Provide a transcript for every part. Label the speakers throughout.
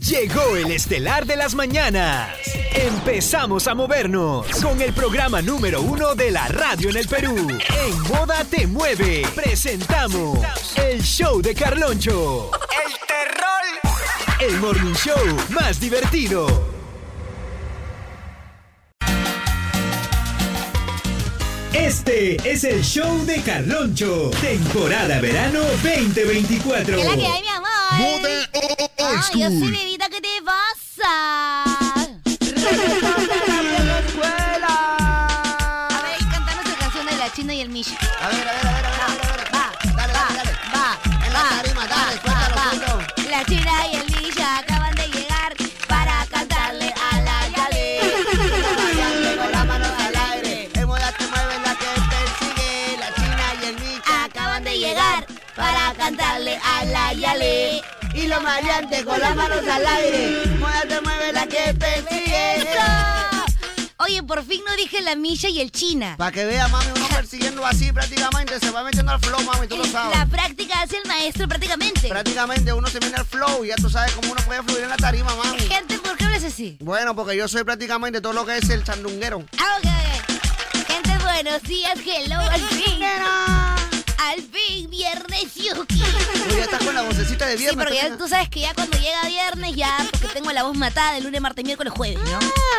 Speaker 1: Llegó el estelar de las mañanas. Empezamos a movernos con el programa número uno de la radio en el Perú. En Moda Te Mueve, presentamos el show de Carloncho.
Speaker 2: El terror.
Speaker 1: El morning show más divertido. Este es el show de Carloncho. Temporada verano 2024.
Speaker 3: ¿Qué es la que hay, mi amor?
Speaker 4: Moda o- o- Old
Speaker 3: Ay, yo soy
Speaker 4: School.
Speaker 3: bebita, ¿qué te pasa? A ver, cantanos la canción de la China y el Ah, Mishi.
Speaker 4: A ver, a ver, a ver, a ver, a ver.
Speaker 3: Va,
Speaker 4: Dale,
Speaker 3: va,
Speaker 4: dale, dale.
Speaker 3: va,
Speaker 4: En la
Speaker 3: va,
Speaker 4: tarima, dale,
Speaker 3: va,
Speaker 4: cuéntalo,
Speaker 3: va.
Speaker 4: cuéntalo.
Speaker 3: ah, La China y el Mishi acaban de llegar para cantarle a la Yale.
Speaker 4: Con las manos al aire, en moda te mueven la que persigue, la china y el micha
Speaker 3: Acaban de llegar para cantarle a la Yale.
Speaker 4: Y los maleantes con las manos al aire, moda te mueve la que persigue.
Speaker 3: ¡Eso! Oye, por fin no dije la Misha y el China.
Speaker 4: Para que vea, mami, uno persiguiendo así prácticamente se va metiendo al flow, mami, tú lo
Speaker 3: La
Speaker 4: sabes.
Speaker 3: práctica hace el maestro prácticamente.
Speaker 4: Prácticamente uno se viene al flow, ya tú sabes cómo uno puede fluir en la tarima, mami.
Speaker 3: Gente, ¿por qué hablas así?
Speaker 4: Bueno, porque yo soy prácticamente todo lo que es el chandunguero.
Speaker 3: Ah, ok, ok. Gente, buenos días, hello, al fin. Al fin, viernes, Yuki.
Speaker 4: Tú ya estás con la vocecita de
Speaker 3: Sí,
Speaker 4: viernes.
Speaker 3: porque ya
Speaker 4: Karina.
Speaker 3: tú sabes que ya cuando llega viernes, ya porque tengo la voz matada de lunes, martes, miércoles, jueves, ¿no?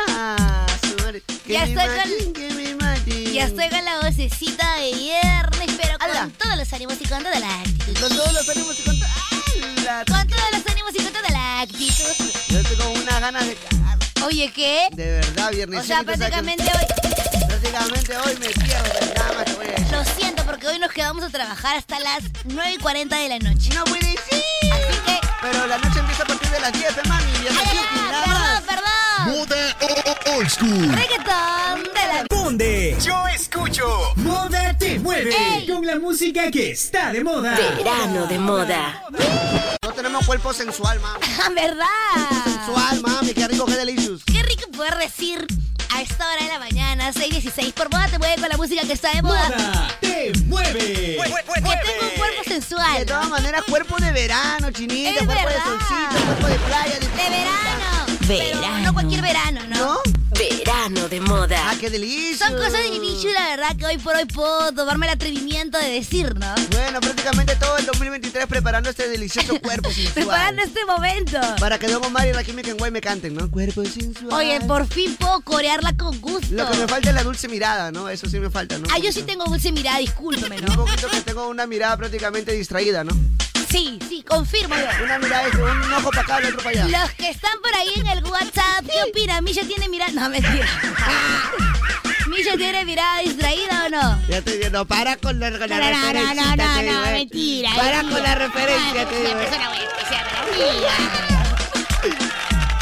Speaker 4: Ah, su madre. Que
Speaker 3: Ya
Speaker 4: me
Speaker 3: estoy con-
Speaker 4: maten, que me maten.
Speaker 3: Ya estoy con la vocecita de viernes, pero
Speaker 4: Ala.
Speaker 3: con todos los ánimos y con toda la actitud.
Speaker 4: Con todos los ánimos y con to- ¡Ala!
Speaker 3: Con todos los ánimos y con toda la actitud.
Speaker 4: Yo tengo unas ganas de cagar.
Speaker 3: Oye, ¿qué?
Speaker 4: De verdad, viernes.
Speaker 3: O sea, prácticamente hoy,
Speaker 4: Prácticamente hoy me cierro de cama. te voy a decir.
Speaker 3: lo siento, porque hoy nos quedamos a trabajar hasta las 9 y 40 de la noche.
Speaker 4: No puede ser.
Speaker 3: Así que,
Speaker 4: Pero la noche empieza a partir de las 10, pe, mami. Viernes yuki, nada
Speaker 3: ¡ala!
Speaker 4: más.
Speaker 3: ¡Perdón, perdón!
Speaker 4: Moda o- o- Old School.
Speaker 3: Reggaetón de la...
Speaker 1: Ponde.
Speaker 2: Yo escucho.
Speaker 1: Moda te mueve
Speaker 3: Ey.
Speaker 1: con la música que está de moda.
Speaker 5: Verano de moda.
Speaker 4: No tenemos cuerpo sensual, mami.
Speaker 3: Ah, ¿Verdad?
Speaker 4: Sensual, mami. Qué rico, qué delicious.
Speaker 3: Qué rico poder decir a esta hora de la mañana, 6.16, por moda te mueve con la música que está de moda.
Speaker 1: Moda te mueve.
Speaker 3: Que tengo un cuerpo
Speaker 4: De
Speaker 3: sensual.
Speaker 4: todas maneras, cuerpo de verano, chinita.
Speaker 3: Es
Speaker 4: cuerpo
Speaker 3: verdad.
Speaker 4: de solcito, cuerpo de playa. De,
Speaker 3: De verano. Pero
Speaker 5: Verano.
Speaker 3: no cualquier verano, ¿no?
Speaker 4: ¿No?
Speaker 5: Verano de moda.
Speaker 4: Ah, qué delicious.
Speaker 3: Son cosas de inicio y la verdad que hoy por hoy puedo tomarme el atrevimiento de decir, ¿no?
Speaker 4: Bueno, prácticamente todo el 2023 preparando este delicioso cuerpo sensual.
Speaker 3: Preparando este momento.
Speaker 4: Para que Don Omar y la Química en Guay me canten, ¿no? Cuerpo sensual.
Speaker 3: Oye, por fin puedo corearla con gusto.
Speaker 4: Lo que me falta es la dulce mirada, ¿no? Eso sí me falta, ¿no?
Speaker 3: Ah, yo sí tengo dulce mirada, discúlpeme,
Speaker 4: Un
Speaker 3: ¿no?
Speaker 4: poquito que tengo una mirada prácticamente distraída, ¿no?
Speaker 3: Sí, sí, confirmo yo.
Speaker 4: Una mirada es un ojo para acá y otro para allá.
Speaker 3: Los que están por ahí en el WhatsApp, ¿qué opinan? ¿Milla tiene mirada? No, mentira. ¿Milla tiene mirada distraída o no?
Speaker 4: Ya te digo, no, para con la, con la referencia. te digo, eh. Para con la referencia, te digo. eh.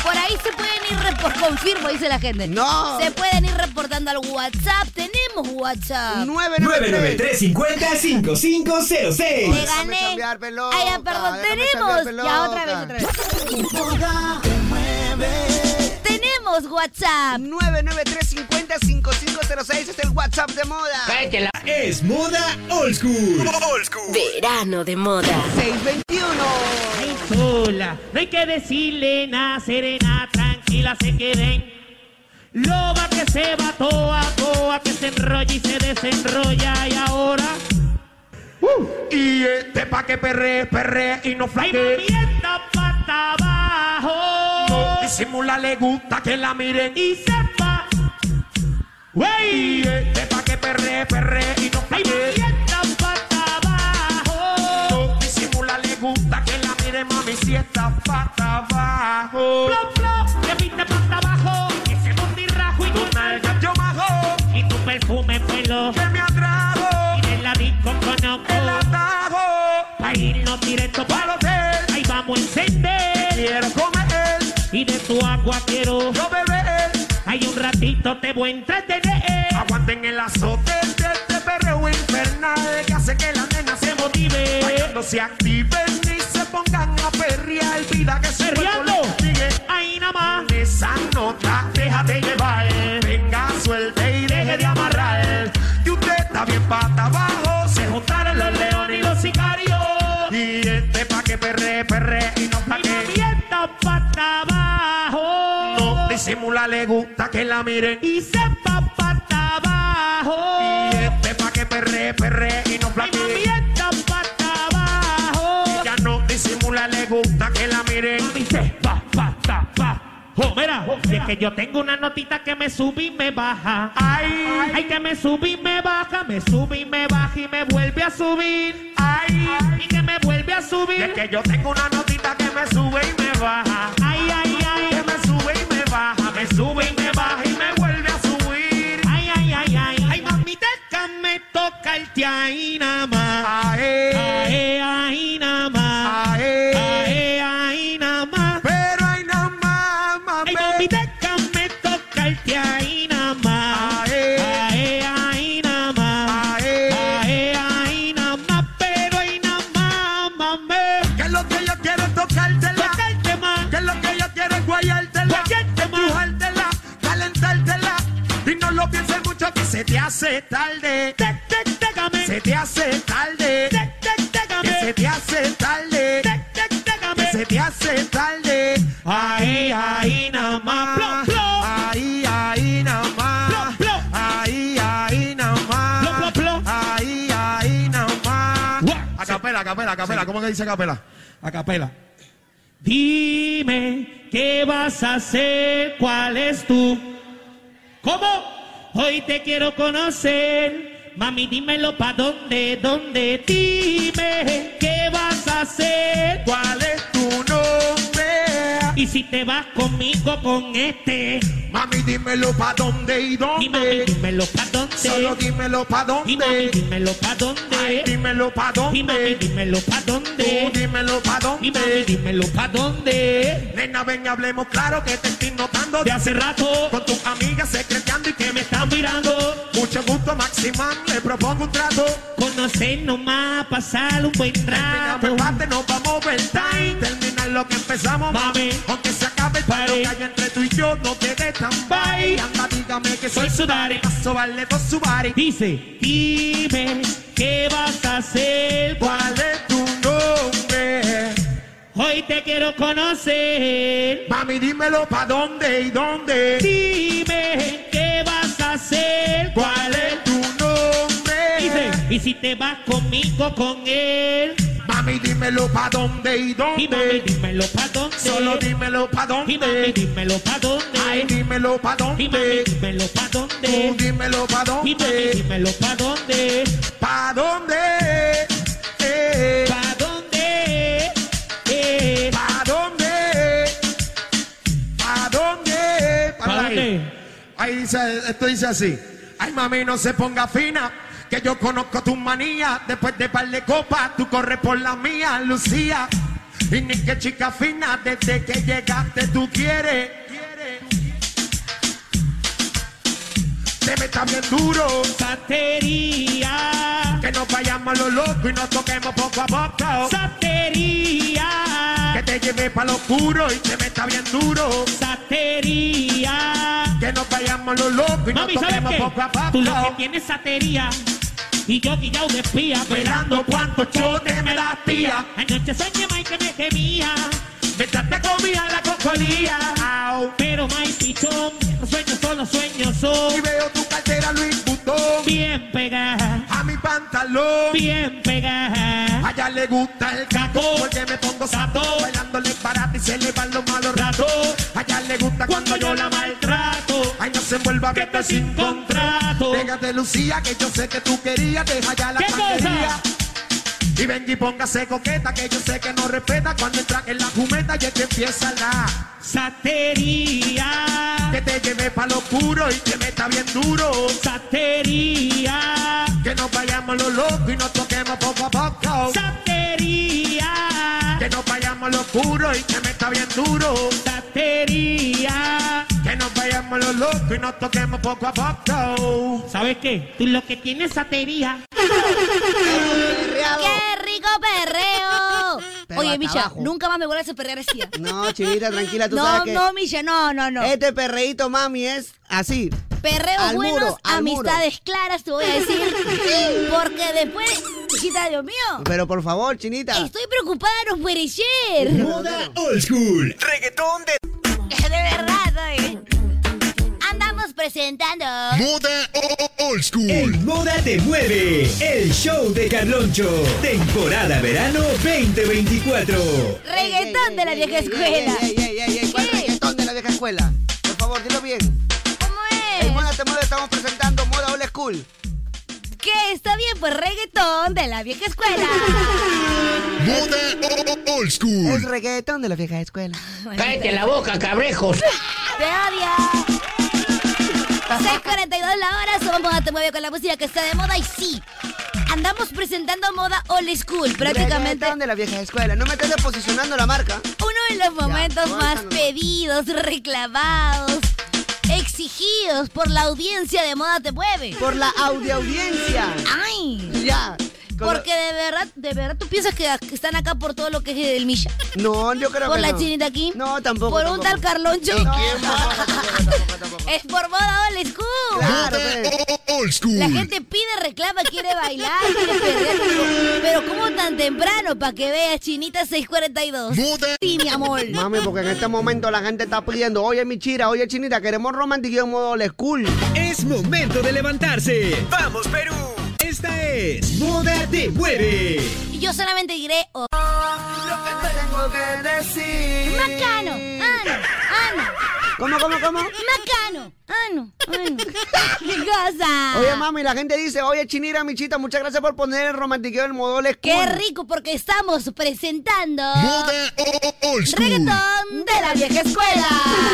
Speaker 3: Por ahí se pueden ir, repor- confirmo, dice la gente.
Speaker 4: No.
Speaker 3: Se pueden ir reportando al WhatsApp. Tenemos WhatsApp.
Speaker 4: 993.
Speaker 1: 993-50-5506.
Speaker 3: Te gané.
Speaker 4: cambiar, pe, loca.
Speaker 3: Ay, ya, perdón,
Speaker 4: Déjame
Speaker 3: tenemos.
Speaker 4: cambiar, pe,
Speaker 3: Ya, otra vez,
Speaker 4: loca.
Speaker 3: otra vez. Tenemos WhatsApp.
Speaker 4: 993-50-5506 es el WhatsApp de moda.
Speaker 1: Es moda old school.
Speaker 2: Old school.
Speaker 5: Verano de moda.
Speaker 4: 621.
Speaker 6: sola. No hay que decirle nada, serena, tranquila, se queden. Loba que se va toa, toa, que se enrolla y se desenrolla y ahora.
Speaker 7: Y este pa' que perre, perre y no
Speaker 6: ¡Ay,
Speaker 7: flaque.
Speaker 6: mamienta pata abajo!
Speaker 7: Disimula, le gusta que la miren.
Speaker 6: Y sepa,
Speaker 7: Y
Speaker 6: wey,
Speaker 7: este pa' que perre, perre y no
Speaker 6: ¡Ay,
Speaker 7: flaque.
Speaker 6: mamienta pata abajo!
Speaker 7: Disimula, le gusta que la miren, mami, si está pata abajo.
Speaker 6: ¡Plop, plop! ¡Que viste pata abajo! ¡Que se rajo y tu nalga!
Speaker 7: Yo mago,
Speaker 6: Y tu perfume pelo,
Speaker 7: que me atrago,
Speaker 6: y de la disco conozco.
Speaker 7: el atajo.
Speaker 6: Pa' irnos directo
Speaker 7: Para
Speaker 6: para
Speaker 7: hotel,
Speaker 6: Ahí vamos a encender
Speaker 7: quiero comer,
Speaker 6: y de tu agua quiero.
Speaker 7: yo beber.
Speaker 6: Hay un ratito te voy a entretener.
Speaker 7: Aguanten el azote de este perreo infernal que hace que la nena se
Speaker 6: Se motive.
Speaker 7: Para que no se activen ni se pongan a perrear vida que se
Speaker 6: Perreando. Ahí nada más.
Speaker 7: Con esa nota déjate llevar Venga, suelte y deje de amarrar Y usted está bien pata abajo Se
Speaker 6: Se
Speaker 7: junta
Speaker 6: juntaron los leones y los sicarios.
Speaker 7: y este pa' que perre, perre y no pa'
Speaker 6: Y
Speaker 7: que
Speaker 6: mamienta pata
Speaker 7: simula le gusta que la miren.
Speaker 6: Y se va para abajo.
Speaker 7: Y este pa' que perre, perre y no
Speaker 6: Ay, mami,
Speaker 7: platique.
Speaker 6: está para abajo.
Speaker 7: Ya no disimula, le gusta que la miren.
Speaker 6: Mami, se va para abajo. Mira, si es que yo tengo una notita que me sube y me baja.
Speaker 7: Ay,
Speaker 6: Ay, que me sube y me baja, me sube y me baja y me vuelve a subir.
Speaker 7: ay,
Speaker 6: Y que me vuelve a
Speaker 7: Y es
Speaker 6: subir.
Speaker 7: que yo tengo una notita que me sube y me baja.
Speaker 6: Ay, ay,
Speaker 7: Que
Speaker 6: ay.
Speaker 7: me sube y me baja, me sube y me baja y me vuelve a subir.
Speaker 6: Ay, ay, ay, ay. Ay, mamita, me toca el ahí nada más.
Speaker 7: Ay,
Speaker 6: Ay, ahí nada más.
Speaker 7: ay,
Speaker 6: Ay, ahí nada más.
Speaker 7: pero ay nada más,
Speaker 6: Ay,
Speaker 7: mami.
Speaker 6: mamita, me toca el ahí nada más.
Speaker 7: Ay.
Speaker 6: Ay, ahí nada más.
Speaker 7: Ay,
Speaker 6: Ay, ahí nada más. Pero ahí nada más, mami.
Speaker 7: que lo que yo quiero es tocártela.
Speaker 6: Toca el tema.
Speaker 7: Que lo que yo quiero es guayártela,
Speaker 6: Guayarte más.
Speaker 7: empujártela, calentártela. Y no lo pienses mucho que se te hace tarde.
Speaker 6: Tec, tec, tecame.
Speaker 7: Se te hace tarde.
Speaker 6: Tec, tec,
Speaker 7: Que
Speaker 6: tecame.
Speaker 7: se te hace tarde.
Speaker 6: Tec, tec,
Speaker 7: Que
Speaker 6: tecame.
Speaker 7: se te hace tarde.
Speaker 6: Ahí, ahí nada más. Plop, plop.
Speaker 7: Ahí, ahí nada más.
Speaker 6: Plop, plop.
Speaker 7: Ahí, ahí nada más.
Speaker 6: Plop, plop, plop.
Speaker 7: Ahí, ahí nada más.
Speaker 6: Guau.
Speaker 7: A capela, a capela, a capela. ¿Cómo que dice a capela?
Speaker 6: A capela. Dime qué vas a hacer, cuál es tu. ¿Cómo? Hoy te quiero conocer. Mami, dímelo pa' dónde, dónde. Dime qué vas a hacer.
Speaker 7: ¿Cuál es tu nombre?
Speaker 6: Y si te vas conmigo con este.
Speaker 7: Mami, dímelo pa' dónde y
Speaker 6: Y mami,
Speaker 7: dónde.
Speaker 6: dímelo pa'
Speaker 7: Solo
Speaker 6: dónde.
Speaker 7: dímelo pa'
Speaker 6: Y mami,
Speaker 7: dónde.
Speaker 6: dímelo pa'
Speaker 7: Ay,
Speaker 6: dónde.
Speaker 7: dímelo pa'
Speaker 6: Y mami,
Speaker 7: dónde.
Speaker 6: dímelo pa'
Speaker 7: Tú
Speaker 6: dónde.
Speaker 7: dímelo pa'
Speaker 6: Y mami,
Speaker 7: dónde.
Speaker 6: dímelo pa' dónde.
Speaker 7: Nena, ven y hablemos claro que te estoy notando.
Speaker 6: De hace rato
Speaker 7: Con tus amigas secreteando y que
Speaker 6: que me
Speaker 7: me...
Speaker 6: están mirando.
Speaker 7: Mucho gusto, Maximán, le propongo un trato.
Speaker 6: Conocernos más, pasar un buen
Speaker 7: Terminamos
Speaker 6: rato.
Speaker 7: el parte, nos vamos time Terminar lo que empezamos,
Speaker 6: Mami.
Speaker 7: Aunque se acabe el paro
Speaker 6: Bye.
Speaker 7: que hay entre tú y yo, no te des tan
Speaker 6: Bye.
Speaker 7: bye. Anda, dígame que soy
Speaker 6: Soy
Speaker 7: su...
Speaker 6: Sudare.
Speaker 7: Paso, vale, dos, su bari.
Speaker 6: Dice, dime, ¿qué vas a hacer?
Speaker 7: ¿Cuál es tu nombre?
Speaker 6: Hoy te quiero conocer.
Speaker 7: Mami, dímelo pa' dónde y dónde.
Speaker 6: Dime, ¿qué vas a hacer?
Speaker 7: ¿Cuál es tu nombre?
Speaker 6: Dice, y si te vas conmigo con él.
Speaker 7: Mami, dímelo pa' dónde y dónde.
Speaker 6: Y mami, dímelo pa' dónde.
Speaker 7: Solo dímelo pa'
Speaker 6: Y mami,
Speaker 7: dónde.
Speaker 6: dímelo pa'
Speaker 7: Ay,
Speaker 6: dónde.
Speaker 7: dímelo pa'
Speaker 6: Y mami,
Speaker 7: dónde.
Speaker 6: dímelo pa'
Speaker 7: Tú
Speaker 6: dónde.
Speaker 7: dímelo pa'
Speaker 6: Y mami,
Speaker 7: dónde.
Speaker 6: dímelo pa' dónde.
Speaker 7: ¿Pa' dónde? Eh,
Speaker 6: ¿Pa' dónde? Eh.
Speaker 7: ¿Pa' dónde? ¿Pa' dónde?
Speaker 6: ¿Pa'
Speaker 7: ahí.
Speaker 6: dónde?
Speaker 7: Ahí dice, esto dice así. Ay, mami, no se ponga fina. Que yo conozco tus manías. Después de par de copas, tú corres por la mía, Lucía. Y ni que chica fina, desde que llegaste tú quieres. Te metas bien duro.
Speaker 6: Satería,
Speaker 7: Que nos vayamos a lo loco y nos toquemos poco a poco. Que
Speaker 6: satería,
Speaker 7: te lleve pa' lo oscuro y te meta bien duro.
Speaker 6: satería.
Speaker 7: Que nos vayamos a lo loco y
Speaker 6: Mami,
Speaker 7: nos
Speaker 6: ¿sabes
Speaker 7: toquemos poco a
Speaker 6: qué?
Speaker 7: poco.
Speaker 6: Tú lo que tienes es satería. Y yo guillao de espía,
Speaker 7: Velando
Speaker 6: velando
Speaker 7: cuántos
Speaker 6: cuántos
Speaker 7: chotes
Speaker 6: chotes
Speaker 7: me
Speaker 6: me
Speaker 7: das,
Speaker 6: da
Speaker 7: tía.
Speaker 6: tía. Anoche soñé, Mike, que me temía.
Speaker 7: Mientras te comía la cocolía. Au.
Speaker 6: Pero, Mike, pichón, los sueños son los sueños,
Speaker 7: Y
Speaker 6: son
Speaker 7: veo tu cartera Luis Butón.
Speaker 6: bien pegadas,
Speaker 7: A mi pantalón.
Speaker 6: bien pegadas.
Speaker 7: A ella le gusta el caco
Speaker 6: Caco.
Speaker 7: porque me pongo sato.
Speaker 6: Sato.
Speaker 7: Bailándole barato y se le van los malos ratos.
Speaker 6: Rato,
Speaker 7: A ella le gusta cuando yo la
Speaker 6: maltrato.
Speaker 7: Ay, no se envuelva
Speaker 6: Que
Speaker 7: que
Speaker 6: estoy
Speaker 7: te
Speaker 6: sin
Speaker 7: sin contrato.
Speaker 6: contrato.
Speaker 7: Pégate, Lucía, que yo sé que tú querías. Deja ya la
Speaker 6: ¿Qué
Speaker 7: panquería.
Speaker 6: cosa?
Speaker 7: Y venga y póngase coqueta, que yo sé que no respeta cuando entra en la jumeta y es que empieza la.
Speaker 6: Satería,
Speaker 7: Que te lleve pa' lo oscuro y te meta bien duro.
Speaker 6: satería,
Speaker 7: Que nos vayamos lo loco y nos toquemos poco a poco.
Speaker 6: satería,
Speaker 7: Que nos vayamos lo oscuro y te meta bien duro.
Speaker 6: satería.
Speaker 7: Que nos vayamos lo loco y nos toquemos poco a poco.
Speaker 6: ¿Sabes qué? Tú lo que tienes es satería.
Speaker 3: ¡Qué rico perreo!
Speaker 4: Pero
Speaker 3: Oye,
Speaker 4: hasta
Speaker 3: Misha,
Speaker 4: abajo.
Speaker 3: nunca más me vuelvas a perrear así. ¿ah?
Speaker 4: No, chinita, tranquila, tú
Speaker 3: No,
Speaker 4: sabes que
Speaker 3: no, Misha, no, no, no.
Speaker 4: este perreíto, mami, es así.
Speaker 3: Perreos
Speaker 4: al muro,
Speaker 3: buenos,
Speaker 4: al muro.
Speaker 3: amistades claras, te voy a decir. Porque después, hijita, Dios mío,
Speaker 4: Pero por favor, chinita.
Speaker 3: estoy preocupada, no puede ser.
Speaker 1: Old School.
Speaker 2: Reggaetón de
Speaker 3: De verdad, oye. presentando.
Speaker 8: Moda o- o- old school.
Speaker 9: En Moda te mueve, el show de Carloncho, temporada verano 2024.
Speaker 3: Reggaetón de la vieja escuela.
Speaker 10: Ey, ey, ey, ey, ey, ¿Cuál
Speaker 3: ¿Qué?
Speaker 10: reggaetón de la vieja escuela? Por favor, dilo bien.
Speaker 3: ¿Cómo
Speaker 10: En
Speaker 3: es?
Speaker 10: Moda Te Mueve estamos presentando Moda Old School.
Speaker 3: ¿Qué? Está bien, pues reggaetón de la vieja escuela.
Speaker 8: Moda o- o- old
Speaker 10: Es
Speaker 8: school.
Speaker 10: reggaetón de la vieja escuela.
Speaker 11: Cállate la boca, cabrejos.
Speaker 3: ¡Te odio! 6.42 la hora, somos Moda Te Mueve con la música que está de moda y sí, andamos presentando moda old school, prácticamente
Speaker 10: Reggaetón de la vieja escuela. No me estés posicionando la marca.
Speaker 3: uno de los momentos
Speaker 10: suéltanos.
Speaker 3: más pedidos, reclamados, exigidos por la audiencia de Moda Te Mueve.
Speaker 10: Por la audio audiencia.
Speaker 3: ¡Ay!
Speaker 10: Ya. Con-
Speaker 3: Porque de verdad, de verdad, ¿tú piensas que que están acá por todo lo que es el Misha?
Speaker 10: No, yo creo
Speaker 3: ¿Por
Speaker 10: que
Speaker 3: la
Speaker 10: no.
Speaker 3: chinita aquí?
Speaker 10: No, tampoco.
Speaker 3: ¿Por un tal
Speaker 10: tampoco.
Speaker 3: Carloncho?
Speaker 10: No, tampoco, tampoco, tampoco, tampoco.
Speaker 3: Es por moda old school.
Speaker 10: Claro,
Speaker 8: Moda
Speaker 10: pues.
Speaker 8: o- o- old
Speaker 3: La
Speaker 8: school.
Speaker 3: gente pide, reclama, quiere bailar, quiere perder. pero- Pero ¿cómo tan temprano? Para que veas, Chinita 642.
Speaker 8: Moda
Speaker 3: Sí, mi amor.
Speaker 10: Mami, porque en este momento la gente está pidiendo, oye, mi chira, oye, chinita, queremos romántico en modo old school.
Speaker 9: Es momento de levantarse. ¡Vamos, Perú! Esta es Moda te mueve.
Speaker 3: Y Yo solamente diré... oh,
Speaker 10: Tengo que decir.
Speaker 3: Macano, ano, ano.
Speaker 10: ¿Cómo, cómo, cómo?
Speaker 3: Macano, Ah, ano, ano. ¡Qué cosa!
Speaker 10: Oye, mami, la gente dice, oye, chinira, michita, muchas gracias por poner el romantiqueo en modo old school.
Speaker 3: ¡Qué rico! Porque estamos presentando...
Speaker 8: Moda o- o- old school.
Speaker 3: Reggaetón de la vieja escuela.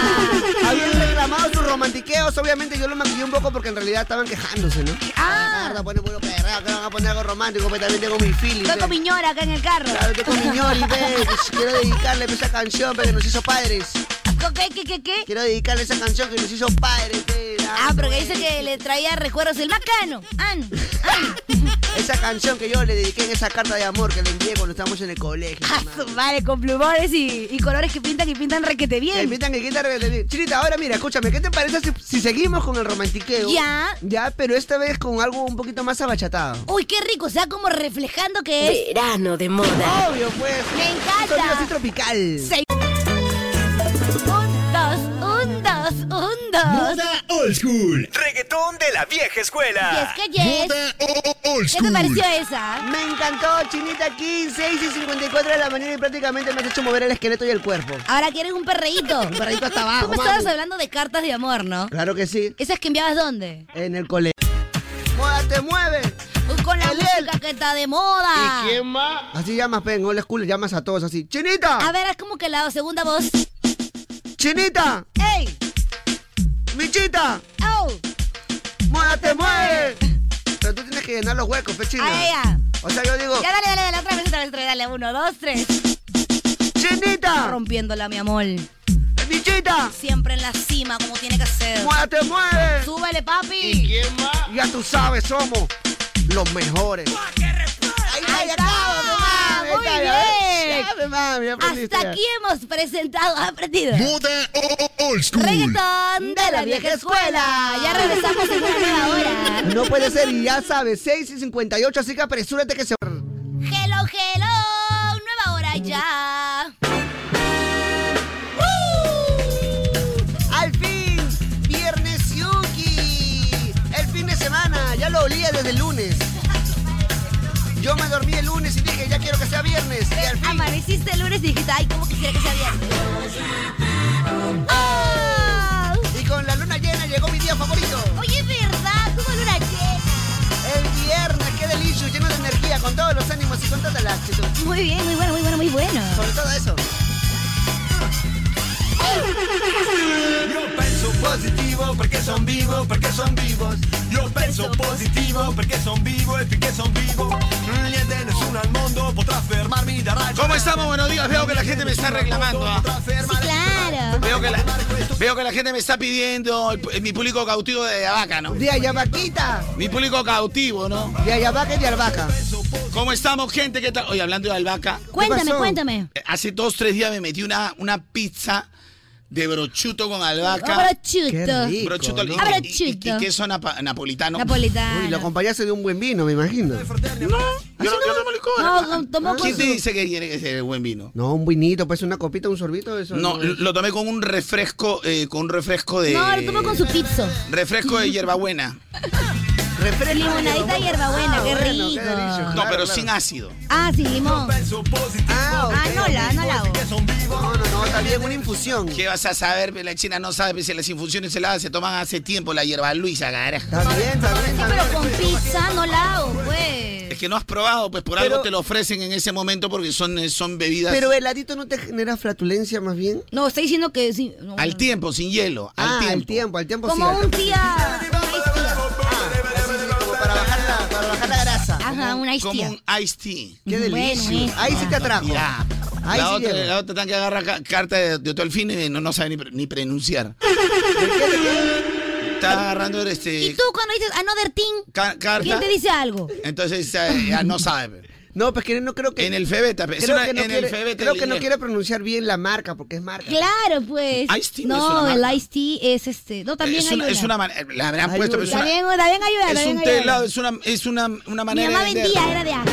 Speaker 10: Habían reclamado sus romantiqueos, obviamente yo lo maquillé un poco porque en realidad estaban quejándose, ¿no?
Speaker 3: Ah.
Speaker 10: Ahora ponen puro perreo, que van a poner algo romántico, pero también tengo mi feeling.
Speaker 3: Estoy con
Speaker 10: ve.
Speaker 3: mi ñora acá en el carro.
Speaker 10: Claro, estoy con mi ñori, ve. Pues Quiero dedicarle esa canción, ve, que nos hizo padres.
Speaker 3: ¿Con ¿Qué, qué, qué, qué?
Speaker 10: Quiero dedicarle esa canción que nos hizo padres, pues, ve.
Speaker 3: Ah, porque dice que le traía recuerdos el macano. Ano, ano.
Speaker 10: Esa canción que yo le dediqué en esa carta de amor que le envié cuando estábamos en el colegio.
Speaker 3: A su madre, Ah, con plumones y, y colores que pintan y pintan requete
Speaker 10: Me
Speaker 3: bien.
Speaker 10: invitan que quita reggaetón. Chinita, ahora mira, escúchame, ¿qué te parece si, si seguimos con el romantiqueo?
Speaker 3: Ya.
Speaker 10: Ya, pero esta vez con algo un poquito más abachatado.
Speaker 3: Uy, qué rico, o sea, como reflejando que es.
Speaker 12: Verano de moda.
Speaker 10: Obvio, pues.
Speaker 3: Me
Speaker 10: Sonido así
Speaker 3: encanta.
Speaker 10: tropical.
Speaker 3: Seis. Un, dos, un, dos, un, dos.
Speaker 8: Moda old school.
Speaker 7: Reggaetón de la vieja
Speaker 3: Y es
Speaker 7: escuela.
Speaker 3: que Oh, yes.
Speaker 8: Moda o- o- old
Speaker 3: ¿Qué te
Speaker 8: school.
Speaker 3: pareció esa?
Speaker 10: Me encantó, Chinita, 15, 6 y 54 de la mañana y prácticamente me has hecho mover el esqueleto y el cuerpo.
Speaker 3: Ahora quieres un perreíto. Un
Speaker 10: perreíto hasta abajo,
Speaker 3: Tú me estabas
Speaker 10: mami.
Speaker 3: hablando de cartas de amor, ¿no?
Speaker 10: Claro que sí,
Speaker 3: ¿Esas que enviabas dónde?
Speaker 10: en el colegio. Moda te mueve.
Speaker 3: Uy, con la
Speaker 10: El
Speaker 3: música que está de moda.
Speaker 10: más? Así llamas, pe, en old school llamas a todos así.
Speaker 3: A
Speaker 10: ¡Chinita!
Speaker 3: ver, es como que la segunda voz.
Speaker 10: ¡Chinita!
Speaker 3: ¡Ey!
Speaker 10: ¡Michita!
Speaker 3: ¡Oh!
Speaker 10: ¡Moda te mueve! Pero tú tienes que llenar los huecos, pechina.
Speaker 3: ¡A ella!
Speaker 10: O sea, yo digo,
Speaker 3: Ya dale, dale, dale, otra vez, otra vez, otra vez, dale, uno, dos, tres.
Speaker 10: ¡Chinita!
Speaker 3: Rompiéndola, mi amor.
Speaker 10: ¡Michita!
Speaker 3: Siempre en la cima, como tiene que ser.
Speaker 10: ¡Moda te mueve!
Speaker 3: Súbele, papi.
Speaker 10: Ya tú sabes, somos los mejores. Ahí
Speaker 3: Ahí
Speaker 10: ya
Speaker 3: está,
Speaker 10: mami, ahí
Speaker 3: muy
Speaker 10: está, ya.
Speaker 3: bien.
Speaker 10: Ya, mi mami, ya aprendiste
Speaker 3: Hasta
Speaker 10: ya.
Speaker 3: aquí hemos presentado, ¿has aprendido.
Speaker 8: Moda o-
Speaker 10: oh,
Speaker 8: o- old school.
Speaker 3: Reggaetón de la vieja escuela. Ya regresamos en una nueva hora.
Speaker 10: No puede ser, y ya sabes, 6 y 58, así que apresúrate que se...
Speaker 3: Hello, hello. Nueva hora ya.
Speaker 10: ¡Al fin! ¡Viernes Yuki! El fin de semana, ya lo olía desde el lunes. Yo me dormí el lunes y dije, ya quiero que sea viernes. Y al fin,
Speaker 3: Amaneciste el lunes y dijiste, ay, ¿cómo quisiera que sea viernes? ¡Ah!
Speaker 10: y con la luna llena llegó mi día favorito.
Speaker 3: Oye, es verdad, tuvo luna llena.
Speaker 10: El viernes, qué delicio, lleno de energía, con todos los ánimos y con toda la actitud.
Speaker 3: Muy bien, muy bueno, muy bueno, muy bueno.
Speaker 10: Sobre todo eso.
Speaker 7: Yo pienso positivo porque son vivos, porque son vivos. Yo pienso positivo porque son vivos e perché son vivo. Non gli nessuno al mondo potrà fermarmi da raggio.
Speaker 13: ¿Cómo estamos? Buenos días. Veo que la gente me está reclamando. ¿ah?
Speaker 3: Claro.
Speaker 13: Veo, que la, veo que la gente me está pidiendo el pu- mi público cautivo de Ayabaca, ¿no?
Speaker 10: De Ayabaquita,
Speaker 13: Mi público cautivo, ¿no?
Speaker 10: de Ayabaca y de Albaca.
Speaker 13: ¿Cómo estamos, gente? ¿Qué tal? Oye, hablando de Albaca,
Speaker 3: Cuéntame,
Speaker 10: pasó?
Speaker 3: cuéntame.
Speaker 13: eh, hace dos, tres días me metí una, una pizza de brochuto con albahaca.
Speaker 3: Abrochuto.
Speaker 4: Qué rico. ¿no?
Speaker 13: Brochuto y- y, y- y
Speaker 3: Abrochuto.
Speaker 13: queso napa- napolitano.
Speaker 4: Y
Speaker 3: Napolitano.
Speaker 4: lo acompañaste de un buen vino, me imagino.
Speaker 13: No, yo no, yo no tomo licor.
Speaker 3: No, con- tomó con
Speaker 13: ¿Quién te
Speaker 3: su...
Speaker 13: dice que tiene que ser buen vino?
Speaker 4: No, un vinito, pues una copita, un sorbito, eso.
Speaker 13: No,
Speaker 4: es.
Speaker 13: lo tomé con un refresco, eh, con un refresco de...
Speaker 3: No, lo tomó con su pizzo.
Speaker 13: Refresco de hierbabuena.
Speaker 4: Refresco. Ah,
Speaker 3: Limonadita y hierbabuena, qué
Speaker 4: bueno, qué
Speaker 3: rico.
Speaker 4: delicioso.
Speaker 13: No,
Speaker 4: Claro,
Speaker 13: pero
Speaker 4: claro.
Speaker 13: sin ácido.
Speaker 3: Ah, sí, limón.
Speaker 4: Ah, ok.
Speaker 3: Ah, no la, no la hago.
Speaker 4: No, no, no, también una infusión.
Speaker 13: ¿Qué vas a saber? La china no sabe si las infusiones heladas se toman hace tiempo, la hierba Luisa, carajo.
Speaker 4: También, también,
Speaker 3: Sí, pero con
Speaker 4: también.
Speaker 3: pizza no la hago, pues.
Speaker 13: Es que no has probado, pues por
Speaker 4: Pero-
Speaker 13: algo te lo ofrecen en ese momento porque son, eh, son bebidas
Speaker 4: Pero el heladito no te genera flatulencia más bien.
Speaker 3: No, está diciendo que sí. no,
Speaker 13: al tiempo, sin hielo. Al
Speaker 4: ah,
Speaker 13: tiempo.
Speaker 4: al tiempo, al tiempo sí.
Speaker 3: Como
Speaker 4: al
Speaker 3: un
Speaker 4: tiempo.
Speaker 3: tía. un ice tea.
Speaker 4: Así, sí, como para bajar la, para bajar la grasa.
Speaker 3: Ajá, un ice
Speaker 13: Como
Speaker 3: tía.
Speaker 13: un iced tea.
Speaker 4: Qué
Speaker 3: Bueno,
Speaker 4: delicioso.
Speaker 3: eso.
Speaker 4: Ahí sí te atrajo.
Speaker 13: Ya.
Speaker 4: Ahí
Speaker 13: la,
Speaker 4: sí
Speaker 13: otra,
Speaker 4: llego.
Speaker 13: la otra tan que agarra ca- carta de, de todo el fin y no, no sabe ni, pre- ni pronunciar. Está agarrando
Speaker 3: Y
Speaker 13: este,
Speaker 3: tú cuando dices another thing,
Speaker 13: ca- carta.
Speaker 3: ¿quién te dice algo?
Speaker 13: Entonces eh, ya no sabe.
Speaker 4: No, pues que no creo que.
Speaker 13: En el febeta. pe- es
Speaker 4: creo
Speaker 13: una-
Speaker 4: que no
Speaker 13: en
Speaker 4: quiere,
Speaker 13: el febeta.
Speaker 4: creo que
Speaker 13: del
Speaker 4: no
Speaker 13: inglés.
Speaker 4: quiere pronunciar bien la marca porque es marca.
Speaker 3: Claro, pues.
Speaker 13: Ice tea no es
Speaker 3: no,
Speaker 13: una marca.
Speaker 3: el ice tea es este. No, también
Speaker 13: es una,
Speaker 3: ayuda.
Speaker 13: es una man- La habrán
Speaker 4: Ayuda.
Speaker 13: puesto, pero es una,
Speaker 3: También, también ayuda,
Speaker 13: es
Speaker 3: también
Speaker 13: un
Speaker 3: ayuda.
Speaker 13: té helado, es una, es una, una
Speaker 3: Mi
Speaker 13: manera
Speaker 3: mamá
Speaker 13: de.
Speaker 3: vendía, era de A.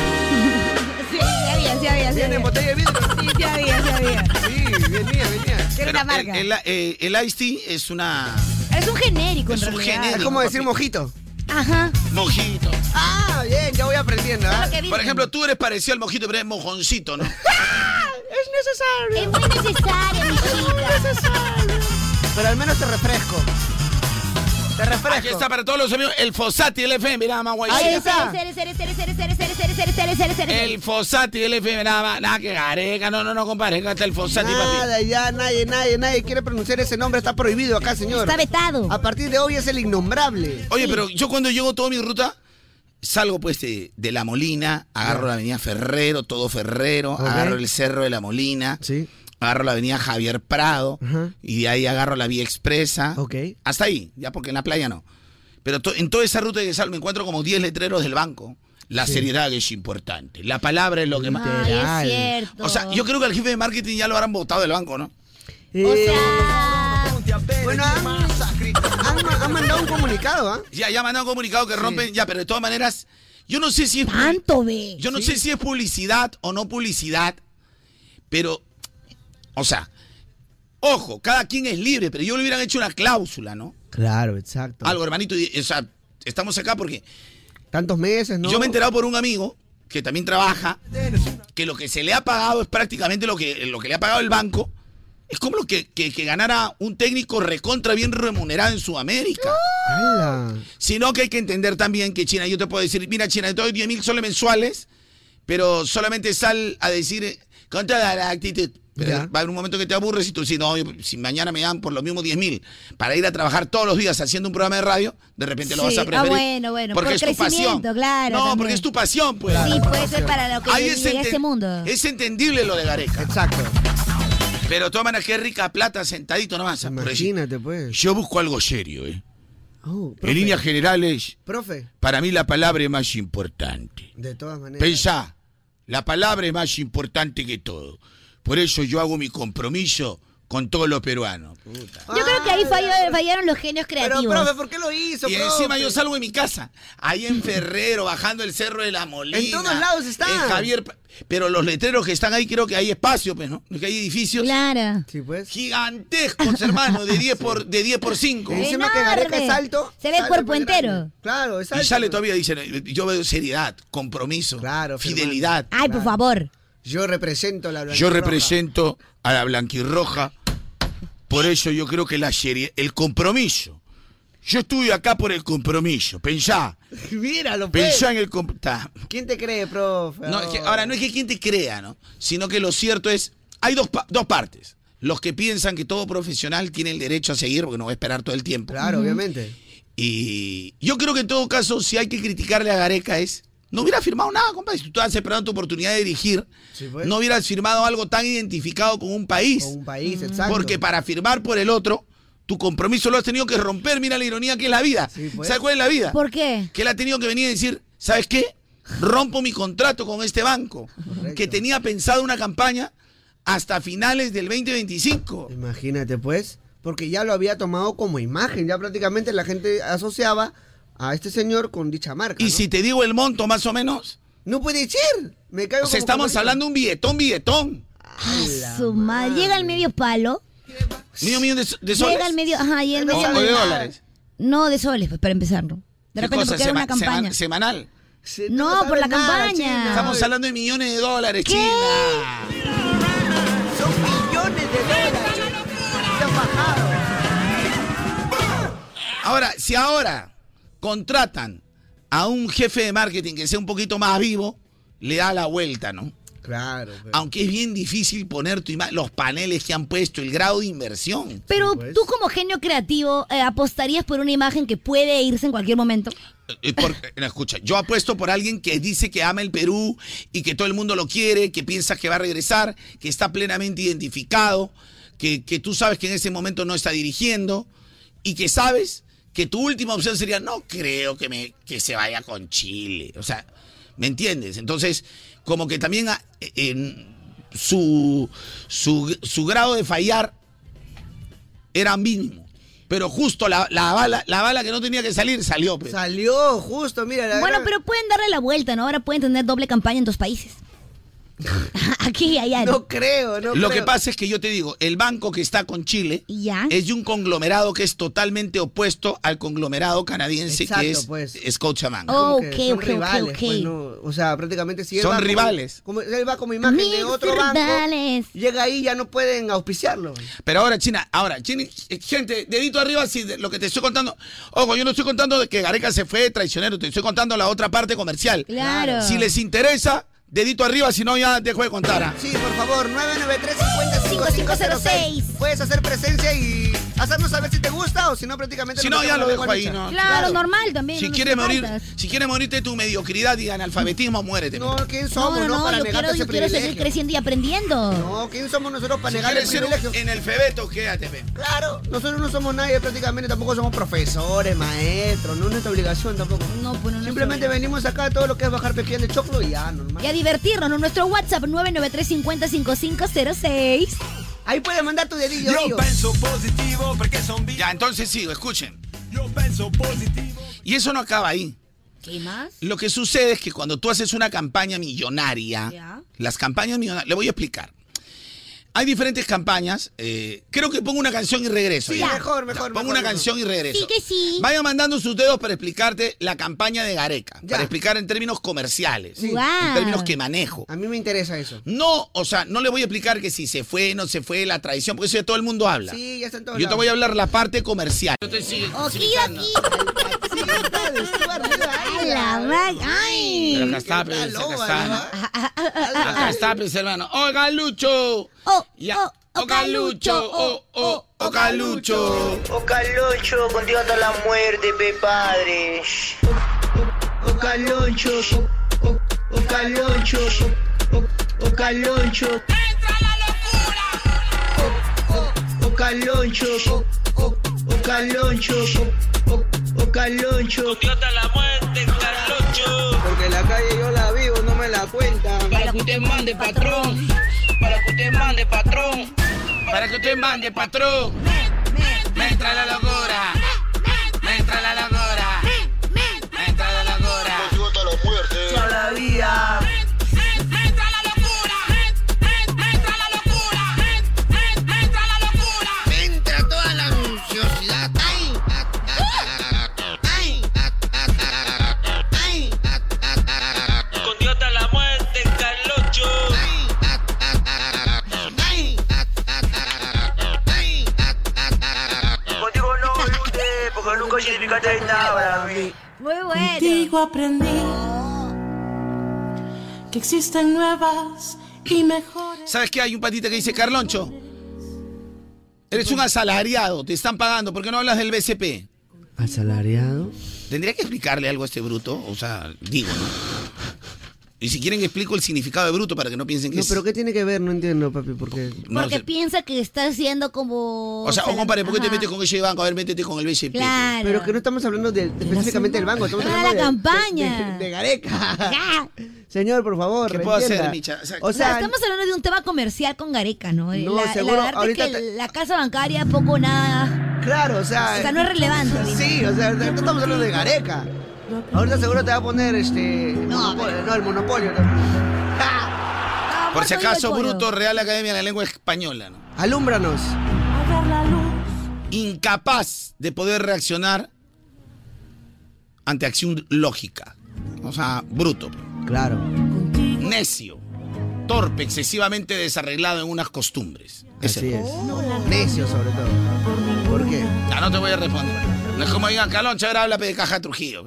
Speaker 3: Sí, había, sí había, sí
Speaker 4: Viene en
Speaker 3: había.
Speaker 4: botella de vidrio.
Speaker 3: Sí, sí había, sí había.
Speaker 4: Sí, venía, venía.
Speaker 3: Que era
Speaker 13: Pero
Speaker 3: una marca.
Speaker 13: El, el, eh, el iced tea es una.
Speaker 3: es un genérico, en
Speaker 13: es un
Speaker 3: realidad.
Speaker 13: genérico.
Speaker 4: Es como decir mojito.
Speaker 3: Ajá.
Speaker 13: Mojito.
Speaker 4: Ah, bien, ya voy aprendiendo. ¿ah?
Speaker 3: Porque
Speaker 13: Por
Speaker 3: virgen.
Speaker 13: ejemplo, tú eres parecido al mojito, pero eres mojoncito, ¿no?
Speaker 4: Es necesario.
Speaker 3: Es muy necesario, mi
Speaker 4: Pero al menos te refresco. Te refresco.
Speaker 13: Aquí está para todos los amigos el Fosati LFM, nada más, guay.
Speaker 4: Ahí está.
Speaker 13: El Fosati LFM, nada más, nada que gareca, no, no, no, compadre, acá está el Fosati, papi.
Speaker 4: Nada, ya nadie, nadie, nadie quiere pronunciar ese nombre. Está prohibido acá, señor.
Speaker 3: Está vetado.
Speaker 4: A partir de hoy es el innombrable.
Speaker 13: Oye, pero yo cuando llego toda mi ruta, salgo pues de, de La Molina, agarro la avenida Ferrero, todo Ferrero,
Speaker 4: Ok.
Speaker 13: agarro el Cerro de La Molina,
Speaker 4: Sí.
Speaker 13: agarro la avenida Javier Prado,
Speaker 4: Ajá.
Speaker 13: y de ahí agarro la Vía Expresa.
Speaker 4: Ok.
Speaker 13: Hasta ahí, ya porque en la playa no. Pero to- en toda esa ruta que salgo me encuentro como 10 letreros del banco. La seriedad es importante, la palabra es lo que más...
Speaker 3: Ay,
Speaker 4: Literal.
Speaker 3: es cierto.
Speaker 13: O sea, yo creo que al jefe de marketing ya lo habrán votado del banco, ¿no?
Speaker 3: O
Speaker 4: Eh,
Speaker 3: sea,
Speaker 4: bueno, han, han ma- han mandado un comunicado, ¿ah?
Speaker 13: Ya, ya mandaron comunicado que rompen, ya, pero de todas maneras, yo no sé si es,
Speaker 3: tanto ve.
Speaker 13: yo no sé si es publicidad o no publicidad, pero, o sea, ojo, cada quien es libre, pero yo le hubieran hecho una cláusula, ¿no?
Speaker 4: Claro, exacto.
Speaker 13: Algo, hermanito, y- o sea, estamos acá porque
Speaker 4: Tantos meses, ¿no?
Speaker 13: yo me he enterado por un amigo que también trabaja, que lo que se le ha pagado es prácticamente lo que, lo que le ha pagado el banco. Es como lo que, que- que ganara un técnico recontra bien remunerado en Sudamérica.
Speaker 4: ¡Hala!
Speaker 13: Sino que hay que entender también que China, yo te puedo decir, mira China, te doy 10 mil soles mensuales, pero solamente sal a decir, eh, contra la, la actitud. Pero
Speaker 4: Ya.
Speaker 13: va a haber un momento que te aburres y tú dices, no, yo- si mañana me dan por lo mismo 10 mil para ir a trabajar todos los días haciendo un programa de radio, de repente lo
Speaker 3: Sí.
Speaker 13: vas a
Speaker 3: Ah,
Speaker 13: preferir.
Speaker 3: bueno, bueno,
Speaker 13: porque
Speaker 3: por
Speaker 13: es tu pasión.
Speaker 3: crecimiento, claro,
Speaker 13: No,
Speaker 3: también.
Speaker 13: porque es tu pasión, pues.
Speaker 3: Sí, puede ser para lo que
Speaker 13: Ahí
Speaker 3: llega
Speaker 13: es,
Speaker 3: a este
Speaker 13: enten-
Speaker 3: mundo.
Speaker 13: es entendible lo de Gareca.
Speaker 4: Exacto.
Speaker 13: Pero de todas maneras, qué rica plata sentadito nomás. por decir.
Speaker 4: Imagínate, pues.
Speaker 13: Yo busco algo serio, ¿eh?
Speaker 4: Oh,
Speaker 13: En
Speaker 4: profe,
Speaker 13: líneas generales,
Speaker 4: profe,
Speaker 13: para mí la palabra es más importante.
Speaker 4: de todas maneras.
Speaker 13: Pensá, la palabra es más importante que todo. Por eso yo hago mi compromiso con todos los peruanos.
Speaker 3: Yo creo que ahí falló- fallaron los genios
Speaker 4: Pero,
Speaker 3: creativos.
Speaker 4: profe, ¿por qué lo hizo,
Speaker 13: Y
Speaker 4: profe?
Speaker 13: encima yo salgo de mi casa, ahí en Ferrero, bajando el cerro de la Molina.
Speaker 4: En todos lados está.
Speaker 13: en Javier, Pa- pero los letreros que están ahí creo que hay espacio, pues, ¿no? Que hay edificios
Speaker 3: Claro.
Speaker 4: Sí, pues.
Speaker 13: gigantescos, hermano, de 10 por de 10 por 5.
Speaker 4: Y encima que
Speaker 3: Enorme.
Speaker 4: Gareca es alto.
Speaker 3: Se ve el
Speaker 4: sale
Speaker 3: cuerpo
Speaker 4: muy grande.
Speaker 3: entero.
Speaker 4: Claro, es alto.
Speaker 13: Y sale todavía, dicen, yo veo seriedad, compromiso,
Speaker 4: Claro, firmante.
Speaker 13: fidelidad.
Speaker 3: Ay, por favor.
Speaker 4: Yo represento la
Speaker 13: Yo
Speaker 4: blanquirroja.
Speaker 13: represento a la blanquirroja, por eso yo creo que la serie, el compromiso. Yo estuve acá por el compromiso. Pensá,
Speaker 4: Míralo, pues.
Speaker 13: pensá en el compromiso.
Speaker 4: ¿Quién te cree, profe?
Speaker 13: ahora, no es que quien te crea, ¿no? Sino que lo cierto es, hay dos, pa- dos partes. Los que piensan que todo profesional tiene el derecho a seguir, porque no va a esperar todo el tiempo.
Speaker 4: Claro, obviamente.
Speaker 13: Y yo creo que en todo caso, si hay que criticarle a Gareca es, no hubiera firmado nada, compadre. Si tú estabas esperando tu oportunidad de dirigir,
Speaker 4: Sí, pues.
Speaker 13: no hubieras firmado algo tan identificado con un país.
Speaker 4: Con un país, exacto.
Speaker 13: Porque para firmar por el otro, tu compromiso lo has tenido que romper. Mira la ironía que es la vida.
Speaker 4: Sí, pues.
Speaker 13: ¿Sabes cuál es la vida?
Speaker 3: ¿Por qué?
Speaker 13: Que él ha tenido que venir a decir, ¿sabes qué? Rompo mi contrato con este banco. Que tenía pensado una campaña hasta finales del
Speaker 4: Oh,
Speaker 13: 2025.
Speaker 10: Imagínate, pues, porque ya lo había tomado como imagen, ya prácticamente la gente asociaba a este señor con dicha marca.
Speaker 13: Y si te digo el monto más o menos.
Speaker 10: No puede ser. Me caigo
Speaker 13: O sea, estamos hablando de un billetón, billetón.
Speaker 3: Ah, su madre. Llega al medio palo.
Speaker 13: Medio millón de, so- de soles.
Speaker 3: Llega al medio. Ajá, y el
Speaker 13: No,
Speaker 3: medio
Speaker 13: o de
Speaker 3: millón.
Speaker 13: dólares.
Speaker 3: No, de soles, pues, para empezarlo. De
Speaker 13: ¿Qué
Speaker 3: repente,
Speaker 13: cosa?
Speaker 3: porque era una
Speaker 13: Sema- sema-
Speaker 3: campaña.
Speaker 13: semanal.
Speaker 3: No, por la campaña.
Speaker 13: Estamos hablando de millones de dólares,
Speaker 3: ¿Qué?
Speaker 13: China.
Speaker 10: Son millones de dólares. Se han bajado.
Speaker 13: Ahora, si ahora contratan a un jefe de marketing que sea un poquito más vivo, le da la vuelta, ¿no?
Speaker 10: Claro. pues.
Speaker 13: Aunque es bien difícil poner tu ima- los paneles que han puesto, el grado de inversión.
Speaker 3: Pero
Speaker 10: pues.
Speaker 3: tú como genio creativo eh, apostarías por una imagen que puede irse en cualquier momento.
Speaker 13: Eh, por- no, escucha, yo apuesto por alguien que dice que ama el Perú y que todo el mundo lo quiere, que piensa que va a regresar, que está plenamente identificado, que, que tú sabes que en ese momento no está dirigiendo y que sabes que tu última opción sería, no creo que, me, que se vaya con Chile. O sea, ¿me entiendes? Entonces, como que también ah, eh, en su, su, su grado de fallar era mínimo. Pero justo la, la bala, la bala que no tenía que salir salió. pues.
Speaker 10: Salió justo, mira. la
Speaker 3: Bueno,
Speaker 10: gran-
Speaker 3: pero pueden darle la vuelta, ¿no? Ahora pueden tener doble campaña en dos países. Aquí y allá. ¿no?
Speaker 10: No creo, no
Speaker 13: Lo que
Speaker 10: creo.
Speaker 13: pasa es que yo te digo, el banco que está con Chile
Speaker 10: ¿Ah?
Speaker 3: Ya.
Speaker 13: es de un conglomerado que es totalmente opuesto al conglomerado canadiense
Speaker 10: Exacto,
Speaker 13: que es
Speaker 10: pues.
Speaker 13: Scotiabank.
Speaker 3: Oh.
Speaker 10: Como que
Speaker 3: ok,
Speaker 10: son
Speaker 3: ok, ok,
Speaker 10: rivales,
Speaker 3: ok.
Speaker 10: pues, no, o sea, prácticamente si él
Speaker 13: Son
Speaker 10: va como-
Speaker 13: rivales.
Speaker 10: Como, él va como imagen de
Speaker 3: Mis
Speaker 10: otro
Speaker 3: rivales.
Speaker 10: banco, llega ahí ya no pueden auspiciarlo.
Speaker 13: Pero ahora, China, ahora, China, eh, gente, dedito arriba si de- lo que te estoy contando. Ojo, yo no estoy contando de que Gareca se fue traicionero, te estoy contando la otra parte comercial.
Speaker 3: Claro.
Speaker 13: Si les interesa, dedito arriba, si no ya dejo de contar. ¿ah?
Speaker 10: Sí, por favor, 993 Puedes hacer presencia y hacernos saber si te gusta o si no, prácticamente...
Speaker 13: Si
Speaker 10: nos
Speaker 13: no, ya lo
Speaker 10: metemos en
Speaker 13: dejo
Speaker 10: la
Speaker 13: ahí.
Speaker 10: guanicha.
Speaker 13: ¿no?
Speaker 3: Claro, normal también.
Speaker 13: Si
Speaker 3: no nos
Speaker 13: quieres
Speaker 3: hace
Speaker 13: morir,
Speaker 3: faltas.
Speaker 13: si quieres morirte de tu mediocridad y analfabetismo, muérete.
Speaker 10: No, ¿quién
Speaker 3: No,
Speaker 10: somos,
Speaker 3: no,
Speaker 10: no,
Speaker 3: no,
Speaker 10: para
Speaker 3: yo
Speaker 10: negarte
Speaker 3: quiero, yo
Speaker 10: ese
Speaker 3: quiero seguir
Speaker 10: privilegio?
Speaker 3: creciendo y aprendiendo.
Speaker 10: No, ¿quién somos nosotros para
Speaker 13: Si
Speaker 10: negar el
Speaker 13: quieres ser
Speaker 10: privilegio?
Speaker 13: en el febeto, quédate, pe.
Speaker 10: Claro, nosotros no somos nadie prácticamente, tampoco somos profesores, maestros, no es nuestra obligación tampoco.
Speaker 3: No, pues no, no
Speaker 10: Simplemente
Speaker 3: soy.
Speaker 10: venimos acá todo lo que es bajar pequeño de choclo y ya, normal.
Speaker 3: Y a divertirnos, ¿no? Nuestro WhatsApp 993-50-5506.
Speaker 10: Ahí puedes mandar tu dedillo.
Speaker 14: Io
Speaker 10: tío.
Speaker 14: penso positivo perché son vivo.
Speaker 13: Ya, entonces sigo, escuchen.
Speaker 14: Io penso positivo.
Speaker 13: Y eso no acaba ahí.
Speaker 3: ¿Qué más?
Speaker 13: Lo que sucede es que cuando tú haces una campaña millonaria,
Speaker 3: Ya.
Speaker 13: las campañas millonarias, le voy a explicar. Hay diferentes campañas. eh, creo que pongo una canción y regreso.
Speaker 10: Sí,
Speaker 13: ¿ya?
Speaker 10: mejor, mejor,
Speaker 13: Pongo
Speaker 10: mejor,
Speaker 13: una
Speaker 10: mejor.
Speaker 13: canción y regreso.
Speaker 3: Sí que sí.
Speaker 13: Vaya mandando sus dedos para explicarte la campaña de Gareca.
Speaker 10: Ya.
Speaker 13: Para explicar en términos comerciales.
Speaker 10: Sí.
Speaker 3: Guau.
Speaker 13: En términos que manejo.
Speaker 10: A mí me interesa eso.
Speaker 13: No, o sea, no le voy a explicar que si se fue, no se fue, la traición, porque eso ya todo el mundo habla.
Speaker 10: Sí, ya está en todos
Speaker 13: Yo te
Speaker 10: lados.
Speaker 13: voy a hablar la parte comercial.
Speaker 3: Okidoki.
Speaker 10: Sí, está, estuvo arriba,
Speaker 3: A
Speaker 10: ahí,
Speaker 3: la
Speaker 10: ya.
Speaker 3: ma- ¡Ay!
Speaker 13: Pero acá está, pues,
Speaker 10: Está
Speaker 13: acá
Speaker 10: loba,
Speaker 13: está.
Speaker 10: ¿no?
Speaker 3: Ah,
Speaker 13: Acá está, pues, hermano. Oiga, Lucho.
Speaker 3: Oh,
Speaker 13: Ya.
Speaker 3: oh, oh,
Speaker 13: Oca, Lucho. Oh, oh, oca, Lucho.
Speaker 9: O Calocho, contigo hasta la muerte, pe padre. O Calocho, o, o, o Calocho, o, o, o Calocho. ¡Entra la locura! O, o, o Calocho, o, o, o Calocho, o, o, o Calocho. Contigo hasta la muerte, Calocho. Porque la calle yo la vivo, no me la cuentan. Para que usted mande, patrón. Para que usted mande, patrón.
Speaker 13: Para que usted mande, patrón. Me entra la locura. Me entra la locura. Me entra la locura.
Speaker 9: Todavía.
Speaker 13: entra toda la ansiosidad. Ay, ah, ah, ah, ay, ah, ah, ah, ah, ay, ah, ah, ah, ah,
Speaker 9: Con Dios hasta la muerte, Carlocho.
Speaker 13: ay, ah, ah, ah, ah, ay, ah, ah, ah, ah, ay, ah, ah, ah, ah.
Speaker 9: Contigo no luché, porque nunca significaste nada para mí.
Speaker 3: Muy bueno.
Speaker 15: Contigo aprendí que existen nuevas y mejores.
Speaker 13: ¿Sabes qué? Hay un patita que dice, Carloncho, eres un asalariado, te están pagando, ¿por qué no hablas del BCP?
Speaker 10: Asalariado.
Speaker 13: Tendría que explicarle algo a este bruto, o sea, digo, ¿no? Y si quieren explico el significado de bruto para que no piensen que
Speaker 4: No,
Speaker 13: es...
Speaker 4: pero ¿qué tiene que ver? No entiendo, papi, ¿por qué?
Speaker 13: no
Speaker 3: Porque
Speaker 13: sé.
Speaker 3: piensa que está siendo como...
Speaker 13: O sea, oh, compadre, ¿por qué te
Speaker 3: Ajá.
Speaker 13: metes con ese banco? A ver, métete con el BCP.
Speaker 3: Claro.
Speaker 4: Pero que no estamos hablando del- específicamente del banco, estamos
Speaker 3: Ah,
Speaker 4: hablando
Speaker 3: la
Speaker 4: de, de-
Speaker 3: campaña.
Speaker 4: de- de Gareca. Señor, por favor,
Speaker 13: ¿Qué puedo hacer,
Speaker 4: entienda.
Speaker 13: Micha? O sea,
Speaker 4: O sea,
Speaker 3: estamos hablando de un tema comercial con Gareca, ¿no?
Speaker 4: No,
Speaker 3: la,
Speaker 4: seguro,
Speaker 3: la verdad es
Speaker 4: ahorita
Speaker 3: que
Speaker 4: te-
Speaker 3: la casa bancaria poco o nada...
Speaker 4: Claro, o sea...
Speaker 3: O sea, no es relevante.
Speaker 4: Sí, o sea, no estamos hablando de Gareca. Ahorita seguro te va a poner este... No, no el monopolio. ¿no? ¡Ja!
Speaker 13: Por
Speaker 4: Vamos
Speaker 13: si
Speaker 4: a ir
Speaker 13: acaso,
Speaker 4: al pollo.
Speaker 13: bruto, Real Academia de la Lengua Española. ¿no?
Speaker 4: Alúmbranos.
Speaker 13: Incapaz de poder reaccionar ante acción lógica. O sea, bruto.
Speaker 4: Claro.
Speaker 13: Necio. Torpe, excesivamente desarreglado en unas costumbres.
Speaker 4: Así es. Necio, sobre todo. ¿Por qué?
Speaker 13: Ya Ah, no te voy a responder. No es como digan Calón, chaval, habla pe, de caja Trujillo.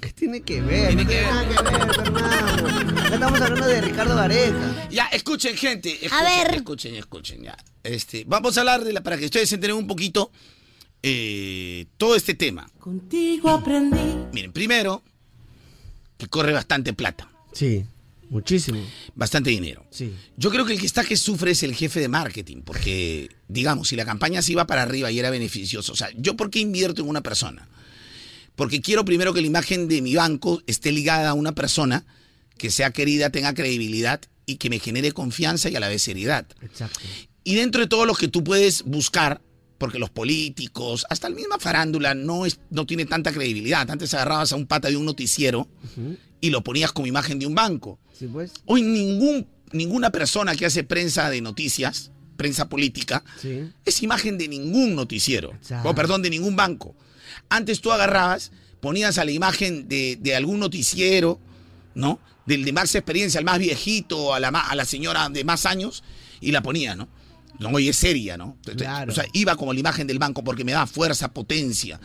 Speaker 4: ¿Qué tiene que ver? Tiene que ver. Ya estamos hablando de Ricardo Gareca.
Speaker 13: Ya, escuchen, gente. Escuchen,
Speaker 4: ver.
Speaker 13: Escuchen, escuchen, ya. Este, vamos a hablar de la, para que ustedes se enteren un poquito eh, todo este tema.
Speaker 16: Contigo aprendí.
Speaker 13: Miren, primero, que corre bastante plata,
Speaker 4: Sí, muchísimo.
Speaker 13: bastante dinero.
Speaker 4: Sí.
Speaker 13: Yo creo que el que está que sufre es el jefe de marketing, porque, digamos, si la campaña se iba para arriba y era beneficioso, o sea, ¿yo por qué invierto en una persona? Porque quiero primero que la imagen de mi banco esté ligada a una persona que sea querida, tenga credibilidad y que me genere confianza y a la vez seriedad.
Speaker 4: Exacto.
Speaker 13: Y dentro de todo lo que tú puedes buscar, porque los políticos, hasta la misma farándula, no, es, no tiene tanta credibilidad. Antes agarrabas a un pata de un noticiero y lo ponías como imagen de un banco.
Speaker 4: Sí, pues.
Speaker 13: Hoy ningún, ninguna persona que hace prensa de noticias, prensa política,
Speaker 4: Sí.
Speaker 13: es imagen de ningún noticiero,
Speaker 4: Exacto.
Speaker 13: o perdón, de ningún banco. Antes tú agarrabas, ponías a la imagen de, de algún noticiero, ¿no? Del de más experiencia, al más viejito, a la, ma- a la señora de más años, y la ponía, ¿no? No, hoy es seria, ¿no? Entonces, O sea, iba como la imagen del banco porque me da fuerza, potencia.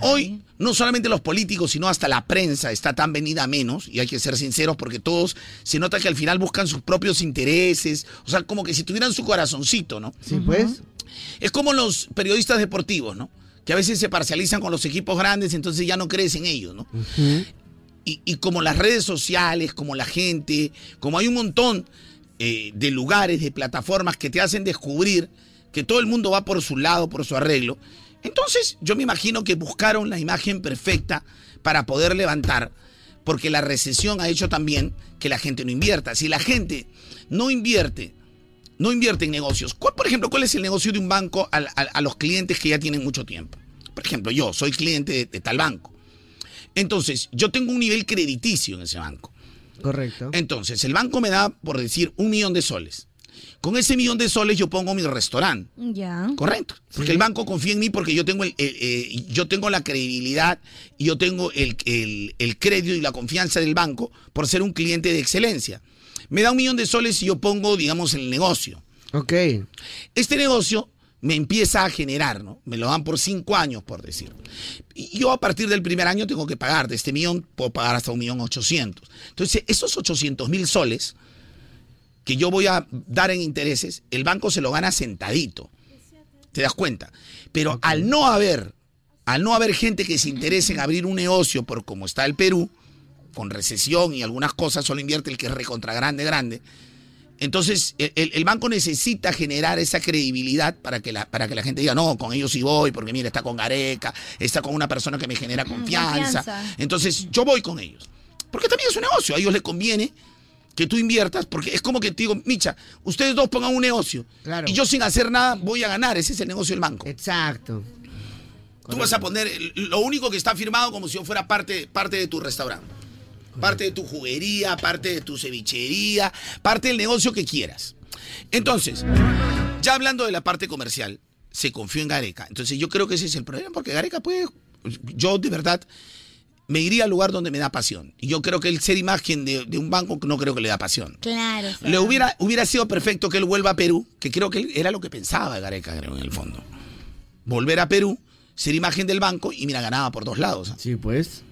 Speaker 13: Hoy, no solamente los políticos, sino hasta la prensa está tan venida a menos, y hay que ser sinceros porque todos se nota que al final buscan sus propios intereses, o sea, como que si tuvieran su corazoncito, ¿no?
Speaker 4: Sí, pues.
Speaker 13: Es como los periodistas deportivos, ¿no? Que a veces se parcializan con los equipos grandes, entonces ya no crees en ellos, ¿no? Y, y como las redes sociales, como la gente, como hay un montón eh, de lugares, de plataformas que te hacen descubrir que todo el mundo va por su lado, por su arreglo. Entonces, yo me imagino que buscaron la imagen perfecta para poder levantar, porque la recesión ha hecho también que la gente no invierta. Si la gente no invierte, no invierte en negocios. ¿Cuál, por ejemplo, cuál es el negocio de un banco al- al- a, los clientes que ya tienen mucho tiempo? Por ejemplo, yo soy cliente de, de tal banco. Entonces, yo tengo un nivel crediticio en ese banco.
Speaker 4: Correcto.
Speaker 13: Entonces, el banco me da, por decir, un millón de soles. Con ese millón de soles yo pongo mi restaurante.
Speaker 3: Ya.
Speaker 13: Correcto. Porque el banco confía en mí porque yo tengo el, el- eh, yo tengo la credibilidad y yo tengo el, el- el crédito y la confianza del banco por ser un cliente de excelencia. Me da un millón de soles y yo pongo, digamos, el negocio.
Speaker 4: Ok.
Speaker 13: Este negocio me empieza a generar, ¿no? Me lo dan por cinco años, por decir. Y yo a partir del primer año tengo que pagar. De este millón puedo pagar hasta un millón ochocientos. Entonces, esos ochocientos mil soles que yo voy a dar en intereses, el banco se lo gana sentadito. ¿Te das cuenta? Pero al no haber, al no haber gente que se interese en abrir un negocio por como está el Perú, con recesión y algunas cosas, solo invierte el que es recontra grande, grande. Entonces, el, el- el banco necesita generar esa credibilidad para que, la, para que la gente diga, no, con ellos sí voy, porque mira, está con Gareca, está con una persona que me genera confianza.
Speaker 10: confianza.
Speaker 13: Entonces, yo voy con ellos. Porque también es un negocio, a ellos les conviene que tú inviertas, porque es como que te digo, Micha, ustedes dos pongan un negocio y yo sin hacer nada voy a ganar, ese es el negocio del banco.
Speaker 4: Exacto.
Speaker 13: Tú vas a poner el- lo único que está firmado como si yo fuera parte, parte de tu restaurante, parte de tu juguería, parte de tu cevichería, parte del negocio que quieras. Entonces, ya hablando de la parte comercial, se confió en Gareca. Entonces yo creo que ese es el problema, porque Gareca puede, yo de verdad me iría al lugar donde me da pasión. Y yo creo que el ser imagen de, de un banco no creo que le da pasión.
Speaker 3: Claro. o sea,
Speaker 13: Le hubiera, hubiera sido perfecto que él vuelva a Perú, que creo que él- era lo que pensaba Gareca, creo, en el fondo. Volver a Perú, ser imagen del banco y mira, ganaba por dos lados. ¿ah?
Speaker 4: Sí, pues.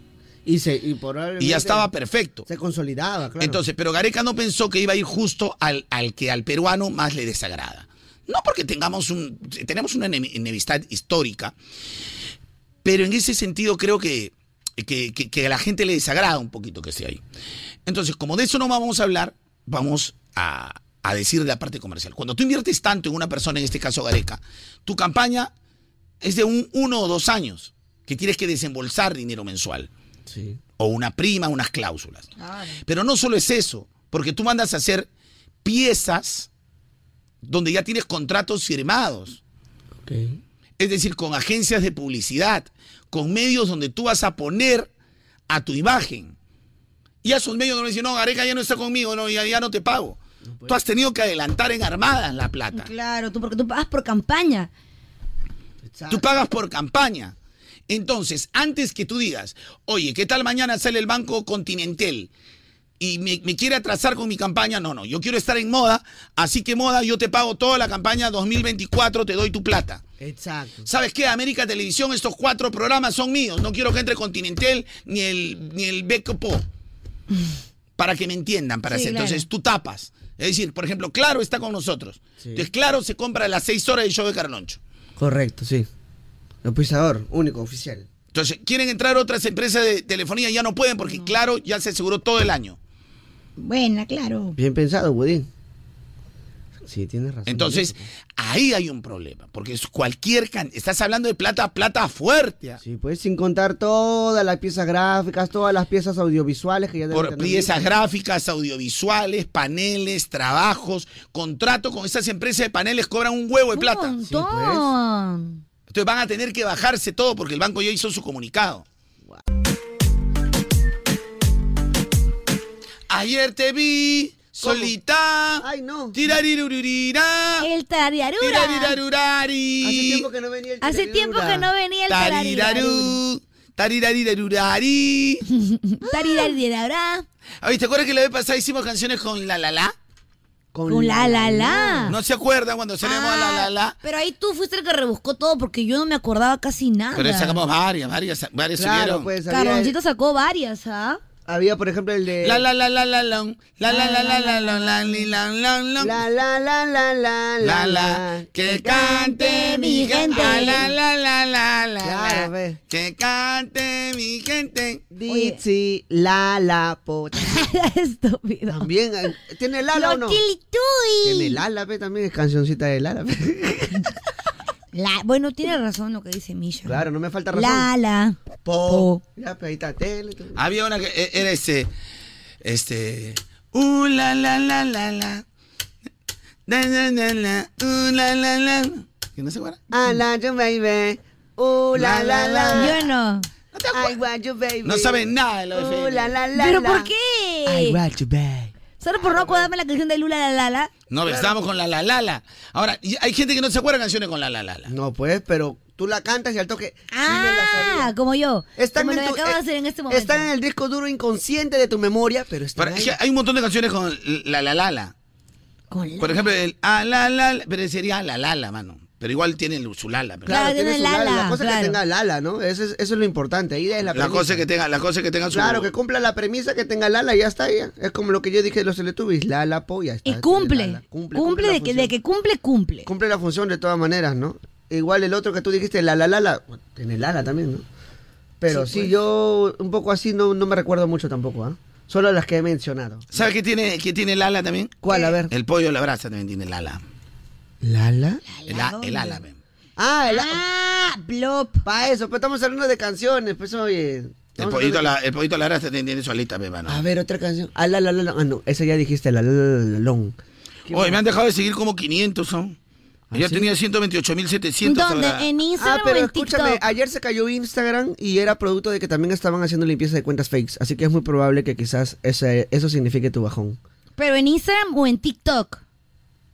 Speaker 4: Y, se, y, probablemente
Speaker 13: Y ya estaba perfecto.
Speaker 4: Se consolidaba, claro.
Speaker 13: Entonces, pero Gareca no pensó que iba a ir justo al, al que al peruano más le desagrada. No porque tengamos un, tenemos una enem- enemistad histórica, pero en ese sentido creo que que, que- que a la gente le desagrada un poquito que esté ahí. Entonces, como de eso no vamos a hablar, vamos a, a decir la parte comercial. Cuando tú inviertes tanto en una persona, en este caso Gareca, tu campaña es de un uno o dos años que tienes que desembolsar dinero mensual. O una prima, unas cláusulas. Pero no solo es eso, porque tú mandas a hacer piezas donde ya tienes contratos firmados. Es decir, con agencias de publicidad, con medios donde tú vas a poner a tu imagen. Y a esos medios no le dicen, no, Gareca ya no está conmigo, no, ya, ya no te pago. Tú has tenido que adelantar en armadas la plata.
Speaker 3: Claro, tú porque tú pagas por campaña.
Speaker 13: Tú pagas por campaña. Entonces, antes que tú digas, oye, ¿qué tal mañana sale el Banco Continental? Y me, me quiere atrasar con mi campaña. No, no, yo quiero estar en moda. Así que moda, yo te pago toda la campaña 2024, te doy tu plata.
Speaker 4: Exacto.
Speaker 13: ¿Sabes qué? América Televisión, estos cuatro programas son míos. No quiero que entre Continental ni el, ni el Becopo. Para que me entiendan, para
Speaker 10: Sí,
Speaker 13: hacer.
Speaker 10: claro.
Speaker 13: Entonces tú tapas. Es decir, por ejemplo, Claro está con nosotros.
Speaker 10: Sí.
Speaker 13: Entonces, Claro se compra las seis horas del show de Carloncho.
Speaker 10: Correcto, sí. El pisador, único, oficial.
Speaker 13: Entonces, quieren entrar otras empresas de telefonía, ya no pueden porque Claro ya se aseguró todo el año.
Speaker 3: Buena, claro.
Speaker 10: Bien pensado, Budín. Sí, tienes razón.
Speaker 13: Entonces, ahí hay un problema, porque es cualquier can- estás hablando de plata, plata fuerte.
Speaker 10: Sí, pues sin contar todas las piezas gráficas, todas las piezas audiovisuales que ya deben
Speaker 13: Por
Speaker 10: tener.
Speaker 13: piezas gráficas, audiovisuales, paneles, trabajos, contrato con esas empresas de paneles cobran un huevo de plata.
Speaker 10: pues.
Speaker 13: Entonces van a tener que bajarse todo porque el banco ya hizo su comunicado. Ayer te vi solita.
Speaker 10: Ay, no.
Speaker 13: Tirariruririrá.
Speaker 3: El tariarura.
Speaker 13: Tirarirarurari.
Speaker 10: Hace tiempo que no venía el
Speaker 3: Hace tiempo que no venía el
Speaker 13: Taririrarú. Taririrarurari.
Speaker 3: Taririrarurá.
Speaker 13: Oye, ¿te acuerdas que la vez pasada hicimos canciones con la la la?
Speaker 3: Con la la la.
Speaker 13: No se acuerdan cuando salimos a la la la.
Speaker 3: Ah, Pero ahí tú fuiste el que rebuscó todo porque yo no me acordaba casi nada.
Speaker 13: Pero sacamos varias, varias, varias
Speaker 10: Claro,
Speaker 13: subieron.
Speaker 10: pues, había
Speaker 3: Carroncito sacó varias, ¿ah?
Speaker 10: Había, por ejemplo, el de.
Speaker 13: La la la la la la la la la la la la la li, la la la
Speaker 10: La la la la la
Speaker 13: la la que cante mi gente la la la la la la
Speaker 10: Claro, ve.
Speaker 13: que cante mi gente
Speaker 10: Itzi, la la pocha.
Speaker 3: Estúpido.
Speaker 10: También eh, tiene el ala o no? Tiene el ala, pe, también es cancioncita del ala. pe.
Speaker 3: La- bueno, tiene razón lo que dice Misha.
Speaker 10: Claro, no me falta razón.
Speaker 3: La la.
Speaker 10: Po. Ya, pe, ahí está tele. tu-
Speaker 13: había una que eh, era este este uh la la la la la la la la la uh, la la la ¿Y no se acuerda?
Speaker 10: I love you, Ah, baby. Uh, la la la.
Speaker 3: Yo no.
Speaker 10: I want you, baby.
Speaker 13: No saben nada de lo
Speaker 3: Oh.
Speaker 13: de
Speaker 10: Uh,
Speaker 13: Fede.
Speaker 10: la la la.
Speaker 3: ¿Pero
Speaker 10: la.
Speaker 3: por qué?
Speaker 10: I want you, baby.
Speaker 3: Solo por no acordarme la canción de Lula la la la.
Speaker 13: no estábamos con la la la la ahora y hay gente que no se acuerda de canciones con la la la la
Speaker 10: No, pues, pero tú la cantas y al toque.
Speaker 3: Ah, como yo.
Speaker 10: Están
Speaker 3: como lo
Speaker 10: en
Speaker 3: que
Speaker 10: tu-
Speaker 3: acabo de
Speaker 10: eh,
Speaker 3: hacer en este momento.
Speaker 10: Está en el disco duro inconsciente de tu memoria, pero está.
Speaker 13: Pero es que hay un montón de canciones con la la la la.
Speaker 3: Con
Speaker 13: Por ejemplo, el a la la, la, pero sería la la la, mano. Pero igual tiene el- su lala. pero-
Speaker 10: Claro, tiene su lala. La cosa
Speaker 3: claro.
Speaker 10: que tenga lala, ¿no? Eso es, eso es lo importante. Ahí es
Speaker 13: la
Speaker 10: la, premisa.
Speaker 13: cosa que tenga, la cosa que tenga su
Speaker 10: Claro, que cumpla la premisa que tenga lala, ya está. Ya. Es como lo que yo dije de los Teletubbies. Lala, po, ya está.
Speaker 3: Y cumple.
Speaker 10: tiene lala.
Speaker 3: Cumple,
Speaker 10: cumple la
Speaker 3: de, que, de que cumple, cumple.
Speaker 10: Cumple la función de todas maneras, ¿no? Igual el otro que tú dijiste, la la la la, bueno, tiene lala también, ¿no? Pero sí,
Speaker 3: pues.
Speaker 10: yo un poco así no, no me recuerdo mucho tampoco, ¿ah? Solo las que he mencionado.
Speaker 13: ¿Sabes qué tiene, qué tiene lala también?
Speaker 10: ¿Cuál? A ver.
Speaker 13: El pollo a la brasa también tiene lala.
Speaker 10: ¿Lala?
Speaker 13: El, a- el ala, men.
Speaker 10: Ah, el
Speaker 3: Ah, blop.
Speaker 10: Pa' eso, pues estamos hablando de canciones, pues oye.
Speaker 13: El
Speaker 10: Vamos a
Speaker 13: pollito, a
Speaker 10: hablar
Speaker 13: la, el pollito a la brasa también tiene su alita, pe, mano.
Speaker 10: de- A ver, otra canción. Ah, la la la la. Ah, no, esa ya dijiste, la la la la la long.
Speaker 13: Oye, me han dejado de seguir como 500, son. Yo tenía 128.700
Speaker 3: ¿Dónde?
Speaker 13: ahora.
Speaker 3: En
Speaker 10: Ah,
Speaker 3: Instagram o
Speaker 10: pero
Speaker 3: en
Speaker 10: escúchame,
Speaker 3: TikTok.
Speaker 10: ayer se cayó Instagram y era producto de que también estaban haciendo limpieza de cuentas fakes, así que es muy probable que quizás ese, eso signifique tu bajón.
Speaker 3: Pero en Instagram o en TikTok.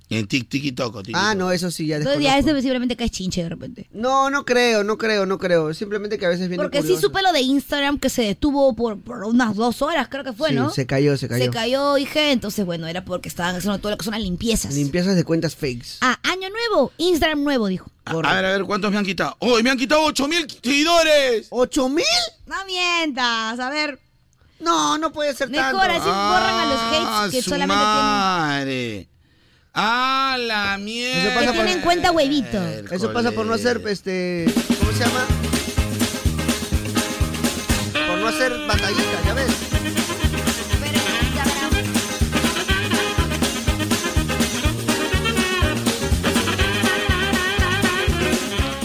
Speaker 13: En tic, tic y toco, tic.
Speaker 10: Ah, no, eso sí, ya
Speaker 3: Entonces ya
Speaker 10: desconozco.
Speaker 3: ese posiblemente cae chinche de repente.
Speaker 10: No, no creo, no creo, no creo. Simplemente que a veces viene
Speaker 3: Porque sí
Speaker 10: curioso.
Speaker 3: supe lo de Instagram que se detuvo por, por unas dos horas, creo que fue,
Speaker 10: Sí,
Speaker 3: ¿no?
Speaker 10: se cayó, se cayó.
Speaker 3: Se cayó, dije. Entonces, bueno, era porque estaban haciendo todo lo que son las limpiezas.
Speaker 10: Limpiezas de cuentas fakes.
Speaker 3: ah, año nuevo, Instagram nuevo, dijo.
Speaker 13: A, a ver, a ver, ¿cuántos me han quitado? ¡Oh, me han quitado 8.000 seguidores!
Speaker 10: ¿Ocho mil?
Speaker 3: No mientas, a ver.
Speaker 10: No, no puede ser
Speaker 3: Mejor
Speaker 10: tanto. Ah,
Speaker 3: así borran a los hates que
Speaker 13: su
Speaker 3: solamente tienen.
Speaker 13: madre. ¡Ah, la mierda!
Speaker 3: Que tienen cuenta huevito.
Speaker 10: Eso pasa por no hacer, este, ¿cómo se llama? Por
Speaker 4: hacer batallitas, ¿ya ves?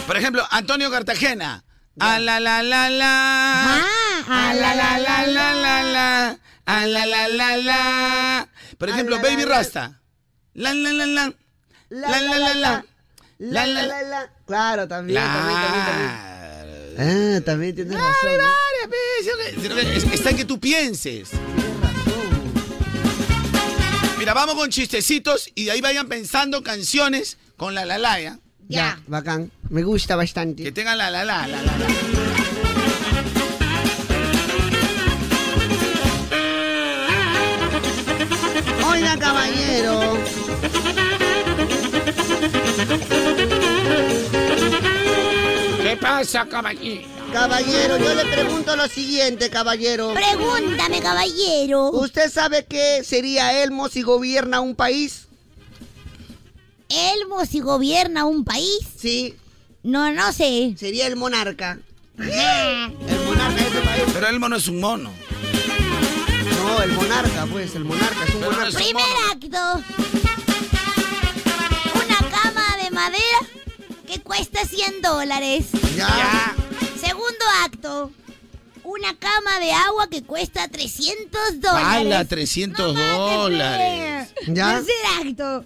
Speaker 13: Por ejemplo, Antonio Cartagena. A la la la la. A la la la la la la. A la la la la. Por ejemplo, Baby Rasta. La la la la. La la la la.
Speaker 10: La, la, la, la. Claro, también, también,
Speaker 13: Ah,
Speaker 10: también, también. Ah, también tienes razón. ¿no?
Speaker 13: Es- Está en que tú pienses. Mira, vamos con chistecitos y de ahí vayan pensando canciones con la la la. ¿ya?
Speaker 10: Ya. Bacán. Me gusta bastante.
Speaker 13: Que tengan la la la la la. la.
Speaker 4: Oiga, caballero.
Speaker 13: ¿Qué pasa, caballero?
Speaker 4: Caballero, yo le pregunto lo siguiente, caballero.
Speaker 3: Pregúntame, caballero.
Speaker 4: ¿Usted sabe qué sería Elmo si gobierna un país?
Speaker 3: ¿Elmo si gobierna un país?
Speaker 4: Sí.
Speaker 3: No, no sé.
Speaker 4: Sería el monarca.
Speaker 13: Pero Elmo no es un mono.
Speaker 4: No, el monarca, pues, el monarca es un monarca.
Speaker 3: Primer acto. Una cama de madera que cuesta 100 dólares.
Speaker 4: Ya.
Speaker 3: Segundo acto. Una cama de agua que cuesta 300 dólares. Eh,
Speaker 13: ¡Hala, 300
Speaker 10: pues.
Speaker 13: dólares!
Speaker 3: Tercer acto.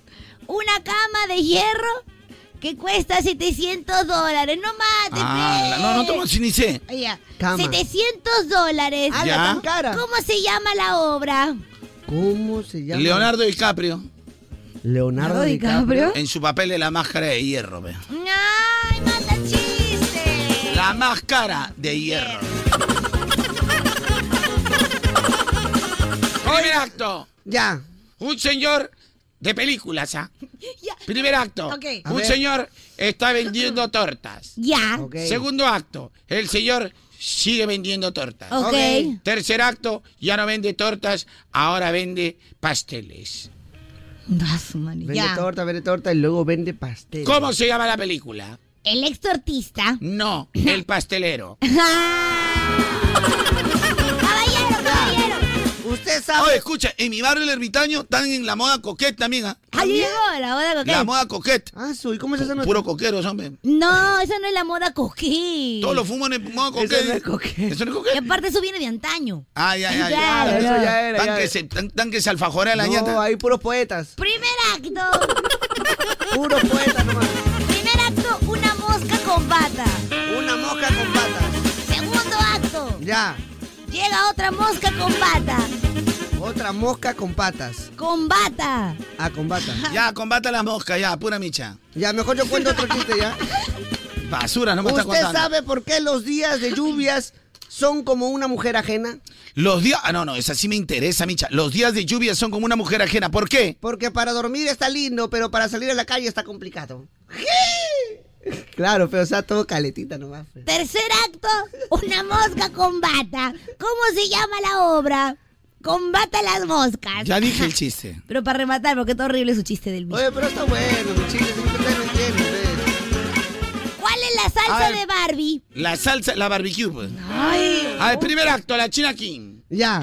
Speaker 3: Una cama de hierro que cuesta 700 dólares. No mates,
Speaker 13: ¡Hala! Ah, No,
Speaker 10: pues.
Speaker 13: no tomo sin sé.
Speaker 3: pe. Ya.
Speaker 13: Cama.
Speaker 3: 700 dólares.
Speaker 13: ¡Hala, Ya. tan cara!
Speaker 3: ¿Cómo se llama la obra?
Speaker 10: ¿Cómo se llama?
Speaker 13: Leonardo DiCaprio.
Speaker 10: Leonardo DiCaprio.
Speaker 13: En su papel de la máscara de hierro, ve.
Speaker 3: ¡Ay, mata chiste!
Speaker 13: La máscara de hierro. Primer acto.
Speaker 10: Ya.
Speaker 13: Un señor de películas, ¿ah? Primer acto.
Speaker 3: Ok. A
Speaker 13: Un
Speaker 3: ver.
Speaker 13: señor está vendiendo tortas.
Speaker 3: Ya.
Speaker 13: Segundo acto, el señor sigue vendiendo tortas.
Speaker 3: Ok. Ok.
Speaker 13: Tercer acto, ya no vende tortas, ahora vende pasteles.
Speaker 10: Vende
Speaker 3: Ya.
Speaker 10: torta, vende torta y luego vende pastel.
Speaker 13: ¿Cómo se llama la película?
Speaker 3: El extortista.
Speaker 13: No, el pastelero.
Speaker 4: Usted sabe.
Speaker 13: Oye, escucha, en mi barrio el ermitaño están en la moda coquet también. ¿ah?
Speaker 3: Ahí llegó la moda coqueta.
Speaker 13: La moda coquet.
Speaker 10: Ah, ¿y cómo es esa
Speaker 13: Puro coqueros, hombre.
Speaker 3: No, esa no es la moda coquí.
Speaker 13: Todos los fuman en moda coquet. Eso no es coquet.
Speaker 3: Y aparte eso viene de antaño.
Speaker 13: Ay, ay, ay.
Speaker 3: Claro, eso ya
Speaker 10: era,
Speaker 13: Tan
Speaker 10: ya
Speaker 13: que
Speaker 10: era.
Speaker 13: se, eh, tan, tan que se alfajora la
Speaker 10: No,
Speaker 13: ñata.
Speaker 10: hay puros poetas.
Speaker 3: Primer acto.
Speaker 10: Puros poetas.
Speaker 3: Primer acto, una mosca con bata.
Speaker 4: Una mosca con patas.
Speaker 3: Segundo acto,
Speaker 4: Ya.
Speaker 3: llega otra mosca con bata.
Speaker 4: Otra mosca con patas.
Speaker 3: Con bata.
Speaker 4: Ah, con bata.
Speaker 13: Ya, combata las moscas, ya, pura micha.
Speaker 4: Ya, mejor yo cuento otro chiste ya.
Speaker 13: Basura, no me estás
Speaker 4: ¿Usted
Speaker 13: contando.
Speaker 4: sabe por qué los días de lluvias son como una mujer ajena?
Speaker 13: Los días. Ah, no, no, esa sí me interesa, Micha. Los días de lluvia son como una mujer ajena. ¿Por qué?
Speaker 4: Porque para dormir está lindo, pero para salir a la calle está complicado.
Speaker 10: Claro, pero o sea, todo caletita nomás. pues.
Speaker 3: Tercer acto, una mosca con bata. ¿Cómo se llama la obra? Combata las moscas.
Speaker 13: Ya dije el chiste.
Speaker 3: Pero para rematar, porque está horrible su chiste del mío.
Speaker 4: Oye, pero está bueno, mi chiste, si ustedes no entienden, ve.
Speaker 3: ¿Cuál es la salsa de Barbie?
Speaker 13: La salsa, la barbecue. pues.
Speaker 3: Ay.
Speaker 13: A ver, primer acto, la China King.
Speaker 10: Ya.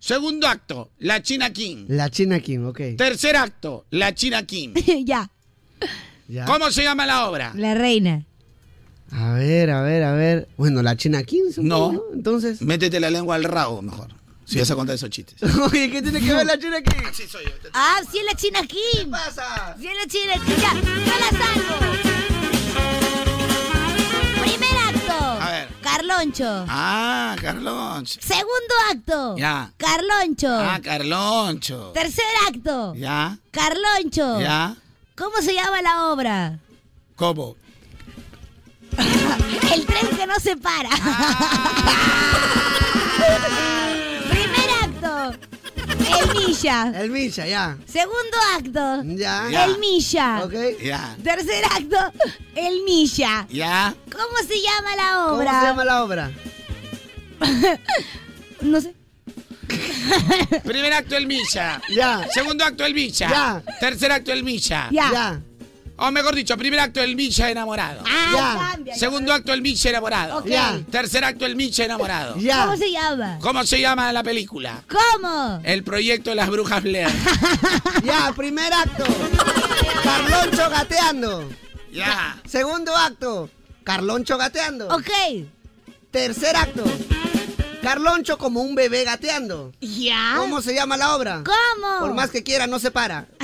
Speaker 13: Segundo acto, la China King.
Speaker 10: La China Kim, ok.
Speaker 13: Tercer acto, la China King.
Speaker 3: ya.
Speaker 13: ¿Cómo se llama la obra?
Speaker 3: La reina.
Speaker 10: A ver, a ver, a ver. Bueno, la China Kim. supongo,
Speaker 13: No.
Speaker 10: Entonces.
Speaker 13: Métete la lengua al rabo, mejor. Si vas a contar esos chistes.
Speaker 10: Oye, ¿qué tiene que ver la China Kim?
Speaker 3: Ah, si es la China Kim. ¿Qué
Speaker 4: pasa?
Speaker 3: Si es la China Kim. Ya, yo la salvo. Primer acto.
Speaker 13: A ver.
Speaker 3: Carloncho.
Speaker 13: Ah, Carloncho.
Speaker 3: Segundo acto.
Speaker 13: Ya.
Speaker 3: Carloncho.
Speaker 13: Ah, Carloncho.
Speaker 3: Tercer acto.
Speaker 13: Ya,
Speaker 3: Carloncho.
Speaker 13: ya.
Speaker 3: ¿Cómo se llama la obra?
Speaker 13: ¿Cómo?
Speaker 3: El tren que no se para.
Speaker 10: Ah.
Speaker 3: Primer acto. El Milla.
Speaker 10: El Misha, ya.
Speaker 3: Segundo acto.
Speaker 10: Ya.
Speaker 13: Ya.
Speaker 3: El Milla.
Speaker 13: Ya,
Speaker 3: Tercer acto. El Milla.
Speaker 13: ya.
Speaker 3: ¿Cómo se llama la
Speaker 10: ¿Cómo se
Speaker 3: obra?
Speaker 10: llama la obra?
Speaker 3: No sé.
Speaker 13: Primer acto el Misha.
Speaker 10: Ya.
Speaker 13: Segundo acto el Misha.
Speaker 10: Ya.
Speaker 13: Tercer acto el Misha.
Speaker 3: Ya.
Speaker 13: O mejor dicho, primer acto el Micha enamorado.
Speaker 3: Ah, cambia, ya.
Speaker 13: Segundo acto el Micha enamorado.
Speaker 3: Ok. Ya.
Speaker 13: Tercer acto el Micha enamorado.
Speaker 3: ¿Cómo se llama?
Speaker 13: ¿Cómo se llama la película?
Speaker 3: ¿Cómo?
Speaker 13: El proyecto de las brujas Blair.
Speaker 10: Ya, primer acto. Carloncho gateando.
Speaker 13: Ya.
Speaker 10: Segundo acto. Carloncho gateando.
Speaker 3: Ok.
Speaker 10: Tercer acto. Carloncho como un bebé gateando.
Speaker 3: Ya.
Speaker 10: ¿Cómo se llama la obra?
Speaker 3: ¿Cómo?
Speaker 10: Por más que quiera, no se para.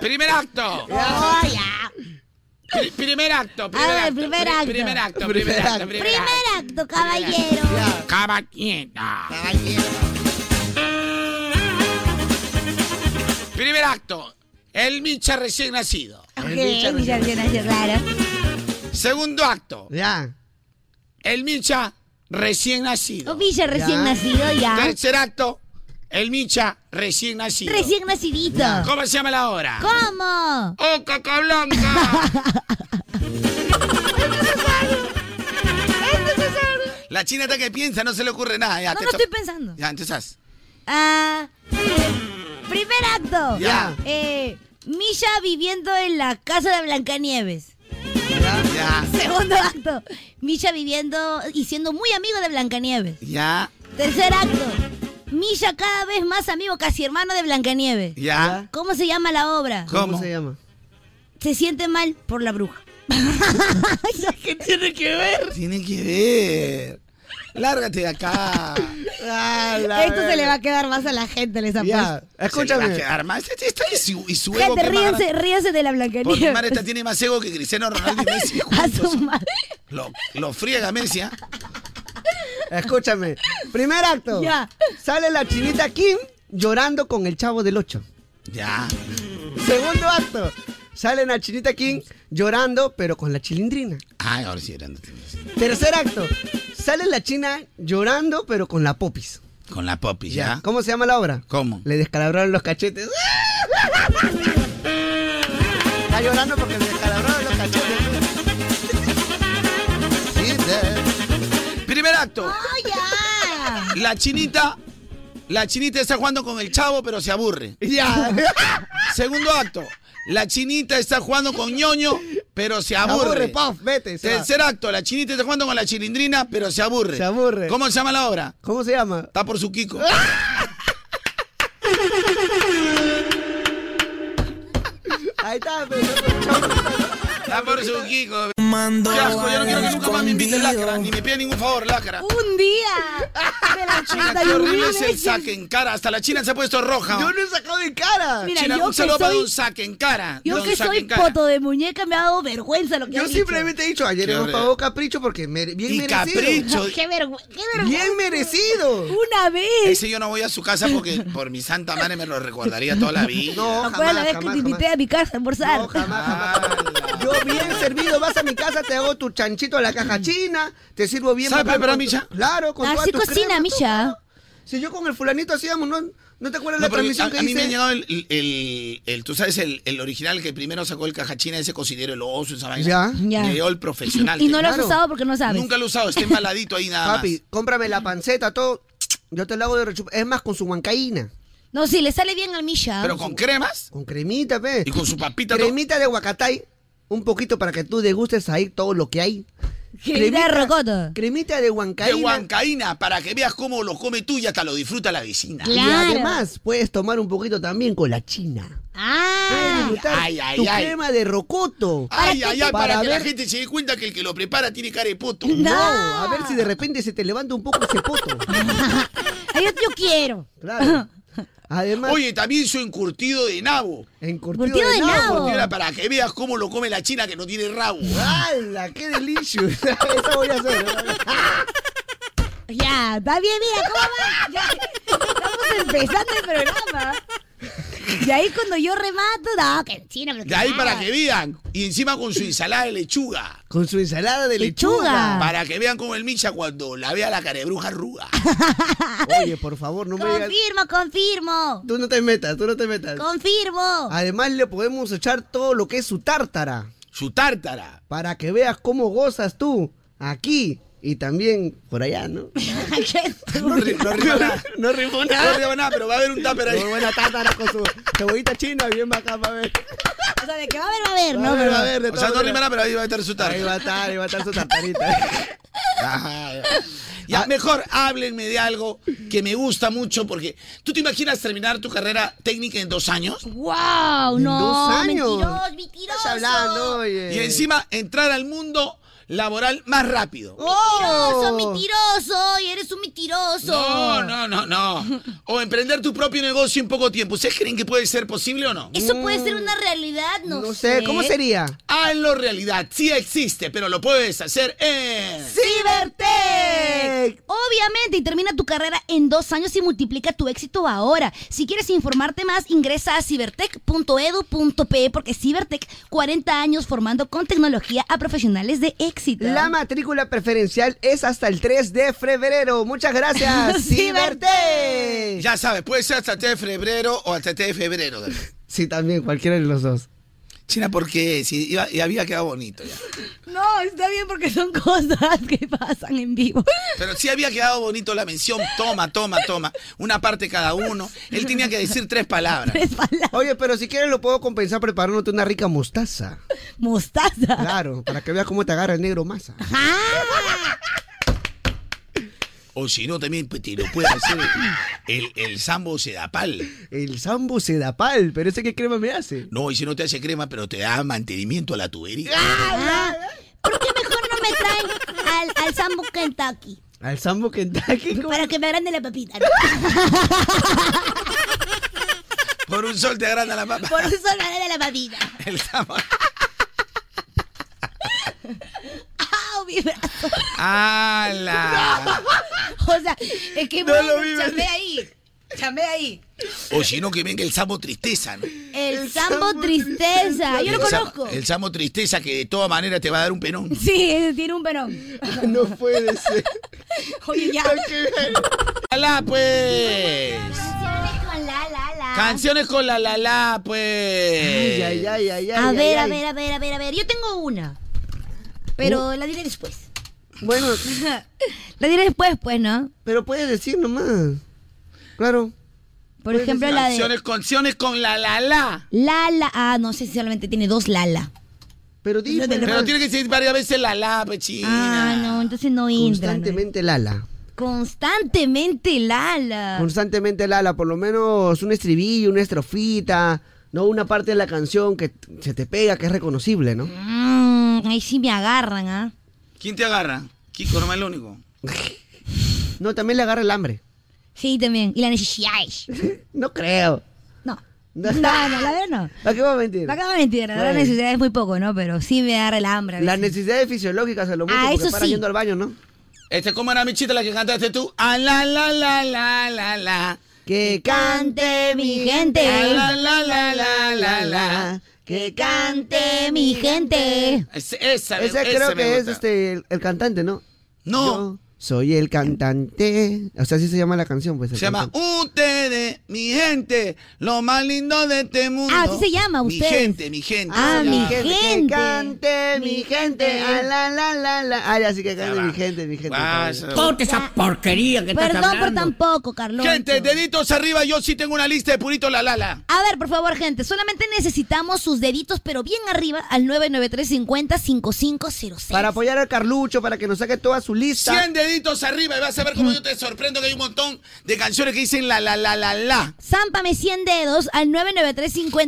Speaker 13: Primer acto.
Speaker 3: Oh, ya.
Speaker 13: Pri- primer acto. Primer
Speaker 3: A ver,
Speaker 13: acto.
Speaker 3: primer
Speaker 13: pri-
Speaker 3: acto.
Speaker 13: Primer acto. Primer acto. Primer
Speaker 3: Primer
Speaker 13: acto.
Speaker 3: acto, caballero.
Speaker 13: Caballera. Primer acto. El Micha recién nacido.
Speaker 3: Ok, mis acciones, claro.
Speaker 13: Segundo acto.
Speaker 10: Ya.
Speaker 13: El Micha recién nacido.
Speaker 3: Un bicho Oh, recién nacido, ya.
Speaker 13: Tercer acto. El Micha recién nacido.
Speaker 3: Recién nacidito.
Speaker 13: ¿Cómo se llama la obra?
Speaker 3: ¿Cómo?
Speaker 13: ¡Oh, Coca Blanca! La china está que piensa, no se le ocurre nada. Ya,
Speaker 3: No,
Speaker 13: te
Speaker 3: no
Speaker 13: to-
Speaker 3: estoy pensando.
Speaker 13: Ya, entonces haz.
Speaker 3: Ah, primer acto.
Speaker 13: Ya.
Speaker 3: Eh, Misha viviendo en la casa de Blancanieves.
Speaker 13: Ya,
Speaker 3: Segundo acto. Misha viviendo y siendo muy amigo de Blancanieves.
Speaker 13: ya,
Speaker 3: Tercer acto. Misha cada vez más amigo, casi hermano de Blancanieves.
Speaker 13: ya.
Speaker 3: ¿Cómo se llama la obra?
Speaker 13: ¿Cómo?
Speaker 10: se llama?
Speaker 3: Se siente mal por la bruja.
Speaker 13: ¿Qué tiene que ver? Tiene que ver. Lárgate de acá. Ah,
Speaker 3: Esto se le va a quedar más a la gente, les apuesto.
Speaker 13: Se le va a quedar más. Este está y su, y su ego
Speaker 3: Gente,
Speaker 13: que es más
Speaker 3: ríense,
Speaker 13: grande.
Speaker 3: ríense de la
Speaker 13: Porque Mar,
Speaker 3: Blancanieves.
Speaker 13: esta tiene más ego que Cristiano Ronaldo y Messi.
Speaker 3: A su madre.
Speaker 13: Lo, lo friega Messi, ¿ah?
Speaker 10: Escúchame. Primer acto.
Speaker 3: Ya.
Speaker 10: Sale la chinita Kim llorando con el chavo del 8.
Speaker 13: Ya.
Speaker 10: Segundo acto. Sale la chinita Kim llorando, pero con la chilindrina.
Speaker 13: Ay, ahora sí, Aranda,
Speaker 10: Tercer acto. Sale la china llorando, pero con la popis.
Speaker 13: Con la popi,
Speaker 10: Ya.
Speaker 13: ¿ya?
Speaker 10: ¿Cómo se llama la obra?
Speaker 13: ¿Cómo?
Speaker 10: Le descalabraron los cachetes. Está llorando porque le descalabraron los cachetes.
Speaker 13: Primer acto.
Speaker 3: ¡Oh, ya!
Speaker 13: La chinita. La chinita está jugando con el chavo, pero se aburre.
Speaker 10: Ya.
Speaker 13: Segundo acto. La chinita está jugando con ñoño, pero se aburre.
Speaker 10: Aburre, puff, vete. se va.
Speaker 13: Tercer acto. La chinita está jugando con la chilindrina, pero se aburre.
Speaker 10: Se aburre.
Speaker 13: ¿Cómo se llama la obra?
Speaker 10: ¿Cómo se llama?
Speaker 13: Está por su Kiko.
Speaker 10: Ahí está, pero...
Speaker 13: Está Ah, por su Kiko. Qué asco, yo no quiero que nunca más me invite lacra, ni me pida ningún favor, lacra.
Speaker 3: ¡Un día! De la
Speaker 13: China, qué horrible es el saque en cara. Hasta la China se ha puesto roja.
Speaker 10: Yo no he sacado de cara.
Speaker 3: Mira,
Speaker 13: China,
Speaker 3: yo
Speaker 13: un
Speaker 3: que
Speaker 13: saludo para
Speaker 3: soy-
Speaker 13: un saque en cara.
Speaker 3: Yo
Speaker 13: Don
Speaker 3: que
Speaker 13: saque
Speaker 3: soy
Speaker 13: en cara.
Speaker 3: poto de muñeca me ha dado vergüenza lo que
Speaker 10: Yo
Speaker 3: has
Speaker 10: simplemente he dicho, ayer
Speaker 13: Qué
Speaker 10: hemos
Speaker 13: horrible.
Speaker 10: pagado capricho porque mere- bien
Speaker 13: Y
Speaker 10: merecido.
Speaker 13: capricho.
Speaker 3: dicho. ¡Qué vergüenza! ¡Qué vergüenza!
Speaker 10: Bien merecido.
Speaker 3: ¡Una vez!
Speaker 13: Ese yo no voy a su casa porque por mi santa madre me lo recordaría toda la vida.
Speaker 10: No,
Speaker 3: ¿Te acuerdas
Speaker 10: jamás,
Speaker 3: la vez que
Speaker 10: jamás,
Speaker 3: te invité
Speaker 10: jamás.
Speaker 3: a mi casa a almorzar?
Speaker 10: No, jamás, jamás. Yo bien servido, vas a mi casa, te hago tu chanchito a la caja china, te sirvo bien.
Speaker 13: ¿Sabe
Speaker 10: bacán
Speaker 13: preparar,
Speaker 10: con tu-
Speaker 13: Micha?
Speaker 10: Claro, con todas
Speaker 3: Así
Speaker 10: tus
Speaker 3: Ah, cocina,
Speaker 10: cremas,
Speaker 3: Misha.
Speaker 10: todo. Si yo con el fulanito hacíamos, ¿no, no te acuerdas
Speaker 13: No,
Speaker 10: la
Speaker 13: porque
Speaker 10: transmisión
Speaker 13: a,
Speaker 10: que
Speaker 13: a mí me ha
Speaker 10: hice?
Speaker 13: llegado el, el, el- el- tú sabes, el, el original que primero sacó el cajachina, ese cocinero, el oso, esa vaina.
Speaker 10: Ya.
Speaker 3: Ya.
Speaker 13: Me llegó el profesional.
Speaker 3: Y no lo has
Speaker 10: claro.
Speaker 3: usado porque no sabes.
Speaker 13: Nunca lo he usado, está embaladito ahí nada
Speaker 10: Papi, cómprame la panceta, todo. Yo te lo hago de rechup. Es más, con su huancaína.
Speaker 3: No, sí, le sale bien al Misha.
Speaker 13: más. Pero con cremas
Speaker 10: Con cremita, pe.
Speaker 13: y con su papita. todo.
Speaker 10: Cremita de huacatay. Un poquito para que tú degustes ahí todo lo que hay.
Speaker 3: Cremita de rocoto.
Speaker 10: Cremita de
Speaker 13: De
Speaker 10: huancaína.
Speaker 13: huancaína, para que veas cómo lo come tú y hasta lo disfruta la vecina.
Speaker 10: Y
Speaker 3: Claro.
Speaker 10: además puedes tomar un poquito también con la china. Puedes
Speaker 3: ¡Ah!
Speaker 10: disfrutar
Speaker 13: ay, ay,
Speaker 10: tu
Speaker 13: ay.
Speaker 10: crema de rocoto.
Speaker 13: Ay, ay, ay, para,
Speaker 10: Para
Speaker 13: que
Speaker 10: ver-
Speaker 13: la gente se dé cuenta que el que lo prepara tiene cara de puto.
Speaker 10: No,
Speaker 3: No.
Speaker 10: a ver si de repente se te levanta un poco ese poto.
Speaker 3: Ay, yo, yo quiero.
Speaker 10: Claro. Además,
Speaker 13: Oye, también su encurtido de nabo.
Speaker 10: encurtido
Speaker 3: curtido de
Speaker 10: de nabo.
Speaker 3: nabo.
Speaker 13: Mira, para que veas cómo lo come la china que no tiene rabo.
Speaker 10: ¡Hala! ¡Qué delicio! Eso voy a hacer.
Speaker 3: Ya, va bien, mira, ¿cómo va? Ya, estamos empezando el programa. Y ahí cuando yo remato, no, que chino, pero
Speaker 13: De ahí
Speaker 3: nada.
Speaker 13: para que vean. Y encima con su ensalada de lechuga.
Speaker 10: Con su ensalada de
Speaker 3: Lechuga.
Speaker 10: lechuga.
Speaker 13: Para que vean cómo el Micha cuando la vea la carebruja arruga.
Speaker 10: Oye, por favor, no me digas.
Speaker 3: Confirmo, confirmo.
Speaker 10: Tú no te metas, tú no te metas.
Speaker 3: Confirmo.
Speaker 10: Además, le podemos echar todo lo que es su tártara.
Speaker 13: Su tártara.
Speaker 10: Para que veas cómo gozas tú aquí Y también por allá, ¿no?
Speaker 13: No, ri- no rima nada.
Speaker 10: No rimó
Speaker 13: nada. No rima nada, pero va a haber un tupper ahí.
Speaker 10: Muy buena tátara con su cebollita china, bien bacán, va a ver.
Speaker 3: O sea, de que va a haber, va a haber,
Speaker 10: Va a
Speaker 3: ¿no?
Speaker 10: haber,
Speaker 3: Pero-
Speaker 10: va a haber, de
Speaker 13: O sea,
Speaker 10: todas
Speaker 13: no
Speaker 10: maneras.
Speaker 13: rima nada, pero ahí va a estar su tarta.
Speaker 10: Ahí va a estar, ahí va a estar su tartarita. Ah.
Speaker 13: Ajá. Ya, mejor háblenme de algo que me gusta mucho porque tú te imaginas terminar tu carrera técnica en dos años
Speaker 3: ¡Wow!
Speaker 13: En
Speaker 3: No,
Speaker 13: dos años.
Speaker 3: mentiroso, mentiroso.
Speaker 13: y encima entrar al mundo laboral más rápido.
Speaker 10: ¡Oh!
Speaker 3: Mentiroso, mentiroso, y eres un mentiroso.
Speaker 13: No, no, no, no. O emprender tu propio negocio en poco tiempo. ¿Ustedes creen que puede ser posible o no?
Speaker 3: Eso puede
Speaker 10: Mm,
Speaker 3: ser una realidad, no,
Speaker 13: No
Speaker 3: sé.
Speaker 13: Hazlo realidad. Sí existe, pero lo puedes hacer en...
Speaker 3: ¡Cibertech! Obviamente, y termina tu carrera en dos años y multiplica tu éxito ahora. Si quieres informarte más, ingresa a cibertech.edu.pe porque Cibertech, 40 años formando con tecnología a profesionales de éxito.
Speaker 10: La matrícula preferencial es hasta el 3 de febrero. Muchas gracias. ¡Ciberte!
Speaker 13: Ya sabes, puede ser hasta el 3 de febrero o hasta el 3 de febrero. también.
Speaker 10: Sí, también, cualquiera de los dos.
Speaker 13: China, ¿por qué? Si iba- y había quedado bonito ya.
Speaker 3: No, está bien porque son cosas que pasan en vivo.
Speaker 13: Pero sí había quedado bonito la mención. Toma, toma, toma. Una parte cada uno. Él tenía que decir tres palabras.
Speaker 10: Oye, pero si quieres lo puedo compensar preparándote una rica mostaza.
Speaker 3: ¿Mostaza?
Speaker 10: Claro, para que veas cómo te agarra el negro masa.
Speaker 13: O si no, también pues, te lo puede hacer el, el sambo sedapal.
Speaker 10: El sambo sedapal, pero ese qué crema me hace.
Speaker 13: No, y si no te hace crema, pero te da mantenimiento a la tubería.
Speaker 3: Ah, ¿Por qué mejor no me traen al, al Sambo Kentucky?
Speaker 10: Al sambo Kentucky.
Speaker 3: Para que me agrande la papita. ¿no?
Speaker 13: Por un sol te agranda la papa.
Speaker 3: Por un solo de la papita.
Speaker 13: El sambo.
Speaker 3: ¡Au, mi brazo!
Speaker 13: ¡Hala!
Speaker 3: O sea, es que
Speaker 13: No
Speaker 3: bueno,
Speaker 13: lo vi
Speaker 3: chamé
Speaker 13: venir.
Speaker 3: ahí. Chamé ahí.
Speaker 13: O si no, que venga el sambo tristeza, ¿no?
Speaker 3: El, Sambo, Tristeza. Ah, Yo lo
Speaker 13: El Sambo-
Speaker 3: conozco.
Speaker 13: El sambo tristeza que de todas maneras te va a dar un penón.
Speaker 3: Sí, ese tiene un perón.
Speaker 10: No puede ser.
Speaker 3: Oye, ya.
Speaker 13: ¡Hala, pues!
Speaker 3: Con la, la, la.
Speaker 13: Canciones con la la la, pues.
Speaker 10: Ay, ay, ay, ay,
Speaker 3: a
Speaker 10: ay,
Speaker 3: ver,
Speaker 10: ay.
Speaker 3: a ver, a ver, a ver, a ver. Yo tengo una. Pero la diré después.
Speaker 10: Uh. Bueno.
Speaker 3: la diré después, pues, ¿no?
Speaker 10: Pero puedes decir nomás. Claro.
Speaker 3: Por ejemplo, la de.
Speaker 13: Canciones, canciones con la la la.
Speaker 3: Lala. Ah, no sé si solamente tiene dos Lala.
Speaker 10: Pero di, pues,
Speaker 13: Pero tiene que decir varias veces la la, pues, china.
Speaker 3: Ah, no, entonces no entra. ¿no?
Speaker 10: Constantemente Lala.
Speaker 3: Constantemente Lala.
Speaker 10: Constantemente Lala. Por lo menos un estribillo, una estrofita. No una parte de la canción que t- se te pega, que es reconocible, ¿no?
Speaker 3: Mm, ahí sí me agarran, ¿ah?
Speaker 13: ¿Quién te agarra? Kiko, no es el único.
Speaker 10: No, también le agarra el hambre.
Speaker 3: Sí, también. Y la necesidades.
Speaker 10: No creo.
Speaker 3: No. No, no, la verdad no.
Speaker 10: ¿A qué va a mentir?
Speaker 3: No acabo de mentir, la verdad
Speaker 10: Bueno.
Speaker 3: necesidad es muy poco, ¿no? Pero sí me agarra el hambre. a
Speaker 10: Las
Speaker 3: veces.
Speaker 10: necesidades fisiológicas se lo mucho
Speaker 3: Ah,
Speaker 10: porque
Speaker 3: eso
Speaker 10: para
Speaker 3: sí.
Speaker 10: yendo al baño, ¿no?
Speaker 13: Este, ¿cómo era mi chita la que cantaste tú? A la la la la la la.
Speaker 10: Que cante
Speaker 3: mi gente.
Speaker 13: A la la la la la la.
Speaker 10: Que
Speaker 3: cante mi gente.
Speaker 13: Es- esa,
Speaker 10: Ese
Speaker 13: esa
Speaker 10: creo
Speaker 13: me
Speaker 10: que es
Speaker 13: gusta.
Speaker 10: este el, el cantante, ¿no?
Speaker 13: No.
Speaker 10: Yo soy el cantante. O sea, así se llama la canción, pues. el
Speaker 13: Se llama
Speaker 10: cantante.
Speaker 13: Ustedes, mi gente, lo más lindo de este mundo.
Speaker 3: Ah, así se llama, ustedes.
Speaker 13: Mi gente, mi gente.
Speaker 3: Ah,
Speaker 13: se
Speaker 3: mi
Speaker 13: llama.
Speaker 3: gente.
Speaker 10: Que cante mi gente. Ah, la, la, la, la. Ay, así Ah, que cante mi gente, mi gente.
Speaker 13: Ah,
Speaker 10: está
Speaker 13: esa-
Speaker 10: bien.
Speaker 6: esa porquería que
Speaker 3: Perdón por tampoco, Carlos.
Speaker 13: Gente, deditos arriba, yo sí tengo una lista de purito la la la.
Speaker 3: A ver, por favor, gente, solamente necesitamos sus deditos, pero bien arriba al 993-50-5506.
Speaker 10: Para apoyar al Carlucho, para que nos saque toda su lista.
Speaker 13: 100 deditos arriba y vas a ver cómo yo te sorprendo que hay un montón de canciones que dicen la la la la la.
Speaker 3: Zámpame 100 dedos al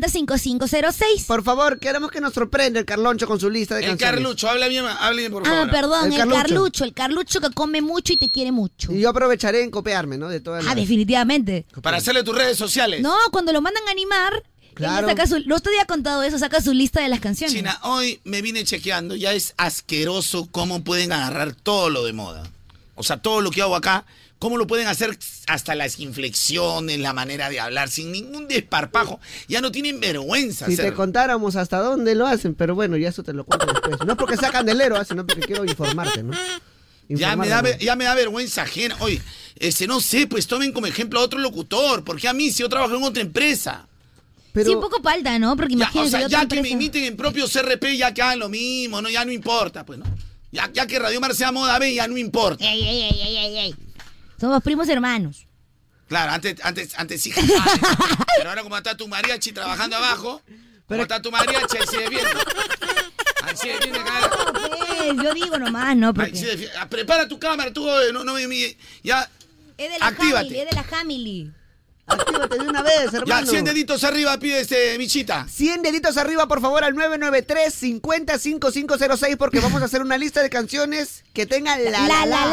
Speaker 3: 993-50-5506.
Speaker 10: Por favor, queremos que nos sorprenda el Carloncho con su lista de
Speaker 13: El
Speaker 10: canciones.
Speaker 13: Carlucho, habla bien, habla bien, por
Speaker 3: Ah,
Speaker 13: favor.
Speaker 3: perdón,
Speaker 10: El
Speaker 3: el
Speaker 10: Carlucho.
Speaker 3: Carlucho, el Carlucho que come mucho y te quiere mucho.
Speaker 10: Y yo aprovecharé en copiarme, ¿no? De todas
Speaker 3: Ah,
Speaker 10: las-
Speaker 3: definitivamente.
Speaker 13: Para hacerle tus redes sociales.
Speaker 3: No, cuando lo mandan a animar,
Speaker 10: Claro.
Speaker 3: él saca su, no te había contado eso, saca su lista de las canciones.
Speaker 13: China, hoy me vine chequeando, ya es asqueroso cómo pueden agarrar todo lo de moda. O sea, todo lo que hago acá, cómo lo pueden hacer hasta las inflexiones, la manera de hablar, sin ningún desparpajo. Ya no tienen vergüenza.
Speaker 10: Si te
Speaker 13: hacerlo.
Speaker 10: contáramos hasta dónde lo hhacen, pero bueno, ya eso te lo cuento después. No es porque sea candelero, ah, sino porque quiero informarte, ¿no?
Speaker 13: ya, me da,
Speaker 10: Informarme.
Speaker 13: ve- ya me da vergüenza ajena. Oye, ese no sé, pues tomen como ejemplo a otro locutor, porque a mí si yo trabajo en otra empresa.
Speaker 10: Pero
Speaker 3: Sí, un poco falta, ¿no? Porque
Speaker 13: Ya, o
Speaker 3: imagínense,
Speaker 13: sea,
Speaker 3: yo otra
Speaker 13: ya que me
Speaker 3: empresa.
Speaker 13: imiten en propios CRP, ya que hagan lo mismo, no, ya no importa, pues no. Ya, ya que Radio Mar sea moda, ve, ya no importa.
Speaker 3: Ey, ey, ey, ey, ey, ey. Somos primos hermanos.
Speaker 13: Claro, antes, antes, antes sí. jajaba, ¿eh? Pero ahora como está tu mariachi trabajando abajo, como está tu mariachi, ahí sigue viendo. Ahí sigue viendo acá.
Speaker 3: Eh, yo digo nomás, ¿no?
Speaker 13: Ahí
Speaker 3: Porque
Speaker 13: sigue vi- ah, Prepara tu cámara, tú, eh, no, no, me- me- ya.
Speaker 3: es de la
Speaker 13: Actívate.
Speaker 3: family, es de la family.
Speaker 10: Actívate de una vez,
Speaker 13: Ya,
Speaker 10: hermano.
Speaker 13: 100 deditos arriba, pide este, Michita.
Speaker 10: 100 deditos arriba, por favor, al 993-505506 porque vamos a hacer una lista de canciones que tengan la la la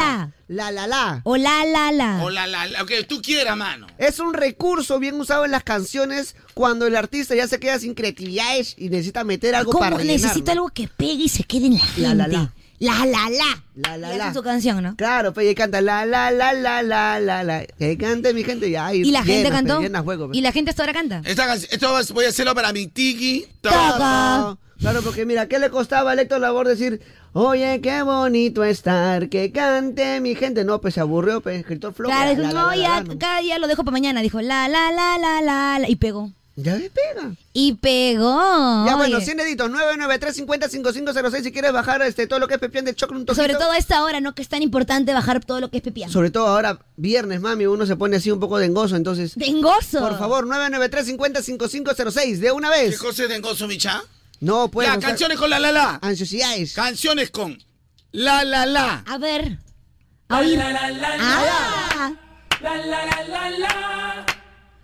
Speaker 10: la la la la
Speaker 3: o la la la.
Speaker 13: O la, la, la, lo que tú quieras, mano.
Speaker 10: Es un recurso bien usado en las canciones cuando el artista ya se queda sin creatividad y necesita meter algo
Speaker 3: ¿Cómo
Speaker 10: para rellenar.
Speaker 3: necesita algo que pegue y se quede en la gente?
Speaker 10: la, la.
Speaker 3: La la la.
Speaker 10: La la
Speaker 3: Y
Speaker 10: la.
Speaker 3: hacen su canción, ¿no?
Speaker 10: Claro, pues y canta la la la la la la la. Que cante mi gente ya.
Speaker 3: Y la gente
Speaker 10: llena,
Speaker 3: cantó.
Speaker 10: pues, llena juego, pues.
Speaker 3: y la gente hasta ahora canta.
Speaker 13: Esta can- esto vas- voy a hacerlo para mi tiki.
Speaker 10: Todo. Claro, porque mira, ¿qué le costaba a Héctor Labor decir, oye, qué bonito estar, que cante mi gente? No, pues se aburrió, pues escritor flojo.
Speaker 3: Claro,
Speaker 10: La,
Speaker 3: dijo,
Speaker 10: la, la,
Speaker 3: no,
Speaker 10: la,
Speaker 3: ya,
Speaker 10: la, no.
Speaker 3: cada día lo dejo para mañana. Dijo, la, la, la, la, la, la, y pegó.
Speaker 10: Ya le pega.
Speaker 3: Y pegó.
Speaker 10: Ya bueno,
Speaker 3: oye.
Speaker 10: 100 deditos, 993-50-5506 si quieres bajar este, todo lo que es Pepián de Choclo un toquito.
Speaker 3: Sobre todo este a esta hora, ¿no? Que es tan importante bajar todo lo que es pepián.
Speaker 10: Sobre todo ahora, viernes, mami, uno se pone así un poco dengoso, entonces...
Speaker 3: Dengoso.
Speaker 10: Por favor, 993-50-5506, de una vez.
Speaker 13: ¿Qué cosa es dengoso, Micha?
Speaker 10: No, pues...
Speaker 13: ya,
Speaker 10: o sea,
Speaker 13: canciones con la, la, la.
Speaker 10: Ansiosidades.
Speaker 13: Canciones con la, la, la.
Speaker 3: A ver. A oír.
Speaker 7: La, la, la, la,
Speaker 3: Ah.
Speaker 7: La la la la la.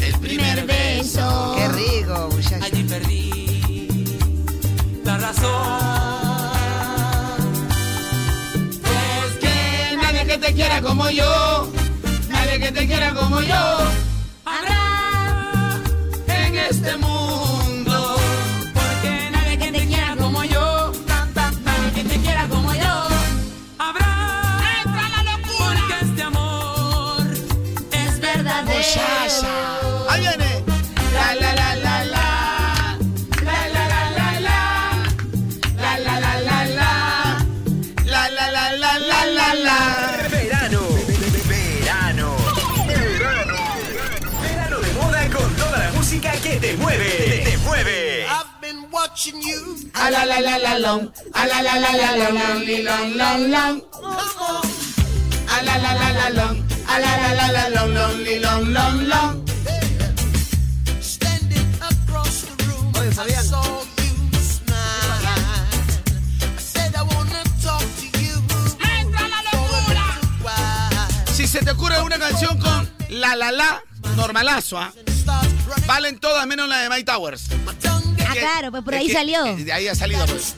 Speaker 13: El primer
Speaker 3: beso.
Speaker 10: Qué rico, muchacho.
Speaker 7: La razón.
Speaker 13: Que nadie que te quiera como yo, nadie que te quiera como yo,
Speaker 7: Habrá
Speaker 13: en este mundo.
Speaker 7: Porque nadie que te quiera como yo, nadie que te quiera como yo, habrá. Entra la locura. Porque este amor es
Speaker 13: Muchacha. Ahí viene.
Speaker 7: La la la la la. La la la la la. La la la la la.
Speaker 13: La, la, la, la, la, la, la.
Speaker 9: Verano. Verano. Verano. Verano de moda con toda la música que te mueve. Te mueve.
Speaker 13: A la, la, la, la, long. A la, la, la, la, la, long, li, long, long, long. A la, la, la, la, long. A la, la, la, la, long, long, li, long, long, long.
Speaker 10: Oye, Fabián.
Speaker 13: Si se te ocurre una canción con la, la, la, normalazo, ¿ah? Valen todas menos la de My Towers.
Speaker 3: Ah, claro, pues por ahí
Speaker 13: que-
Speaker 3: salió.
Speaker 13: eh, De ahí ha salido, pues.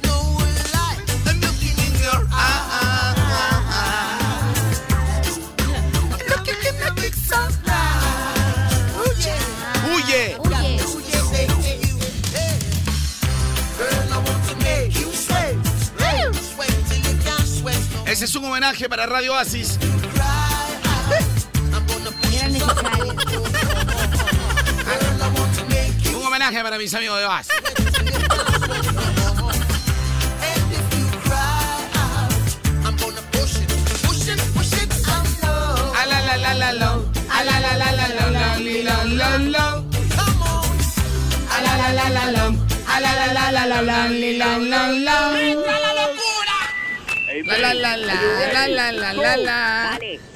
Speaker 13: Huye.
Speaker 3: Huye.
Speaker 13: Ese es un homenaje para Radio Asis.
Speaker 3: Era necesario.
Speaker 13: Un homenaje para mis amigos de Oasis. A la, la, la, la, long. A la, la, la, la, long, long, li, long, long, long. A la, la, la, la, long. A la, la, la, la, la, long, li, long, long, long. La, la, la, la, la, la, la, la, la.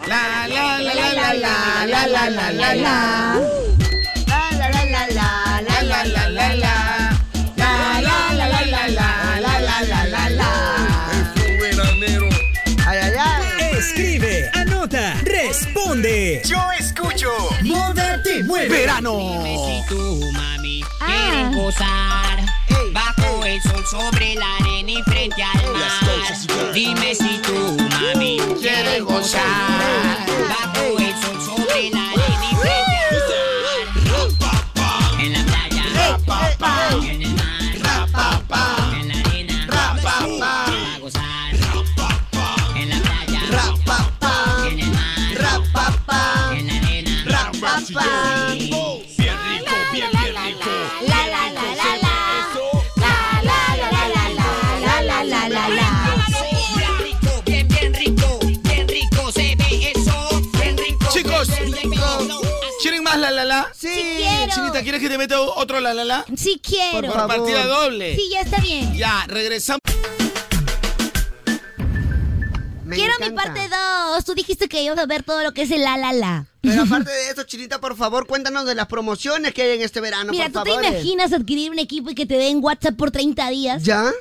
Speaker 13: La, la, la, la, la, la, la, la, la, la, la. La, la, la, la, la. La, la, la, la, la, la, la, la, la, la, la.
Speaker 10: Ay, ay, ay.
Speaker 9: Escribe, anota, responde. Yo escucho. Moda te mueve. Verano.
Speaker 15: tú, mami,
Speaker 3: Ah.
Speaker 15: quieres gozar bajo el sol sobre la arena y frente al mar. Dime si tú, mami, quieres gozar bajo el sol sobre la arena y frente al mar. En la playa, en el mar, en la arena, para gozar.
Speaker 7: rico, bien rico, bien, bien rico. La la la la la. La la la la la la la la la
Speaker 17: rico, bien, bien rico, bien rico se ve eso, bien rico.
Speaker 13: Chicos,
Speaker 17: bien, bien rico.
Speaker 13: ¿Quieren más la la la?
Speaker 3: Sí, quiero.
Speaker 13: Chinita, ¿quieres que te meta otro la la la?
Speaker 3: Sí quiero.
Speaker 13: Por partida doble.
Speaker 3: Sí, ya está bien.
Speaker 13: Ya, regresamos.
Speaker 3: quiero mi parte 2. Tú dijiste que ibas a ver todo lo que es el la la la.
Speaker 10: Pero aparte de eso, Chinita, por favor, cuéntanos de las promociones que hay en este verano,
Speaker 3: Mira,
Speaker 10: por
Speaker 3: ¿tú
Speaker 10: favor.
Speaker 3: te imaginas adquirir un equipo y que te den WhatsApp por 30 días?
Speaker 10: ¿Ya?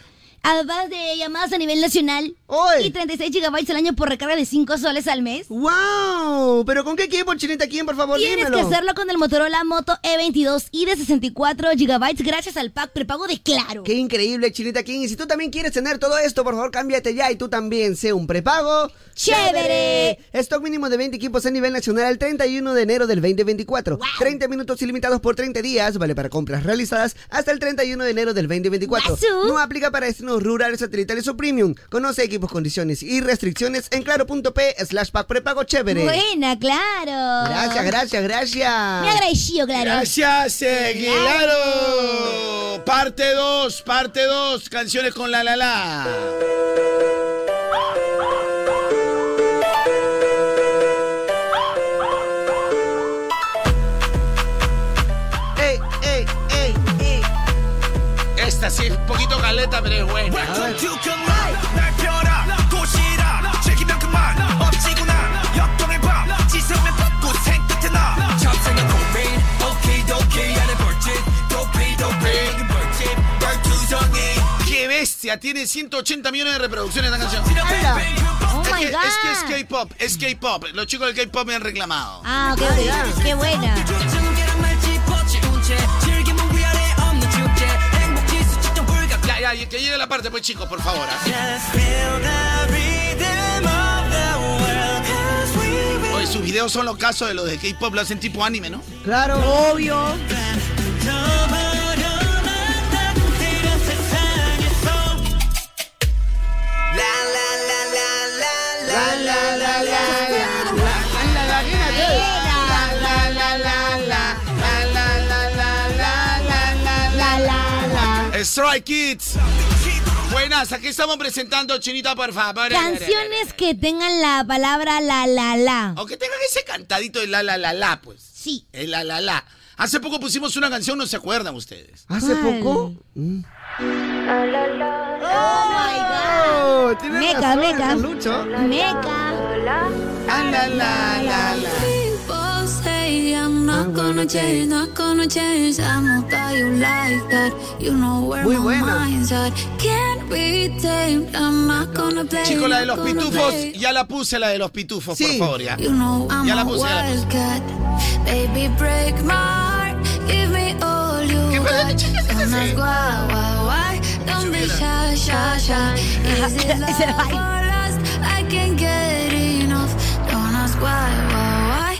Speaker 3: Además de llamadas a nivel nacional. Y 36 gigabytes al año por recarga de 5 soles al mes.
Speaker 10: ¡Wow! ¿Pero con qué equipo, Chinita? ¿Quién, por favor?
Speaker 3: Tienes
Speaker 10: dímelo.
Speaker 3: que hacerlo con el Motorola Moto E22 y de 64 GB gracias al pack prepago de Claro.
Speaker 10: Qué increíble, Chinita King. Y si tú también quieres tener todo esto, por favor, cámbiate ya y tú también sé un prepago.
Speaker 3: ¡Chévere!
Speaker 10: Stock mínimo de 20 equipos a nivel nacional al 31 de enero del 2024. 30 minutos ilimitados por 30 días, vale para compras realizadas hasta el 31 de enero del 2024. No aplica para destinos rurales, satelitales o premium. Conoce equipos, condiciones y restricciones en claro.p slash pack prepago chévere.
Speaker 3: Buena, claro.
Speaker 10: Gracias, gracias, gracias.
Speaker 3: Me agradecido, claro.
Speaker 13: Gracias, Aguilaro. Parte 2, parte 2. Canciones con la la la.
Speaker 10: Ey, ey, ey, ey.
Speaker 13: Esta sí es un poquito caleta, pero es buena. ¡Qué bestia! Tiene 180 millones de reproducciones esta canción.
Speaker 3: Oh
Speaker 13: Es
Speaker 3: my
Speaker 13: que,
Speaker 3: god.
Speaker 13: es que es K-pop, es K-pop. Los chicos del K-pop me han reclamado.
Speaker 3: Ah, ok, ok. Qué buena.
Speaker 13: Ya, ya, que llegue la parte, pues chicos, por favor. Oye, sus videos son los casos de los de K-pop, lo hacen tipo anime, ¿no?
Speaker 10: Claro.
Speaker 18: Obvio.
Speaker 13: Strike Eh, Kids. Buenas, aquí estamos presentando, Chinita, por favor.
Speaker 3: Canciones que tengan la palabra la la la.
Speaker 13: Aunque tengan ese cantadito de la la la la, pues.
Speaker 3: Sí.
Speaker 13: El la la la. Hace poco pusimos una canción, no se acuerdan ustedes.
Speaker 10: ¿Hace poco?
Speaker 3: Oh my god.
Speaker 10: Tienes
Speaker 3: Meca,
Speaker 10: razón,
Speaker 3: meca.
Speaker 10: Lucho.
Speaker 3: Meca.
Speaker 9: Ah, People say I'm not gonna change, not gonna change. I'm not that you like that. You know where
Speaker 13: Muy
Speaker 9: my
Speaker 13: buena.
Speaker 9: mind's at. Can't be tamed. I'm not gonna play.
Speaker 13: Chico, la de los
Speaker 9: not gonna
Speaker 13: pitufos,
Speaker 9: play.
Speaker 13: ya la puse, la de los pitufos, por favor, ya.
Speaker 9: You know I'm
Speaker 13: Ya la
Speaker 9: a
Speaker 13: puse, ya la puse.
Speaker 9: wildcat. Baby, break my heart. Give me all you got. Don't ask why, why, why. Don't be shy, shy, shy. Is it love or lust? I can't get enough. Don't ask why, why, why.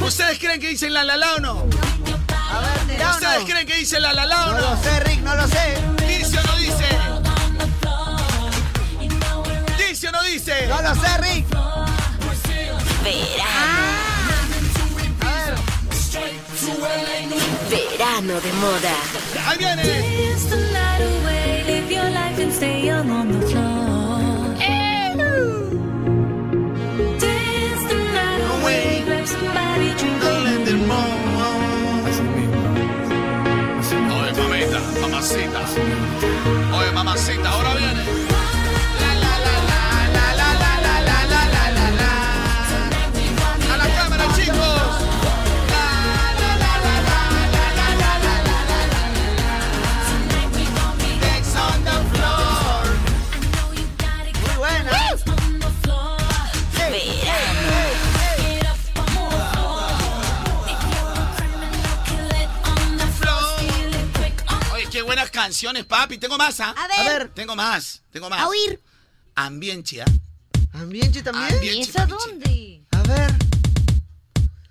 Speaker 13: ¿Ustedes creen que dicen la la la o no?
Speaker 10: da o
Speaker 13: ¿Ustedes
Speaker 10: no?
Speaker 13: creen que dicen la la la o
Speaker 10: No
Speaker 13: no?
Speaker 10: lo sé, Rick, no lo sé.
Speaker 13: ¿Dice o no dice? ¿Dice o no dice?
Speaker 10: No lo sé, Rick.
Speaker 19: Verano de moda.
Speaker 13: Ahí viene.
Speaker 9: Dance the night away, live your life and stay young on the floor.
Speaker 13: buenas canciones, papi. Tengo más, ¿ah?
Speaker 3: A ver. A ver.
Speaker 13: Tengo más, tengo más.
Speaker 3: A oír.
Speaker 13: Ambiente, ¿ah?
Speaker 10: ¿Ambiente también?
Speaker 13: Ambiente,
Speaker 3: ¿Y eso a dónde?
Speaker 10: A ver.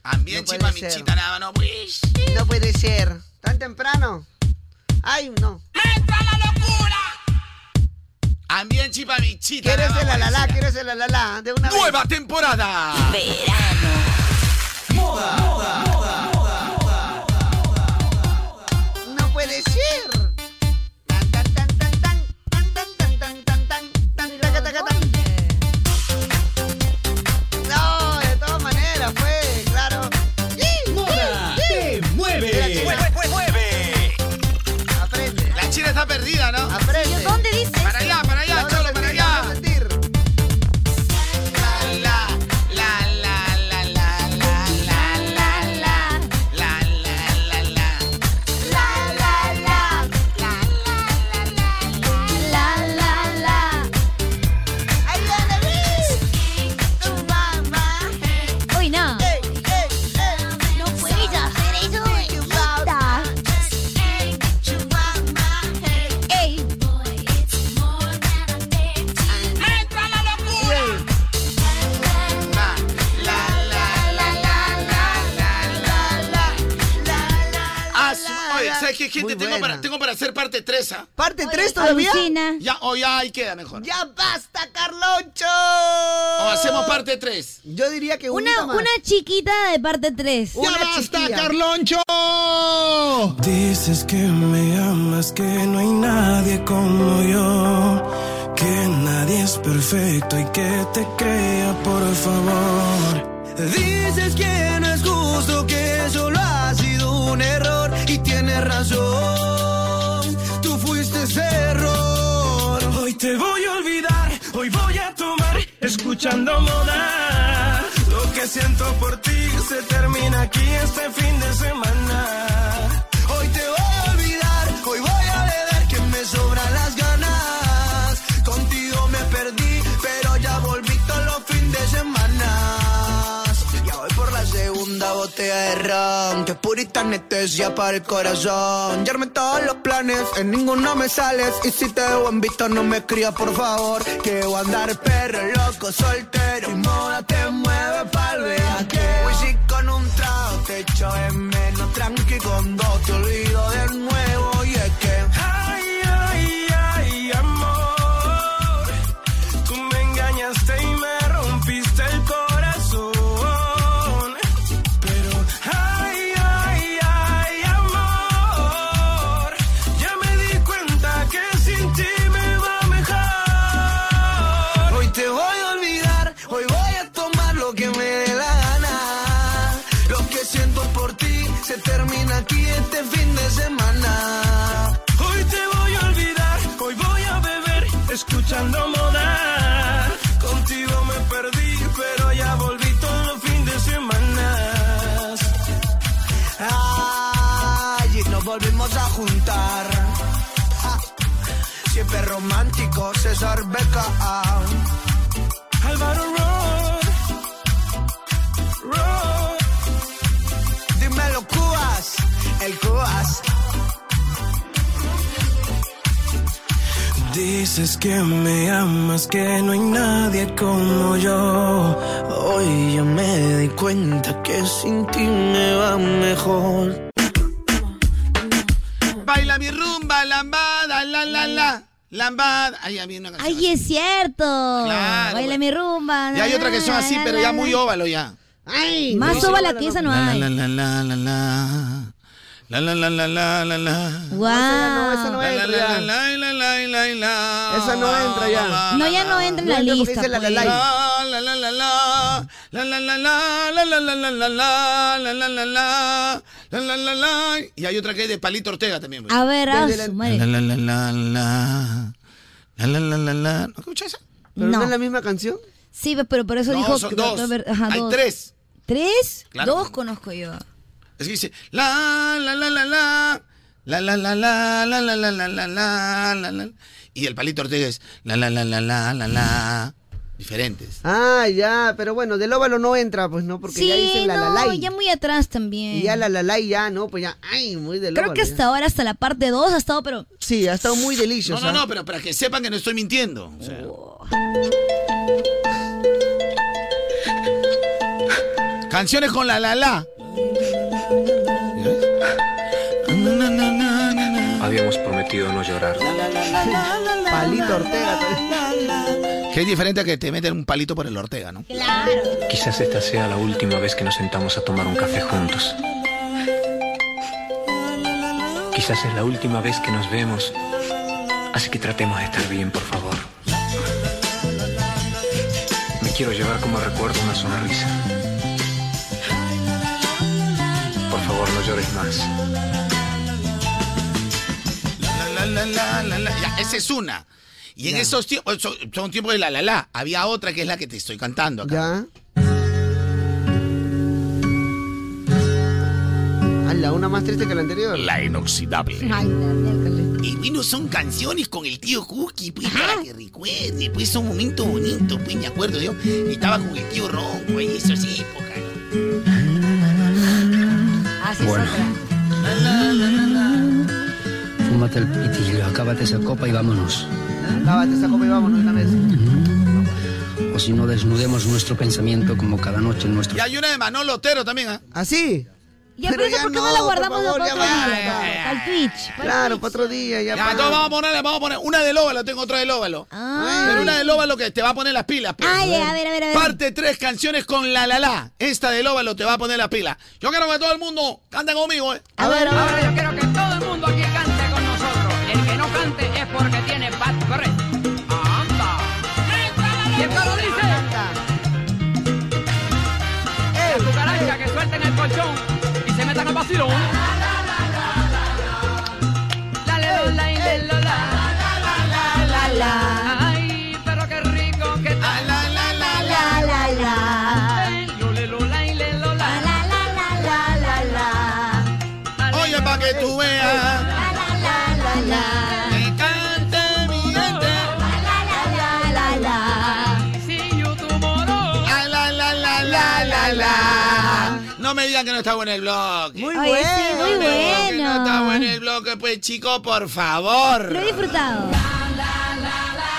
Speaker 13: Ambiente,
Speaker 10: No puede ser.
Speaker 13: mamichita, nada, no, pues.
Speaker 10: No puede ser. Tan temprano. Ay, no.
Speaker 13: Ambiente, mamichita.
Speaker 10: ¿Quieres
Speaker 13: nada,
Speaker 10: el
Speaker 13: pues.
Speaker 10: alalá? ¿Quieres el alalá? De una
Speaker 13: Nueva
Speaker 10: vez.
Speaker 13: temporada.
Speaker 10: No puede ser. Tan, tan, tan, tan, tan. Tan, tan, tan, tan, tan, tan. Tan, taca, taca, tan. No, de todas maneras, pues, claro.
Speaker 13: Moda te mueve.
Speaker 10: Mira, chica.
Speaker 13: Mueve, mueve, mueve. La china está perdida, ¿no?
Speaker 10: Aprende.
Speaker 3: ¿Dónde dice?
Speaker 13: Para allá, para allá, cholo, para allá. La, la, la, la, la, la, la, la, la, la, la, la, la.
Speaker 3: Uy, no. No puedes hacer eso. Hijita. Ey.
Speaker 13: Ah, su- Oye, ¿sabes qué, gente?
Speaker 10: Muy
Speaker 13: Tengo
Speaker 10: buena.
Speaker 13: para, tengo para hacer parte 3, ¿ah?
Speaker 10: ¿Parte 3 todavía?
Speaker 3: Alucina.
Speaker 13: Ya, o ya ahí queda mejor.
Speaker 10: ¡Ya basta, Carloncho!
Speaker 13: O hacemos parte 3.
Speaker 10: Yo diría que
Speaker 3: Una,
Speaker 10: una, más.
Speaker 3: una chiquita de parte 3.
Speaker 10: Una chiquilla.
Speaker 13: Carloncho!
Speaker 15: Dices que me amas, que no hay nadie como yo, que nadie es perfecto y que te crea, por favor.
Speaker 9: Dices que no es justo, que solo ha sido un error y tienes razón. Tú fuiste ese error.
Speaker 15: Hoy te voy a olvidar, hoy voy a tomar, escuchando moda. Lo que siento por ti se termina aquí este fin de semana.
Speaker 9: Hoy te voy a olvidar, hoy voy a beber que me sobran las ganas. Contigo me perdí, pero ya volví todos los fines de semana. Ya voy por la segunda botella de ron, que purita anestesia para el corazón. Ya armé todos los planes, en ninguno me sales. Y si te veo en visto, no me crías, por favor. Que voy a andar perro, loco, soltero. Y moda te mueve pa'l bellaqueo. Y si con un trago te echo de menos, tranqui con dos te olvido de nuevo. Y es que...
Speaker 15: Ay, ay, ay, amor. Tú me engañaste y me rompiste el corazón. Pero, ay, ay, ay, amor. Ya me di cuenta que sin ti me va mejor.
Speaker 9: Hoy te voy a olvidar, hoy voy a tomar lo que me dé la gana. Lo que siento por ti se termina aquí este fin de semana.
Speaker 15: Hoy te voy a olvidar, hoy voy a beber, escuchando moda. Contigo me perdí, pero ya volví todos los fines de semana.
Speaker 9: Ay, y nos volvimos a juntar. Ja. Siempre romántico, César Beca.
Speaker 15: Álvaro Rock, Rock.
Speaker 9: Dímelo, Cubas, el Cubas.
Speaker 15: Dices que me amas, que no hay nadie como yo.
Speaker 9: Hoy ya me di cuenta que sin ti me va mejor.
Speaker 13: Baila mi rumba, lambada, la, la, la. Lambada. Ahí había una canción.
Speaker 3: Ay, es cierto.
Speaker 13: Claro,
Speaker 3: Baila
Speaker 13: güey.
Speaker 3: mi rumba.
Speaker 13: Y hay otra que son así, pero ya muy óvalo ya.
Speaker 3: Ay, Más
Speaker 13: Dice-
Speaker 3: óvala que esa no
Speaker 13: La,
Speaker 3: hay.
Speaker 13: la, la, la, la, la. La, la, la, la, la, la, la.
Speaker 3: Wow.
Speaker 10: esa no
Speaker 13: La, la,
Speaker 10: entra
Speaker 13: la,
Speaker 10: ya.
Speaker 13: la, la, la, la, la.
Speaker 10: Esa no entra ya.
Speaker 13: La,
Speaker 3: No,
Speaker 13: la,
Speaker 3: ya no entra en la
Speaker 10: No entra porque
Speaker 3: lista.
Speaker 10: dice la, la, la.
Speaker 3: pues.
Speaker 13: la, la, la, la. La, la, la, la, la, la, la, la, la, la, la, la, la, la. La, la, la, la. Y hay otra que es de Palito Ortega también. güey.
Speaker 3: A ver, a
Speaker 10: Desde la-
Speaker 3: su
Speaker 13: La,
Speaker 3: madre.
Speaker 13: la, la, la, la. La, la, la, la, la. ¿No escuchas esa?
Speaker 10: ¿Pero no.
Speaker 3: No.
Speaker 10: es la misma canción?
Speaker 3: Sí, ve, pero por eso
Speaker 13: No,
Speaker 3: dijo
Speaker 13: son
Speaker 3: que-
Speaker 13: dos.
Speaker 3: a ver, ajá,
Speaker 13: Hay
Speaker 3: dos.
Speaker 13: tres.
Speaker 3: ¿Tres?
Speaker 13: Claro.
Speaker 3: Dos conozco yo.
Speaker 13: Es que dice la la la la la la la la la la la la la la la la la y el palito Ortega es la la la la la la la Ah, Diferentes.
Speaker 10: Ah, ya, pero bueno, del óvalo no entra, pues no, porque
Speaker 3: sí,
Speaker 10: ya dicen la
Speaker 3: no,
Speaker 10: la lay.
Speaker 3: ya muy atrás también.
Speaker 10: Y ya la la lay, ya, ¿no? Pues ya, ay, muy del
Speaker 3: Creo
Speaker 10: óvalo,
Speaker 3: que
Speaker 10: ya.
Speaker 3: hasta ahora, hasta la parte 2 ha estado, pero...
Speaker 10: Sí, ha estado muy
Speaker 13: No,
Speaker 10: delicioso.
Speaker 13: no, no, pero para que sepan que no estoy mintiendo. O sea, Canciones con la la la.
Speaker 9: Habíamos prometido no llorar.
Speaker 10: Palito Ortega.
Speaker 13: Que es diferente a que te meten un palito por el Ortega, ¿no?
Speaker 9: Quizás esta sea la última vez que nos sentamos a tomar un café juntos. Quizás es la última vez que nos vemos. Así que tratemos de estar bien, por favor. Me quiero llevar como recuerdo una sonrisa. Por favor, no llores más.
Speaker 13: La, la, la, la, la. Ya, esa es una. Y en esos tiempos, son, son tiempos de la la la. Había otra que es la que te estoy cantando acá.
Speaker 10: Ya. Ala, una más triste que la anterior.
Speaker 13: La inoxidable.
Speaker 3: Ay, la miércoles.
Speaker 13: Y bueno, son canciones con el tío Cookie, pues, para que recuerde, pues, son momentos bonitos, pues, me acuerdo yo. Estaba con el tío Ronco y eso sí, pues,
Speaker 3: Ah, sí,
Speaker 20: Bueno.
Speaker 3: es otra.
Speaker 10: Ah,
Speaker 20: Fúmate el pitillo, acábate esa copa y vámonos.
Speaker 10: Lávate esa copa y pues, vámonos de una vez.
Speaker 20: O si no, desnudemos nuestro pensamiento como cada noche en nuestro...
Speaker 13: Y hay una de Manolo Otero también, ¿ah?
Speaker 10: ¿Ah, sí?
Speaker 3: Ya,
Speaker 10: Pero
Speaker 3: pero eso,
Speaker 10: ya
Speaker 3: ¿por qué no,
Speaker 10: no,
Speaker 3: la
Speaker 10: por
Speaker 3: guardamos
Speaker 10: favor,
Speaker 3: para
Speaker 10: ya
Speaker 3: otro
Speaker 10: va,
Speaker 3: día?
Speaker 10: ya va, ya
Speaker 3: Al Twitch. para el
Speaker 10: Claro,
Speaker 3: Twitch.
Speaker 10: para otro día,
Speaker 13: Ya,
Speaker 10: ya. para-
Speaker 13: entonces vamos a ponerle, vamos a poner una del óvalo, tengo otra del óvalo. Pero una del óvalo que te va a poner las pilas. pues.
Speaker 3: Ay, Ah. a ver, a ver, a ver.
Speaker 13: Parte tres canciones con la la la. Esta del óvalo te va a poner las pilas. Yo quiero que todo el mundo cante conmigo, ¿eh?
Speaker 3: A ver, a ver.
Speaker 7: Yo quiero que todo el mundo aquí cante con nosotros. El que no cante es porque tiene bad breath. ¡Anda! Y el coro dice...
Speaker 13: ¡Eh,
Speaker 7: Las cucarachas que suelten el colchón y se metan al vacilón. La, la, la, la, la, la, la. Ay, pero qué rico que está. Ay, lo, le, lo, la, y le, lo, la.
Speaker 13: Oye, pa' que tú veas. Que cante mi gente. La, la, la, la, la, la, la. No me digan que no está bueno el blog.
Speaker 10: Muy
Speaker 3: Oye, sí, muy
Speaker 13: No me digan que no está bueno
Speaker 3: bueno.
Speaker 13: el blog, pues chico, por favor.
Speaker 3: Lo he disfrutado.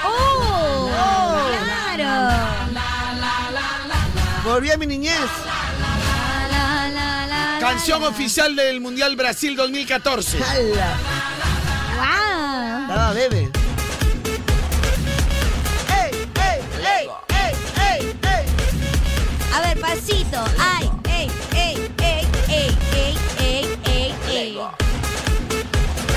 Speaker 3: ¡Oh! ¡Claro!
Speaker 10: Volví a mi niñez.
Speaker 13: Canción oficial del Mundial Brasil 2014.
Speaker 10: Ala.
Speaker 3: ¡Wow!
Speaker 10: Estaba bebé.
Speaker 3: A ver, pasito. ¡Ay! ¡Ey! ¡Ey! ¡Ey! ¡Ey! ¡Ey! ¡Ey! ¡Ey! ¡Ey!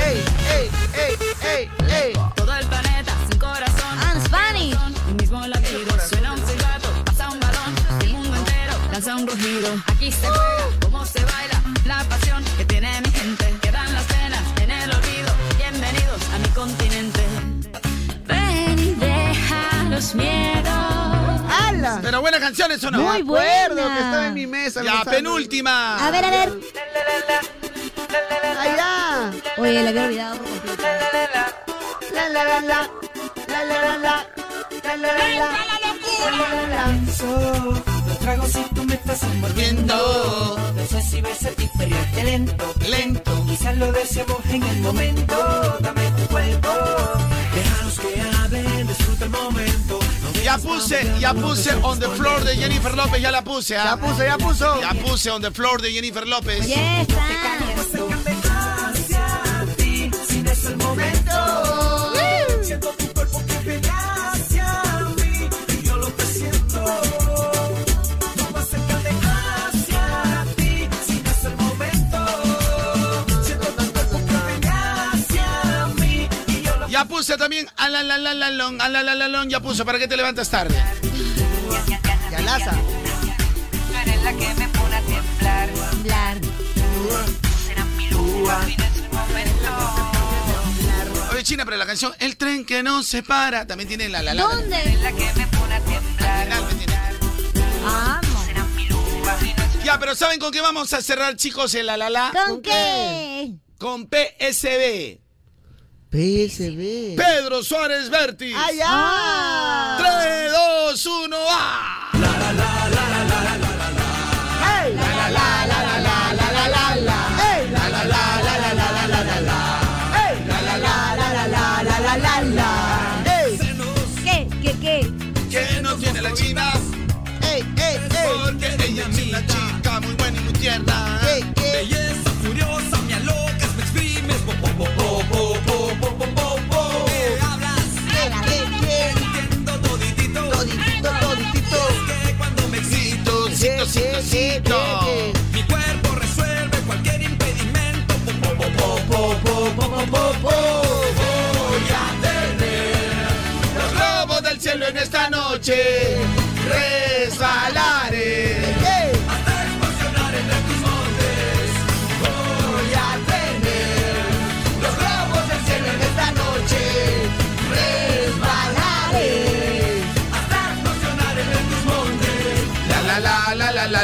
Speaker 21: ¡Ey, ey, ey, ey, ey!
Speaker 7: Todo el planeta sin corazón.
Speaker 3: ¡And Spanish!
Speaker 7: Un mismo latido. Suena un silbato, pasa un balón. El mundo entero lanza un rugido. Aquí se juega, cómo se baila. La pasión que tiene mi gente. Quedan las penas en el olvido. Bienvenidos a mi continente. Ven y deja los miedos.
Speaker 10: ¡Hala!
Speaker 13: Pero buenas canciones o no.
Speaker 10: Me acuerdo que estaba en mi mesa.
Speaker 13: La
Speaker 10: almorzando.
Speaker 13: penúltima.
Speaker 3: A ver, a ver.
Speaker 10: Allá.
Speaker 3: Ah. Oye, la había olvidado por completo.
Speaker 21: La, la, la, la. La, la, la, la. La, la, la, la.
Speaker 7: Solo lo trago si tú me estás envolviendo. No sé si besarte y perrearte lento, lento. Quizás lo deseamos en el momento. Dame tu cuerpo. Déjanos que hablen, disfruta el momento.
Speaker 13: Ya puse, ya puse On the Floor de Jennifer López, ya la puse. Ya
Speaker 10: puse, ya puso.
Speaker 13: Ya puse On the Floor de Jennifer López.
Speaker 3: ¡Ya está!
Speaker 7: Hacia ti, si no es el momento. Siento tu cuerpo que viene hacia mí y yo lo presiento. No más acercarte hacia ti, si no es el momento. Siento tu cuerpo que viene hacia mí y yo lo
Speaker 13: Ya puse también a la la la la long, a la la la long, ya puse para que te levantas tarde.
Speaker 10: Ya laza.
Speaker 7: eres la que me pone a temblar.
Speaker 3: Hablar.
Speaker 13: Oye, China, pero la canción El tren que no se para también tiene la la la.
Speaker 3: ¿Dónde?
Speaker 7: La que me pone a temblar.
Speaker 3: Vamos.
Speaker 13: Ya, pero ¿saben con qué vamos a cerrar, chicos, el la la la?
Speaker 3: ¿Con qué?
Speaker 13: Con PSB.
Speaker 10: PSB.
Speaker 13: Pedro Suárez Vertis.
Speaker 10: ¡Ay, ah!
Speaker 13: 3, 2, 1, ¡ah!
Speaker 3: ¿Qué? ¿Qué? ¿Qué?
Speaker 13: Que no tiene las chivas.
Speaker 4: Ey, ey,
Speaker 13: Porque ella es una chica muy buena y muy tierna.
Speaker 15: Belleza furiosa, me alocas, me exprimes. Bo, bo, bo, bo, bo, bo, bo, bo, bo. Me hablas, entiendo toditito.
Speaker 4: Toditito, toditito.
Speaker 15: Es que cuando me excito,
Speaker 13: cito, cito, cito.
Speaker 15: mi cuerpo resuelve cualquier impedimento. Bo, bo, bo, bo, bo, bo, bo, bo, bo. Voy a tener
Speaker 13: Los globos del cielo en esta noche resbalaré.
Speaker 15: Voy a tener los globos del cielo en esta noche. Resbalaré hasta explosionar en tus montes.
Speaker 13: La la la la la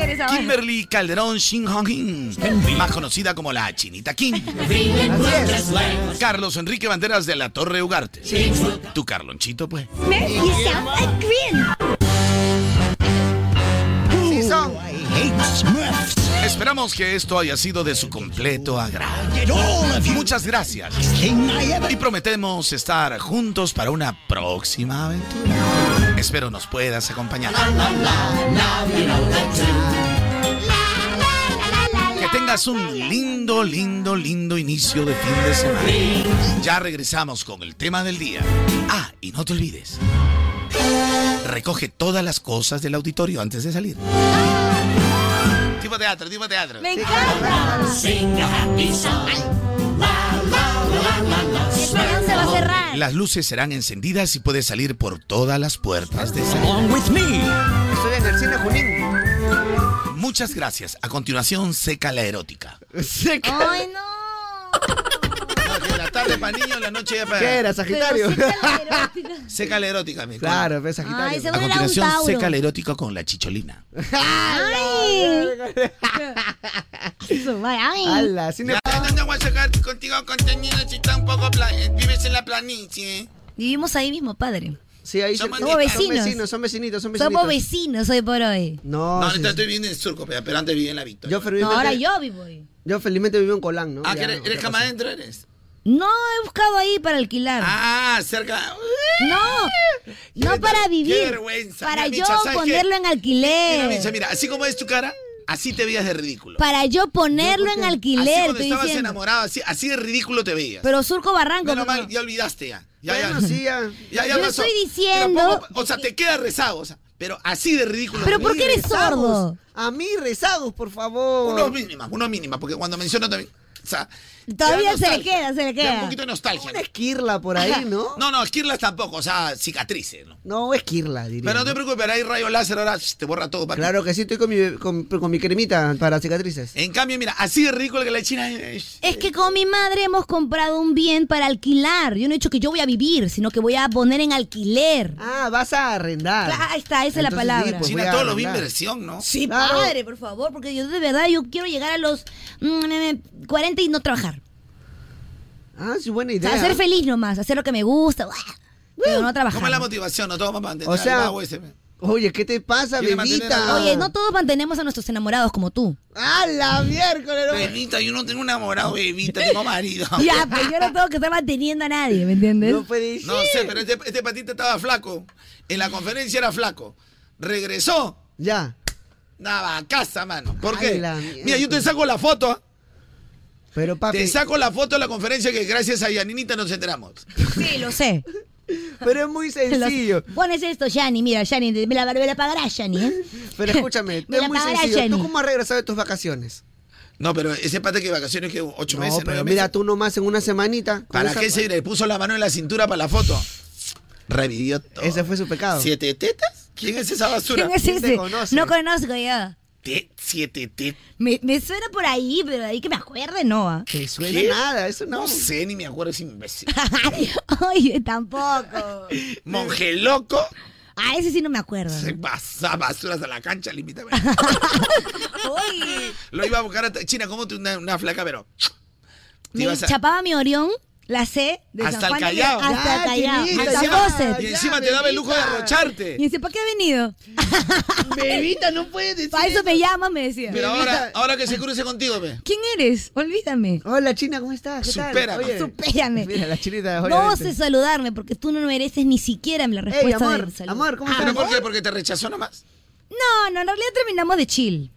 Speaker 3: eres ahora.
Speaker 13: Kimberly Calderón Shin Hong Kim, más conocida como la Chinita King. Carlos Enrique Banderas de la Torre Ugarte. Tu Carlonchito, pues.
Speaker 3: Mary, you sound like green.
Speaker 4: Sí son.
Speaker 13: Esperamos que esto haya sido de su completo agrado. Muchas gracias. Y prometemos estar juntos para una próxima aventura. Espero nos puedas acompañar. Que tengas un lindo, lindo, lindo inicio de fin de semana. Ya regresamos con el tema del día. Ah, y no te olvides. Recoge todas las cosas del auditorio antes de salir. Tipo teatro, tipo teatro.
Speaker 3: ¡Me encanta! El salón se va a cerrar.
Speaker 13: Las luces serán encendidas y puedes salir por todas las puertas de salida.
Speaker 4: Estoy en el cine Junín.
Speaker 13: Muchas gracias. A continuación, seca la erótica.
Speaker 3: ¡Ay, no!
Speaker 13: la tarde para niños, la noche ya para...
Speaker 10: ¿Qué era, Sagitario?
Speaker 3: Pero sí que la erótica.
Speaker 13: Seca la erótica, mi
Speaker 10: Claro, pues
Speaker 3: Ay,
Speaker 10: Sagitario.
Speaker 13: A
Speaker 3: seguro era un
Speaker 13: continuación,
Speaker 3: Tauro.
Speaker 13: seca la erótica con la chicholina.
Speaker 3: ¡Ay! Eso, vaya, ¡Ay!
Speaker 10: ¡Hala! Cine...
Speaker 13: no voy a sacar contigo contenido si tampoco eh, vives en la planicie.
Speaker 3: Vivimos ahí mismo, padre.
Speaker 10: Sí, ahí se-
Speaker 13: Somos
Speaker 10: son
Speaker 3: vecinos.
Speaker 10: vecinos, son vecinitos, son vecinitos.
Speaker 3: Somos vecinos hoy por hoy.
Speaker 10: No,
Speaker 13: No,
Speaker 10: sí,
Speaker 13: ahorita
Speaker 10: sí.
Speaker 13: estoy viviendo en Surco, pe, pero antes vivía en la Victoria.
Speaker 10: Yo felizmente,
Speaker 3: No, ahora yo vivo ahí.
Speaker 10: yo felizmente vivo en Colán, ¿no?
Speaker 13: Ah,
Speaker 10: Ya,
Speaker 13: que ¿eres,
Speaker 10: no,
Speaker 13: eres
Speaker 10: otra
Speaker 13: cama
Speaker 10: cosa.
Speaker 13: adentro eres?
Speaker 3: No, he buscado ahí para alquilar.
Speaker 13: Ah, cerca...
Speaker 3: No, no para
Speaker 13: Qué
Speaker 3: vivir.
Speaker 13: vergüenza.
Speaker 3: Para
Speaker 13: Mira,
Speaker 3: yo
Speaker 13: Micha, ¿sabes qué?
Speaker 3: ponerlo en
Speaker 13: Mira, Micha,
Speaker 3: alquiler.
Speaker 13: mira, así como es tu cara, así te veías de ridículo.
Speaker 3: Para yo ponerlo en
Speaker 13: Así
Speaker 3: alquiler,
Speaker 13: cuando
Speaker 3: estoy
Speaker 13: estabas
Speaker 3: diciendo.
Speaker 13: enamorado, así, así de ridículo te veías.
Speaker 3: Pero Surco Barranco. pues,
Speaker 13: Menos
Speaker 3: papá.
Speaker 13: mal, ya olvidaste ya. Ya, ya.
Speaker 10: Bueno, sí, ya.
Speaker 13: Ya, ya
Speaker 3: Yo
Speaker 13: pasó.
Speaker 3: estoy
Speaker 13: Pero
Speaker 3: diciendo-
Speaker 13: poco- o sea, te queda rezado, o sea, pero así de ridículo.
Speaker 3: Pero
Speaker 13: te
Speaker 3: ¿por
Speaker 13: veías.
Speaker 3: qué eres sordo?
Speaker 10: A mí rezados, por favor.
Speaker 13: Unos mínimas, unos mínimas, porque cuando menciono también. O sea, te da
Speaker 3: Todavía se le
Speaker 13: nostalgia,
Speaker 3: queda, se le
Speaker 13: te da Un
Speaker 3: queda.
Speaker 13: poquito de nostalgia.
Speaker 10: Una esquirla por ahí, ¿no?
Speaker 13: No, no, esquirlas tampoco, o sea, cicatrices, ¿no?
Speaker 10: No, esquirla, diría.
Speaker 13: Pero no te preocupes, ahora hay rayo láser, ahora sh, te borra todo. papi.
Speaker 10: Claro que sí, estoy con mi, con, con mi cremita para cicatrices.
Speaker 13: En cambio, mira, así de ridículo que la china. eh, es-
Speaker 3: Es que con mi madre hemos comprado un bien para alquilar. Yo no he dicho que yo voy a vivir, sino que voy a poner en alquiler.
Speaker 10: Ah, vas a arrendar.
Speaker 3: Claro, ahí está, esa es la
Speaker 10: Entonces,
Speaker 3: palabra.
Speaker 10: sí, pues, voy
Speaker 13: China,
Speaker 10: a
Speaker 13: todo lo vi
Speaker 10: arrendar.
Speaker 13: inversión, ¿no?
Speaker 3: Sí,
Speaker 10: Claro.
Speaker 3: padre, por favor, porque yo de verdad yo quiero llegar a los mm, 40 y no trabajar.
Speaker 10: Ah, sí, buena
Speaker 3: O
Speaker 10: idea.
Speaker 3: sea, ser feliz nomás, hacer lo que me gusta, ¡buah! pero no
Speaker 13: ¿Cómo es la
Speaker 3: trabajar.
Speaker 13: motivación? No todo para
Speaker 10: O sea,
Speaker 13: ese.
Speaker 10: Oye, ¿qué te pasa,
Speaker 13: Quiere mantener
Speaker 10: bebita?
Speaker 13: a-
Speaker 3: Oye, no todos mantenemos a nuestros enamorados como tú.
Speaker 10: ¡A la miércoles! no!
Speaker 13: Bebita, yo no tengo un enamorado, bebita, tengo marido.
Speaker 3: Ya, pues yo no tengo que estar manteniendo a nadie, ¿me entiendes?
Speaker 10: No puede ser.
Speaker 13: No sé, pero este, este patita estaba flaco. En la conferencia era flaco. Regresó.
Speaker 10: Ya.
Speaker 13: Nada, a casa, mano. ¿Por
Speaker 10: Ay,
Speaker 13: qué?
Speaker 10: la mierda.
Speaker 13: Mira, yo te saco la foto. ¿ah?
Speaker 10: Pero
Speaker 13: Te
Speaker 10: papi,
Speaker 13: saco la foto de la conferencia que gracias a Yaninita nos enteramos.
Speaker 3: Sí, lo sé.
Speaker 10: pues. pero es muy
Speaker 3: Lo-
Speaker 10: sencillo.
Speaker 3: Pones esto, Shani, mira, Shani, me la, me la pagarás, Shani, ¿eh?
Speaker 10: Pero escúchame,
Speaker 3: Me la
Speaker 10: es muy
Speaker 3: pagará
Speaker 10: sencillo.
Speaker 3: Jenny.
Speaker 10: ¿Tú cómo has regresado de tus vacaciones?
Speaker 13: No, pero ese pata que de vacaciones que ocho
Speaker 10: No,
Speaker 13: meses,
Speaker 10: pero
Speaker 13: nueve
Speaker 10: mira,
Speaker 13: meses.
Speaker 10: tú nomás en una semanita. con
Speaker 13: ¿Para
Speaker 10: esa-
Speaker 13: qué se le puso la mano en la cintura para la foto? revivió todo.
Speaker 10: Ese fue su pecado.
Speaker 13: ¿Siete tetas? ¿Quién es esa basura?
Speaker 3: ¿Quién es ese? No conozco yo.
Speaker 13: Te- ¿Siete tetas?
Speaker 3: Me, me suena por ahí, pero de ahí que me acuerde, no. ah.
Speaker 10: ¿Te
Speaker 13: suena
Speaker 10: nada, eso no.
Speaker 13: No sé, ni me acuerdo, es imbécil.
Speaker 3: Oye, tampoco.
Speaker 13: Monje loco,
Speaker 3: A Ah, ese sí no me acuerdo.
Speaker 13: se pasaba basuras a la cancha, limítame.
Speaker 3: Oye,
Speaker 13: Lo iba a buscar a China, ¿cómo te una, una flaca, pero? Te
Speaker 3: me
Speaker 13: ibas a-
Speaker 3: chapaba mi Orión, la C, de
Speaker 13: hasta
Speaker 3: San
Speaker 13: el
Speaker 3: Juan de-
Speaker 13: Callao.
Speaker 3: Hasta el Callao,
Speaker 13: Y
Speaker 3: hasta
Speaker 13: encima-
Speaker 3: Fawcett.
Speaker 13: Y encima te daba el lujo de arrocharte.
Speaker 3: Y dice, ¿para qué ha venido?
Speaker 10: Bebita, no puedes decir
Speaker 3: Para eso, me llama, me decía.
Speaker 13: Pero ahora, ahora que se cruce contigo, ve.
Speaker 3: ¿Quién eres? Olvídame.
Speaker 10: Hola, China, ¿cómo estás? ¿Qué tal?
Speaker 13: Supérame.
Speaker 10: Oye,
Speaker 3: Supérame.
Speaker 10: Mira, la chinita,
Speaker 3: No
Speaker 10: obviamente.
Speaker 3: sé saludarme porque tú no mereces ni siquiera la respuesta
Speaker 10: Ey, amor,
Speaker 3: de salud.
Speaker 10: amor, ¿cómo
Speaker 13: ¿Pero por qué? ¿Porque te rechazó nomás?
Speaker 3: No, no, en realidad terminamos de chill.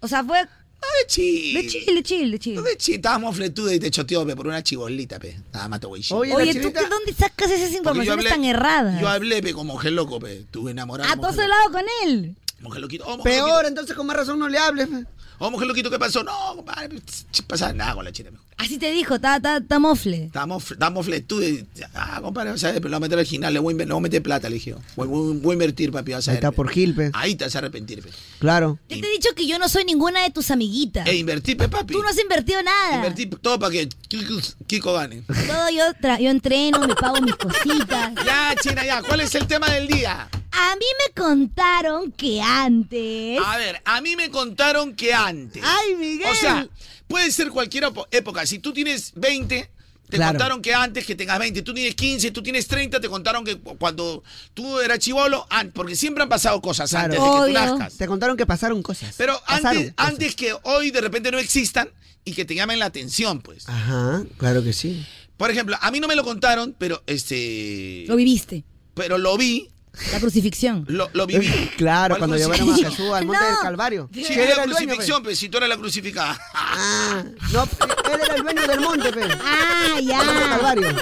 Speaker 3: O sea, fue
Speaker 10: Ah,
Speaker 13: No, de chill.
Speaker 3: de chill, de chill, de chill.
Speaker 13: De chill. Estábamos fletuda y te choteó, ve, por una chibolita, pe. Nada más te voy
Speaker 3: Oye, ¿tú de dónde sacas esas informaciones tan erradas? Ah,
Speaker 13: Yo hablé, pe, con Monje Loco, pe. Estuve enamorado.
Speaker 3: A
Speaker 13: de
Speaker 3: todos
Speaker 13: Monje
Speaker 3: lado con él.
Speaker 13: Loco. Monje Loquito. Oh, Monje
Speaker 10: Peor,
Speaker 13: Loquito.
Speaker 10: entonces con más razón no le hables. man.
Speaker 13: Oh, Monje Loquito, ¿qué pasó? No, compadre. ch- Pasa nada con la china, pe.
Speaker 3: Así te dijo, ta, ta, ta mofle.
Speaker 13: Estamos, estamos fletuda y, Ah, compadre, ¿sabes? Pero lo voy a meter al gimnasio, le voy a inver- le voy a meter plata, le dije. Voy, voy- voy a invertir, papi, vas a
Speaker 10: Ahí
Speaker 13: ver.
Speaker 10: está por Gil, pe.
Speaker 13: Ahí te vas a arrepentir, pe.
Speaker 10: Claro.
Speaker 3: Yo te he dicho que yo no soy ninguna de tus amiguitas.
Speaker 13: E invertí, pe, papi.
Speaker 3: Tú no has invertido nada.
Speaker 13: Invertí todo para que Kiko, Kiko gane.
Speaker 3: Todo yo, tra- yo entreno, me pago mis cositas.
Speaker 13: Ya, China, ya. ¿Cuál es el tema del día?
Speaker 3: A mí me contaron que antes.
Speaker 13: A ver, a mí me contaron que antes.
Speaker 3: Ay, Miguel.
Speaker 13: O sea, puede ser cualquier opo- época. Si tú tienes 20, te
Speaker 10: Claro.
Speaker 13: contaron que antes que tengas 20. Tú tienes 15, tú tienes 30, te contaron que cu- cuando tú eras chivolo, an- porque siempre han pasado cosas
Speaker 10: Claro.
Speaker 13: antes de que tú nazcas.
Speaker 10: Te contaron que pasaron cosas.
Speaker 13: Pero
Speaker 10: Pasaron
Speaker 13: antes, antes que hoy de repente no existan y que te llamen la atención, pues.
Speaker 10: Ajá, claro que sí.
Speaker 13: Por ejemplo, a mí no me lo contaron, pero este.
Speaker 3: Lo viviste.
Speaker 13: Pero lo vi,
Speaker 3: La crucifixión.
Speaker 13: lo, lo viví.
Speaker 10: Claro,
Speaker 13: ¿Cuál
Speaker 10: cuando llevaron a
Speaker 13: crucifixión?
Speaker 10: Jesús al monte
Speaker 3: No.
Speaker 10: del Calvario.
Speaker 13: Sí,
Speaker 10: ¿Quién
Speaker 13: era la
Speaker 10: el dueño, pe?
Speaker 13: crucifixión, pues, si tú eras la crucificada.
Speaker 10: Ah, no, él era el dueño del monte, pe.
Speaker 3: Ah,
Speaker 10: Monte del
Speaker 3: ya.
Speaker 10: Calvario.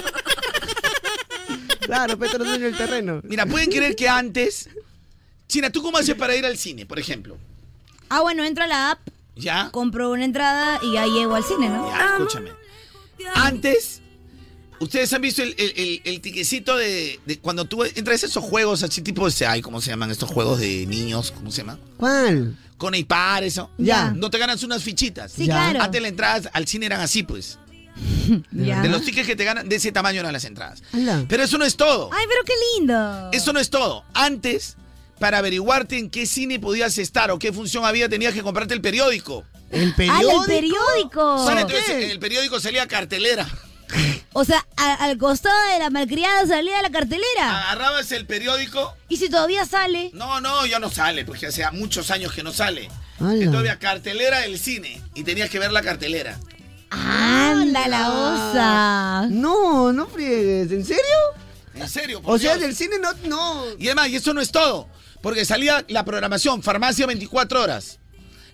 Speaker 10: Claro, pe, tú eres el dueño del terreno.
Speaker 13: Mira, pueden creer que antes. China, ¿tú cómo haces para ir al cine, por ejemplo?
Speaker 3: Ah, bueno, entro a la app,
Speaker 13: ¿Ya?
Speaker 3: compro una entrada y ya llego al cine, ¿no?
Speaker 13: Ya, escúchame. Antes, ustedes han visto el, el, el- el tiquecito de, de cuando tú entras a esos juegos, así tipo, o sea, ay, ¿cómo se llaman estos juegos de niños? ¿Cómo se llaman?
Speaker 10: ¿Cuál?
Speaker 13: Con el par, eso.
Speaker 10: Ya.
Speaker 13: No te ganas unas fichitas.
Speaker 3: Sí, Ya. claro.
Speaker 13: Antes las entradas al cine eran así, pues.
Speaker 3: Ya.
Speaker 13: De los tickets que te ganan, de ese tamaño eran las entradas.
Speaker 10: Ala.
Speaker 13: Pero eso no es todo.
Speaker 3: Ay, pero qué lindo.
Speaker 13: Eso no es todo. Antes, para averiguarte en qué cine podías estar o qué función había, tenías que comprarte el periódico.
Speaker 10: El
Speaker 3: Ah,
Speaker 10: periódico.
Speaker 3: el periódico.
Speaker 13: Sale, entonces, en el periódico salía cartelera.
Speaker 3: O sea, a- al costado de la malcriada salida de la cartelera.
Speaker 13: Agarrabas el periódico.
Speaker 3: Y si todavía sale.
Speaker 13: No, no, ya no sale, porque hace muchos años ah, que no sale.
Speaker 10: Ala.
Speaker 13: Entonces había cartelera del cine y tenías que ver la cartelera.
Speaker 3: Anda la osa.
Speaker 10: No, no friegues. ¿En serio?
Speaker 13: En serio. por
Speaker 10: O sea,
Speaker 13: Dios.
Speaker 10: del cine no. no.
Speaker 13: Y además, y eso no es todo, porque salía la programación, farmacia 24 horas.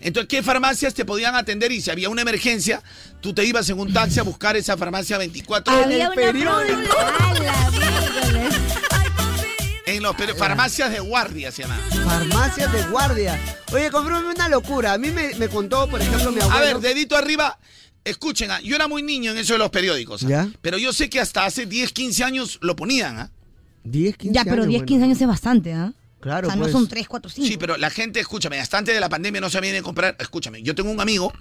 Speaker 13: Entonces, ¿qué farmacias te podían atender? Y si había una emergencia, tú te ibas en un taxi a buscar esa farmacia 24 horas.
Speaker 10: el
Speaker 3: Había una
Speaker 10: periódico.
Speaker 3: prola- ¡Ala, miércoles!
Speaker 13: En los pero- farmacias de guardia se llama.
Speaker 10: Farmacias de guardia. Oye, comprame una locura. A mí me, me contó, por ejemplo, mi abuelo.
Speaker 13: A ver, dedito arriba. Escuchen, ah, yo era muy niño en eso de los periódicos. ah.
Speaker 10: Ya.
Speaker 13: Pero yo sé que hasta hace 10, 15 años lo ponían. ah.
Speaker 10: 10, 15
Speaker 3: Ya, pero 10, 15 años es bastante, ¿ah?
Speaker 10: Claro,
Speaker 3: O sea, no
Speaker 10: pues.
Speaker 3: son 3, 4, 5.
Speaker 13: Sí, pero la gente, escúchame, hasta antes de la pandemia no se viene a comprar. Escúchame, yo tengo un amigo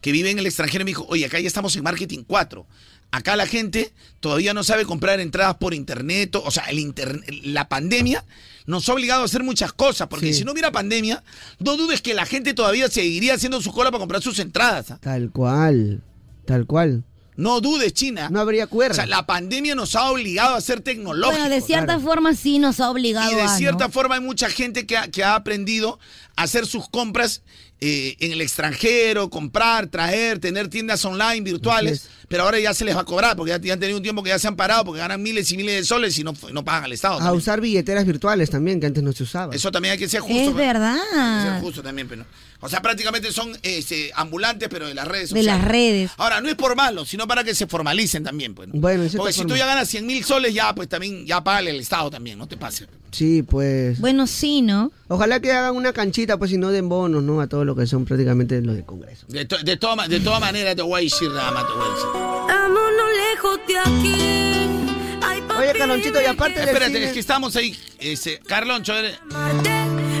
Speaker 13: que vive en el extranjero y me dijo, oye, acá ya estamos en Marketing 4. Acá la gente todavía no sabe comprar entradas por internet. O o sea, el inter- la pandemia nos ha obligado a hacer muchas cosas. Porque
Speaker 10: Sí.
Speaker 13: si no hubiera pandemia, no dudes que la gente todavía seguiría haciendo su cola para comprar sus entradas. ah.
Speaker 10: Tal cual. Tal cual.
Speaker 13: No dudes, China.
Speaker 10: No habría cuerda.
Speaker 13: O sea, la pandemia nos ha obligado a ser tecnológicos.
Speaker 3: Bueno, de cierta
Speaker 10: claro.
Speaker 3: forma sí nos ha obligado
Speaker 13: y
Speaker 3: a.
Speaker 13: de
Speaker 3: ¿no?
Speaker 13: cierta forma hay mucha gente que ha, que ha aprendido a hacer sus compras eh, en el extranjero, comprar, traer, tener tiendas online virtuales,
Speaker 10: Así
Speaker 13: pero ahora ya se les va a cobrar porque ya, ya han tenido un tiempo que ya se han parado porque ganan miles y miles de soles y no, no pagan al
Speaker 3: Ah,
Speaker 13: Estado.
Speaker 10: A
Speaker 13: también.
Speaker 10: usar billeteras virtuales también, que antes no se usaba.
Speaker 13: Eso también hay que ser justo.
Speaker 3: Es
Speaker 13: pero- hay que
Speaker 3: verdad.
Speaker 13: ser justo también, pero. O sea, prácticamente son este, ambulantes, pero de las redes
Speaker 3: De
Speaker 13: sociales.
Speaker 3: las redes.
Speaker 13: Ahora, no es por malo, sino para que se formalicen también, pues. ¿no?
Speaker 10: Bueno, en cierta
Speaker 13: Porque si tú
Speaker 10: forma.
Speaker 13: ya ganas 100 mil soles, ya, pues también, ya págale el Estado también, no te pases.
Speaker 10: Sí, pues.
Speaker 3: Bueno, sí, ¿no?
Speaker 10: Ojalá que hagan una canchita, pues, si no den bonos, ¿no? A todo lo que son prácticamente los del Congreso.
Speaker 13: De, to- de, toda ma- de toda manera te voy a decir nada más, te voy a decir.
Speaker 22: Vámonos lejos de aquí. Ay, pa
Speaker 10: Oye, Carlonchito, y aparte del
Speaker 13: Espérate,
Speaker 10: cine-
Speaker 13: es que estamos ahí. Este, Carloncho, eres-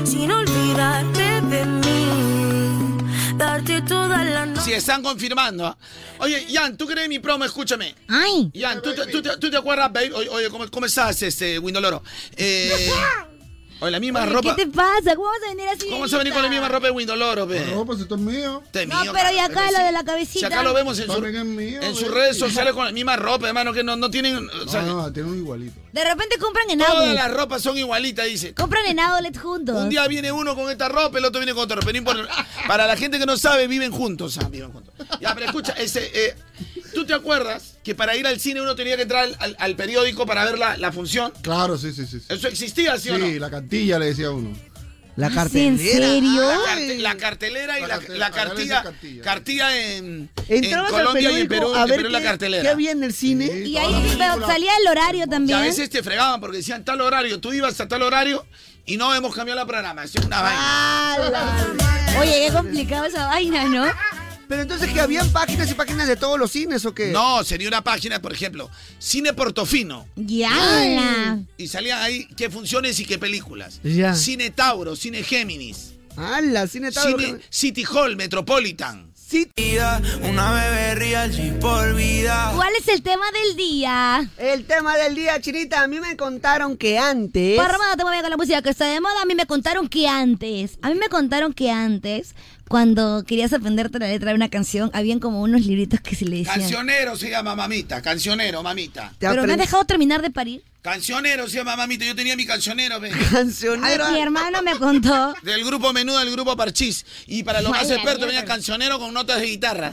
Speaker 22: Sin olvidarte de mí, darte toda la noche.
Speaker 13: si están confirmando. ¿ah? Oye, Jan, ¿tú crees mi promo? Escúchame.
Speaker 3: Ay.
Speaker 13: Jan, ¿tú, te- tú te- tú te acuerdas, babe? Oye, oye, ¿cómo, cómo estás, este, Windoloro? Eh, oye, la misma
Speaker 3: Oye,
Speaker 13: ropa.
Speaker 3: ¿Qué te pasa? ¿Cómo vas a venir así?
Speaker 13: ¿Cómo vas a venir con la misma ropa de Windoloro, pe? No, pues esto es mío.
Speaker 3: No, pero y acá lo de la
Speaker 13: Si
Speaker 3: cabecita.
Speaker 13: acá lo vemos en, su- en sus redes sociales con la misma ropa, hermano, que no, no tienen... o sea,
Speaker 7: No, no, tiene un igualito.
Speaker 3: De repente compran en
Speaker 13: Todas
Speaker 3: outlet.
Speaker 13: las ropas son igualitas, dice.
Speaker 3: Compran en outlet juntos.
Speaker 13: Un día viene uno con esta ropa, el otro viene con otra ropa. No importa. Para la gente que no sabe, viven juntos. ah, viven juntos. Ya, pero escucha, este, eh, ¿tú te acuerdas que para ir al cine uno tenía que entrar al, al- al periódico para ver la, la función?
Speaker 7: Claro, sí, sí, sí. sí.
Speaker 13: ¿Eso existía, sí o no?
Speaker 7: Sí, la cantilla le decía uno.
Speaker 13: Ah,
Speaker 10: La
Speaker 13: La, carte- la cartelera y la, la cartilla. Cartilla en, en
Speaker 10: Entrabas al
Speaker 13: Colombia y en
Speaker 10: periódico
Speaker 13: Perú.
Speaker 10: a
Speaker 13: en
Speaker 10: ver
Speaker 13: Perú
Speaker 10: qué,
Speaker 13: la cartelera.
Speaker 10: qué había en el cine.
Speaker 3: Y ahí pero salía el horario
Speaker 13: Y
Speaker 3: también.
Speaker 13: a veces te fregaban porque decían tal horario, tú ibas a tal horario y no hemos cambiado la programación. Una
Speaker 10: Ah.
Speaker 3: ¡Hala! Oye, qué complicado esa vaina, ¿no?
Speaker 10: Pero entonces que habían páginas y páginas de todos los cines o qué?
Speaker 13: No, sería una página, por ejemplo, Cine Portofino.
Speaker 3: ¡Ya!
Speaker 13: Y salían ahí qué funciones y qué películas.
Speaker 10: Ya.
Speaker 13: Cine Tauro, Cine Géminis.
Speaker 10: ¡Hala! Cine Tauro.
Speaker 13: Cine City Hall, Metropolitan.
Speaker 10: Una bebé real sin
Speaker 3: ¿Cuál es el tema del día?
Speaker 10: El tema del día, Chinita. A mí me contaron que antes.
Speaker 3: Parma, no te muevas con la música que está de moda. A mí me contaron que antes. A mí me contaron que antes, cuando querías aprenderte la letra de una canción, habían como unos libritos que se le decían.
Speaker 13: Cancionero se llama mamita, cancionero, mamita.
Speaker 3: Pero me has dejado terminar de parir.
Speaker 13: Cancionero se llama mamita, yo tenía mi cancionero. ve.
Speaker 3: Ay, mi hermano me contó.
Speaker 13: Del grupo Menuda, del grupo Parchís. Y para los más
Speaker 3: Ay, la
Speaker 13: expertos venía
Speaker 3: mierda.
Speaker 13: cancionero con notas de guitarra.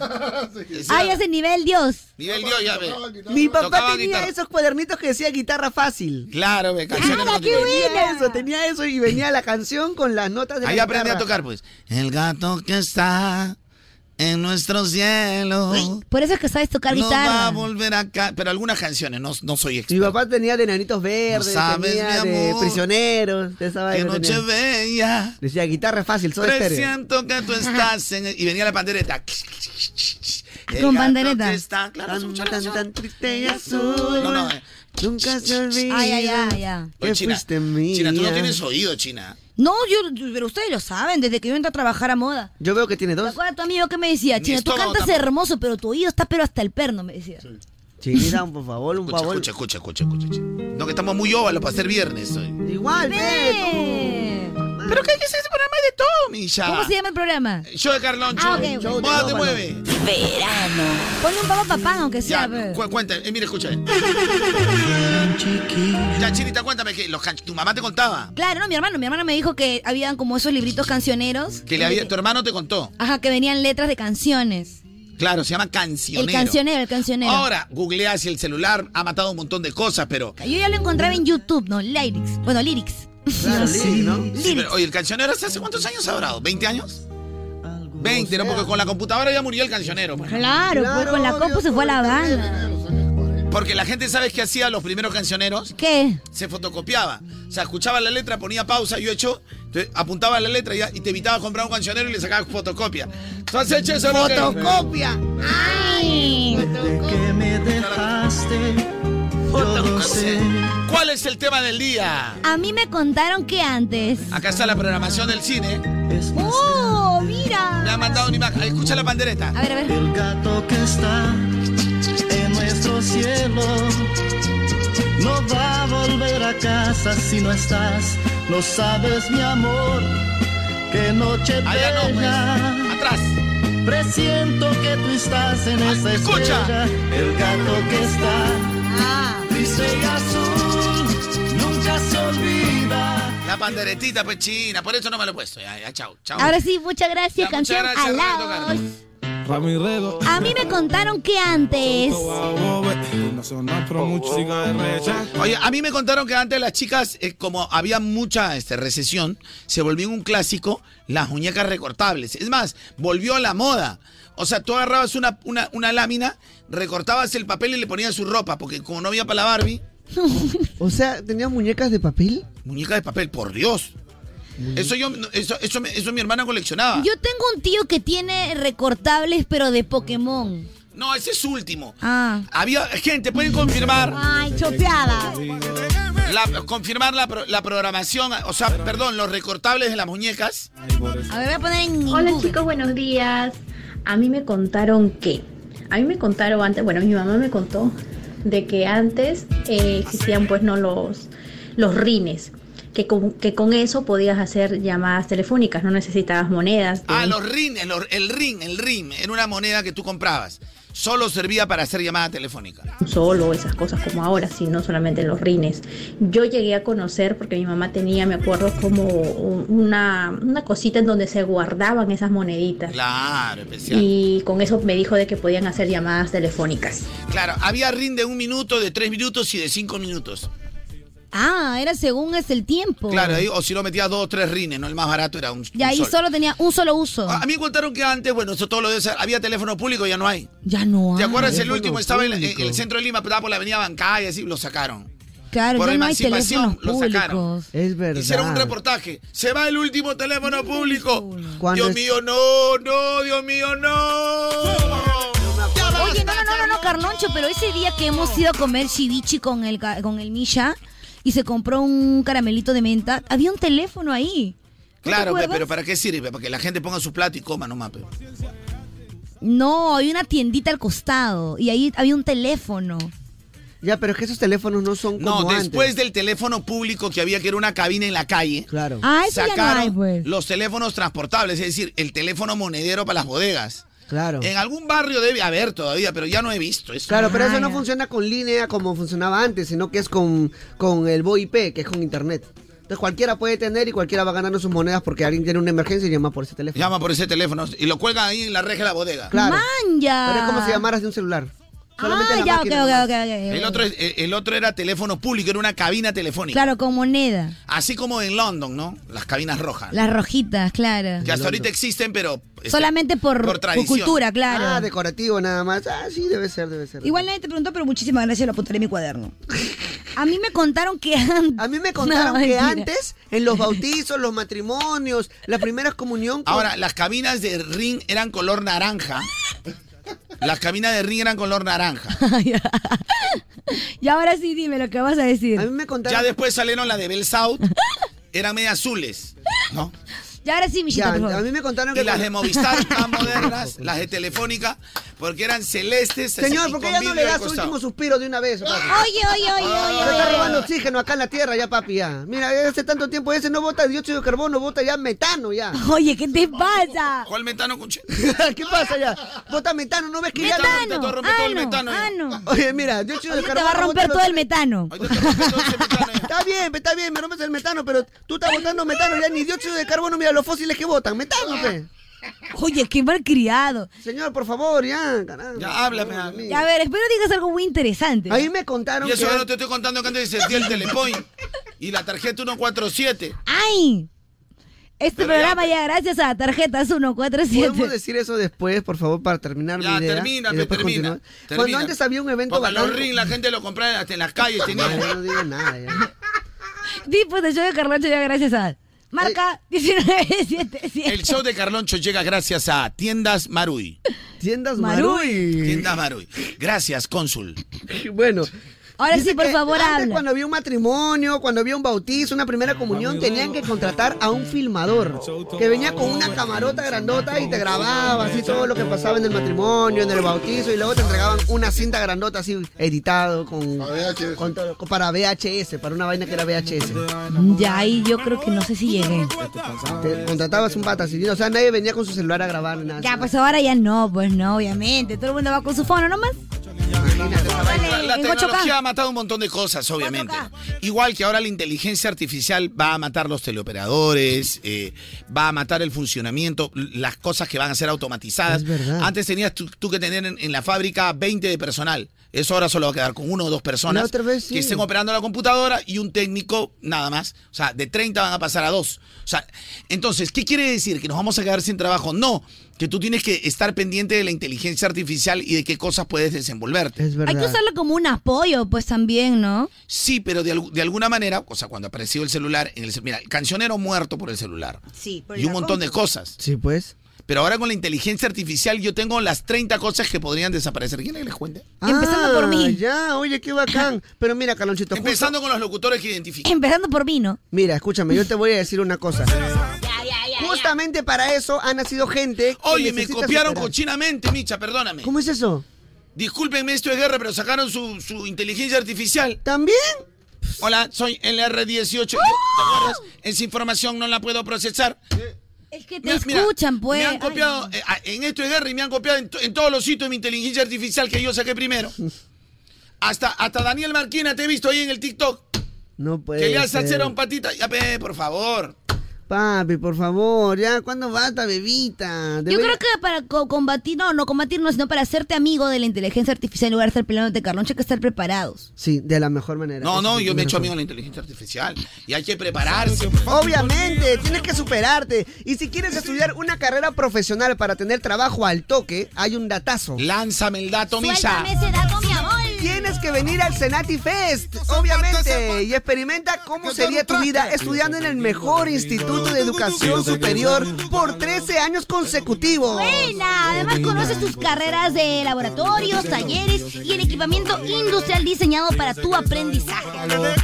Speaker 3: Ay, ese nivel Dios.
Speaker 13: Nivel Dios, ya ve.
Speaker 10: Mi papá
Speaker 13: Tocaba
Speaker 10: tenía
Speaker 13: guitarra.
Speaker 10: esos cuadernitos que decía guitarra fácil.
Speaker 13: Claro,
Speaker 3: Ah,
Speaker 13: ve, cancionero. con
Speaker 10: tenía
Speaker 13: guitarra.
Speaker 10: eso, tenía eso y venía la canción con las notas de la
Speaker 13: Ahí aprendí a
Speaker 10: guitarra.
Speaker 13: tocar, pues. El gato que está en nuestro cielo.
Speaker 3: Por eso es que sabes tocar
Speaker 13: no va
Speaker 3: guitarra.
Speaker 13: a volver acá. Pero algunas canciones, no, no soy
Speaker 10: Mi
Speaker 13: experto.
Speaker 10: papá tenía de Nanitos Verdes,
Speaker 13: sabes,
Speaker 10: tenía
Speaker 13: mi
Speaker 10: de
Speaker 13: amor,
Speaker 10: Prisioneros, de esa
Speaker 13: Qué
Speaker 10: vaina
Speaker 13: noche
Speaker 10: tenía.
Speaker 13: bella.
Speaker 10: Decía guitarra fácil, solo estéreo.
Speaker 13: Presiento que tú estás en... el- Y venía la pandereta. El
Speaker 10: Con
Speaker 13: gato
Speaker 10: pandereta.
Speaker 13: que está- claro, es mucha canción.
Speaker 10: triste
Speaker 13: y
Speaker 10: azul.
Speaker 13: No, no, eh.
Speaker 10: Nunca se olvida.
Speaker 3: Ay, ay, ay, ay.
Speaker 13: Oye,
Speaker 10: que
Speaker 13: China,
Speaker 10: fuiste mía.
Speaker 13: China, tú no tienes oído, China.
Speaker 3: No, yo, yo- pero ustedes lo saben, desde que yo entré a trabajar a moda.
Speaker 10: Yo veo que tiene
Speaker 3: ¿Te
Speaker 10: dos.
Speaker 3: acuerdas tu amigo que me decía?
Speaker 10: Mi
Speaker 3: China, tú
Speaker 10: estómago
Speaker 13: pues".
Speaker 3: cantas
Speaker 10: tampoco.
Speaker 3: hermoso, pero tu oído está pero hasta el perno, me decía.
Speaker 10: Chinita, por favor, un
Speaker 13: Escucha,
Speaker 10: favor.
Speaker 13: escucha, escucha, escucha, escucha. No, que estamos muy óvalos para ser viernes hoy.
Speaker 10: Igual,
Speaker 3: ve.
Speaker 13: Pero qué es ese programa de todo, Misha.
Speaker 3: ¿Cómo se llama el programa?
Speaker 13: Yo de Carloncho.
Speaker 3: Ah, ok, ok.
Speaker 13: Moda te mueve. Verano.
Speaker 3: Ponle un papá papá, aunque sea.
Speaker 13: Ya,
Speaker 3: pe.
Speaker 13: cu- cuenta, eh, mira, escucha. Ya, Chinita, cuéntame que los can- tu mamá te contaba.
Speaker 3: Claro, no, mi hermano, mi hermano me dijo que habían como esos libritos cancioneros.
Speaker 13: Que le había, tu hermano te contó.
Speaker 3: Ajá, que venían letras de canciones.
Speaker 13: Claro, se llama cancionero.
Speaker 3: El cancionero, el cancionero.
Speaker 13: Ahora, googlea si el celular ha matado un montón de cosas, pero.
Speaker 3: Yo ya lo encontraba en YouTube, ¿no? Lyrics. Bueno, lyrics.
Speaker 13: Claro, Sí, pero, oye, el cancionero hace hace cuántos años habrá? ¿20 años? 20, ¿no? Porque con la computadora ya murió el cancionero. pues.
Speaker 3: Claro, pues con la compu se fue a la banda.
Speaker 13: Porque la gente, ¿sabes qué hacía los primeros cancioneros?
Speaker 3: ¿Qué?
Speaker 13: Se fotocopiaba. O sea, escuchaba la letra, ponía pausa, yo hecho, te- apuntaba la letra y, ya- y te invitaba a comprar un cancionero y le sacabas fotocopia. ¿Tú has hecho eso? Roque?
Speaker 10: ¡Fotocopia!
Speaker 3: ¡Ay!
Speaker 16: que me dejaste, yo lo sé.
Speaker 13: ¿Cuál es el tema del día?
Speaker 3: A mí me contaron que antes.
Speaker 13: Acá está la programación del cine.
Speaker 3: ¡Oh, mira!
Speaker 13: Me ha mandado una imagen. Escucha la pandereta.
Speaker 3: A ver, a ver.
Speaker 16: El gato que está en nuestro cielo no va a volver a casa si no estás. Lo sabes, mi amor. Qué noche
Speaker 13: Allá no,
Speaker 16: bella.
Speaker 13: pues. Atrás.
Speaker 16: Presiento que tú estás en esa
Speaker 13: escucha.
Speaker 16: estrella. El gato que está
Speaker 3: Ah.
Speaker 16: triste y azul nunca se olvida.
Speaker 13: La panderetita, pues china. Por eso no me lo he puesto. Ya, ya, chao, chao.
Speaker 3: Ahora sí, muchas gracias,
Speaker 13: Ya, muchas
Speaker 3: canción
Speaker 13: gracias,
Speaker 3: al
Speaker 13: Roberto
Speaker 3: lado.
Speaker 13: Carlos.
Speaker 23: Ramirero.
Speaker 3: A mí me contaron que antes.
Speaker 13: Oye, a mí me contaron que antes las chicas, eh, como había mucha este, recesión, se volvió un clásico las muñecas recortables. Es más, volvió a la moda. O sea, tú agarrabas una, una, una lámina, recortabas el papel y le ponías su ropa, porque como no había para la Barbie,
Speaker 10: O sea, ¿tenía muñecas de papel?
Speaker 13: muñeca de papel, por Dios. Eso yo, no, eso, eso, Ah. me- eso mi hermana coleccionaba.
Speaker 3: Yo tengo un tío que tiene recortables, pero de Pokémon.
Speaker 13: No, ese es último.
Speaker 3: Ah.
Speaker 13: Había gente, pueden confirmar.
Speaker 3: Ay, chopeada.
Speaker 13: La- confirmar la, pro- la programación, o sea, perdón, los recortables de las muñecas.
Speaker 3: A ver, voy a poner en
Speaker 24: Hola chicos, buenos días. A mí me contaron que, a mí me contaron antes, bueno, mi mamá me contó de que antes eh, existían pues no los, los rines, que con, que con eso podías hacer llamadas telefónicas, no necesitabas monedas.
Speaker 13: Ah, los rines, los- el ring, el ring, era una moneda que tú comprabas. Solo servía para hacer llamada telefónica.
Speaker 24: un solo, esas cosas como ahora, sino solamente los rines. Yo llegué a conocer, porque mi mamá tenía, me acuerdo, como un- una, una cosita en donde se guardaban esas moneditas.
Speaker 13: Claro, especial.
Speaker 24: Y con eso me dijo de que podían hacer llamadas telefónicas.
Speaker 13: Claro, había ring de un minuto, de tres minutos y de cinco minutos.
Speaker 3: Ah, era según es el tiempo.
Speaker 13: Claro, ahí, o si no metías dos o tres rines, ¿no? El más barato era un.
Speaker 3: Y Oh. ahí
Speaker 13: un sol. Ah.
Speaker 3: solo tenía un solo uso.
Speaker 13: A mí me contaron que antes, bueno, eso todo lo de esa- había teléfono público, ya no hay.
Speaker 3: Ya no.
Speaker 13: ¿Te
Speaker 3: hay.
Speaker 13: acuerdas? El último estaba en, en el centro de Lima, estaba por la avenida Bancay, así lo sacaron.
Speaker 3: Claro,
Speaker 13: por
Speaker 3: ya no hay
Speaker 13: emancipación,
Speaker 3: teléfonos
Speaker 13: lo sacaron.
Speaker 3: públicos.
Speaker 10: Es verdad.
Speaker 13: Hicieron un reportaje. Se va el último teléfono público.
Speaker 10: ¿Cuándo
Speaker 13: Dios
Speaker 10: es?
Speaker 13: mío, no, no, Dios mío, no.
Speaker 3: Oye, no, no, no, no, no, Carloncho, pero ese día que hemos ido a comer ceviche con el, ga- con el Misha y se compró un caramelito de menta, había un teléfono ahí. ¿No te
Speaker 13: Claro, pe,
Speaker 3: acuerdas?
Speaker 13: pero ¿para qué sirve? Para que la gente ponga su plato y coma nomás. pe.
Speaker 3: No, hay una tiendita al costado y ahí había un teléfono.
Speaker 10: Ya, pero es que esos teléfonos no son
Speaker 13: No,
Speaker 10: como
Speaker 13: después
Speaker 10: antes.
Speaker 13: del teléfono público que había, que era una cabina en la calle.
Speaker 10: Claro.
Speaker 3: Ah, eso ya no
Speaker 13: sacaron
Speaker 3: hay, pues.
Speaker 13: los teléfonos transportables, es decir, el teléfono monedero para las bodegas.
Speaker 10: Claro.
Speaker 13: En algún barrio debe haber todavía, pero ya no he visto eso.
Speaker 10: Claro, pero eso no funciona con línea como funcionaba antes, sino que es con, con el VoIP, que es con internet. Entonces cualquiera puede tener y cualquiera va ganando sus monedas porque alguien tiene una emergencia y llama por ese teléfono.
Speaker 13: Llama por ese teléfono y lo cuelgan ahí en la reja de la bodega.
Speaker 10: Claro.
Speaker 3: ¡Manja!
Speaker 10: Pero es como si llamaras de un celular. Solamente
Speaker 3: Ah,
Speaker 10: la
Speaker 3: ya, ok,
Speaker 10: máquina
Speaker 3: ok,
Speaker 10: nomás.
Speaker 3: ok, ok.
Speaker 13: El otro, es- eh, el otro era teléfono público, era una cabina telefónica.
Speaker 3: Claro, con moneda.
Speaker 13: Así como en London, ¿no? Las cabinas rojas.
Speaker 3: Las rojitas, claro.
Speaker 13: que hasta ahorita existen, pero... este,
Speaker 3: Solamente por, por
Speaker 13: tradición.
Speaker 3: cultura, claro.
Speaker 10: Ah, decorativo nada más. Ah, sí, debe ser, debe ser.
Speaker 3: Igual nadie te preguntó, pero muchísimas gracias, lo apuntaré en mi cuaderno. A mí me contaron que antes...
Speaker 10: A mí me contaron que
Speaker 3: mentira.
Speaker 10: antes, en los bautizos, los matrimonios, las primeras comunión... con-
Speaker 13: Ahora, las cabinas de ring eran color naranja. Las cabinas de ring eran color naranja.
Speaker 3: Y ahora sí, dime lo que vas a decir. A
Speaker 10: mí me contaron...
Speaker 13: Ya después salieron las de Bell South. Eran medio azules. ¿no?
Speaker 3: Y ahora sí, Michita,
Speaker 10: Ya,
Speaker 3: por favor.
Speaker 10: a mí me contaron que...
Speaker 13: Y las de
Speaker 10: cuando-
Speaker 13: Movistar eran modernas, las de Telefónica, porque eran celestes. así,
Speaker 10: Señor,
Speaker 13: y
Speaker 10: ¿por qué
Speaker 13: con
Speaker 10: ya no le
Speaker 13: vidrio al
Speaker 10: das su
Speaker 13: costado.
Speaker 10: último suspiro de una vez? Papi?
Speaker 3: Oye, oye, oye, oye,
Speaker 10: Se está
Speaker 3: oye.
Speaker 10: robando oxígeno acá en la tierra ya, papi, ya. Mira, hace tanto tiempo ese no bota dióxido de carbono, bota ya metano ya.
Speaker 3: Oye, ¿qué te pasa?
Speaker 13: ¿Cuál metano con che-
Speaker 10: ¿Qué pasa ya? Bota metano, ¿no ves que ya...
Speaker 13: Metano, te va a romper
Speaker 3: Ah,
Speaker 13: todo el metano, ya.
Speaker 10: Oye, mira, dióxido de
Speaker 3: Ahorita
Speaker 10: carbono...
Speaker 3: te va a romper
Speaker 10: bótalo-
Speaker 3: todo el metano.
Speaker 10: Está bien, pe, está bien, me rompes el metano, pero tú estás botando metano ya, ni dióxido de carbono, mira los fósiles que botan, metano, pe.
Speaker 3: Oye, qué malcriado.
Speaker 10: Señor, por favor, ya, caramba.
Speaker 13: Ya, háblame a mí.
Speaker 3: Ya, A ver, espero digas algo muy interesante.
Speaker 10: Ahí me contaron
Speaker 13: Y eso
Speaker 10: que-
Speaker 13: que no te estoy contando que antes existía el Telepoint y la tarjeta 147.
Speaker 3: ¡Ay! Este programa ya, gracias a tarjetas
Speaker 10: ¿Podemos
Speaker 3: 1477.
Speaker 10: decir eso después, por favor, para terminar
Speaker 13: Ya,
Speaker 10: mi idea? Eh,
Speaker 13: termina,
Speaker 10: Y
Speaker 13: pe,
Speaker 10: después
Speaker 13: termina,
Speaker 10: continuar?
Speaker 13: termina.
Speaker 10: Cuando antes había un evento
Speaker 13: Porque los
Speaker 10: bacán...
Speaker 13: ring la gente lo compraba hasta en las calles. Tenía...
Speaker 10: Ya, yo no digo nada, ya.
Speaker 3: Tipos pues, de show de Carloncho ya, gracias a. Marca 1977.
Speaker 13: El show de Carloncho llega gracias a Tiendas Marui.
Speaker 10: Tiendas
Speaker 3: Marui.
Speaker 13: Tiendas Marui. Gracias, cónsul.
Speaker 10: Bueno.
Speaker 3: Ahora
Speaker 10: dice
Speaker 3: sí, por
Speaker 10: que
Speaker 3: favor,
Speaker 10: antes,
Speaker 3: habla.
Speaker 10: Cuando había un matrimonio, cuando había un bautizo, una primera comunión, tenían que contratar a un filmador que venía con una camarota grandota y te grababa así todo lo que pasaba en el matrimonio, en el bautizo, y luego te entregaban una cinta grandota así editado con, con todo- con- para VHS, para una vaina que era VHS.
Speaker 3: Ya ahí yo creo que no sé si llegué.
Speaker 10: Te contratabas un pata así, o sea, nadie venía con su celular a grabar nada.
Speaker 3: Ya, pues ahora ya no, pues no, obviamente. Todo el mundo va con su fono nomás.
Speaker 13: La, la
Speaker 3: en 8K.
Speaker 13: tecnología ha matado un montón de cosas, obviamente. Igual que ahora la inteligencia artificial va a matar los teleoperadores, eh, va a matar el funcionamiento, las cosas que van a ser automatizadas.
Speaker 10: Es verdad.
Speaker 13: Antes tenías tú, tú que tener en, en la fábrica 20 de personal. Eso ahora solo va a quedar con uno o dos personas
Speaker 10: La otra vez, sí.
Speaker 13: que estén operando la computadora y un técnico nada más. O sea, de 30 van a pasar a dos. O sea, entonces, ¿qué quiere decir? ¿Que nos vamos a quedar sin trabajo? No, que tú tienes que estar pendiente de la inteligencia artificial y de qué cosas puedes desenvolverte.
Speaker 10: Es
Speaker 3: Hay que usarlo como un apoyo, pues también, ¿no?
Speaker 13: Sí, pero de, algu- de alguna manera, o sea, cuando apareció el celular, en el, ce- mira, el cancionero muerto por el celular
Speaker 3: Sí,
Speaker 13: y un montón de cosas.
Speaker 10: Sí, pues.
Speaker 13: Pero ahora con la inteligencia artificial yo tengo las 30 cosas que podrían desaparecer. ¿Quién le cuenta?
Speaker 10: Ah,
Speaker 3: Empezando por mí.
Speaker 10: Ya, oye, qué bacán. Pero mira, Calonchito.
Speaker 13: Empezando con los locutores que identifican.
Speaker 3: Empezando por mí, ¿no?
Speaker 10: Mira, escúchame, yo te voy a decir una cosa. Justamente para eso ha nacido gente. que
Speaker 13: Oye, me
Speaker 10: necesita
Speaker 13: copiaron
Speaker 10: superar.
Speaker 13: cochinamente, Micha, perdóname.
Speaker 10: ¿Cómo es eso?
Speaker 13: Discúlpenme, esto es guerra, pero sacaron su, su inteligencia artificial.
Speaker 10: ¿También?
Speaker 13: Hola, soy LR18. ¿Te acuerdas? Esa información no la puedo procesar.
Speaker 3: Es que
Speaker 13: Me
Speaker 3: te
Speaker 13: han- mira,
Speaker 3: escuchan, pues.
Speaker 13: Me han
Speaker 3: Ay,
Speaker 13: copiado eh, a- en esto de guerra y me han copiado en, to- en todos los sitios mi inteligencia artificial que yo saqué primero. Hasta, hasta Daniel Marquina te he visto ahí en el TikTok.
Speaker 10: No puede
Speaker 13: que le hace
Speaker 10: ser.
Speaker 13: hacer a un patita. Ya, pe, por favor.
Speaker 10: Papi, por favor, ya, ¿cuándo basta, bebita?
Speaker 3: Yo
Speaker 10: Debe-
Speaker 3: creo que para co- combatir, no, no combatir, no, sino para hacerte amigo de la inteligencia artificial en lugar de estar peleándote, Carloncho, hay que estar preparados.
Speaker 10: Sí, de la mejor manera.
Speaker 13: No,
Speaker 10: Eso
Speaker 13: no,
Speaker 10: sí,
Speaker 13: yo me he
Speaker 10: tienes
Speaker 13: hecho
Speaker 10: razón.
Speaker 13: amigo de la inteligencia artificial. Y hay que prepararse.
Speaker 10: Obviamente, tienes que superarte. Y si quieres estudiar una carrera profesional para tener trabajo al toque, hay un datazo.
Speaker 13: Lánzame el dato,
Speaker 10: Misa.
Speaker 25: ese dato, mi amor.
Speaker 10: Tienes que venir al Senati Fest, obviamente, y experimenta cómo sería tu vida estudiando en el mejor instituto de educación superior por 13 años consecutivos.
Speaker 3: Buena, además conoces tus carreras de laboratorios, talleres y el equipamiento industrial diseñado para tu aprendizaje.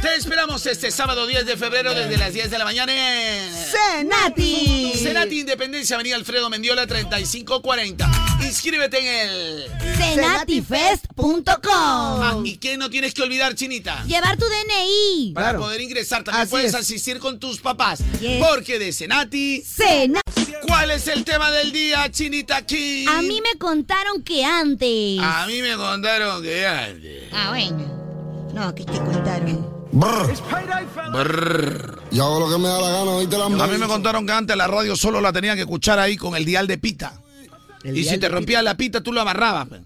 Speaker 13: Te esperamos este sábado 10 de febrero desde las 10 de la mañana en...
Speaker 10: ¡Senati!
Speaker 13: Senati Independencia, Avenida Alfredo Mendiola 3540. Inscríbete en el... Ah,
Speaker 3: Cenatifest.com.
Speaker 13: ¿Y qué no tienes que olvidar, Chinita?
Speaker 3: Llevar tu DNI.
Speaker 13: Para poder ingresar también
Speaker 3: Así
Speaker 13: puedes
Speaker 3: es.
Speaker 13: asistir con tus papás. Porque de Senati...
Speaker 3: Cena.
Speaker 13: ¿Cuál es el tema del día, Chinita aquí?
Speaker 3: A mí me contaron que antes.
Speaker 13: A mí me contaron que antes.
Speaker 3: Ah, bueno. No, que te contaron.
Speaker 13: Yo hago lo que me da la gana, A mí me contaron que antes la radio solo la tenían que escuchar ahí con el dial de pita. y si
Speaker 10: dial
Speaker 13: te
Speaker 10: de
Speaker 13: rompía la pita, tú lo amarrabas. pe.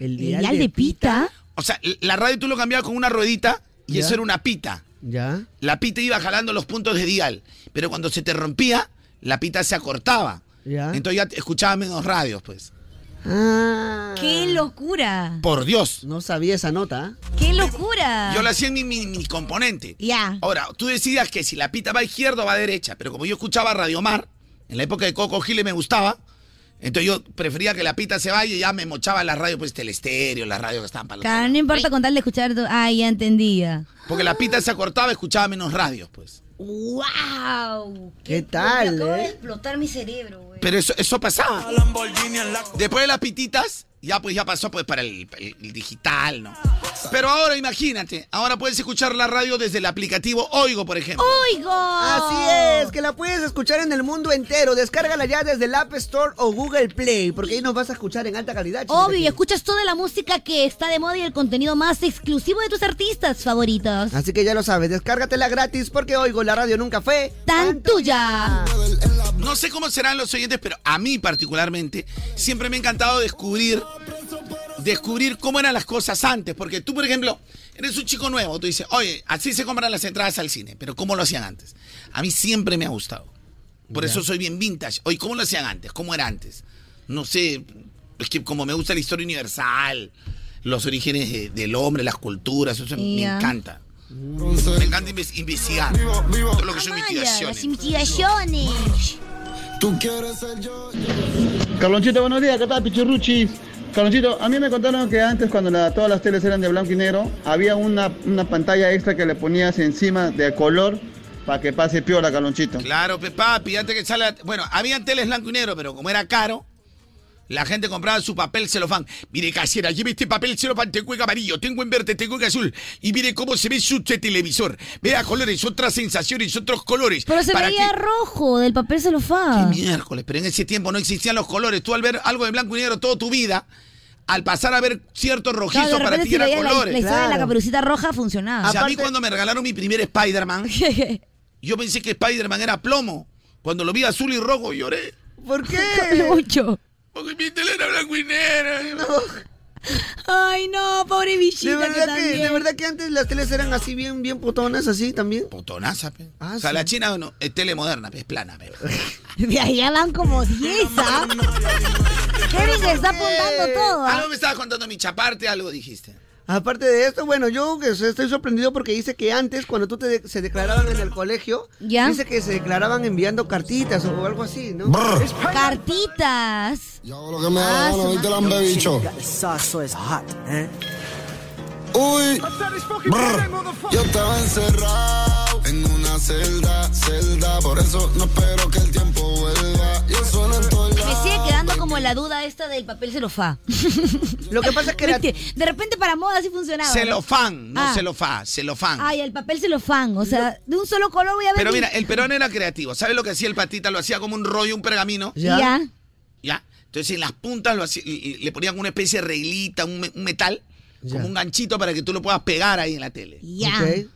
Speaker 10: El
Speaker 3: dial de pita?
Speaker 13: O sea, l- la radio tú lo cambiabas con una ruedita y
Speaker 10: Ya.
Speaker 13: eso era una pita.
Speaker 10: ¿Ya?
Speaker 13: La pita iba jalando los puntos de dial. Pero cuando se te rompía, la pita se acortaba.
Speaker 10: ¿Ya?
Speaker 13: Entonces ya te- escuchabas menos radios, pues.
Speaker 3: ¡Qué locura!
Speaker 13: Por Dios.
Speaker 10: Ah. No sabía esa nota. ¿eh?
Speaker 3: ¡Qué locura!
Speaker 13: Yo le hacía en mi, mi- mi componente.
Speaker 3: Ah. Ya.
Speaker 13: Ahora, tú decías que si la pita va a izquierda o va a derecha, pero como yo escuchaba Radio Mar, en la época de Coco Giles me gustaba, entonces yo prefería que la pita se vaya y ya me mochaba la radio, pues telestéreo, la radio que estaban para los-
Speaker 3: Cara, no importa con tal de escuchar. tu- Ay, ya entendía.
Speaker 13: Porque la pita se acortaba, escuchaba menos radios, pues.
Speaker 3: ¡Wow!
Speaker 10: ¿Qué
Speaker 3: Me
Speaker 10: tal,
Speaker 3: acabo de
Speaker 10: eh?
Speaker 3: explotar mi cerebro.
Speaker 13: Pero eso, eso pasaba. Después de las pititas, ya pues ya pasó pues para el, el- el digital, ¿no? Pero ahora imagínate, ahora puedes escuchar la radio desde el aplicativo Oigo, por ejemplo.
Speaker 3: ¡Oigo!
Speaker 10: Así es, que la puedes escuchar en el mundo entero. Descárgala ya desde el App Store o Google Play, porque ahí nos vas a escuchar en alta calidad. chiquita.
Speaker 3: Obvio, y escuchas toda la música que está de moda y el contenido más exclusivo de tus artistas favoritos.
Speaker 10: Así que ya lo sabes, descárgatela gratis porque oigo la radio nunca fue.
Speaker 3: ¡Tan tuya!
Speaker 13: No sé cómo serán los oyentes, pero a mí particularmente siempre me ha encantado descubrir descubrir cómo eran las cosas antes, porque tú, por ejemplo, eres un chico nuevo, tú dices, "Oye, así se compran las entradas al cine", pero cómo lo hacían antes. A mí siempre me ha gustado. Por eso soy bien vintage. Oye, ¿cómo lo hacían antes? ¿Cómo era antes? No sé, es que como me gusta la historia universal, los orígenes de- del hombre, las culturas, eso
Speaker 3: Ya.
Speaker 13: me encanta. Me encanta inves- investigar. Todo lo que
Speaker 3: Ah,
Speaker 13: son investigaciones.
Speaker 3: Las investigaciones.
Speaker 13: ¿Tú quieres ser yo?
Speaker 2: Carlonchito, buenos días, ¿qué tal, Pichurruchis? Carlonchito, a mí me contaron que antes, cuando la- todas las teles eran de blanco y negro, había una, una pantalla extra que le ponías encima de color para que pase piola, Carlonchito.
Speaker 13: Claro, pe, papi, antes que salga. Bueno, había teles blanco y negro, pero como era caro, la gente compraba su papel celofán. Mire, casera, lleve este papel celofán, tengo en amarillo, tengo en verde, tengo en azul. Y mire cómo se ve su te- televisor. Vea colores, otras sensaciones, otros colores.
Speaker 3: Pero se
Speaker 13: ¿Para
Speaker 3: veía
Speaker 13: qué?
Speaker 3: rojo del papel celofán.
Speaker 13: Miércoles, pero en ese tiempo no existían los colores. Tú al ver algo de blanco y negro toda tu vida, al pasar a ver cierto rojizo
Speaker 3: Claro, de
Speaker 13: para
Speaker 3: repente
Speaker 13: ti
Speaker 3: si
Speaker 13: era
Speaker 3: veía la, la
Speaker 13: colores.
Speaker 3: historia de la caperucita roja funcionaba.
Speaker 13: O sea, a mí cuando me regalaron mi primer Spider-Man, yo pensé que Spider-Man era plomo. Cuando lo vi azul y rojo lloré.
Speaker 10: ¿Por qué?
Speaker 3: Mucho.
Speaker 13: Porque mi tele era blanco y negro.
Speaker 3: Ay, no, pobre bichita.
Speaker 10: De verdad
Speaker 3: que
Speaker 10: que, de
Speaker 3: también.
Speaker 10: verdad que antes las teles eran así bien, bien putonas, así también.
Speaker 13: Putonaza, pe. o sea, la China no, es tele moderna, pe, es plana. pe.
Speaker 3: De allá van como 10, ¿ah? Kevin se está apuntando todo.
Speaker 13: Eh, Algo
Speaker 3: ¿ah?
Speaker 13: me estabas contando, mi chaparte, algo dijiste.
Speaker 10: Aparte de esto, bueno, yo que se- estoy sorprendido porque dice que antes, cuando tú te de- se declaraban en el colegio, dice que se declaraban enviando cartitas o algo así, ¿no?
Speaker 3: Cartitas.
Speaker 26: Lo que me da la gana, ¿viste, lambe, bicho? Uy, brr. yo estaba encerrado en una celda, celda, por eso no espero que el tiempo vuelva. Yo solo estoy
Speaker 3: Me sigue quedando como la duda esta del papel celofá.
Speaker 10: Lo que pasa es que era-
Speaker 3: de repente para moda sí funcionaba. ¿no?
Speaker 13: Celofán, no
Speaker 3: Ah.
Speaker 13: celofá, celofán.
Speaker 3: Ay, el papel celofán, o sea, de un solo color voy a ver.
Speaker 13: Pero
Speaker 3: mi-
Speaker 13: mira, el peruano era creativo. ¿Sabes lo que hacía el patita? Lo hacía como un rollo, un pergamino.
Speaker 3: Ya. Ya.
Speaker 13: Ya. Entonces en las puntas lo hacía- y- y le ponían una especie de reglita, un, me- un metal, como un ganchito para que tú lo puedas pegar ahí en la tele.
Speaker 3: Ya.
Speaker 10: Ok.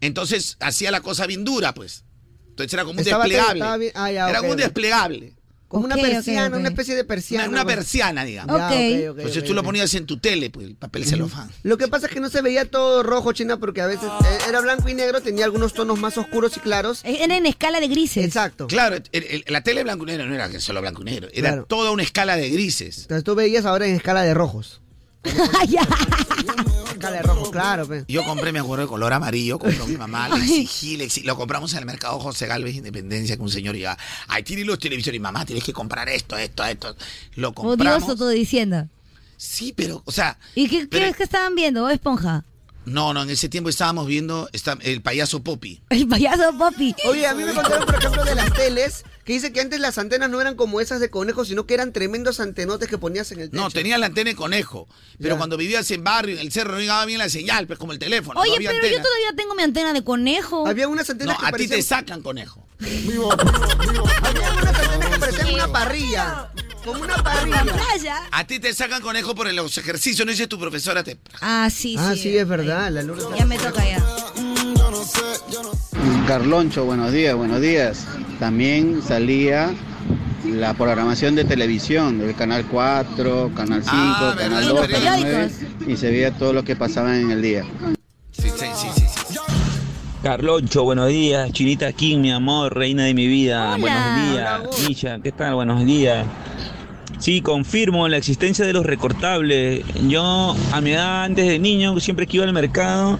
Speaker 13: Entonces hacía la cosa bien dura, pues. Entonces era como un
Speaker 10: Estaba-
Speaker 13: desplegable.
Speaker 10: estaba bien- ah, ya,
Speaker 13: era
Speaker 10: ok,
Speaker 13: como un
Speaker 10: ok.
Speaker 13: desplegable.
Speaker 10: Como una
Speaker 13: Ok, ok,
Speaker 10: persiana,
Speaker 13: ok.
Speaker 10: una especie de persiana.
Speaker 13: Una, una
Speaker 10: pues.
Speaker 13: persiana, digamos.
Speaker 10: Ya, ok, ok, ok,
Speaker 13: Entonces tú lo
Speaker 10: ok.
Speaker 13: ponías en tu tele, pues, el papel celofán.
Speaker 10: Lo que pasa es que no se veía todo rojo, China, porque a veces eh, era blanco y negro, tenía algunos tonos más oscuros y claros.
Speaker 3: Era Eh, en escala de grises.
Speaker 10: Exacto.
Speaker 13: Claro, el- el- la tele blanco y negro no era que solo blanco y negro, era
Speaker 10: Claro.
Speaker 13: toda una escala de grises.
Speaker 10: Entonces tú veías ahora en escala de rojos. escala de rojos, claro.
Speaker 3: pues.
Speaker 10: pe.
Speaker 13: Yo compré, me acuerdo, de color amarillo, compró mi mamá, le exigí, le exigí. Lo compramos en el mercado José Galvez Independencia, que un señor iba, ahí tiene los televisores, y mamá, tienes que comprar esto, esto, esto. Lo compramos.
Speaker 3: Odioso todo diciendo.
Speaker 13: Sí, pero, o sea,
Speaker 3: ¿Y qué, qué
Speaker 13: Pero-
Speaker 3: es que estaban viendo, Bob Esponja?
Speaker 13: no, no, en ese tiempo estábamos viendo esta- el payaso Poppy.
Speaker 3: El payaso Poppy.
Speaker 10: Oye, a mí me contaron, por ejemplo, de las teles, que dice que antes las antenas no eran como esas de conejos, sino que eran tremendos antenotes que ponías en el techo.
Speaker 13: No, tenía la antena de conejo, pero
Speaker 10: Ya.
Speaker 13: cuando vivías en barrio, en el cerro, no llegaba bien la señal, pues como el teléfono.
Speaker 3: Oye,
Speaker 13: no había
Speaker 3: pero yo
Speaker 13: antena.
Speaker 3: todavía tengo mi antena de conejo.
Speaker 10: Había unas antenas
Speaker 13: No, a ti te sacan conejo.
Speaker 10: que parecían una parrilla. Como una parrilla.
Speaker 13: A ti te sacan conejo por los ejercicios, no dice tu profesora. Te...
Speaker 3: Ah, sí, eh.
Speaker 10: Ah, sí, es verdad, la luz.
Speaker 3: Ya me toca ya.
Speaker 23: Carloncho, buenos días, buenos días. También salía la programación de televisión del Canal 4, Canal 5, Canal 2, Canal 9 y se veía todo lo que pasaba en el día.
Speaker 13: Sí, sí, sí, sí.
Speaker 27: Carloncho, buenos días. Chinita King, mi amor, reina de mi vida. Buenos días. Misha, ¿qué tal? Buenos días. Sí, confirmo la existencia de los recortables. Yo, a mi edad, antes de niño, siempre que iba al mercado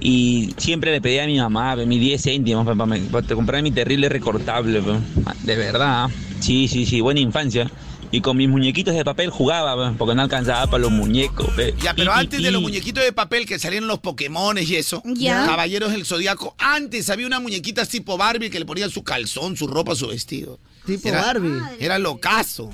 Speaker 27: y siempre le pedía a mi mamá pe, mis 10 céntimos para, comprar mi terrible recortable. pe. Ah, De verdad. Sí, sí, sí, buena infancia. Y con mis muñequitos de papel jugaba, pe, porque no alcanzaba para los muñecos. pe.
Speaker 13: Ya, pero
Speaker 27: Y, y,
Speaker 13: antes de los
Speaker 27: y.
Speaker 13: muñequitos de papel que salieron los Pokémones y eso,
Speaker 27: Ya.
Speaker 13: Caballeros del Zodíaco, antes había una muñequita tipo Barbie que le ponían su calzón, su ropa, su vestido.
Speaker 10: Tipo Barbie.
Speaker 13: Era locazo.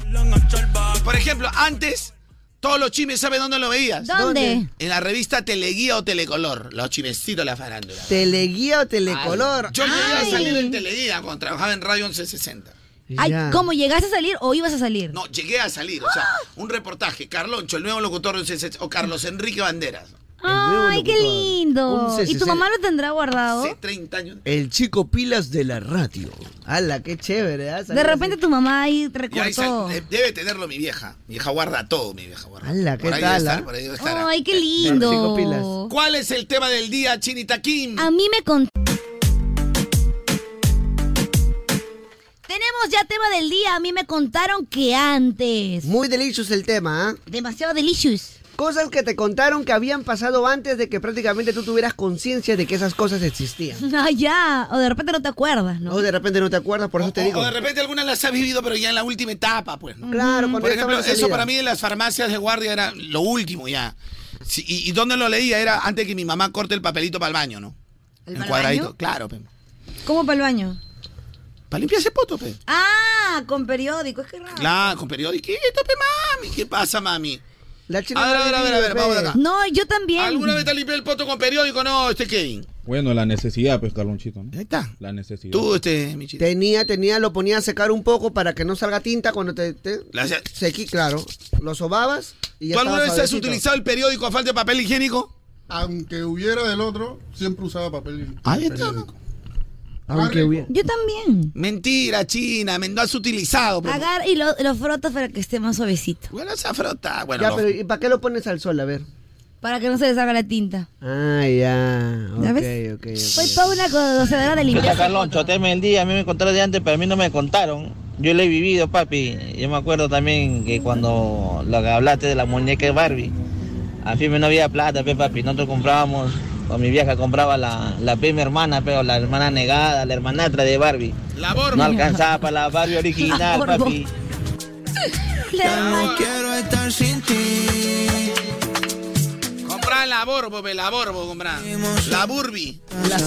Speaker 13: Por ejemplo, antes, todos los chimes, ¿sabes dónde lo veías?
Speaker 10: ¿Dónde?
Speaker 13: En la revista Teleguía o Telecolor, los chimecitos de la farándula.
Speaker 10: Teleguía o telecolor.
Speaker 13: Yo llegué
Speaker 10: Ay.
Speaker 13: a salir en Teleguía cuando trabajaba en Radio 1160.
Speaker 3: Ay,
Speaker 13: Ya.
Speaker 3: ¿cómo llegaste a salir o ibas a salir?
Speaker 13: No, llegué a salir, o sea, un reportaje, Carloncho, el nuevo locutor de 1160, o Carlos Enrique Banderas.
Speaker 3: Ay, qué lindo.
Speaker 13: Un
Speaker 3: ¿Y tu
Speaker 13: CCC.
Speaker 3: mamá lo tendrá guardado?
Speaker 13: Hace 30 años.
Speaker 10: El chico pilas de la radio. ¡Hala, qué chévere! ¿ah?
Speaker 3: De repente tu mamá ahí
Speaker 13: Y ahí
Speaker 3: recortó.
Speaker 13: sal- eh, debe tenerlo mi vieja. Mi vieja guarda todo, mi vieja guarda.
Speaker 10: ¡Hala, qué
Speaker 13: Por ahí debe
Speaker 10: tal!
Speaker 13: estar,
Speaker 10: ah?
Speaker 13: por ahí debe estar.
Speaker 3: Ay, qué lindo.
Speaker 13: ¿Cuál es el tema del día, Chinita Kim?
Speaker 3: A mí me contó. Tenemos ya tema del día. A mí me contaron que antes.
Speaker 10: Muy delicious el tema, ¿ah?
Speaker 3: Demasiado delicious.
Speaker 10: Cosas que te contaron que habían pasado antes de que prácticamente tú tuvieras conciencia de que esas cosas existían.
Speaker 3: Ah, ya. O de repente no te acuerdas, ¿no?
Speaker 10: O de repente no te acuerdas, por eso te digo.
Speaker 13: O de repente algunas las has vivido, pero ya en la última etapa, pues. ¿no?
Speaker 10: Claro, cuando
Speaker 13: Por
Speaker 10: ya
Speaker 13: ejemplo,
Speaker 10: estaba de
Speaker 13: eso
Speaker 10: salida.
Speaker 13: para mí en las farmacias de guardia era lo último ya. Sí, y, y dónde lo leía era antes que mi mamá corte el papelito para el baño, ¿no?
Speaker 3: ¿El
Speaker 13: en
Speaker 3: pa'l
Speaker 13: cuadradito,
Speaker 3: baño?
Speaker 13: claro.
Speaker 3: ¿Cómo para el baño?
Speaker 13: Para limpiarse poto, pe.
Speaker 3: Ah, con periódico. Es que raro.
Speaker 13: Claro, con periodiquito, pe, mami. ¿Qué pasa, mami?
Speaker 10: La
Speaker 13: A ver, a ver, a ver, a ver, vamos de acá.
Speaker 3: No, yo también.
Speaker 13: ¿Alguna vez te has limpiado el poto con periódico? No, este Kevin.
Speaker 28: Bueno, la necesidad, pues, Carlonchito. ¿no?
Speaker 13: Ahí está.
Speaker 28: La necesidad.
Speaker 13: este, mi
Speaker 10: Tenía, tenía, lo ponía a secar un poco para que no salga tinta cuando te, te
Speaker 13: La-
Speaker 10: sequí, claro. Lo sobabas y ya
Speaker 13: ¿Tú alguna
Speaker 10: estaba
Speaker 13: vez has
Speaker 10: suavecito.
Speaker 13: utilizado el periódico a falta de papel higiénico?
Speaker 7: Aunque hubiera del otro, siempre usaba papel.
Speaker 13: Ahí está.
Speaker 7: periódico.
Speaker 10: Aunque hubiera.
Speaker 3: Yo también.
Speaker 13: Mentira, China, me no has utilizado. pero-
Speaker 3: Agar y lo, lo frotas para que esté más suavecito.
Speaker 13: Bueno, esa frota. Ah, Bueno,
Speaker 10: ya,
Speaker 13: no.
Speaker 10: pero ¿y para qué lo pones al sol? A ver.
Speaker 3: Para que no se le salga la tinta.
Speaker 10: Ah, ya.
Speaker 3: ¿Ya
Speaker 10: Ok,
Speaker 3: ves?
Speaker 10: ok,
Speaker 3: Soy para una gocedora de
Speaker 29: Chuta,
Speaker 3: limpieza.
Speaker 29: Carloncho, tema del día, a mí me contaron de antes, pero a mí no me contaron. Yo lo he vivido, papi. Yo me acuerdo también que cuando lo que hablaste de la muñeca de Barbie, A firme no había plata, pe papi. Nosotros comprábamos, con mi vieja compraba la, la pe mi hermana, pero la hermana negada, la hermanatra de Barbie.
Speaker 13: La
Speaker 29: No alcanzaba para la Barbie
Speaker 30: La
Speaker 29: original,
Speaker 30: Borbo.
Speaker 29: papi.
Speaker 30: Ya
Speaker 29: no
Speaker 30: quiero estar sin ti.
Speaker 13: Comprá la Borbo, ve, la Borbo, comprá. La Burbi.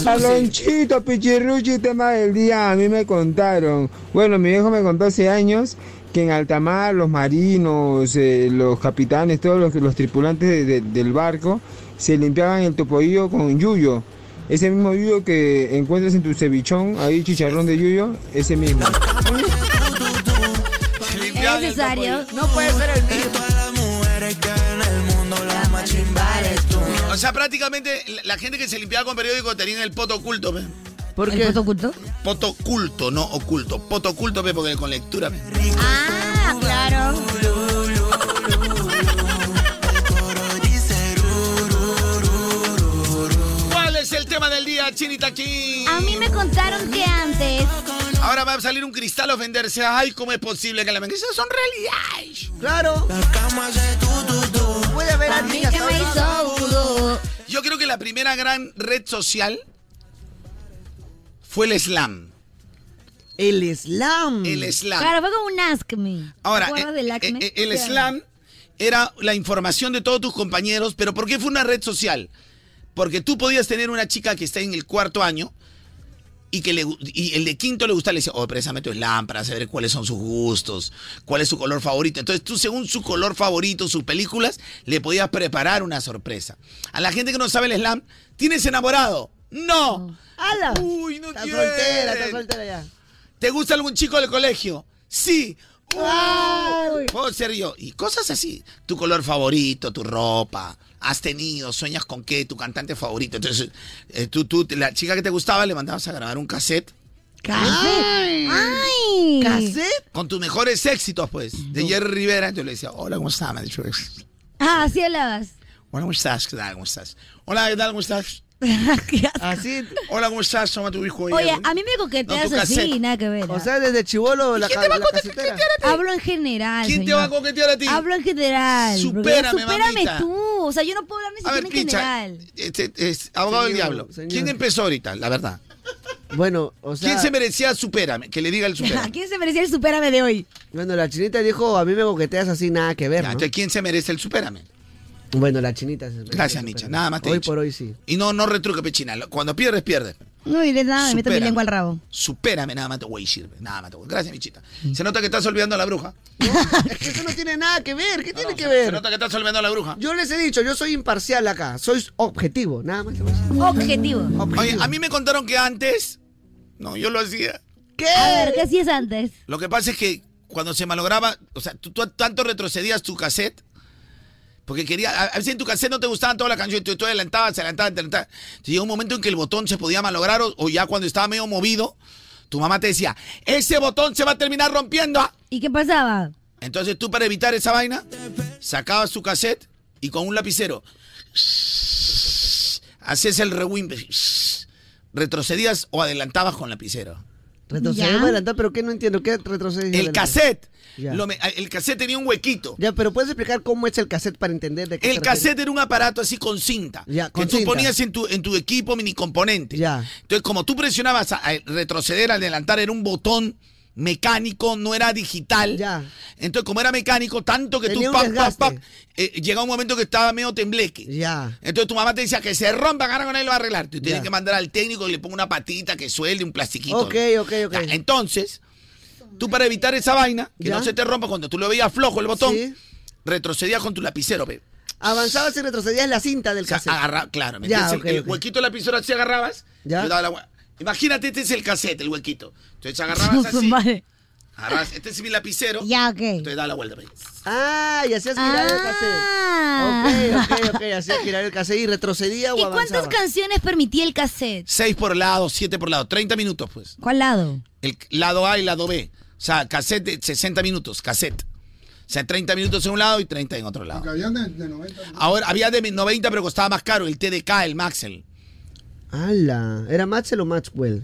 Speaker 9: Salonchito, pichirruchi, tema del día. A mí me contaron. Bueno, mi viejo me contó hace años que en Altamar los marinos, eh, los capitanes, todos los, los tripulantes de- de- del barco se limpiaban el topoillo con yuyo. Ese mismo yuyo que encuentras en tu cevichón, ahí chicharrón de yuyo, ese mismo.
Speaker 3: ¿Es necesario?
Speaker 10: No puede ser el mío.
Speaker 13: O sea, prácticamente la, la gente que se limpiaba con periódico tenía el poto oculto, pe.
Speaker 3: ¿Por qué? ¿Poto oculto?
Speaker 13: Poto oculto, no oculto. Poto oculto, pe, porque con lectura, pe.
Speaker 3: Ah, claro.
Speaker 13: ¿Cuál es el tema del día, Chinita King?
Speaker 3: A mí me contaron que antes.
Speaker 13: Ahora va a salir un cristal a ofenderse. Ay, ¿cómo es posible que la venganza son realidades?
Speaker 10: Claro. Puede haber alguien que hasta ahora-
Speaker 13: Yo creo que la primera gran red social fue el slam.
Speaker 10: El slam.
Speaker 13: El slam.
Speaker 3: Claro, fue como un ask me.
Speaker 13: Ahora,
Speaker 3: ¿Te acuerdas del ask me?
Speaker 13: eh, el
Speaker 3: Sí.
Speaker 13: slam era la información de todos tus compañeros, pero ¿por qué fue una red social? Porque tú podías tener una chica que está en el cuarto año y que le, gu- y el de quinto le gusta, le dice, oh, présame tu slam para saber cuáles son sus gustos, cuál es su color favorito. Entonces tú, según su color favorito, sus películas, le podías preparar una sorpresa. A la gente que no sabe el slam, ¿tienes enamorado? No.
Speaker 10: ¡Hala!
Speaker 13: Uy, no
Speaker 10: Está
Speaker 13: tienen.
Speaker 10: soltera, está soltera ya.
Speaker 13: ¿Te gusta algún chico del colegio? Sí. Uy, Puedo ser yo. Y cosas así. Tu color favorito, tu ropa. Has tenido, sueñas con qué, tu cantante favorito. Entonces, eh, tú, tú, la chica que te gustaba le mandabas a grabar un cassette.
Speaker 3: ¡Ay! ¡Ay!
Speaker 13: Con tus mejores éxitos, pues. De Jerry Rivera. Yo le decía, hola, ¿cómo estás? Me ha dicho, hola,
Speaker 3: Ah, así hablabas.
Speaker 13: ¿cómo estás? ¿Qué tal? ¿Cómo estás? Hola, ¿qué tal? ¿Cómo estás? "Ah,
Speaker 10: Así.
Speaker 13: Hola, ¿cómo estás? Toma tu hijo.
Speaker 3: Oye,
Speaker 13: ayer.
Speaker 3: a mí me
Speaker 13: No,
Speaker 3: coqueteas
Speaker 13: tu
Speaker 3: así,
Speaker 13: cassette.
Speaker 3: nada que ver. ¿ah?
Speaker 10: O sea, desde chivolo la,
Speaker 3: ¿Y quién
Speaker 10: ca-
Speaker 3: te va a
Speaker 10: la
Speaker 3: coquetear
Speaker 10: casetera.
Speaker 3: Hablo en general.
Speaker 13: ¿Quién te va a coquetear a ti?
Speaker 3: Hablo en general. porque ya
Speaker 13: Supérame,
Speaker 3: supérame
Speaker 13: mamita.
Speaker 3: tú. O sea, yo no puedo hablar ni
Speaker 13: A
Speaker 3: siquiera
Speaker 13: ver,
Speaker 3: en
Speaker 13: pincha.
Speaker 3: general.
Speaker 13: Este, es abogado del
Speaker 10: Señor,
Speaker 13: diablo.
Speaker 10: señor.
Speaker 13: ¿Quién empezó ahorita, la verdad?
Speaker 10: Bueno, o sea-
Speaker 13: ¿Quién se merecía supérame? Que le diga el
Speaker 3: ¿A
Speaker 13: supérame.
Speaker 3: quién se merecía el supérame de hoy?
Speaker 10: Bueno, la chinita dijo, a mí me coqueteas así, nada que ver, ¿no?
Speaker 13: Entonces, ¿quién se merece el supérame?
Speaker 10: Bueno, la chinita. se-
Speaker 13: Gracias, Micha. Nada más te he
Speaker 10: Hoy
Speaker 13: dicho.
Speaker 10: por hoy sí.
Speaker 13: Y no, no retruque, pechina. Cuando pierdes, pierdes.
Speaker 3: No diré nada, me meto mi
Speaker 13: Supérame.
Speaker 3: lengua al rabo.
Speaker 13: Supérame, nada más te voy a decir. Nada más te voy a- Gracias, Michita.
Speaker 10: Mm.
Speaker 13: Se nota que estás olvidando a la bruja.
Speaker 10: Eso no tiene nada que ver, ¿qué tiene que
Speaker 13: Se
Speaker 10: ver?
Speaker 13: nota que estás olvidando a la bruja.
Speaker 10: Yo les he dicho, yo soy imparcial acá, soy objetivo, nada más.
Speaker 3: Objetivo.
Speaker 13: Oye, a mí me contaron que antes. No, yo lo hacía.
Speaker 10: ¿Qué?
Speaker 3: A ver, ¿qué hacías antes?
Speaker 13: Lo que pasa es que cuando se malograba, o sea, tú, tú tanto retrocedías tu cassette, porque quería, a, a veces en tu cassette no te gustaban todas las canciones, tú, tú adelantabas, adelantabas, adelantabas. Entonces, Llegó un momento en que el botón se podía malograr o, o ya cuando estaba medio movido, tu mamá te decía, ese botón se va a terminar rompiendo. ah".
Speaker 3: ¿Y qué pasaba?
Speaker 13: Entonces tú para evitar esa vaina, sacabas tu cassette y con un lapicero, hacías el rewind, retrocedías o adelantabas con lapicero.
Speaker 10: Retrocedí,
Speaker 13: Ya.
Speaker 10: me adelanté, pero ¿qué no entiendo? ¿Qué retrocedí?
Speaker 13: El
Speaker 10: adelanté?
Speaker 13: cassette.
Speaker 10: Ya.
Speaker 13: Lo me- el cassette tenía un huequito.
Speaker 10: Ya, pero ¿puedes explicar cómo es el cassette para entender de qué
Speaker 13: El
Speaker 10: se
Speaker 13: cassette era un aparato así con cinta.
Speaker 10: Ya, con
Speaker 13: que tú
Speaker 10: cinta.
Speaker 13: ponías en tu, en tu equipo mini componente. Entonces, como tú presionabas a, a retroceder, adelantar, era un botón mecánico, no era digital. Entonces, como era mecánico, tanto que
Speaker 10: Tenía
Speaker 13: tú
Speaker 10: un
Speaker 13: pac, pac,
Speaker 10: desgaste.
Speaker 13: pac, eh, llegaba un momento que estaba medio tembleque.
Speaker 10: Ya.
Speaker 13: Entonces tu mamá te decía que se rompan, ahora con él lo va a arreglar. Tú tienes
Speaker 10: Ya.
Speaker 13: que mandar al técnico y le ponga una patita que suelde, un plastiquito.
Speaker 10: Ok, ok, ok.
Speaker 13: Ya, entonces, tú para evitar esa vaina, que
Speaker 10: Ya.
Speaker 13: no se te rompa cuando tú lo veías flojo el botón,
Speaker 10: Sí.
Speaker 13: retrocedías con tu lapicero, pe.
Speaker 10: Avanzabas y retrocedías la cinta del
Speaker 13: O sea,
Speaker 10: cassette.
Speaker 13: agarra- claro,
Speaker 10: Ya,
Speaker 13: metías el-
Speaker 10: ok,
Speaker 13: el,
Speaker 10: ok.
Speaker 13: huequito de la lapicero así agarrabas.
Speaker 10: Ya.
Speaker 13: yo daba la hue- Imagínate, este es el cassette, el huequito. Entonces agarrabas así. agarrabas- este es mi lapicero.
Speaker 3: Ya, ok.
Speaker 13: Entonces da la vuelta, pe.
Speaker 10: Ah, y hacías girar el cassette. Ok, ok, ok, hacías girar el cassette y retrocedía o
Speaker 3: Ah. ¿Y cuántas
Speaker 10: avanzaba.
Speaker 3: canciones permitía el cassette?
Speaker 13: Seis por lado, siete por lado, 30 minutos, pues.
Speaker 3: ¿Cuál lado?
Speaker 13: El lado A y lado B. O sea, cassette de 60 minutos, cassette. O sea, 30 minutos en un lado y 30 en otro lado.
Speaker 31: Habían de, de 90.
Speaker 13: Ahora, había de 90, pero costaba más caro el TDK, el Maxel.
Speaker 10: ¡Hala! ¿Era Maxel o Maxwell?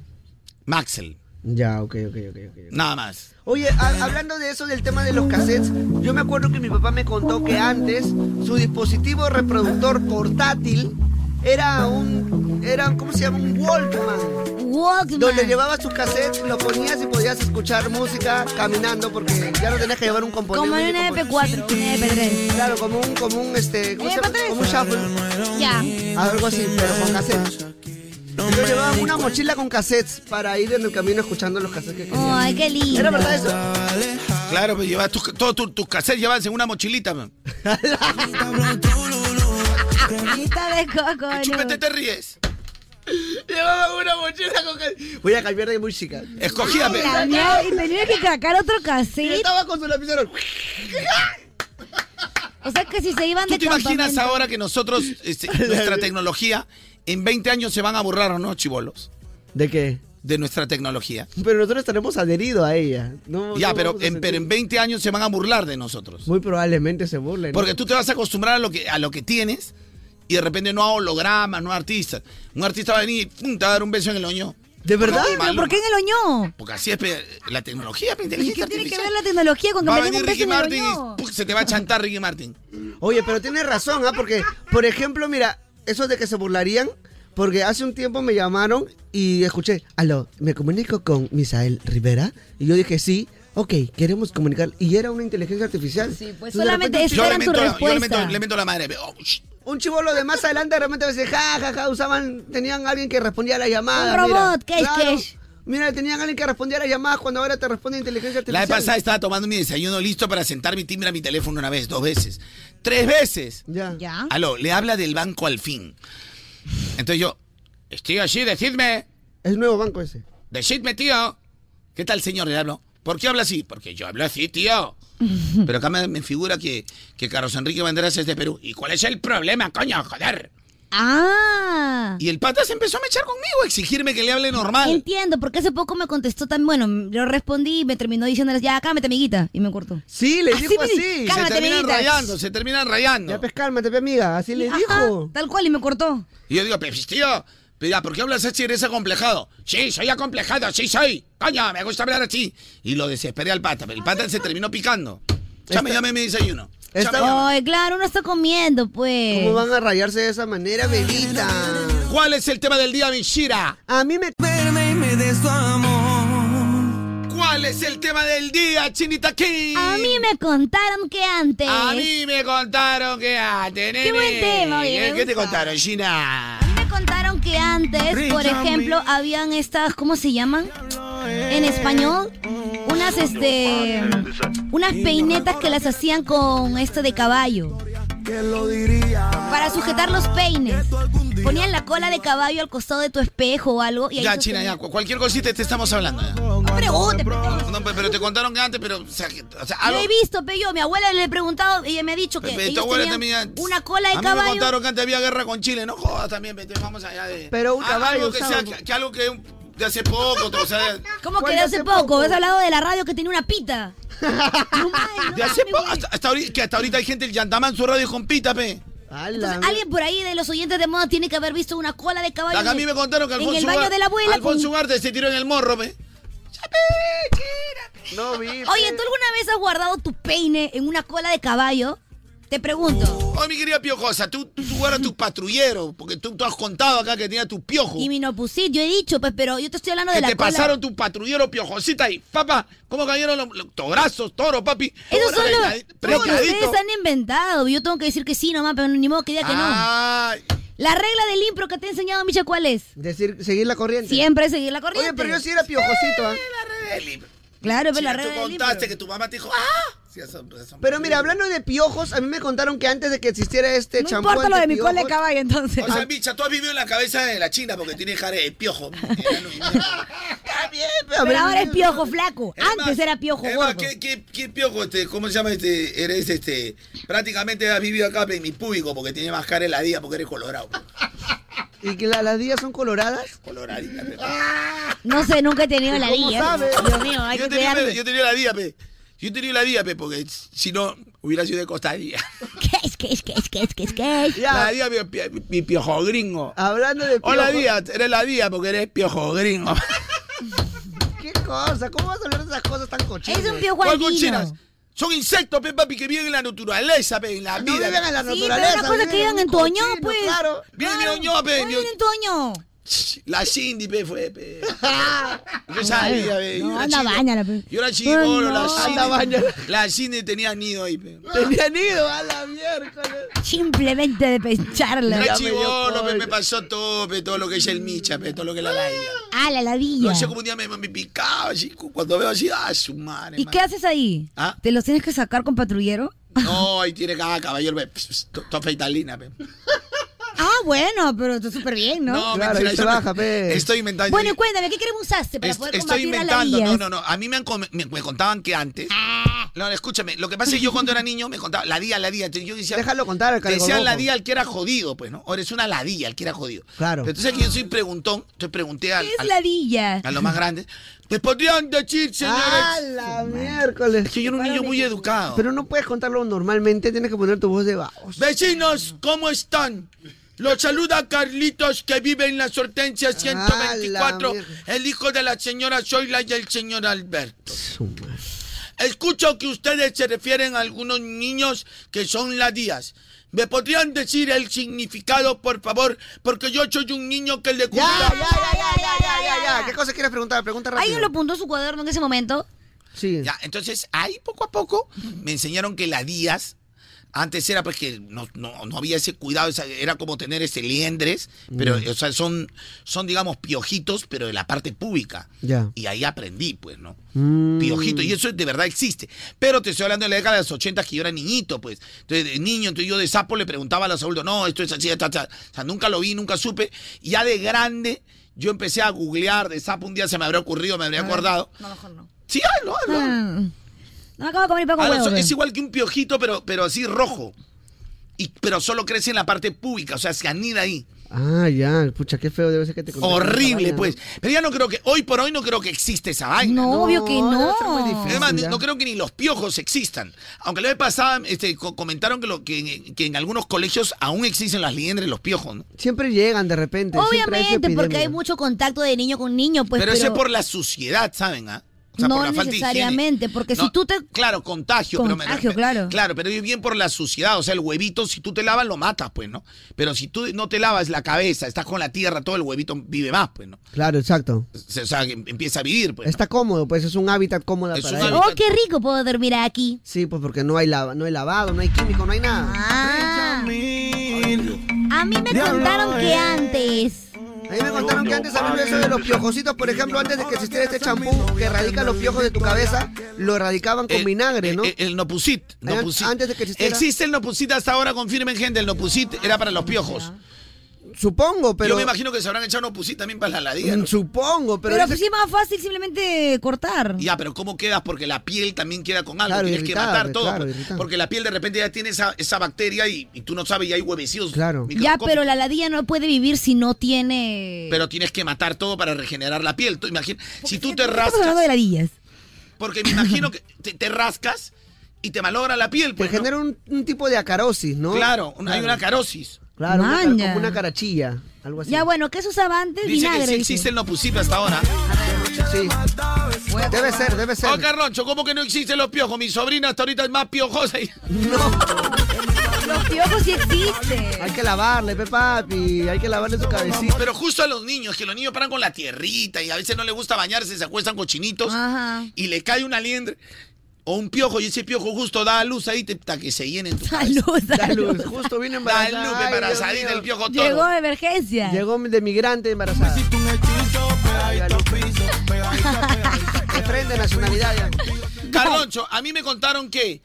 Speaker 13: Maxel.
Speaker 10: Ya, ok, ok, ok. ok.
Speaker 13: Nada más.
Speaker 10: Oye, a- hablando de eso, del tema de los cassettes, yo me acuerdo que mi papá me contó que antes su dispositivo reproductor portátil era un, era, ¿cómo se llama? Un Walkman.
Speaker 3: Walkman.
Speaker 10: Donde llevabas tus cassettes, lo ponías y podías escuchar música caminando porque ya no tenías que llevar un componente.
Speaker 3: Como en
Speaker 10: un
Speaker 3: una MP4, una MP3.
Speaker 10: Claro, como un, como un, este, ¿cómo se llama? Como un shuffle.
Speaker 3: Ya.
Speaker 10: Algo así, pero con cassettes. Yo llevaba una mochila con cassettes para ir en el camino escuchando los cassettes que quería.
Speaker 3: Ay, qué lindo.
Speaker 10: ¿Era verdad eso?
Speaker 13: Claro, pues llevas tus, todos tus tus cassettes llevas en una mochilita. man.
Speaker 3: Carita de coco.
Speaker 13: Chupete, te ríes.
Speaker 10: Llevaba una mochila con Voy a cambiar de música.
Speaker 13: Escogíame.
Speaker 3: La mierda, y tenía que cacar otro cassette.
Speaker 10: Estaba con su lapicero.
Speaker 3: O sea que si se iban
Speaker 13: ¿Tú
Speaker 3: de
Speaker 13: te imaginas
Speaker 3: campamento-
Speaker 13: ahora que nosotros, este, nuestra tecnología, en 20 años se van a borrar o no, chivolos?
Speaker 10: ¿De qué?
Speaker 13: De nuestra tecnología.
Speaker 10: Pero nosotros estaremos adheridos a ella. No,
Speaker 13: ya,
Speaker 10: no
Speaker 13: pero
Speaker 10: vamos a
Speaker 13: en, pero en 20 años se van a burlar de nosotros.
Speaker 10: Muy probablemente se burlen. ¿no?
Speaker 13: Porque tú te vas a acostumbrar a lo que, a lo que tienes y de repente no a hologramas, no a artistas. Un artista va a venir y pum, te va a dar un beso en el oño.
Speaker 10: ¿De
Speaker 3: ¿Por qué? ¿Pero por qué en el oñó?
Speaker 13: Porque así es pe, la tecnología, pe,
Speaker 3: ¿Y
Speaker 13: inteligencia
Speaker 3: qué tiene que
Speaker 13: artificial.
Speaker 3: ver la tecnología con que
Speaker 13: Va a
Speaker 3: me den
Speaker 13: venir
Speaker 3: un
Speaker 13: Ricky
Speaker 3: beso en el
Speaker 13: Martin
Speaker 3: oñó?
Speaker 13: y puf, se te va a chantar Ricky Martin.
Speaker 10: Oye, pero tienes razón, ¿ah? Porque, por ejemplo, mira, eso de que se burlarían, porque hace un tiempo me llamaron y escuché, aló, ¿me comunico con Misael Rivera? Y yo dije, sí, ok, queremos comunicar. Y era una inteligencia artificial. Sí,
Speaker 3: pues solamente esas
Speaker 13: Yo le
Speaker 3: eran tus
Speaker 13: meto, la- yo le
Speaker 3: respuestas.
Speaker 13: meto, le meto la madre. pe, oh, sh-
Speaker 10: Un chivolo de más adelante de repente decía, ja, ja, ja, usaban, tenían alguien que respondía a las llamadas.
Speaker 3: Un
Speaker 10: mira.
Speaker 3: robot, ¿qué es,
Speaker 10: Claro.
Speaker 3: qué es?
Speaker 10: Mira, tenían alguien que respondía a las llamadas cuando ahora te responde inteligencia
Speaker 13: La
Speaker 10: artificial.
Speaker 13: vez pasada estaba tomando mi desayuno listo para sentar mi timbre a mi teléfono una vez, dos veces, tres veces.
Speaker 10: Ya.
Speaker 3: Ya.
Speaker 13: Aló, le habla del banco al fin. Entonces yo, estoy allí, decidme.
Speaker 10: Es nuevo banco ese.
Speaker 13: Decidme, tío. ¿Qué tal, señor? Le hablo. ¿Por qué habla así? Porque yo hablo así, tío. Pero acá me, me figura que, que Carlos Enrique Banderas es de Perú. ¿Y cuál es el problema, coño? Joder.
Speaker 3: Ah.
Speaker 13: Y el pata se empezó a mechar conmigo, a exigirme que le hable normal.
Speaker 3: Entiendo, porque hace poco me contestó también, bueno, yo respondí y me terminó diciéndoles, ya, cálmate, amiguita, y me cortó.
Speaker 10: Sí, le dijo
Speaker 3: me di-
Speaker 10: así.
Speaker 13: Se
Speaker 3: Cálmate,
Speaker 13: terminan
Speaker 3: amiguita.
Speaker 13: rayando, se terminan rayando.
Speaker 10: Ya, pues cálmate, pe, amiga, así le
Speaker 3: Ajá,
Speaker 10: dijo.
Speaker 3: Tal cual, y me cortó.
Speaker 13: Y yo digo, pues tío, pero ya, ¿por qué hablas así? ¿Eres acomplejado? Sí, soy acomplejado, sí soy. Coño, me gusta hablar así. Y lo desesperé al pata, pero el pata se terminó picando. Ya me llamé mi desayuno. Ya me llamé.
Speaker 3: Ay, claro, uno está comiendo, pues.
Speaker 10: ¿Cómo van a rayarse de esa manera, bebita?
Speaker 13: ¿Cuál es el tema del día, Mishira?
Speaker 10: A mí me...
Speaker 28: Verme y me des tu amor.
Speaker 13: ¿Cuál es el tema del día, Chinita King?
Speaker 3: A mí me contaron que antes.
Speaker 13: A mí me contaron que antes, nene.
Speaker 3: buen tema, oye,
Speaker 13: ¿Qué,
Speaker 3: me
Speaker 13: qué te
Speaker 3: gusta.
Speaker 13: contaron, Gina?
Speaker 3: Me contaron que antes, por ejemplo, habían estas, ¿cómo se llaman? En español, unas este unas peinetas que las hacían con esto de caballo. Para sujetar los peines. Ponían la cola de caballo al costado de tu espejo o algo y ahí
Speaker 13: Ya, China, ya. cu- Cualquier cosita te estamos hablando. ya.
Speaker 3: No preguntes,
Speaker 13: No, pe- pero te contaron que antes, pero. O sea, que- o sea, algo-
Speaker 3: Yo he visto, pero yo, mi abuela le he preguntado, ella me ha dicho que
Speaker 13: Pe- pe- tu
Speaker 3: ellos
Speaker 13: abuela
Speaker 3: tenían
Speaker 13: también-
Speaker 3: una cola
Speaker 13: a
Speaker 3: de
Speaker 13: mí me
Speaker 3: caballo.
Speaker 13: contaron que antes había guerra con Chile. No jodas también, vete, vamos allá de.
Speaker 10: Pero un
Speaker 13: Ah,
Speaker 10: caballo
Speaker 13: Algo que, sea,
Speaker 10: usado.
Speaker 13: que, que algo que un- de hace poco, o sea, de-
Speaker 3: ¿Cómo que
Speaker 10: ¿Cuál
Speaker 3: de
Speaker 10: hace
Speaker 3: hace poco?
Speaker 10: poco?
Speaker 3: Has hablado de la radio que tenía una pita.
Speaker 13: de hace poco. Hasta, hasta ahorita, que hasta ahorita hay gente, el Yantamán, su radio con pita, pe.
Speaker 3: Entonces, alguien por ahí de los oyentes de moda tiene que haber visto una cola de caballo.
Speaker 13: Acá a mí me contaron que Alfonso
Speaker 3: En el baño
Speaker 13: Ugarte-
Speaker 3: de la abuela. con- ¡Eh,
Speaker 13: Alfonso Ugarte se tiró en el morro, pe.
Speaker 10: No, vi.
Speaker 3: Oye, ¿tú alguna vez has guardado tu peine en una cola de caballo? Te pregunto.
Speaker 13: Oye, mi querida Piojosa, tú, tú eras tu patrullero, porque tú, tú has contado acá que tenía tu piojo.
Speaker 3: Y mi no pusí, yo he dicho, pues, pero yo te estoy hablando
Speaker 13: que
Speaker 3: de la
Speaker 13: te
Speaker 3: cola.
Speaker 13: pasaron tu patrullero piojosita y papá, ¿cómo cayeron los, los torazos, toro, papi?
Speaker 3: Esos
Speaker 13: Todo
Speaker 3: son los,
Speaker 13: pregna-
Speaker 3: lo que
Speaker 13: pregnadito.
Speaker 3: ustedes han inventado. Yo tengo que decir que sí nomás, pero ni modo que diga que
Speaker 13: Ay.
Speaker 3: no. La regla del impro que te he enseñado, Micha, ¿cuál es?
Speaker 10: Decir, seguir la corriente.
Speaker 3: Siempre seguir la corriente.
Speaker 10: Oye, pero yo sí era piojosito,
Speaker 13: Eh,
Speaker 10: ¿ah?
Speaker 3: Claro, pero
Speaker 13: Sí,
Speaker 3: la
Speaker 13: tú
Speaker 3: regla del impro.
Speaker 13: contaste que tu mamá te dijo, ¡ah! Sí, eso- eso-
Speaker 10: Pero mira, hablando de piojos, a mí me contaron que antes de que existiera este
Speaker 3: No
Speaker 10: champú
Speaker 3: importa lo de mi cola de
Speaker 10: antipiojos-
Speaker 3: caballo, entonces.
Speaker 13: O sea, bicha, tú has vivido en la cabeza de la china porque tiene cara de piojo.
Speaker 10: Está bien, pero a
Speaker 3: Pero
Speaker 10: ver,
Speaker 3: ahora es piojo flaco. Antes era piojo
Speaker 13: Es más,
Speaker 3: gordo.
Speaker 13: ¿qué, qué, qué piojo, este, cómo se llama este? Eres este. Prácticamente has vivido acá en mi público porque tiene más cara la día porque eres colorado.
Speaker 10: ¿Y que la- las días son coloradas?
Speaker 13: Ah,
Speaker 10: Ah.
Speaker 13: Coloradita, pe.
Speaker 3: No sé, nunca he tenido la
Speaker 10: ¿Cómo
Speaker 3: guía.
Speaker 10: sabes?
Speaker 3: Dios mío, hay
Speaker 13: yo,
Speaker 3: que
Speaker 13: tenía,
Speaker 3: cuidarme.
Speaker 13: yo tenía la día, pe. Yo tenía la día, pe, porque si no, hubiera sido de costadilla.
Speaker 3: ¿Qué es, qué es, qué es, qué es, qué es, qué es?
Speaker 13: La día, mi, mi- mi piojo gringo.
Speaker 10: Hablando de piojos.
Speaker 13: Hola, día, eres la día porque eres piojo gringo.
Speaker 10: ¿Qué cosas. ¿Cómo vas a hablar de esas cosas tan cochinas?
Speaker 13: Es un piojo ¿Cuál albino. cochinas? Son insectos, pe, papi, que viven en la naturaleza, pe, en la
Speaker 10: No
Speaker 13: vida.
Speaker 10: viven en la
Speaker 3: Sí, naturaleza, pero una cosa viven que en vivan un en tu oñó, cochino, pues. claro.
Speaker 13: Viven en
Speaker 3: Claro,
Speaker 13: oñó, pe.
Speaker 3: viven en tu oño.
Speaker 13: La Cindy, pe, fue, pe. Yo sabía, pe. yo
Speaker 3: No,
Speaker 13: era
Speaker 3: anda
Speaker 13: chico.
Speaker 3: bañala, pues. pe.
Speaker 13: Yo era chivolo, la
Speaker 3: No, anda,
Speaker 13: Cindy.
Speaker 3: bañala.
Speaker 13: La Cindy tenía nido ahí, pe.
Speaker 10: Tenía nido, a la miércoles.
Speaker 3: Simplemente de
Speaker 13: Yo
Speaker 3: pensarla.
Speaker 13: era chivolo, pe, me pasó todo, pe, todo lo que es el micha, pe, todo lo que es la laya.
Speaker 3: Ah, la ladilla.
Speaker 13: No sé cómo un día me, me picaba, así, cu- cuando veo así, ah, su madre.
Speaker 3: ¿Y
Speaker 13: man.
Speaker 3: qué haces ahí?
Speaker 13: Ah.
Speaker 3: ¿Te los tienes que sacar con patrullero?
Speaker 13: No, ahí tiene cada caballero, pe, pss, pss, to- to afeitalina, pe.
Speaker 3: Ah, bueno, pero tú súper bien, ¿no?
Speaker 13: mentira, yo no- Estoy inventando.
Speaker 3: Bueno, y cuéntame, ¿qué crema usaste para
Speaker 13: Est-
Speaker 3: poder
Speaker 13: estoy
Speaker 3: combatir
Speaker 13: inventando,
Speaker 3: a la
Speaker 13: no, no, no. A mí me, han com- me, me contaban que antes. No, no, escúchame. Lo que pasa es que yo cuando era niño me contaba la día, la día. Entonces Yo decía,
Speaker 10: Déjalo contar al
Speaker 13: te decían
Speaker 10: calegodoco.
Speaker 13: la día al que era jodido, pues, ¿no? Ahora es una ladilla al que era jodido.
Speaker 10: Claro.
Speaker 13: Pero entonces que yo soy preguntón, entonces pregunté al,
Speaker 3: Es
Speaker 13: al-
Speaker 3: ladilla. Ah,
Speaker 13: a los más grandes. ¿Te podrían decir, señores?
Speaker 10: A Ah, la miércoles. Es
Speaker 13: que yo era un niño muy educado.
Speaker 10: Pero no puedes contarlo normalmente, tienes que poner tu voz de bajo.
Speaker 13: Vecinos, ¿cómo están? Los saluda Carlitos que vive en las Hortensias 124,
Speaker 10: mierda.
Speaker 13: el hijo de la señora Zoila y el señor Alberto. Escucho que ustedes se refieren a algunos niños que son ladías. ¿Me podrían decir el significado, por favor? Porque yo soy un niño que le gusta...
Speaker 10: Ya, ya, ya. ¿Qué cosa quieres preguntar? Pregunta rápido.
Speaker 3: ¿Alguien lo apuntó su cuaderno en ese momento?
Speaker 10: Sí.
Speaker 13: Ya, entonces ahí poco a poco me enseñaron que la Díaz, antes era pues que no, no- no había ese cuidado, esa- era como tener ese liendres, pero
Speaker 10: Mm.
Speaker 13: o sea, son, son digamos piojitos, pero de la parte pública.
Speaker 10: Ya.
Speaker 13: Y ahí aprendí, pues, ¿no?
Speaker 10: Mm.
Speaker 13: Piojito, y eso de verdad existe. Pero te estoy hablando de la década de los 80 que yo era niñito, pues. Entonces, de niño, entonces yo de sapo le preguntaba a los adultos, no, esto es así, ta, ta. O sea, nunca lo vi, nunca supe. Y ya de grande, yo empecé a googlear de sapo, un día se me habría ocurrido, me habría acordado.
Speaker 3: No, mejor no.
Speaker 13: Sí, ah, no, no.
Speaker 3: Ah, No acabo de comer pan con
Speaker 13: Ahora,
Speaker 3: huevo.
Speaker 13: so-
Speaker 3: pe.
Speaker 13: es igual que un piojito, pero, pero así rojo. Y, pero solo crece en la parte pública, o sea, se anida ahí.
Speaker 10: Ah, ya. Pucha, qué feo debe ser que te contaron esa
Speaker 13: Horrible,
Speaker 10: vaina,
Speaker 13: pues. Pero ya no creo que, hoy por hoy no creo que existe esa vaina.
Speaker 3: No, obvio que no. debe ser muy difícil,
Speaker 13: Además,
Speaker 10: ya.
Speaker 13: no creo que ni los piojos existan. Aunque la vez pasada este, co- comentaron que, lo, que, que en algunos colegios aún existen las liendres, los piojos. ¿no?
Speaker 10: Siempre llegan de repente. siempre hay su
Speaker 3: Obviamente, porque
Speaker 10: epidemia.
Speaker 3: hay mucho contacto de niño con niño, pues.
Speaker 13: pero,
Speaker 3: Pero,
Speaker 13: eso es por la suciedad, ¿saben? ah? O sea,
Speaker 3: No
Speaker 13: por la falta de higiene.
Speaker 3: necesariamente, porque si
Speaker 13: No,
Speaker 3: tú te.
Speaker 13: Claro, contagio. pero me-
Speaker 3: Contagio,
Speaker 13: me-
Speaker 3: claro.
Speaker 13: Claro, pero es bien por la suciedad. O sea, el huevito, si tú te lavas, lo matas, pues, ¿no? Pero si tú no te lavas la cabeza, estás con la tierra, todo el huevito vive más, pues, ¿no?
Speaker 10: Claro, exacto.
Speaker 13: Se- O sea, que empieza a vivir, pues.
Speaker 10: Está cómodo, pues es un hábitat cómodo
Speaker 13: Es
Speaker 10: para
Speaker 13: un
Speaker 10: él.
Speaker 13: hábitat.
Speaker 3: Oh, qué rico puedo dormir aquí.
Speaker 10: Sí, pues porque no hay, lava, no hay lavado, no hay químico, no hay nada.
Speaker 3: Ah. A mí me contaron que antes.
Speaker 10: A mí me contaron que antes había eso de los piojositos, por ejemplo, antes de que existiera este champú que erradica los piojos de tu cabeza, lo erradicaban con vinagre, ¿no?
Speaker 13: El, Eh, el nopusit.
Speaker 10: An-
Speaker 13: nopusit.
Speaker 10: antes de que existiera.
Speaker 13: Existe el nopusit hasta ahora, confirmen, gente. El nopusit era para los piojos.
Speaker 10: Supongo, pero.
Speaker 13: Yo me imagino que se habrán echado nopusit también para la ladilla. ¿no?
Speaker 10: Mm, Supongo, pero.
Speaker 3: Pero,
Speaker 10: ese-
Speaker 3: pues sí es más fácil simplemente cortar.
Speaker 13: Ya, pero ¿cómo quedas? Porque la piel también queda con algo.
Speaker 10: Claro,
Speaker 13: Tienes
Speaker 10: irritada,
Speaker 13: que matar
Speaker 10: pues,
Speaker 13: todo.
Speaker 10: claro,
Speaker 13: pues.
Speaker 10: irritada.
Speaker 13: porque la piel de repente ya tiene esa, esa bacteria y, y tú no sabes y hay huevecidos.
Speaker 10: Claro.
Speaker 3: Ya, pero la ladilla no puede vivir si no tiene.
Speaker 13: Pero tienes que matar todo para regenerar la piel. Tú imagina, si tú te
Speaker 3: Estamos hablando
Speaker 13: rascas,
Speaker 3: de ladillas.
Speaker 13: porque me imagino que te, te rascas y te malogra la piel.
Speaker 10: Te
Speaker 13: Pues, ¿no?
Speaker 10: genera un, un tipo de acarosis, ¿no?
Speaker 13: Claro, un- hay
Speaker 10: Claro.
Speaker 13: una carosis.
Speaker 10: Claro, una car-
Speaker 3: Maña.
Speaker 10: como una carachilla, algo así.
Speaker 3: Ya, bueno, ¿qué se usaba antes?
Speaker 13: Pues Dice
Speaker 3: Vinagre.
Speaker 13: que sí
Speaker 3: dice.
Speaker 13: existe el nopusito hasta ahora.
Speaker 10: Sí. Debe ser, debe ser.
Speaker 13: Oh, Carloncho, ¿cómo que no existen los piojos? Mi sobrina hasta ahorita es más piojosa. y-
Speaker 3: Los piojos sí existen.
Speaker 10: Hay que lavarle, pe papi, hay que lavarle su cabecita.
Speaker 13: Pero justo a los niños, que los niños paran con la tierrita y a veces no les gusta bañarse, se acuestan cochinitos
Speaker 3: Ajá.
Speaker 13: y le cae una liendre o un piojo y ese piojo justo da a luz ahí te- hasta que se llene en tu
Speaker 3: Da
Speaker 13: cabeza.
Speaker 3: luz, da
Speaker 10: Da luz,
Speaker 3: luz.
Speaker 10: justo viene
Speaker 13: Da
Speaker 10: embarazada.
Speaker 13: luz,
Speaker 10: Ay, Dios
Speaker 13: embarazadita,
Speaker 10: mío.
Speaker 13: el piojo todo.
Speaker 3: Llegó de emergencia.
Speaker 10: Llegó de migrante embarazada. Prende nacionalidad ya.
Speaker 13: Carloncho, a mí me contaron que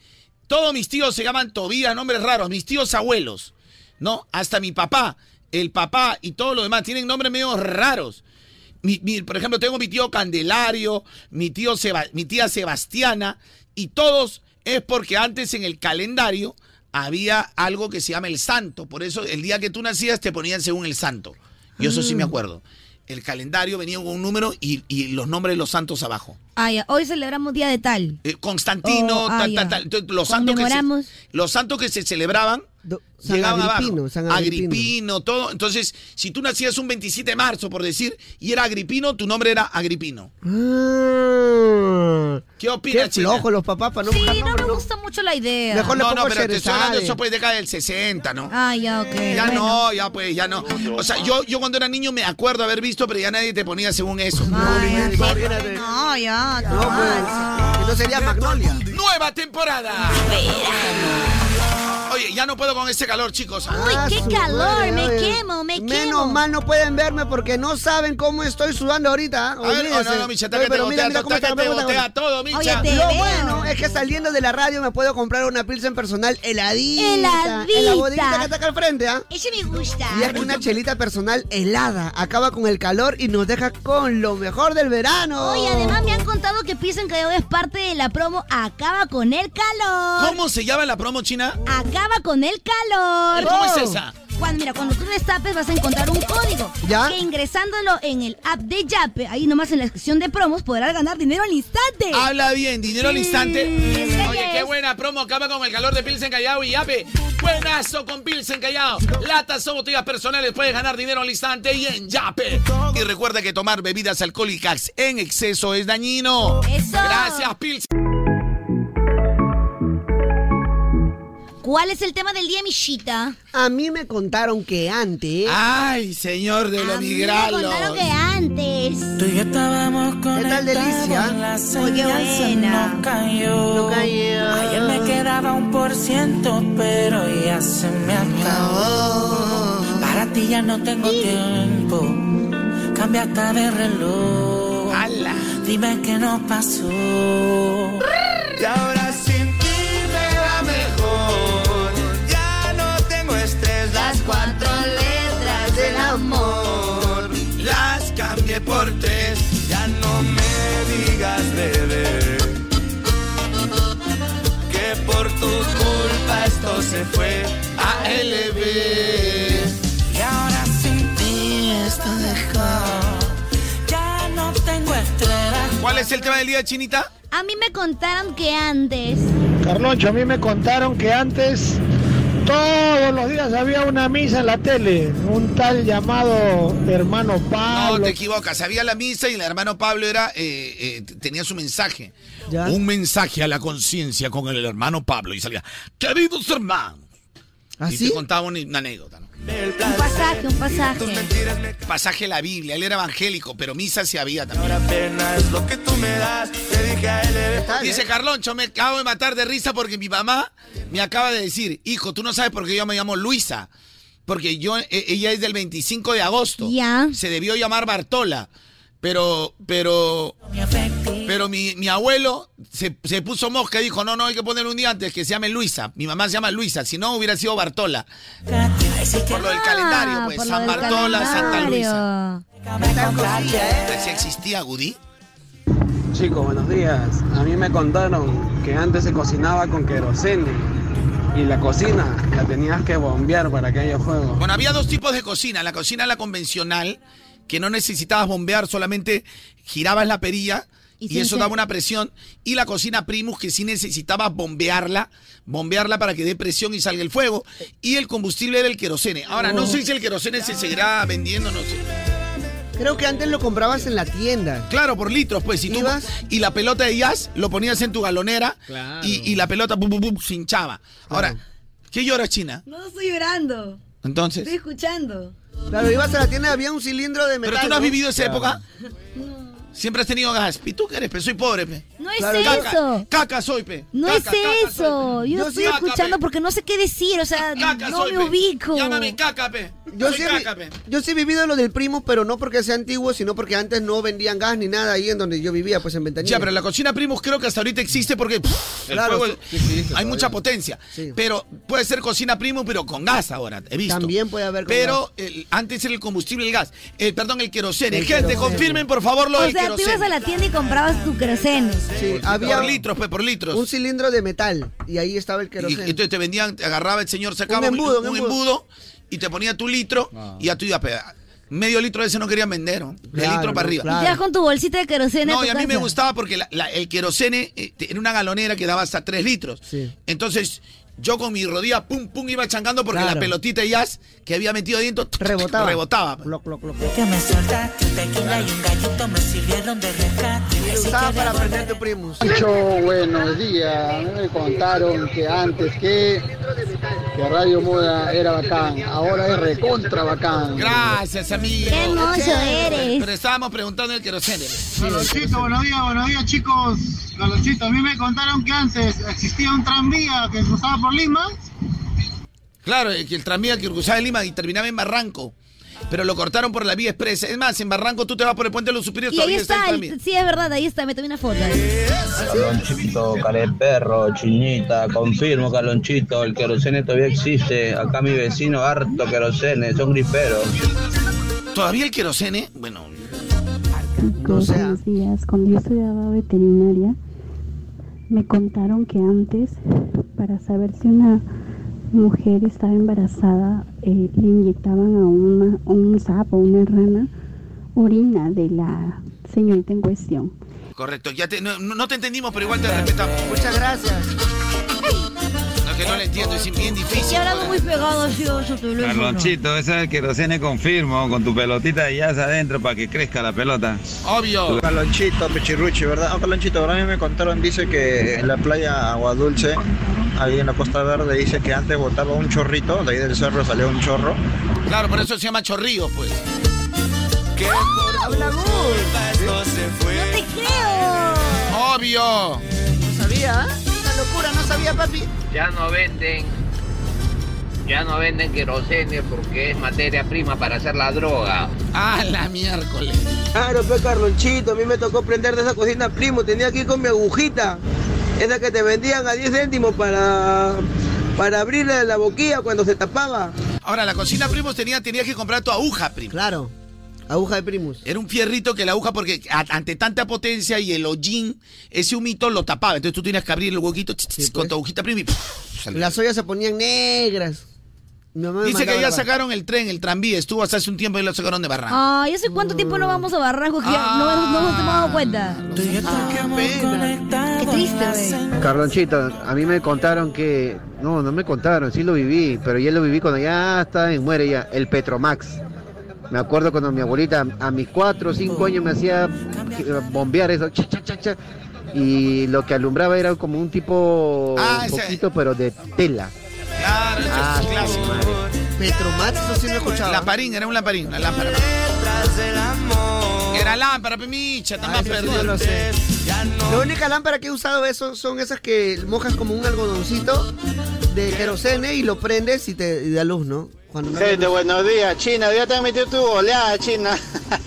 Speaker 13: todos mis tíos se llaman Tobías, nombres raros, mis tíos abuelos, ¿no? Hasta mi papá, el papá y todos los demás tienen nombres medio raros. Mi- mi- por ejemplo, tengo mi tío Candelario, mi, tío Seba- mi tía Sebastiana, y todos es porque antes en el calendario había algo que se llama el santo. Por eso el día que tú nacías te ponían según el santo. Yo eso sí me acuerdo. El calendario venía con un número y- y los nombres de los santos abajo.
Speaker 3: Ah, ya, Hoy celebramos Día de Tal.
Speaker 13: Eh, Constantino,
Speaker 3: Oh, ah,
Speaker 13: tal,
Speaker 3: ya.
Speaker 13: tal, tal. Entonces, Los santos, que se,
Speaker 3: Conmemoramos.
Speaker 13: los santos que se celebraban
Speaker 10: San
Speaker 13: llegaban
Speaker 10: Agripino,
Speaker 13: abajo.
Speaker 10: San
Speaker 13: Agripino.
Speaker 10: Agripino.
Speaker 13: todo. Entonces, si tú nacías un 27 de marzo, por decir, y era Agripino, tu nombre era Agripino.
Speaker 10: Ah.
Speaker 13: ¿Qué opinas,
Speaker 10: Qué flojo los papás para no buscar
Speaker 3: Sí, no
Speaker 10: nombre,
Speaker 3: me gusta mucho la idea.
Speaker 13: no, no, pero te estoy hablando de eso pues década del 60, ¿no?
Speaker 3: Ah, ya, ok.
Speaker 13: Ya
Speaker 3: bueno.
Speaker 13: no, ya pues, ya no. O sea, yo, yo cuando era niño me acuerdo haber visto, pero ya nadie te ponía según eso.
Speaker 3: No, ya, no.
Speaker 10: Eso pues, sería Magnolia.
Speaker 13: ¡Nueva temporada! Oye, ya no puedo con este calor, chicos.
Speaker 3: Uy, qué calor, me
Speaker 10: Oye,
Speaker 3: quemo, me quemo.
Speaker 10: Ah, Menos mal no pueden verme porque no saben cómo estoy sudando ahorita.
Speaker 13: ver,
Speaker 10: Olvídense.
Speaker 13: oh, no, no, Micha,
Speaker 10: Oye,
Speaker 13: tácate,
Speaker 10: pero mira,
Speaker 13: botea,
Speaker 10: mira cómo está,
Speaker 13: tácate,
Speaker 10: mira cómo está.
Speaker 13: botea todo, Micha. Oye, te
Speaker 10: Lo
Speaker 13: veo.
Speaker 10: bueno es que saliendo de la radio me puedo comprar una pilsen personal heladita. En la
Speaker 3: Heladita.
Speaker 10: bodeguita que está acá al frente, ¿ah?
Speaker 3: Ese me gusta.
Speaker 10: Y es que una chelita personal helada acaba con el calor y nos deja con lo mejor del verano.
Speaker 3: Oye, además me han contado que Pilsen Callao es parte de la promo Acaba con el calor.
Speaker 13: ¿Cómo se llama la promo china?
Speaker 3: Acaba con el calor.
Speaker 13: ¿Y cómo es esa?
Speaker 3: Cuando, mira, cuando tú destapes vas a encontrar un código.
Speaker 13: ¿Ya?
Speaker 3: Que ingresándolo en el app de Yape, ahí nomás en la sección de promos, podrás ganar dinero al instante.
Speaker 13: Habla bien, dinero al
Speaker 3: Sí,
Speaker 13: instante. Mm.
Speaker 3: sí, sí,
Speaker 13: Oye, qué buena promo. Acaba con el calor de Pilsen Callao y Ape. Buenazo con Pilsen Callao. Latas o botellas personales. Puedes ganar dinero al instante y en Yape. Y recuerda que tomar bebidas alcohólicas en exceso es dañino.
Speaker 3: Eso.
Speaker 13: Gracias, Pilsen.
Speaker 3: ¿Cuál es el tema del día, Michita?
Speaker 10: A mí me contaron que antes.
Speaker 13: Ay, señor de los
Speaker 3: Me contaron que antes.
Speaker 28: Tú y yo estábamos
Speaker 10: ¿Qué tal delicia?
Speaker 28: la
Speaker 3: Oye,
Speaker 28: señal
Speaker 3: qué
Speaker 28: se
Speaker 3: buena.
Speaker 28: nos cayó.
Speaker 10: No cayó.
Speaker 28: Ayer me quedaba un por ciento, pero ya se me acabó. Para ti ya no tengo tiempo. Cambia hasta de reloj. Dime qué nos pasó.
Speaker 15: Y ahora sin ti me va mejor. Ya no tengo estrés. Las cuatro letras del amor las cambié por tres. Ya no me digas, bebé, que por tu culpa esto se fue a LB.
Speaker 28: Y ahora sin ti esto dejó. Ya no tengo estrellas.
Speaker 13: ¿Cuál es el tema del día, Chinita?
Speaker 3: A mí me contaron que antes.
Speaker 5: Carloncho, a mí me contaron que antes todos los días había una misa en la tele, un tal llamado hermano Pablo.
Speaker 13: No, te equivocas. Había la misa y el hermano Pablo era eh, eh, t- tenía su mensaje. Un mensaje a la conciencia con el hermano Pablo. Y salía, queridos hermanos. y te contaba una, una anécdota. ¿no?
Speaker 3: Un pasaje, un pasaje.
Speaker 13: Pasaje de la Biblia. Él era evangélico, pero misa se había también.
Speaker 15: Lo que tú me das, te dije a LB.
Speaker 13: Dice Carloncho, me acabo de matar de risa porque mi mamá me acaba de decir, hijo, tú no sabes por qué yo me llamo Luisa. Porque yo, e- ella es del 25 de agosto. Se debió llamar Bartola. Pero, pero, pero mi, mi abuelo se, se puso mosca y dijo, no, no, hay que ponerle un día antes que se llame Luisa. Mi mamá se llama Luisa, si no hubiera sido Bartola. Por lo del calendario, pues,
Speaker 3: Ah, por lo
Speaker 13: San
Speaker 3: del
Speaker 13: Bartola, Santa Luisa.
Speaker 3: calendario.
Speaker 13: Si existía Gudí.
Speaker 6: Chicos, buenos días. A mí me contaron que antes se cocinaba con querosene y la cocina la tenías que bombear para que haya fuego.
Speaker 13: Bueno, había dos tipos de cocina. La cocina, la convencional, que no necesitabas bombear, solamente girabas la perilla
Speaker 32: Y
Speaker 13: y,
Speaker 32: se
Speaker 13: eso
Speaker 32: encendía.
Speaker 13: daba una presión. Y la cocina primus, que sí necesitabas bombearla, bombearla para que dé presión y salga el fuego. Y el combustible era el querosene. Ahora, no sé si el querosene se seguirá vendiendo, no sé.
Speaker 10: Creo que antes lo comprabas en la tienda.
Speaker 13: Claro, por litros, pues. Si tú, y la pelota de jazz lo ponías en tu galonera y, y la pelota pum, pum, pum, se hinchaba. Ahora, ¿qué llora China?
Speaker 3: No estoy llorando.
Speaker 13: Entonces.
Speaker 3: Estoy escuchando.
Speaker 10: Claro, ibas a la tienda, había un cilindro de metal.
Speaker 13: ¿Pero tú no has vivido esa
Speaker 10: Claro.
Speaker 13: época? Siempre has tenido gas. ¿Y tú qué eres, pe? Soy pobre, pe.
Speaker 3: No es
Speaker 13: Caca,
Speaker 3: eso.
Speaker 13: Caca soy, pe.
Speaker 3: No
Speaker 13: Caca,
Speaker 3: es
Speaker 13: caca
Speaker 3: eso.
Speaker 13: soy, pe.
Speaker 3: Yo estoy
Speaker 13: Caca,
Speaker 3: escuchando
Speaker 13: pe.
Speaker 3: porque no sé qué decir. O sea,
Speaker 13: Caca
Speaker 3: no
Speaker 13: soy, pe.
Speaker 3: me ubico.
Speaker 13: Llámame caca, pe.
Speaker 10: Yo
Speaker 13: soy
Speaker 10: sí, he vi-
Speaker 13: caca, pe.
Speaker 10: yo sí he vivido lo del primo, pero no porque sea antiguo, sino porque antes no vendían gas ni nada ahí en donde yo vivía, pues en Ventanilla.
Speaker 13: Ya, pero la cocina Primus creo que hasta ahorita existe porque pff, el
Speaker 10: Claro,
Speaker 13: fuego-
Speaker 10: sí existe
Speaker 13: hay
Speaker 10: todavía.
Speaker 13: mucha potencia. Pero puede ser cocina Primus, pero con gas ahora, he visto.
Speaker 10: También puede haber con
Speaker 13: Pero el- antes era el combustible, el gas. Eh, perdón, el queroseno.
Speaker 10: El
Speaker 13: Gente,
Speaker 10: queroseno.
Speaker 13: confirmen por favor lo
Speaker 3: O
Speaker 13: del
Speaker 3: sea, tú ibas
Speaker 13: queroseno.
Speaker 3: a la tienda y comprabas tu queroseno.
Speaker 10: Sí, había-
Speaker 13: Por litros, pe, por litros.
Speaker 10: Un cilindro de metal y ahí estaba el
Speaker 13: Y,
Speaker 10: queroseno.
Speaker 13: entonces te vendían, te agarraba el señor, sacaba
Speaker 10: Un embudo, un
Speaker 13: un
Speaker 10: embudo. Ah.
Speaker 13: embudo y te ponía tu litro y a tu iba a pegar. Medio litro de ese no querían vender, ¿no? de
Speaker 10: Claro,
Speaker 13: litro para arriba.
Speaker 3: Y te vas con tu bolsita de queroseno.
Speaker 13: No,
Speaker 3: tu
Speaker 13: y a mí me
Speaker 3: casa.
Speaker 13: gustaba porque la- la- el querosene eh, te- era una galonera que daba hasta 3 litros. Entonces, yo con mi rodilla pum pum iba changando porque
Speaker 10: Claro.
Speaker 13: la pelotita de jazz que había metido adentro tuc, tuc,
Speaker 10: Rebotaba.
Speaker 13: rebotaba. pues.
Speaker 33: Que me soltaste un tequila y un gallito me sirvieron de rescate.
Speaker 10: Lo usaba para aprender de primos.
Speaker 31: Pancho, buenos días. A mí me contaron que antes que, que Radio Moda era bacán, ahora es recontra bacán.
Speaker 13: Gracias, amigo.
Speaker 31: Qué hermoso eres.
Speaker 13: Pero estábamos preguntando el querosene. pues.
Speaker 34: Galoncito, buenos días, buenos días chicos. Galoncito, a mí me contaron que antes existía un tranvía que cruzaba por Lima.
Speaker 13: Claro, el, que el tranvía que cruzaba en Lima y terminaba en Barranco. Pero lo cortaron por la vía expresa. Es más, en Barranco tú te vas por el puente de los superiores
Speaker 3: Y ahí
Speaker 13: todavía
Speaker 3: está,
Speaker 13: el
Speaker 3: el-
Speaker 13: tranvía.
Speaker 3: sí, es verdad, ahí está, me tomé una foto.
Speaker 29: Calonchito, careperro, chinita, confirmo, calonchito, el querosene todavía existe. Acá mi vecino, harto querosene, son griperos.
Speaker 13: ¿Todavía el querosene? Bueno,
Speaker 24: Chicos, buenos días. Cuando yo estudiaba veterinaria, me contaron que antes, para saber si una mujer estaba embarazada, eh, le inyectaban a, una, a un sapo, una rana, orina de la señorita en cuestión.
Speaker 13: correcto. Ya te- no, no te entendimos, pero igual te respetamos.
Speaker 10: Muchas gracias.
Speaker 13: No, que no lo entiendo, es bien difícil.
Speaker 3: Y hablando muy pegado, sí, a su teléfono.
Speaker 7: Carlonchito, ese es el querosene confirmo, con tu pelotita de jazz adentro para que crezca la pelota.
Speaker 13: Obvio.
Speaker 7: Calonchito, Pichirruchi, ¿verdad? Oh, Calonchito, ahora a mí me contaron, dice que en la playa Agua Dulce, ahí en la Costa Verde, dice que antes botaba un chorrito, de ahí del cerro salía un chorro.
Speaker 13: Claro, por eso se llama chorrío, pues.
Speaker 24: ¡Qué habla
Speaker 13: esto se fue.
Speaker 24: ¡No
Speaker 10: te creo!
Speaker 13: ¡Obvio!
Speaker 10: No sabía, ¿eh? Una locura, no sabía, papi.
Speaker 35: Ya no venden, ya no venden querosene porque es materia prima para hacer la droga.
Speaker 13: ¡Ah, la miércoles!
Speaker 31: Claro, pues Carlonchito, a mí me tocó prender de esa cocina, primo, tenía que ir con mi agujita, esa que te vendían a 10 céntimos para, para abrirle la boquilla cuando se tapaba.
Speaker 13: Ahora, la cocina primos tenía, tenías que comprar tu aguja, primo.
Speaker 10: Claro, aguja de primus.
Speaker 13: Era un fierrito que la aguja, porque a- ante tanta potencia y el hollín, ese humito lo tapaba. Entonces tú tenías que abrir el huequito ch, ch, ch,
Speaker 10: pues.
Speaker 13: con tu agujita primo y puf, salía.
Speaker 10: Las ollas se ponían negras. Mi mamá me
Speaker 13: Dice que
Speaker 10: mandaba
Speaker 13: ya
Speaker 10: la-
Speaker 13: sacaron el tren, el tranvía. Estuvo hasta hace un tiempo y lo sacaron de Barranco.
Speaker 3: Ay, ¿hace cuánto tiempo no vamos a Barranco? Que ya no, no
Speaker 13: Ah.
Speaker 3: nos hemos dado cuenta. Qué triste, güey.
Speaker 9: Carlonchito, a mí me contaron que. No, no me contaron, sí lo viví, pero ya lo viví cuando ya está en muere ya, el Petromax. Me acuerdo cuando mi abuelita a mis 4 o 5 años me hacía eh, bombear eso, cha, cha, cha, cha, y lo que alumbraba era como un tipo.
Speaker 10: Ah,
Speaker 9: un
Speaker 10: ese-
Speaker 9: poquito, pero de tela.
Speaker 13: Claro, eso es un clásico.
Speaker 10: Ah, Petromax, eso sí lo he escuchado.
Speaker 13: Lamparín, era un lamparín, una lámpara. Era lámpara, pimicha, está más
Speaker 10: Ah, Eso sí yo
Speaker 13: perdido.
Speaker 10: lo sé. La única lámpara que he usado eso son esas que mojas como un algodoncito de querosene y lo prendes y te y da luz, ¿no? Cuando no hay
Speaker 36: Gente,
Speaker 10: luz.
Speaker 36: buenos días, China. Ya te han metido tu goleada, China.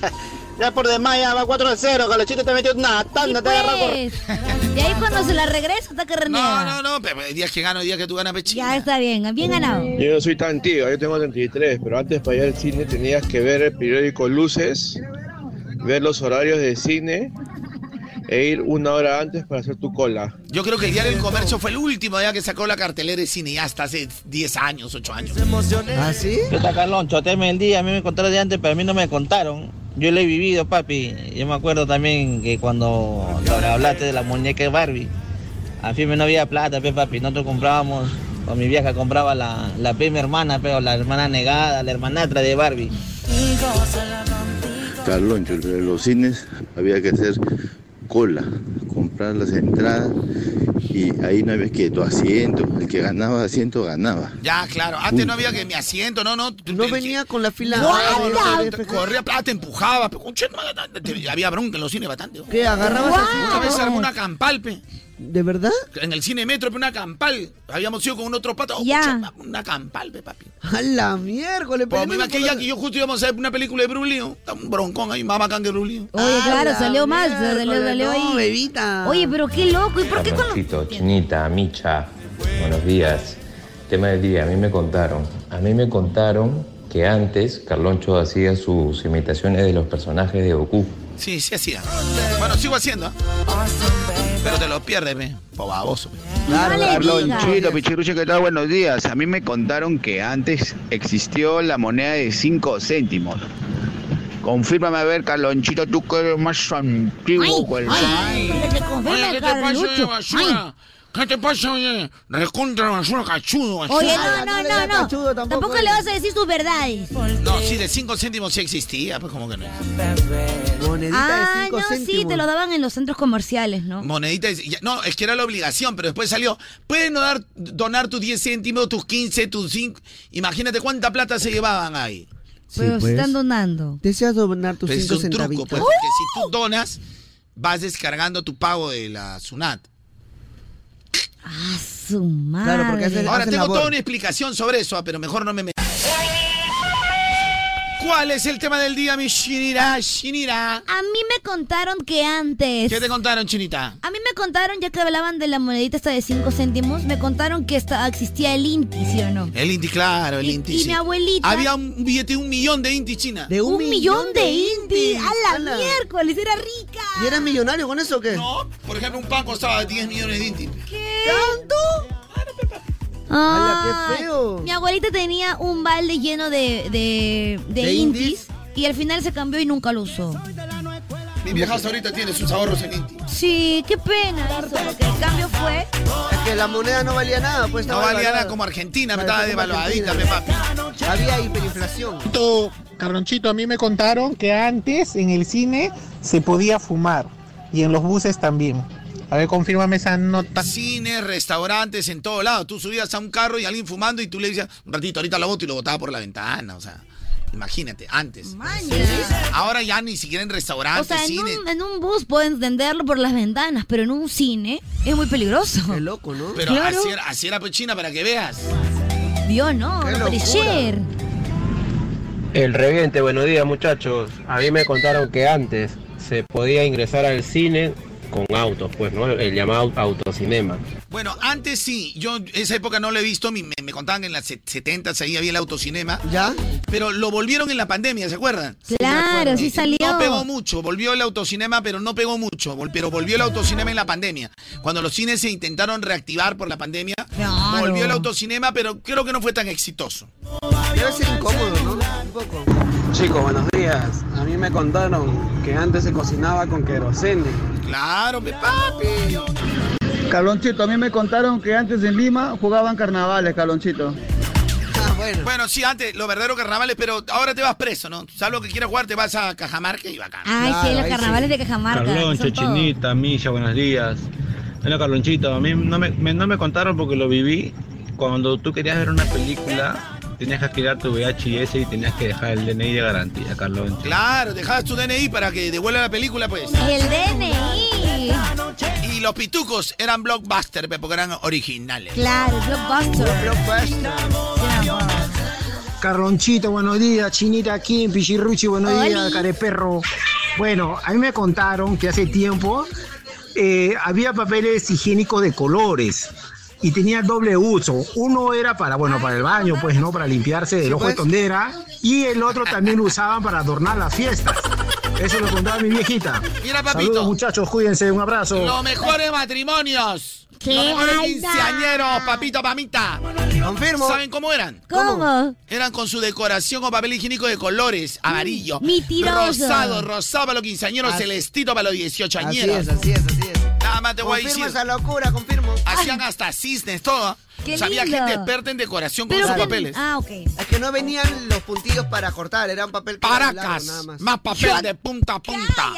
Speaker 36: ya por demás, ya va 4 a 0. Galochito te ha metido una tanda, te ha agarrado por.
Speaker 3: Y pues. ahí cuando se la regresa, hasta que
Speaker 13: No,
Speaker 3: renega.
Speaker 13: no, no, pero hay días que gano, hay días que tú ganas, pechín.
Speaker 3: Ya está bien, bien ganado.
Speaker 37: Yo no soy tan tío, yo tengo 33, pero antes para ir al cine tenías que ver el periódico Luces, ver los horarios de cine e ir una hora antes para hacer tu cola.
Speaker 13: Yo creo que el diario El Comercio fue el último día que sacó la cartelera de cine, ya hasta hace 10 años, 8 años.
Speaker 10: ¿Ah, sí?
Speaker 29: ¿Qué tal, Carloncho? Teme el día, a mí me contaron de antes, pero a mí no me contaron. Yo lo he vivido, papi. Yo me acuerdo también que cuando cuando hablaste de la muñeca de Barbie, a firme no había plata, pe, papi. Nosotros comprábamos, con mi vieja compraba la, la prima hermana, pero la hermana negada, la hermanatra de Barbie.
Speaker 38: Carloncho, en los cines había que hacer cola, comprar las entradas y ahí no había que tu asiento, el que ganaba asiento ganaba.
Speaker 13: Ya, claro. Antes no había que mi asiento, no, no. No venía
Speaker 10: con la fila.
Speaker 13: No,
Speaker 10: pues,
Speaker 13: te-
Speaker 10: eh".
Speaker 13: corría plata, te empujaba. pe, conche, no, no, te- Había bronca en los cines bastante.
Speaker 10: ¿Qué, agarrabas ¿Ah? así?
Speaker 13: Una vez armó una campal, pe.
Speaker 10: ¿De verdad?
Speaker 13: En el cine metro, pe, una campal. Habíamos ido con otro pato. oh,
Speaker 10: Ya.
Speaker 13: conche, Una campal, pe, papi.
Speaker 10: A la miércoles,
Speaker 13: Pues me aquella que yo justo íbamos a ver una película de Bruce Lee, Un broncón ahí, mamá canga de Bruce Lee.
Speaker 10: Ah,
Speaker 3: Oye, claro,
Speaker 13: la
Speaker 3: salió mal,
Speaker 13: miércoles,
Speaker 3: salió, salió ahí.
Speaker 13: no, bebita.
Speaker 3: Oye, pero qué loco, ¿y por qué cuando...?
Speaker 39: Carlonchito, Chinita, Micha, buenos días. Tema del día, a mí me contaron, a mí me contaron que antes Carloncho hacía sus imitaciones de los personajes de Goku.
Speaker 13: Sí, sí hacía. Bueno, sigo haciendo. ¿ah? Pero te lo pierdes, pe. Po baboso. pe.
Speaker 40: Carlonchito, Pichirrucho, ¿qué tal? Buenos días. A mí me contaron que antes existió la moneda de 5 céntimos. Confírmame a ver, Carlonchito, tú que eres más antiguo que el-
Speaker 13: Oye, ¿qué te pasa, basura?
Speaker 1: ¿Qué te pasa, oye? Recontra basura cachudo, basura.
Speaker 3: Oye, no, no, no, no. Tampoco, le vas a decir tus verdades.
Speaker 13: No, sí, de 5 céntimos sí existía, pues como que no.
Speaker 3: ah, no, sí, te lo daban en los centros comerciales, ¿no?
Speaker 13: Monedita, y- ya- no, es que era la obligación, pero después salió, pueden donar, donar tus 10 céntimos, tus 15, tus 5, imagínate cuánta plata se llevaban ahí.
Speaker 3: Pero
Speaker 10: pues.
Speaker 3: se están donando.
Speaker 10: Deseas donar tus
Speaker 13: Pero es
Speaker 10: cinco
Speaker 13: un truco,
Speaker 10: centavitos.
Speaker 13: pues, porque si tú donas, vas descargando tu pago de la SUNAT.
Speaker 3: Ah, su madre.
Speaker 13: Claro, porque
Speaker 10: hacen-
Speaker 13: Ahora
Speaker 10: hacen
Speaker 13: tengo
Speaker 10: labor.
Speaker 13: toda una explicación sobre eso, ah, pero mejor no me meto. ¿Cuál es el tema del día, mi Shinira? Shinira.
Speaker 3: A mí me contaron que antes.
Speaker 13: ¿Qué te contaron, Chinita?
Speaker 3: A mí me contaron, ya que hablaban de la monedita esta de 5 céntimos, me contaron que esta- existía el Inti, ¿sí o no?
Speaker 13: El Inti, claro, el Inti.
Speaker 3: y
Speaker 13: sí.
Speaker 3: mi abuelita-
Speaker 13: Había un billete de un millón de Inti China.
Speaker 10: De
Speaker 3: Un, millón, de Inti. A la
Speaker 10: ala.
Speaker 3: miércoles, era rica.
Speaker 10: ¿Y eras millonario con eso o qué?
Speaker 13: No, por ejemplo, un pan costaba 10 millones de Inti.
Speaker 3: ¿Tanto?
Speaker 10: Ala, qué
Speaker 3: Ay,
Speaker 10: feo.
Speaker 3: Mi abuelita tenía un balde lleno de, de, de
Speaker 13: ¿De
Speaker 3: Intis, y al final se cambió y nunca lo usó.
Speaker 13: Mi viejazo ahorita tiene sus ahorros en Inti.
Speaker 3: Sí, qué pena eso, porque el cambio fue...
Speaker 10: Es que la moneda no valía nada, pues
Speaker 13: No
Speaker 10: estaba
Speaker 13: valía
Speaker 10: devaluada.
Speaker 13: nada como Argentina, me
Speaker 10: Parecía
Speaker 13: estaba
Speaker 10: como
Speaker 13: devaluadita, me
Speaker 10: Argentina.
Speaker 13: papi.
Speaker 10: Había hiperinflación.
Speaker 2: Carlonchito, Carlonchito, a mí me contaron que antes en el cine se podía fumar y en los buses también. A ver, confírmame esa nota.
Speaker 13: Cines, restaurantes, en todo lado. Tú subías a un carro y alguien fumando y tú le decías, un ratito, ahorita lo boto y lo botaba por la ventana. O sea, imagínate, antes. Ahora ya ni siquiera Ah, en
Speaker 3: O
Speaker 13: restaurantes,
Speaker 3: sea, en
Speaker 13: cines.
Speaker 3: un, en un bus puedo entenderlo por las ventanas, pero en un cine es muy peligroso. Qué
Speaker 10: loco, ¿no?
Speaker 13: Pero
Speaker 3: claro,
Speaker 13: así, era, así era Pechina para que veas.
Speaker 3: Dios, no,
Speaker 13: Qué
Speaker 3: no
Speaker 13: locura.
Speaker 3: perecer.
Speaker 24: El reviente, buenos días muchachos. A mí me contaron que antes se podía ingresar al cine con autos, pues, ¿no? El llamado autocinema.
Speaker 13: Bueno, antes sí, yo esa época no lo he visto, mi- me, me contaban que en las 70 se había el autocinema.
Speaker 10: ¿Ya?
Speaker 13: Pero lo volvieron en la pandemia, ¿se acuerdan?
Speaker 3: Claro, sí
Speaker 13: Eh,
Speaker 3: salió.
Speaker 13: No pegó mucho, volvió el autocinema, pero no pegó mucho, vol- pero volvió el autocinema en la pandemia. Cuando los cines se intentaron reactivar por la pandemia,
Speaker 10: Claro.
Speaker 13: volvió el autocinema, pero creo que no fue tan exitoso.
Speaker 10: Debe ser incómodo, ¿no? Un poco.
Speaker 6: Chicos, buenos días. A mí me contaron que antes se cocinaba con querosene.
Speaker 13: Claro, pe papi.
Speaker 26: Calonchito, a mí me contaron que antes en Lima jugaban carnavales, Calonchito.
Speaker 3: Ah,
Speaker 13: bueno. sí, antes los verdaderos carnavales, pero ahora te vas preso, ¿no? Sabes lo que quieras jugar, te vas a Cajamarca y bacán.
Speaker 3: Ay, sí, los carnavales de Cajamarca.
Speaker 16: Carloncho,
Speaker 3: son todo.
Speaker 16: Chinita, Milla, buenos días. Bueno, Carlonchito, a mí no me, me- no me contaron porque lo viví. Cuando tú querías ver una película, tenías que alquilar tu VHS y tenías que dejar el DNI de garantía, Carloncho.
Speaker 13: Claro, dejabas tu DNI para que devuelva la película, pues.
Speaker 3: El DNI.
Speaker 13: Y los pitucos eran blockbuster, pe, porque eran originales.
Speaker 3: Claro, el blockbuster.
Speaker 22: Carlonchito, buenos días. Chinita aquí en Pichirruchi, buenos
Speaker 3: Oli.
Speaker 22: días, careperro. Bueno, a mí me contaron que hace tiempo eh, había papeles higiénicos de colores y tenía doble uso. Uno era para, bueno, para el baño, pues, ¿no? Para limpiarse del
Speaker 3: pues.
Speaker 22: ojo de tondera y el otro también lo usaban para adornar las fiestas. Eso lo contaba mi viejita.
Speaker 13: Mira, papito.
Speaker 22: Saludos, muchachos, cuídense, un abrazo.
Speaker 13: Los mejores matrimonios.
Speaker 22: ¡Qué
Speaker 13: Los mejores
Speaker 22: alta!
Speaker 13: quinceañeros, papito, mamita.
Speaker 10: Confirmo.
Speaker 13: ¿Saben cómo eran?
Speaker 3: ¿Cómo?
Speaker 13: Eran con su decoración con papel higiénico de colores, amarillo,
Speaker 3: mentiroso.
Speaker 13: rosado, rosado para los quinceañeros,
Speaker 10: Así-
Speaker 13: celestito para los
Speaker 10: Así
Speaker 13: dieciochoañeros.
Speaker 10: es, así es, así es.
Speaker 13: Nada más te voy a
Speaker 10: Confirmo
Speaker 13: decir.
Speaker 10: esa locura, confirmo.
Speaker 13: Hacían hasta cisnes, todo.
Speaker 10: Qué
Speaker 13: O sea, había
Speaker 10: lindo.
Speaker 13: gente experta en decoración con sus papeles.
Speaker 3: Ah, ok.
Speaker 10: Es que no venían los puntillos para cortar, eran papel que era largo,
Speaker 13: Paracas,
Speaker 10: nada más.
Speaker 13: más. papel de punta a punta.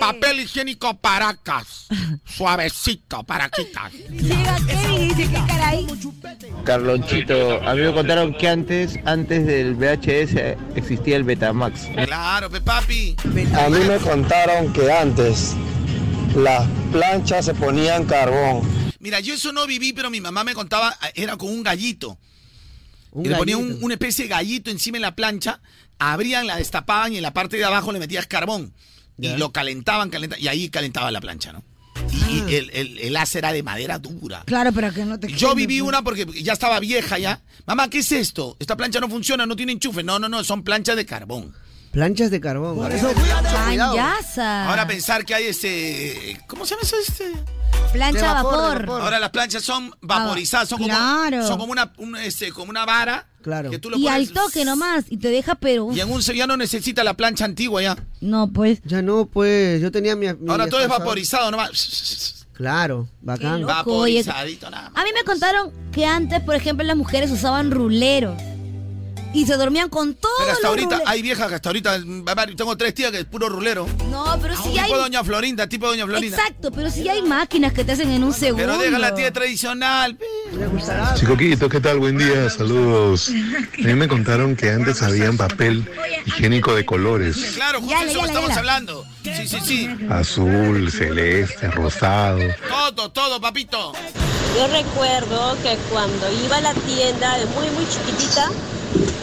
Speaker 13: Papel higiénico Paracas. Suavecito, paraquitas.
Speaker 9: Carlonchito, a mí me contaron que antes, antes del VHS existía el Betamax.
Speaker 13: Claro, pe papi.
Speaker 9: A mí me contaron que antes las planchas se ponían carbón.
Speaker 13: Mira, yo eso no viví, pero mi mamá me contaba, era con un gallito. y le ponían un- una especie de gallito encima en la plancha, abrían, la destapaban y en la parte de abajo le metías carbón. Y lo calentaban, calentaban, y ahí calentaba la plancha, ¿no? Y, y el, el, el haz era de madera dura.
Speaker 3: Claro, pero que no te
Speaker 13: Yo viví una porque ya estaba vieja ya. Mamá, ¿qué es esto? Esta plancha no funciona, no tiene enchufe. No, no, no, son planchas de carbón.
Speaker 10: Planchas de carbón.
Speaker 13: Por
Speaker 10: güey.
Speaker 13: eso-
Speaker 3: Payaza.
Speaker 13: Ahora pensar que hay ese... ¿Cómo se llama eso? Este?
Speaker 3: Plancha a vapor.
Speaker 13: Ahora las planchas son vaporizadas, son como,
Speaker 3: claro.
Speaker 13: son como, una, un- este, como una vara. Claro. Que tú lo
Speaker 3: Y
Speaker 13: pones-
Speaker 3: al toque nomás, y te deja pero...
Speaker 13: Y en un ya no necesita la plancha antigua ya.
Speaker 3: No, pues.
Speaker 10: Ya no, pues. Yo tenía mi. mi
Speaker 13: Ahora todo es
Speaker 10: esposa.
Speaker 13: vaporizado nomás.
Speaker 10: Claro, bacán.
Speaker 3: loco, Vaporizadito A mí me contaron que antes, por ejemplo, las mujeres usaban ruleros. Y se dormían con todo
Speaker 13: Pero hasta ahorita hay viejas que hasta ahorita mm, tengo tres tías que es puro rulero.
Speaker 3: No, pero sí
Speaker 13: tipo
Speaker 3: hay...
Speaker 13: doña Florinda, tipo doña Florinda.
Speaker 3: Exacto, pero sí hay máquinas que te hacen en un segundo.
Speaker 13: Pero deja la pues, tía tradicional. pe.
Speaker 4: Chicoquitos, ¿qué tal? Buen día, saludos. A mí me contaron que antes habían papel higiénico de colores.
Speaker 13: Claro, justo eso estamos hablando. Sí, sí, sí.
Speaker 4: Azul, celeste, rosado.
Speaker 13: Todo, todo, papito.
Speaker 5: Yo recuerdo que cuando iba a la tienda, de muy, muy chiquitita,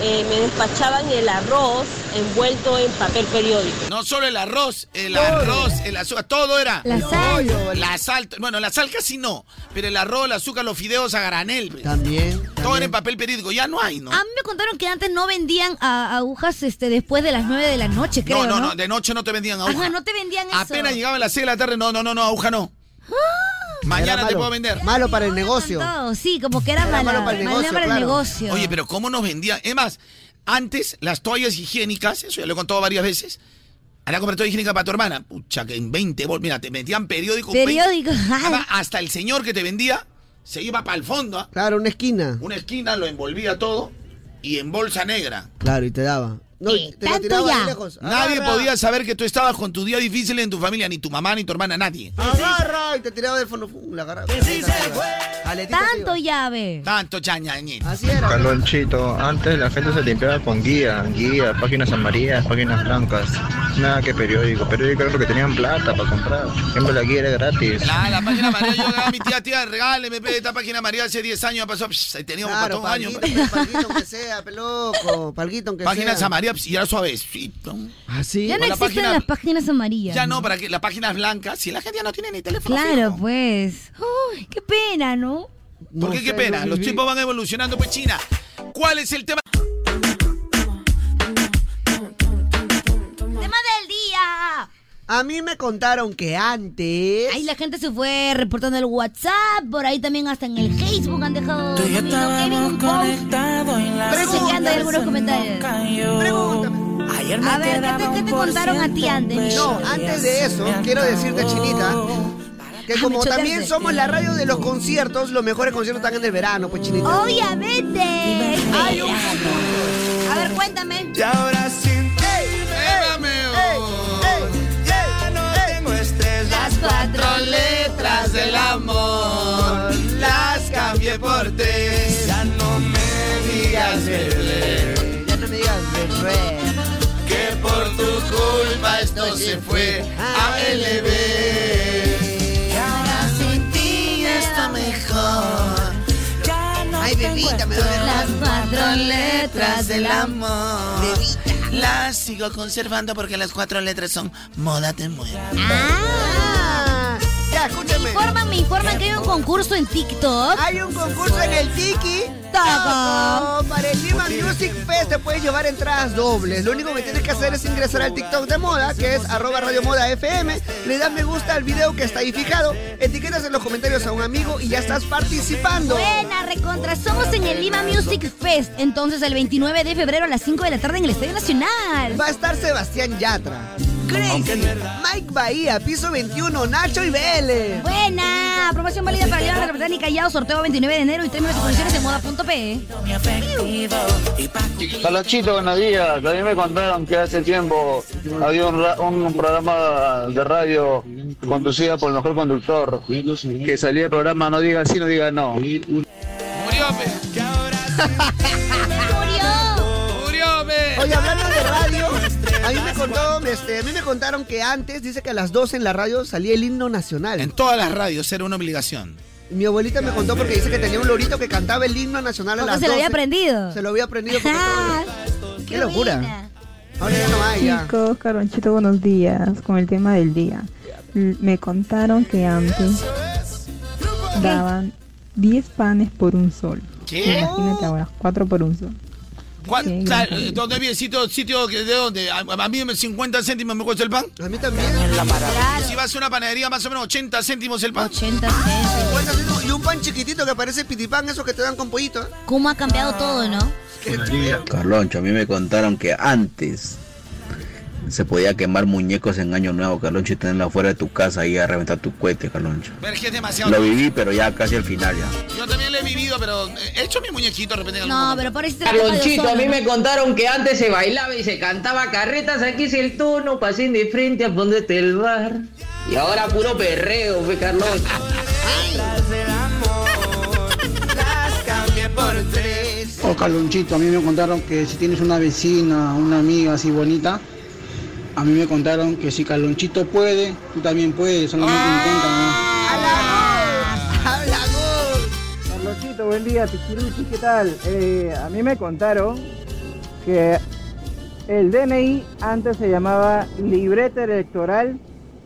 Speaker 5: eh, me despachaban el arroz envuelto en papel periódico.
Speaker 13: No solo el arroz, el arroz, el azúcar, todo era.
Speaker 5: La sal.
Speaker 13: No, La sal, bueno, la sal casi no, pero el arroz, el azúcar, los fideos a granel. pues.
Speaker 10: También.
Speaker 13: Todo era en papel periódico, ya no hay, ¿no?
Speaker 3: A mí me contaron que antes no vendían a- agujas este, después de las 9 de la noche, creo,
Speaker 13: No,
Speaker 3: ¿no?
Speaker 13: no, no, de noche no te vendían aguja.
Speaker 3: Ajá, no te vendían eso.
Speaker 13: Apenas llegaba a las 6 de la tarde, no, no, no, no, aguja no. Mañana te puedo vender.
Speaker 10: Malo para el negocio.
Speaker 3: Ah, No, sí, como que era,
Speaker 10: Era
Speaker 3: mala-
Speaker 10: malo para el
Speaker 3: mala
Speaker 10: negocio,
Speaker 3: para el
Speaker 10: claro.
Speaker 3: negocio.
Speaker 13: Oye, pero ¿cómo nos vendían? Es más, antes las toallas higiénicas, eso ya lo he contado varias veces. Ahora comprar toalla higiénica para tu hermana. Pucha, que en 20 bol, mira, te metían periódico. 20.
Speaker 3: Periódico, ajá.
Speaker 13: Además, Hasta el señor que te vendía se iba para el fondo, ¿ah?
Speaker 10: Claro, una esquina.
Speaker 13: una esquina, lo envolvía todo y en bolsa negra.
Speaker 10: Claro, y te daba. No, y te lo tiraba de lejos. Ah,
Speaker 13: Nadie
Speaker 10: Agarra,
Speaker 13: podía saber que tú estabas con tu día difícil en tu familia, ni tu mamá, ni tu hermana, nadie.
Speaker 10: Agarra y te tiraba del fondo. ¡fum! La agarraba.
Speaker 3: Tanto llave.
Speaker 13: Tanto chañañito.
Speaker 10: Así era.
Speaker 9: Carlonchito, antes la gente se limpiaba con guía, guía, páginas amarillas, páginas blancas. Nada que periódico. Periódico era porque tenían plata para comprar. Siempre la guía era gratis.
Speaker 13: Ah, la página amarilla, yo a mi tía, tía, regáleme, pe, esta página amarilla hace 10 años, pasó, psh, ahí tenía
Speaker 10: Claro,
Speaker 13: un años.
Speaker 10: palguito, palguito aunque sea, peloco. Palguito aunque
Speaker 13: Páginas
Speaker 10: sea. ¿Ah,
Speaker 13: amarillas, psh, y era suavecito.
Speaker 10: Así.
Speaker 3: Ya no
Speaker 13: la
Speaker 3: existen
Speaker 13: página-
Speaker 3: las páginas amarillas.
Speaker 13: Ya no, para que las páginas blancas, si la gente ya no tiene ni teléfono.
Speaker 3: Claro, pues. Uy, qué pena, ¿no?
Speaker 13: ¿Por qué qué pena? Los tiempos van evolucionando, pues China. ¿Cuál es el tema?
Speaker 3: Tema del día.
Speaker 10: A mí me contaron que antes.
Speaker 3: Ahí la gente se fue reportando el WhatsApp, por ahí también hasta en el Facebook han dejado.
Speaker 7: Tú y yo
Speaker 3: Mira, Kevin,
Speaker 7: estábamos
Speaker 3: Paul.
Speaker 7: conectados en la
Speaker 3: Chequeando ahí algunos comentarios.
Speaker 7: Ayer me
Speaker 3: A ver, ¿qué
Speaker 7: quedaba
Speaker 3: te, qué te
Speaker 7: un por
Speaker 3: contaron a ti
Speaker 7: ciento
Speaker 3: antes? Michelle?
Speaker 10: No, antes de eso, quiero decirte, Chinita, que como
Speaker 3: choteaste.
Speaker 10: también somos la radio de los conciertos, los mejores conciertos están en el verano, pues, Chinita.
Speaker 3: Obviamente. Hay un futuro. A ver, cuéntame.
Speaker 7: Y ahora sin ti
Speaker 13: Déjame
Speaker 7: Ya no tengo estrés Las cuatro
Speaker 13: letras del amor Las cambié por tres
Speaker 7: Ya no me digas bebé
Speaker 10: Ya no me digas bebé
Speaker 7: Que por tu culpa esto se fue a LB Y ahora sin ti está mejor Ya no
Speaker 10: Ay,
Speaker 7: tengo
Speaker 10: bebita, me duele.
Speaker 7: estrés.
Speaker 10: Las cuatro
Speaker 7: letras del amor.
Speaker 13: Las sigo conservando porque las cuatro letras son Moda te mueve.
Speaker 10: Ya, escúchame.
Speaker 3: Me informan, Ah. me informan que hay un concurso en TikTok.
Speaker 10: Hay un concurso en el Tiki. Taco. Para el Lima Music Fest te puedes llevar entradas dobles. Lo único que tienes que hacer es ingresar al TikTok de moda, que es arroba radio moda FM. Le das me gusta al video que está ahí fijado. Etiquetas en los comentarios a un amigo y ya estás participando.
Speaker 3: Buena, recontra. Somos en el Lima Music Fest. Entonces, el 29 de febrero a las 5 de la tarde en el Estadio Nacional.
Speaker 10: Va a estar Sebastián Yatra, Crazy, Mike Bahía, Piso 21, Nacho y Vélez.
Speaker 3: Buena. Promoción válida para León, Representar y Callao. Sorteo 29 de enero y términos y condiciones en moda.pe.
Speaker 31: Carlachito, buenos días. A mí me contaron que hace tiempo había un, ra- un programa de radio conducido por el mejor conductor que salía el programa No diga sí, no diga no.
Speaker 13: Murió, me.
Speaker 10: Oye, hablando de radio, a mí me contó, este, a mí me contaron que antes, dice que a las 12 en la radio salía el himno nacional. En
Speaker 13: todas las radios era una obligación.
Speaker 10: Mi abuelita me contó porque dice que tenía un lorito que cantaba el himno nacional a
Speaker 3: Porque
Speaker 10: las
Speaker 3: se lo había
Speaker 10: 12.
Speaker 3: aprendido. Ah,
Speaker 10: Se lo había aprendido. porque- ¡Qué locura! Ahora ya no hay, ya.
Speaker 25: Chicos, Caronchito, buenos días. Con el tema del día. L- Me contaron que antes daban 10 panes por un sol.
Speaker 13: ¿Qué?
Speaker 25: Imagínate ahora, 4 por un sol.
Speaker 13: ¿Cuán-
Speaker 25: Sí,
Speaker 13: tal-
Speaker 25: gracias.
Speaker 13: ¿Dónde vive? ¿Sitio, sitio que- de dónde? A, a mí me- 50 céntimos me cuesta el pan.
Speaker 10: A mí también.
Speaker 13: Si vas a una panadería, más o menos 80 céntimos el pan.
Speaker 3: 80
Speaker 10: Bueno, Pues y un pan chiquitito que parece pitipán, esos que te dan con pollito. ¿eh?
Speaker 3: ¿Cómo ha cambiado todo, no?
Speaker 31: Carloncho, a mí me contaron que antes
Speaker 41: se podía quemar muñecos en Año Nuevo, Carloncho, y tenerla fuera de tu casa y a reventar tu cohete, Carloncho.
Speaker 13: Pero es que es demasiado.
Speaker 41: Lo viví, pero ya casi al final ya.
Speaker 13: Yo también lo he vivido, pero eh, he hecho mi muñequito de repente. en algún
Speaker 3: No,
Speaker 13: momento.
Speaker 3: pero por eso
Speaker 29: Carlonchito, a mí me contaron que antes se bailaba y se cantaba carretas, aquí es el tono, pasé de frente, apóndete el bar. Y ahora puro perreo, fe Carloncho.
Speaker 7: Oh, Carlonchito, a mí me contaron que si tienes una vecina, una amiga así bonita, a mí me contaron que si Carlonchito puede, tú también puedes, solamente
Speaker 10: ¡Habla
Speaker 42: Carlosito, buen día, Pichiruchi, ¿qué tal? Eh, a mí me contaron que el DNI antes se llamaba libreta electoral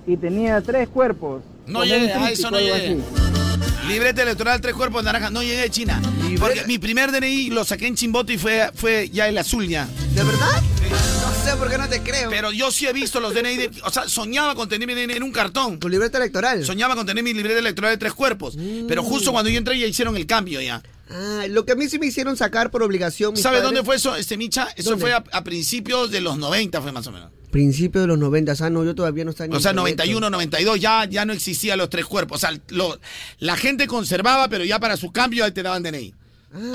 Speaker 42: y tenía tres cuerpos.
Speaker 13: No
Speaker 42: Como
Speaker 13: llegué,
Speaker 42: un
Speaker 13: a
Speaker 42: tríptico,
Speaker 13: eso no
Speaker 42: algo
Speaker 13: llegué. Libreta electoral, tres cuerpos de naranja. No llegué de China. Porque mi primer DNI lo saqué en Chimbote y fue, fue ya el azul ya.
Speaker 10: ¿De verdad? No sé por qué no te creo.
Speaker 13: Pero yo sí he visto los DNI. de- o sea, soñaba con tener mi DNI en un cartón.
Speaker 10: ¿Tu libreta electoral? Mm.
Speaker 13: Soñaba con tener mi libreta electoral de tres cuerpos. Pero justo cuando yo entré ya hicieron el cambio ya.
Speaker 10: Ah, lo que a mí sí me hicieron sacar por obligación. mis
Speaker 13: ¿Sabes
Speaker 10: padres.
Speaker 13: dónde fue eso, este Micha? Eso
Speaker 10: ¿Dónde?
Speaker 13: fue a, a principios de los 90, fue más o menos.
Speaker 10: Principio de los 90, ah, no, yo todavía no estaba en
Speaker 13: O sea,
Speaker 10: internet.
Speaker 13: 91, 92, ya, ya no existían los tres cuerpos. O sea, lo- la gente conservaba, pero ya para su cambio ahí te daban DNI.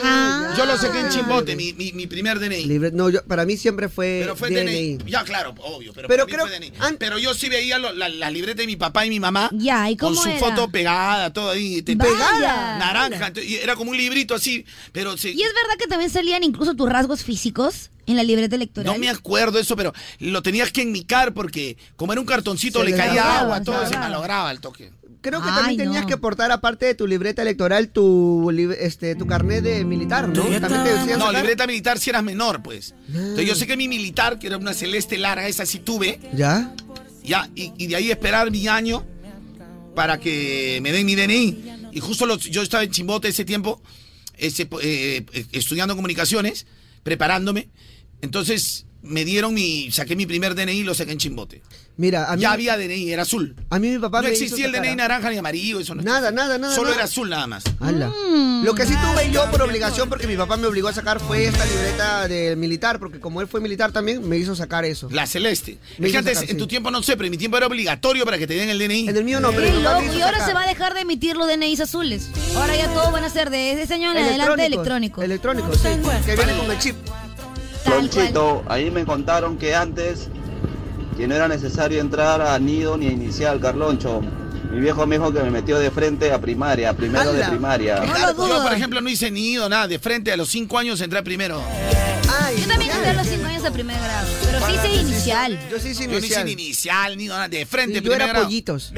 Speaker 3: Ah,
Speaker 13: yo lo saqué en Chimbote, mi, mi- mi primer DNI.
Speaker 10: Libre- no, yo- para mí siempre
Speaker 3: Eh,
Speaker 10: fue,
Speaker 13: Pero fue
Speaker 10: DNI.
Speaker 13: DNI. Ya, claro, obvio. Pero,
Speaker 10: Pero
Speaker 13: para mí fue DNI. Pero yo sí veía lo- la, la libreta de mi papá y mi mamá.
Speaker 3: Ya, ¿y
Speaker 13: Con
Speaker 3: cómo
Speaker 13: su
Speaker 3: era?
Speaker 13: foto pegada, todo ahí. te-
Speaker 3: Vaya.
Speaker 13: Naranja. entonces, y era como un librito así. Pero se-
Speaker 3: ¿Y es verdad que también salían incluso tus rasgos físicos en la libreta electoral?
Speaker 13: no me acuerdo eso, pero lo tenías que enmicar porque como era un cartoncito
Speaker 10: Se
Speaker 13: le caía
Speaker 10: desgarraba,
Speaker 13: agua, todo se
Speaker 10: desgarraba.
Speaker 13: malograba al toque.
Speaker 10: Creo que también tenías que portar, aparte de tu libreta electoral, tu lib- este tu carnet de militar, ¿no? También te decían
Speaker 13: No,
Speaker 10: sacar.
Speaker 13: libreta militar si eras menor, pues. Entonces yo sé que mi militar, que era una celeste larga, esa sí tuve,
Speaker 10: ¿Ya?
Speaker 13: ya, y, y de ahí esperar mi año para que me den mi DNI. Y justo los- yo estaba en Chimbote ese tiempo, ese, eh, eh, estudiando comunicaciones, preparándome. Entonces me dieron mi, saqué mi primer DNI y lo saqué en Chimbote.
Speaker 10: Mira, a mí,
Speaker 13: ya había DNI, era azul.
Speaker 10: a mí mi papá
Speaker 13: no
Speaker 10: me hizo
Speaker 13: existía el
Speaker 10: sacar,
Speaker 13: DNI
Speaker 10: ¿ah?
Speaker 13: naranja ni amarillo, eso no
Speaker 10: Nada, nada, nada.
Speaker 13: Solo
Speaker 10: nada.
Speaker 13: era azul nada más.
Speaker 10: Ala. Lo que sí tuve yo por obligación, porque mi papá me obligó a sacar, fue esta libreta de militar, porque como él fue militar también, me hizo sacar eso.
Speaker 13: La celeste.
Speaker 10: Me
Speaker 13: Es que
Speaker 10: hizo
Speaker 13: antes,
Speaker 10: sacar,
Speaker 13: en
Speaker 10: sí.
Speaker 13: tu tiempo no sé, pero en mi tiempo era obligatorio para que te den el DNI. En el
Speaker 10: mío no,
Speaker 3: Qué loco, y ahora se va a dejar de emitir los DNIs azules. Ahora ya todos van a ser de ese año en adelante electrónico.
Speaker 10: Electrónicos, Electrónico, sí. Que viene con el chip.
Speaker 43: Lonchito, ahí me contaron que antes que no era necesario entrar a nido ni a inicial, Carloncho. Mi viejo me dijo que me metió de frente a primaria, a primero de
Speaker 13: ¡Hala!
Speaker 43: primaria.
Speaker 13: Claro, yo, por ejemplo, no hice nido, nada. De frente a los 5 años entré primero.
Speaker 3: Yo también entré a los 5 años de primer grado, pero sí hice inicial.
Speaker 10: Yo sí hice
Speaker 13: Yo no hice ni inicial, ni nada. De frente,
Speaker 10: Yo
Speaker 13: primer
Speaker 10: era
Speaker 13: grado.
Speaker 10: pollitos.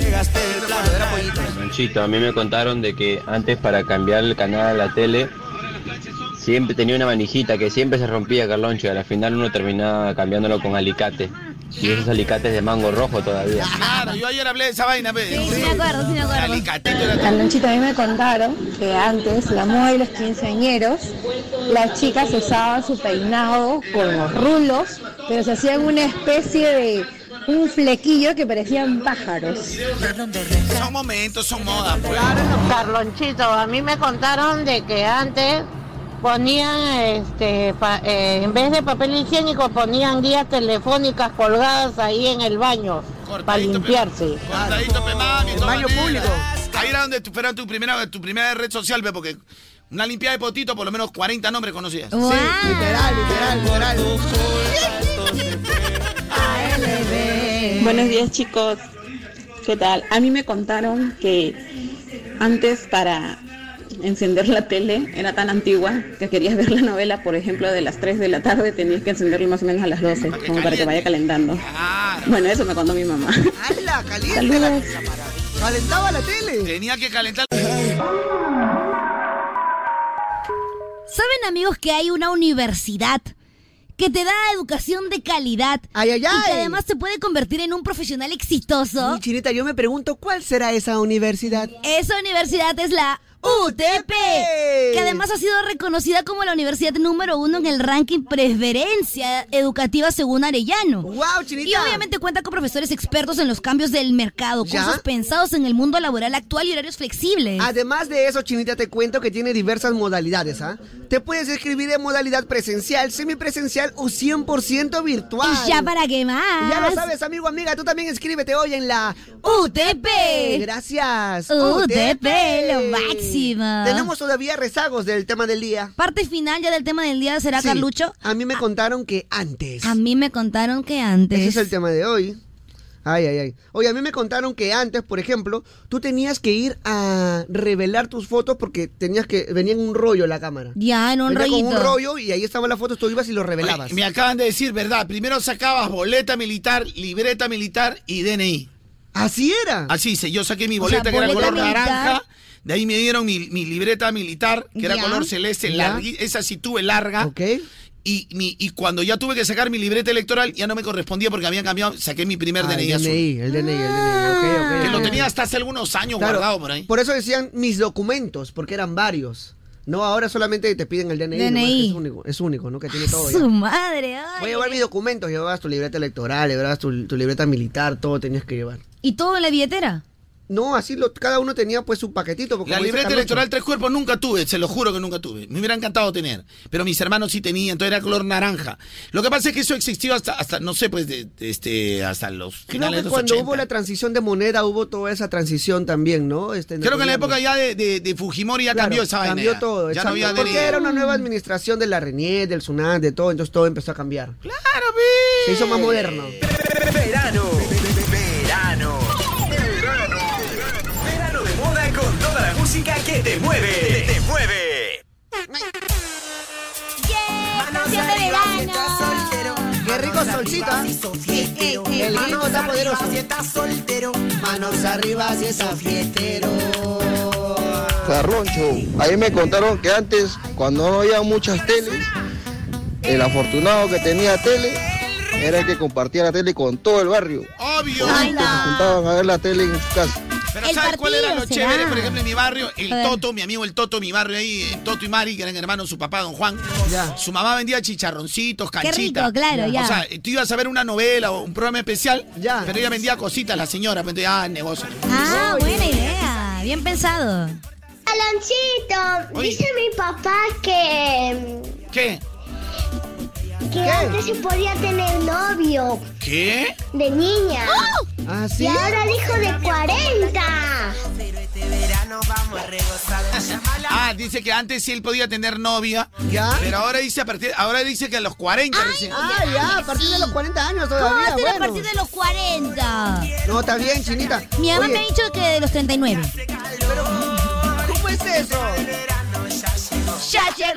Speaker 9: Carlonchito, a mí me contaron de que antes para cambiar el canal a la tele siempre tenía una manijita que siempre se rompía Carloncho y al final uno terminaba cambiándolo con alicate. Y esos alicates de mango rojo todavía.
Speaker 13: Claro, yo ayer hablé de esa vaina, pues. pe. Sí, sí, me
Speaker 3: acuerdo, sí me acuerdo.
Speaker 44: Carlonchito, a mí me contaron que antes la moda de los quinceañeros, las chicas usaban su peinado con los rulos, pero se hacían una especie de un flequillo que parecían pájaros.
Speaker 13: Son momentos, son modas, pues.
Speaker 45: Carlonchito, a mí me contaron de que antes ponían, este, pa- eh, en vez de papel higiénico, ponían guías telefónicas colgadas ahí en el baño para limpiarse.
Speaker 13: Cortadito, pe, mami,
Speaker 45: El
Speaker 13: toma,
Speaker 45: baño
Speaker 13: mira.
Speaker 45: público.
Speaker 13: Ahí era donde tu- fuera tu primera, tu primera red social, pe, porque una limpiada de potito, por lo menos 40 nombres conocías.
Speaker 10: Sí, literal, literal, literal.
Speaker 24: Buenos días chicos, ¿qué tal? A mí me contaron que antes para encender la tele era tan antigua que querías ver la novela, por ejemplo, de las 3 de la tarde tenías que encenderlo más o menos a las 12, como para que vaya calentando. Bueno, eso me contó mi mamá.
Speaker 10: ¡Hala, caliente! la-
Speaker 24: Saludos.
Speaker 10: ¡Calentaba la tele!
Speaker 13: Tenía que calentar.
Speaker 3: ¿Saben, amigos, que hay una universidad que te da educación de calidad? Y que
Speaker 10: ay.
Speaker 3: además se puede convertir en un profesional exitoso.
Speaker 10: Y, Chinita, yo me pregunto, ¿cuál será esa universidad?
Speaker 3: Esa universidad es la UTP, que además ha sido reconocida como la universidad número uno en el ranking preferencia educativa según Arellano. Y obviamente cuenta con profesores expertos en los cambios del mercado,
Speaker 10: ¿Ya?
Speaker 3: cursos pensados en el mundo laboral actual y horarios flexibles.
Speaker 10: Además de eso, Chinita, te cuento que tiene diversas modalidades, ¿ah? Te puedes escribir en modalidad presencial, semipresencial o 100% virtual.
Speaker 3: Y ya para qué más.
Speaker 10: Ya lo sabes, amigo, amiga, tú también escríbete hoy en la
Speaker 3: UTP.
Speaker 10: Gracias.
Speaker 3: UTP, lo máximo.
Speaker 10: Tenemos todavía rezagos del tema del día.
Speaker 3: Parte final ya del tema del día será
Speaker 10: Sí,
Speaker 3: Carlucho. Ah.
Speaker 10: A mí me contaron que antes.
Speaker 3: A mí me contaron que antes.
Speaker 10: Ese es el tema de hoy. Ay, ay, ay. Oye, a mí me contaron que antes, por ejemplo, tú tenías que ir a revelar tus fotos porque tenías que venía en un rollo la cámara.
Speaker 3: Ya, en un
Speaker 10: Venía
Speaker 3: rollito.
Speaker 10: Con un rollo y ahí estaban las fotos, tú ibas y lo revelabas.
Speaker 13: Me acaban de decir, ¿verdad? Primero sacabas boleta militar, libreta militar y DNI.
Speaker 10: Así era.
Speaker 13: Así hice. Yo saqué mi
Speaker 10: O sea,
Speaker 13: boleta que era
Speaker 10: boleta
Speaker 13: color
Speaker 10: militar.
Speaker 13: naranja. De ahí me dieron mi, mi libreta militar, que era
Speaker 10: Ya.
Speaker 13: color celeste,
Speaker 10: Ya.
Speaker 13: larga. Esa sí tuve larga. Y, mi, y cuando ya tuve que sacar mi libreta electoral, ya no me correspondía porque habían cambiado. Saqué mi primer
Speaker 10: Ah,
Speaker 13: DNI,
Speaker 10: el
Speaker 13: azul.
Speaker 10: DNI, el DNI, el DNI. ok,
Speaker 3: Ah.
Speaker 10: ok,
Speaker 13: que lo
Speaker 10: ok.
Speaker 13: tenía hasta hace algunos años
Speaker 10: Claro,
Speaker 13: guardado por ahí.
Speaker 10: Por eso decían mis documentos, porque eran varios. No, ahora solamente te piden el DNI. nomás,
Speaker 3: DNI.
Speaker 10: que Es único, es único, ¿no? Que tiene todo. ya.
Speaker 3: Su madre, ay.
Speaker 10: Voy a llevar mis documentos, llevabas tu libreta electoral, llevabas tu, tu libreta militar, todo tenías que llevar.
Speaker 3: ¿Y todo en la billetera?
Speaker 10: No, así lo, cada uno tenía pues su paquetito. porque
Speaker 13: La
Speaker 10: como dice
Speaker 13: libreta
Speaker 10: Carlos,
Speaker 13: electoral tres cuerpos nunca tuve, se lo juro que nunca tuve. Me hubiera encantado tener, pero mis hermanos sí tenían, entonces era color naranja. Lo que pasa es que eso existió hasta, hasta no sé, pues, de- de este, hasta los
Speaker 10: Creo
Speaker 13: finales
Speaker 10: que
Speaker 13: de los
Speaker 10: cuando
Speaker 13: 80.
Speaker 10: hubo la transición de moneda hubo toda esa transición también, ¿no? Este,
Speaker 13: Creo que en la
Speaker 10: gobierno.
Speaker 13: época ya de, de- de Fujimori ya
Speaker 10: Claro,
Speaker 13: cambió esa vaina.
Speaker 10: Cambió
Speaker 13: ya.
Speaker 10: todo,
Speaker 13: ya no
Speaker 10: exacto,
Speaker 13: había
Speaker 10: porque
Speaker 13: DNI.
Speaker 10: era una nueva administración de la RENIED, del SUNAT, de todo, entonces todo empezó a cambiar.
Speaker 13: ¡Claro,
Speaker 10: Se hizo más moderno.
Speaker 7: Verano, verano, verano, verano de moda con toda la música que te mueve, te mueve.
Speaker 10: Qué rico solcito. ¿ah? El ritmo está poderoso. soltero, manos arriba si estás fiestero.
Speaker 31: Carloncho, ahí me contaron que antes, cuando no había muchas teles, el afortunado que tenía tele era el que compartía la tele con todo el barrio.
Speaker 13: Obvio.
Speaker 31: Se juntaban a ver la tele en su casa.
Speaker 13: Pero ¿sabes cuál era lo
Speaker 3: partido
Speaker 13: chévere?
Speaker 3: será.
Speaker 13: Por ejemplo, en mi barrio, el
Speaker 3: A ver.
Speaker 13: Toto, mi amigo el Toto, mi barrio ahí, eh, Toto y Mari, que eran hermanos, su papá, don Juan. Su mamá vendía chicharroncitos, canchitas.
Speaker 3: rico, claro, ya.
Speaker 13: O sea, tú ibas a ver una novela o un programa especial, pero ella vendía cositas, la señora, pues, entonces, ah, negocio.
Speaker 3: Ah, buena idea. Bien pensado.
Speaker 1: Aloncito,
Speaker 13: Oye.
Speaker 1: dice mi papá que, mm,
Speaker 13: ¿Qué?
Speaker 1: que antes se podía tener novio
Speaker 13: ¿Qué?
Speaker 1: de niña.
Speaker 3: ¡Oh!
Speaker 10: ¿Ah,
Speaker 1: Y ahora dijo de 40.
Speaker 13: Ah, dice que antes sí él podía tener novia.
Speaker 10: Ya.
Speaker 13: Pero ahora dice a partir, ahora dice que a los 40. recién.
Speaker 10: Ah, ya, a partir de los 40 años todavía.
Speaker 3: ¿Cómo
Speaker 10: bueno.
Speaker 3: a partir de los 40?
Speaker 10: No, está bien, chinita.
Speaker 3: Mi mamá
Speaker 10: Oye,
Speaker 3: me ha dicho que de los 39.
Speaker 10: ¿Cómo es eso?
Speaker 3: Ah, ¡Ya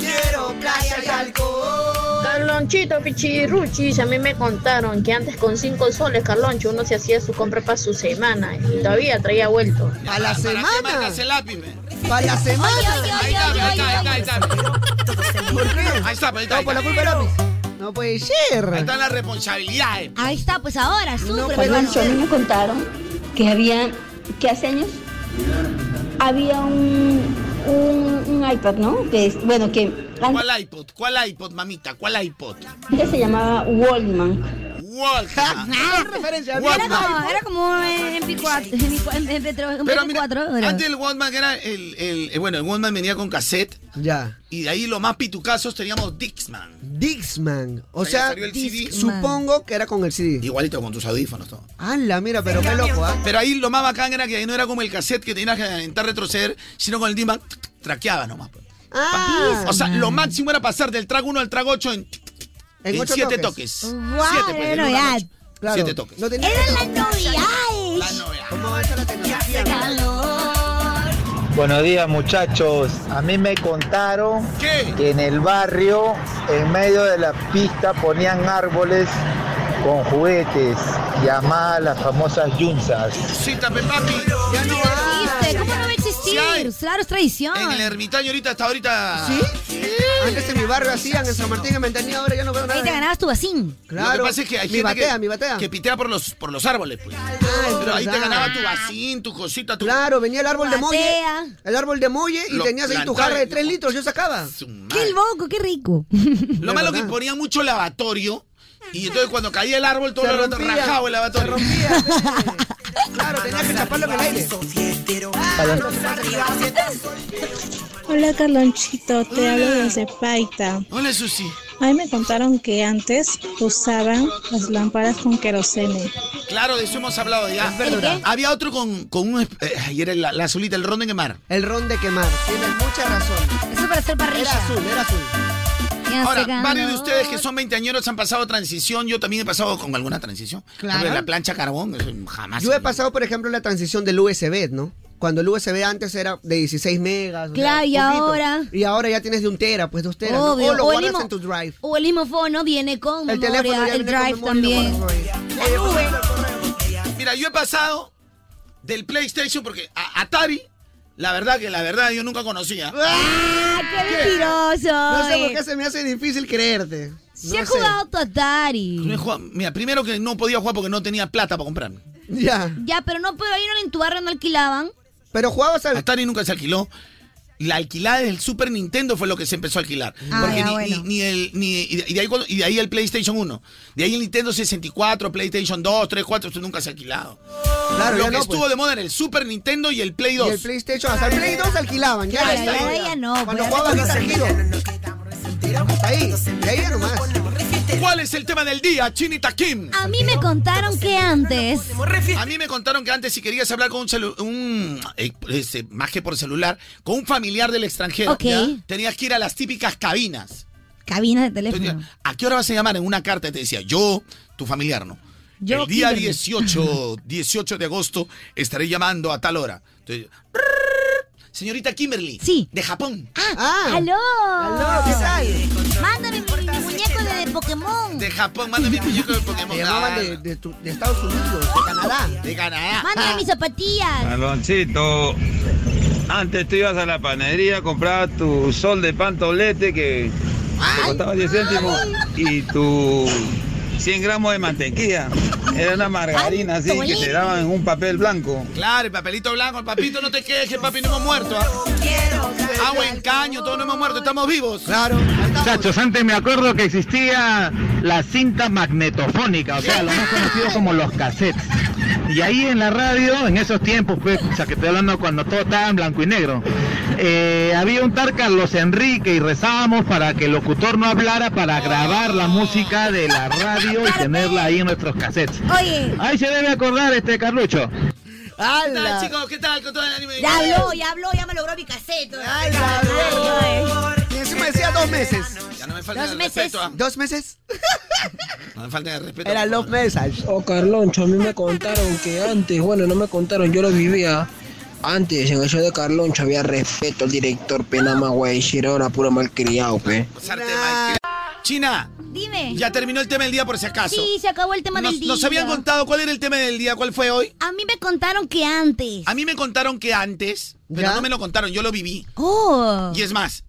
Speaker 7: quiero playa y alcohol.
Speaker 2: Carlonchito Pichirruchis, a mí me contaron que antes con 5 soles, Carloncho, uno se hacía su compra para su semana y todavía traía vuelto.
Speaker 10: A la
Speaker 13: ¿Para qué marcas el lápiz, men?
Speaker 10: Para la semana.
Speaker 13: Ahí está, ahí está, ahí está, ahí está. Ahí está, ahí está. ahí
Speaker 10: Por pues la
Speaker 13: está.
Speaker 10: culpa era mi- No puede ser.
Speaker 13: Ahí están las
Speaker 10: eh.
Speaker 13: responsabilidades.
Speaker 3: Ahí está, pues ahora, súper
Speaker 26: Carloncho, a mí
Speaker 3: preparado.
Speaker 26: me contaron que había, que hace años había un, un, un iPad, ¿no? Que es, bueno, que antes
Speaker 13: ¿Cuál iPod? ¿Cuál iPod, mamita? ¿Cuál iPod?
Speaker 26: se llamaba Wallman.
Speaker 13: Walkman.
Speaker 10: referencia.
Speaker 3: Era como,
Speaker 13: Walkman.
Speaker 3: era como en MP4. en MP4, en
Speaker 13: Pero mira,
Speaker 3: MP4, era.
Speaker 13: antes el Walkman era el, el- eh, bueno, el Walkman venía con cassette
Speaker 10: Ya.
Speaker 13: y de ahí lo más pitucazos teníamos Dixman.
Speaker 10: Dixman. O
Speaker 13: Ahí ya
Speaker 10: sea,
Speaker 13: salió el CD.
Speaker 10: supongo que era con el CD.
Speaker 13: Igualito con tus audífonos todo.
Speaker 10: ¡Hala, mira, pero qué loco, ¿ah?
Speaker 13: Pero ahí lo más bacán era que ahí no era como el cassette que tenías que alentar retroceder, sino con el Dixman tic, tic, traqueaba nomás. pues.
Speaker 10: Ah.
Speaker 13: o sea, lo máximo era pasar del track 1 al track 8 en, tic, tic, tic,
Speaker 10: En
Speaker 13: en
Speaker 10: ocho
Speaker 13: siete
Speaker 10: toques.
Speaker 13: toques.
Speaker 3: Wow,
Speaker 13: Siete, pues,
Speaker 3: era
Speaker 13: en una
Speaker 3: novedad.
Speaker 13: noche.
Speaker 10: Claro.
Speaker 13: Siete toques.
Speaker 10: No tenía
Speaker 3: Eran las novedades.
Speaker 10: ¿Cómo avanza la tecnología?
Speaker 28: Buenos días muchachos, a mí me contaron que en el barrio, en medio de la pista, ponían árboles con juguetes, llamadas las famosas yunzas.
Speaker 13: Cita, pe, papi.
Speaker 3: ¿Viste? ¿Cómo no va a existir vestir. Claro, es tradición.
Speaker 13: En el ermitaño ahorita, hasta ahorita.
Speaker 10: ¿Sí? Antes en mi barrio hacían, en San Martín, en Ventanilla, ahora ya no veo nada.
Speaker 3: Ahí te ganabas tu vacín.
Speaker 13: Lo que pasa es que hay
Speaker 10: mi
Speaker 13: gente
Speaker 10: batea,
Speaker 13: que,
Speaker 10: mi batea. Ah,
Speaker 13: que pitea por los, por los árboles, pues. Pero ahí te
Speaker 10: verdad.
Speaker 13: ganaba tu vacín, tu cosita, tu.
Speaker 10: Claro, venía el árbol de molle,
Speaker 13: Batea.
Speaker 10: el árbol de molle y
Speaker 13: Lo
Speaker 10: tenías ahí tu
Speaker 13: plantaba.
Speaker 10: jarra de 3 litros, yo sacaba.
Speaker 3: Qué loco, qué rico.
Speaker 13: Lo malo que ponía mucho lavatorio. Y entonces cuando caía el árbol, todo
Speaker 10: Se
Speaker 13: lo
Speaker 10: rompía,
Speaker 13: rajaba el lavatorio.
Speaker 10: Claro, tenías que chaparlo en el aire.
Speaker 24: Hola Carlonchito, te hablo desde Paita.
Speaker 13: Hola Susi.
Speaker 24: A mí me contaron que antes usaban las lámparas con querosene.
Speaker 13: Claro, de eso hemos hablado ya.
Speaker 24: verdad.
Speaker 13: Había otro con, con un. eh, y era la, la azulita, el ron de quemar.
Speaker 10: El ron de quemar. Tienes mucha razón.
Speaker 3: Eso para hacer parrilla.
Speaker 10: Era azul, era azul.
Speaker 13: Ahora, varios de ustedes que son veinteañeros han pasado transición. Yo también he pasado con alguna transición.
Speaker 10: Claro.
Speaker 13: Sobre La plancha a carbón, eso jamás.
Speaker 10: Yo he pasado, por ejemplo, la transición del USB, ¿no? Cuando el USB antes era de 16 megas. o sea,
Speaker 3: Claro, y
Speaker 10: poquito.
Speaker 3: ahora-
Speaker 10: Y ahora ya tienes de un tera, pues dos teras. ¿no?
Speaker 3: Obvio.
Speaker 10: O lo
Speaker 3: O el
Speaker 10: guardas
Speaker 3: limo-
Speaker 10: en tu drive.
Speaker 3: O el limofono viene con
Speaker 10: El
Speaker 3: memoria,
Speaker 10: teléfono ya
Speaker 3: el
Speaker 10: viene con
Speaker 3: drive
Speaker 10: memoria y lo
Speaker 3: también.
Speaker 10: Oye, ¿cómo se
Speaker 13: Mira, yo he pasado del PlayStation porque a- Atari, la verdad que la verdad yo nunca conocía.
Speaker 3: ¡Ah, qué mentiroso!
Speaker 10: No sé por
Speaker 3: eh.
Speaker 10: qué se me hace difícil creerte.
Speaker 3: Si
Speaker 10: No
Speaker 3: has
Speaker 10: sé.
Speaker 3: jugado tu Atari.
Speaker 13: No he jugado- Mira, primero que no podía jugar porque no tenía plata para comprarme.
Speaker 10: Ya.
Speaker 3: Ya, pero no, pero ahí no en tu barrio no alquilaban.
Speaker 10: Pero jugabas al...
Speaker 13: Atari nunca se alquiló. La alquilada del Super Nintendo fue lo que se empezó a alquilar.
Speaker 3: Ah,
Speaker 13: Porque
Speaker 3: ya,
Speaker 13: ni,
Speaker 3: bueno.
Speaker 13: ni- ni el, ni- y, de- y de ahí, cuando- y de ahí el PlayStation 1. De ahí el Nintendo 64, PlayStation 2, 3, 4, esto nunca se ha alquilado.
Speaker 10: Claro,
Speaker 13: lo
Speaker 10: ya
Speaker 13: que
Speaker 10: no,
Speaker 13: estuvo
Speaker 10: pues.
Speaker 13: de moda era el Super Nintendo y el Play
Speaker 10: Y
Speaker 13: 2.
Speaker 10: el PlayStation, hasta el Play 2 alquilaban. Ya,
Speaker 3: Claro,
Speaker 10: hasta
Speaker 3: ya,
Speaker 10: ahí.
Speaker 3: ya no, pues,
Speaker 10: Cuando
Speaker 3: ya
Speaker 10: jugabas
Speaker 3: no
Speaker 10: Guitar
Speaker 3: se
Speaker 10: Hero. Hasta ahí, de ahí ya nomás.
Speaker 13: ¿Cuál es el tema del día, Chinita Kim?
Speaker 3: A mí me contaron que antes.
Speaker 13: A mí me contaron que antes si querías hablar con un, celu- un eh, este, más que por celular, con un familiar del extranjero,
Speaker 3: Ok.
Speaker 13: ¿ya? tenías que ir a las típicas cabinas.
Speaker 3: Cabinas de teléfono.
Speaker 13: ¿A qué hora vas a llamar? En una carta te decía, yo, tu familiar, ¿no?
Speaker 3: Yo,
Speaker 13: el día
Speaker 3: Kimberly.
Speaker 13: 18, 18 de agosto estaré llamando a tal hora. Entonces, Señorita Kimberly.
Speaker 3: Sí.
Speaker 13: De Japón.
Speaker 10: Ah,
Speaker 3: ¡Aló!
Speaker 10: ¿qué tal?
Speaker 3: Mándame mi, mi muñeco de, de Pokémon.
Speaker 13: De Japón, mándame mi muñeco de Pokémon.
Speaker 10: Te llamaban de, de tu- de Estados Unidos, de Canadá. Ah,
Speaker 13: De Canadá.
Speaker 3: Mándame mis zapatillas.
Speaker 7: Carloncito, antes tú ibas a la panadería, comprabas tu sol de pan doblete que te costaba 10 céntimos y tu 100 gramos de mantequilla. Era una margarina así que te daban en un papel blanco.
Speaker 13: Claro, el papelito blanco, el papito, no te quejes, papi, no hemos muerto. ¿ah? Agua en caño, todos no hemos muerto, estamos vivos.
Speaker 10: Claro.
Speaker 9: Muchachos, antes me acuerdo que existía la cinta magnetofónica, o sea, lo más conocido como los cassettes. Y ahí en la radio, en esos tiempos, pues, o sea, que estoy hablando cuando todo estaba en blanco y negro, eh, había un tal Carlos Enrique y rezábamos para que el locutor no hablara para grabar la música de la radio y tenerla ahí en nuestros cassettes.
Speaker 3: Oye.
Speaker 9: Ahí se debe acordar este Carlucho.
Speaker 13: ¿Qué tal, chicos? ¿Qué tal con todo el anime?
Speaker 3: Ya habló, ya habló, ya me logró mi caseto.
Speaker 10: Ay, la Y encima decía dos meses.
Speaker 13: Ya no me falta el
Speaker 3: meses.
Speaker 13: respeto. ¿ah?
Speaker 10: ¿Dos meses?
Speaker 13: No me falta el respeto.
Speaker 10: Era Love Message.
Speaker 46: Oh, Carloncho, a mí me contaron que antes, bueno, no me contaron, yo lo vivía. Antes, en el show de Carloncho había respeto al director Penama, güey, y era una pura malcriado, pe.
Speaker 13: Pasarte, Mike. China,
Speaker 3: Dime.
Speaker 13: ya terminó el tema del día por si acaso.
Speaker 3: Sí, se acabó el tema
Speaker 13: nos,
Speaker 3: del día.
Speaker 13: Nos habían contado cuál era el tema del día, cuál fue hoy.
Speaker 3: A mí me contaron que antes.
Speaker 13: A mí me contaron que antes, pero
Speaker 3: ¿Ya?
Speaker 13: no me lo contaron, yo lo viví.
Speaker 3: Oh.
Speaker 13: Y es más,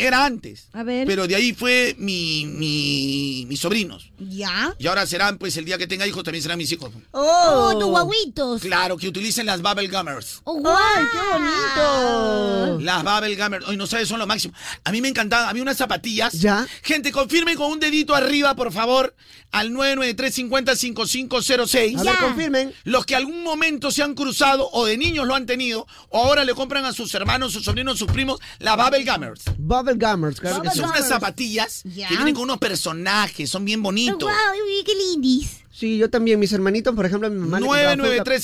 Speaker 13: era antes.
Speaker 3: A ver.
Speaker 13: Pero de ahí fue mi, mi- mis sobrinos.
Speaker 3: ¿Ya?
Speaker 13: Y ahora serán, pues el día que tenga hijos también serán mis hijos.
Speaker 3: Oh, tus guaguitos.
Speaker 13: Claro, que utilicen las bubble gummers.
Speaker 3: Oh, guau. ¡Ay, qué
Speaker 10: bonito!
Speaker 13: Las Babel Gamers. Hoy no sabes, son lo máximo. A mí me encantaban. Había unas zapatillas. Ya. Gente, confirmen con un dedito arriba, por favor, al 993-50-5506.
Speaker 10: A ver, Ya. confirmen.
Speaker 13: Los que algún momento se han cruzado o de niños lo han tenido, o ahora le compran a sus hermanos, sus sobrinos, sus primos, las Babel Gamers.
Speaker 10: Bubble Gummers, claro. que sí.
Speaker 13: Son unas zapatillas
Speaker 3: Ya.
Speaker 13: que vienen con unos personajes, son bien bonitos.
Speaker 3: Ay, Oh, qué lindis.
Speaker 10: Sí, yo también, mis hermanitos, por ejemplo, mi mamá. le compraba
Speaker 13: 993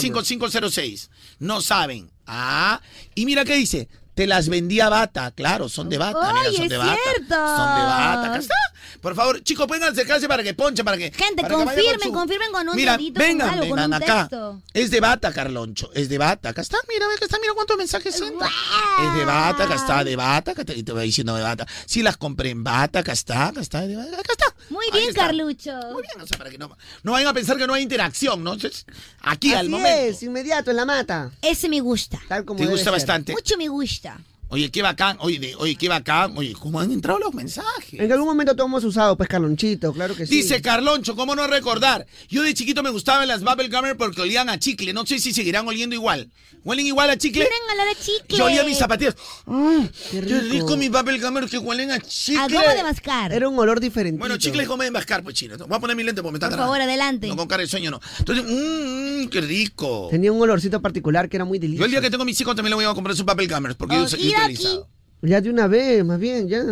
Speaker 13: 50 5506 No saben. Ah, y mira qué dice. Te las vendía Bata, claro, son de Bata, mira,
Speaker 3: ¡Ay,
Speaker 13: son
Speaker 3: es
Speaker 13: de Bata.
Speaker 3: cierto!
Speaker 13: Son de Bata, acá está. Por favor, chicos, vengan a acercarse para que ponche, para que.
Speaker 3: Gente,
Speaker 13: para que vayan
Speaker 3: confirmen,
Speaker 13: su-
Speaker 3: confirmen con un
Speaker 13: Mira,
Speaker 3: dedito, con
Speaker 13: vengan,
Speaker 3: algo, con
Speaker 13: vengan
Speaker 3: un
Speaker 13: acá.
Speaker 3: texto.
Speaker 13: Es de Bata, Carloncho, es de Bata, acá está. Mira, ve que está, mira cuántos mensajes son. Es de bata, acá está, de bata, acá te, y te voy diciendo de bata. Si las compré en bata, acá está, acá está, de bata. acá está.
Speaker 3: Muy
Speaker 13: Ahí
Speaker 3: bien,
Speaker 13: está.
Speaker 3: Carlucho.
Speaker 13: Muy bien, o sea, para que no, no vayan a pensar que no hay interacción, ¿no? Entonces, aquí al
Speaker 10: Así
Speaker 13: momento.
Speaker 10: es, inmediato, en la mata.
Speaker 3: Ese me gusta.
Speaker 10: Tal como
Speaker 13: Te
Speaker 10: debe
Speaker 13: gusta
Speaker 10: ser.
Speaker 13: bastante.
Speaker 3: Mucho me gusta.
Speaker 13: Oye, qué bacán, oye, de- oye, qué bacán, oye, ¿cómo han entrado los mensajes?
Speaker 10: En algún momento todos hemos usado, pues, Carlonchito, claro que sí.
Speaker 13: Dice Carloncho, ¿cómo no recordar? Yo de chiquito me gustaban las Bubble Gummer porque olían a chicle. No sé si seguirán oliendo igual. ¿Huelen igual a chicle?
Speaker 3: Quieren hablar a chicle.
Speaker 13: Yo olía mis zapatillas. Mm, qué rico.
Speaker 10: rico.
Speaker 13: mis Bubble Gummer que huelen a chicle.
Speaker 3: A goma de mascar.
Speaker 10: Era un olor diferente.
Speaker 13: Bueno, chicle es goma de mascar, pues chino. Voy a poner mi lente porque me está
Speaker 3: Por
Speaker 13: agarrando.
Speaker 3: favor, adelante.
Speaker 13: No con cara de sueño, no. Entonces, mmm, qué rico.
Speaker 10: Tenía un olorcito particular que era muy
Speaker 13: Yo
Speaker 10: delicioso.
Speaker 13: el día que tengo mis hijos también le voy a comprar sus papel cameras porque yo soy
Speaker 3: Okidoki.
Speaker 13: utilizado.
Speaker 10: Ya de una vez, más bien, ya.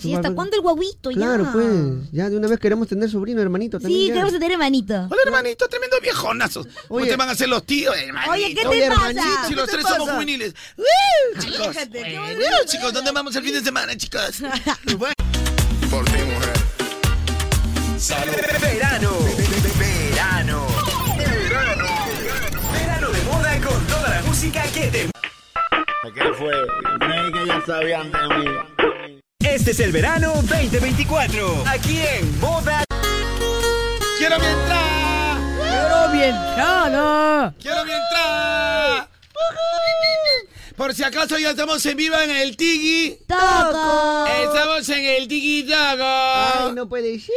Speaker 3: Sí, ¿hasta cuándo el guaguito?
Speaker 10: Claro,
Speaker 3: ya.
Speaker 10: pues, ya de una vez queremos tener sobrino, hermanito. También
Speaker 3: Sí,
Speaker 10: ya.
Speaker 3: queremos tener hermanito.
Speaker 13: Hola, hermanito, tremendo viejonazos.
Speaker 10: Oye.
Speaker 13: Ustedes van a ser los tíos, hermanito.
Speaker 3: Oye, ¿qué te Oye, pasa? hermanito,
Speaker 13: Si
Speaker 3: ¿qué
Speaker 13: los
Speaker 3: te
Speaker 13: tres somos
Speaker 3: pasa?
Speaker 13: juveniles. ¡Uh, chicos! Bueno, chicos, ¿dónde vamos el fin de semana, chicos? Bueno.
Speaker 7: Por ti, mujer. Verano. Verano. Verano. Verano de moda con toda la música que te...
Speaker 32: ¿Qué fue? Creí que ya sabían de mí.
Speaker 7: Este es el verano 2024. Aquí en Moda.
Speaker 13: ¡Quiero mi entrada!
Speaker 25: ¡Quiero mi entrada!
Speaker 13: ¡Quiero mi entrada! Por si acaso ya estamos en vivo en el Tiki.
Speaker 3: ¡Toco!
Speaker 13: Estamos en el Tiki Toco.
Speaker 10: Ay, no puede ser.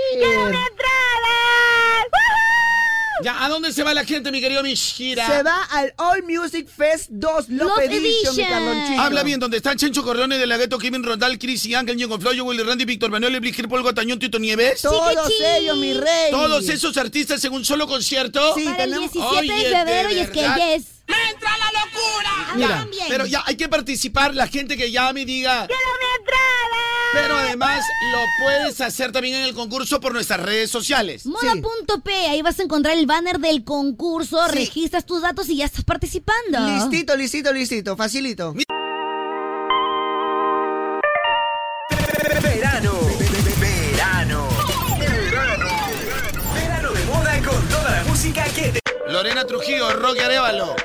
Speaker 13: Ya, ¿a dónde se va la gente, mi querido Mishira?
Speaker 10: Se va al All Music Fest 2 Love, Edition, mi Carlonchito.
Speaker 13: Habla bien, donde están Chencho Corleones de la Gueto, Kevin Rondal, Chris y Ángel, Ñengo Floyo, Willy Randy, Víctor Manuel, Eblis, Polgo, Tañón, Tito Nieves.
Speaker 10: Todos Chiquichi. ellos, mi rey.
Speaker 13: Todos esos artistas en un solo concierto.
Speaker 3: Sí, Para el tenemos- 17 de febrero y es que
Speaker 13: verdad.
Speaker 3: ya es.
Speaker 13: Ya,
Speaker 3: Hablan bien.
Speaker 13: pero ya hay que participar la gente que llame y diga. ¡Quiero mi entrada! Pero además lo puedes hacer también en el concurso por nuestras redes sociales.
Speaker 3: Moda.p, ahí vas a encontrar el banner del concurso, registras tus datos y ya estás participando.
Speaker 10: Listito, listito, listito, facilito.
Speaker 7: Verano. Verano. Verano. Verano de moda con toda la música que te...
Speaker 13: Lorena Trujillo, Roque Arevalo.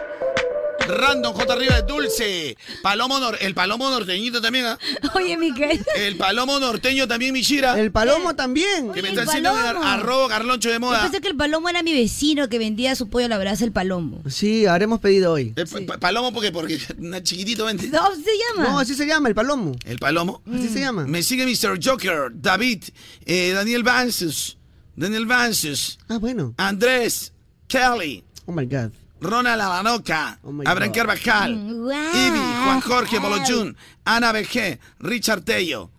Speaker 13: Random J. Rivas Dulce. Palomo Nor- el Palomo norteñito también, ¿ah?
Speaker 3: Oye, Miguel.
Speaker 13: El Palomo norteño también, Mishira.
Speaker 10: El Palomo también.
Speaker 13: Que me
Speaker 3: Oye,
Speaker 13: está
Speaker 3: el
Speaker 13: haciendo en ar-
Speaker 3: Palomo.
Speaker 13: arroba garloncho de
Speaker 3: Yo
Speaker 13: moda.
Speaker 3: pensé que el palomo era mi vecino que vendía su pollo a la brasa el palomo.
Speaker 10: Sí, haremos pedido hoy.
Speaker 13: Eh, pa- pa- Palomo porque porque una chiquitito vende.
Speaker 3: No, se llama.
Speaker 10: No, así se llama, el Palomo.
Speaker 13: El Palomo.
Speaker 10: Así se llama.
Speaker 13: Me sigue Mr. Joker, David, eh, Daniel Vances, Daniel Vances.
Speaker 10: Ah, bueno.
Speaker 13: Andrés, Kelly,
Speaker 10: Oh my God. Oh
Speaker 13: Ronald Alanoca, Abraham
Speaker 10: God.
Speaker 13: Carvajal,
Speaker 3: Wow.
Speaker 13: Ivy, Juan Jorge Bolochun, Ana BG, Richard Tello,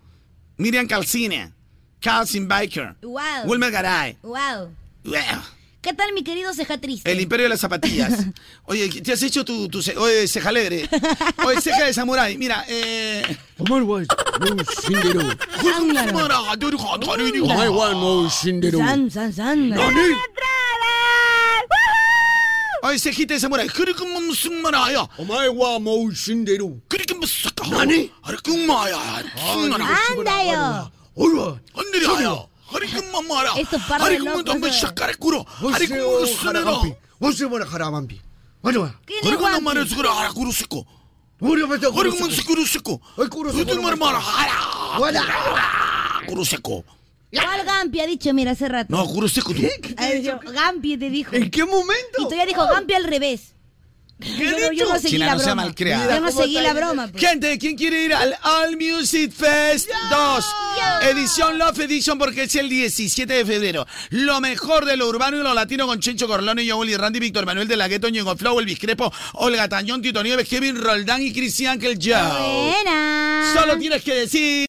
Speaker 13: Miriam Calcine, Calcin Biker,
Speaker 3: Wow.
Speaker 13: Wilmer Garay,
Speaker 3: Wow.
Speaker 13: Bueno,
Speaker 3: ¿Qué tal, mi querido ceja triste?
Speaker 13: el imperio de las zapatillas. Oye, ¿te has hecho tu, tu ce- oye, ceja alegre? Oye, ceja de samurái, mira, eh...
Speaker 3: San, san, san.
Speaker 13: Oye, cejita de samurái.
Speaker 3: Anda yo.
Speaker 32: Estos
Speaker 3: par de locos, eh. ¿Qué le guampi?
Speaker 15: Ah,
Speaker 32: ¿Cuál
Speaker 3: Gampi ha dicho, mira, hace rato?
Speaker 13: No, Kuroseco, tú.
Speaker 3: Ha dicho, Gampi te dijo.
Speaker 10: ¿En qué momento?
Speaker 3: Y tú ya dijo Gampi al revés. Yo no- yo no seguí
Speaker 13: China,
Speaker 3: la
Speaker 13: no sea
Speaker 3: broma.
Speaker 13: malcriada.
Speaker 3: Yo no seguí la broma. pues.
Speaker 13: Gente, ¿quién quiere ir al All Music Fest 2? Edición Love Edition porque es el 17 de febrero. Lo mejor de lo urbano y lo latino con Chencho Corleone, Yoli Randy, Víctor Manuel de la Gueto, Ñengo Flow, El Biscrepo, Olga Tañón, Tito Nieves, Kevin Roldán y Cristian Angel Joe.
Speaker 3: Buena.
Speaker 13: Solo tienes que decir...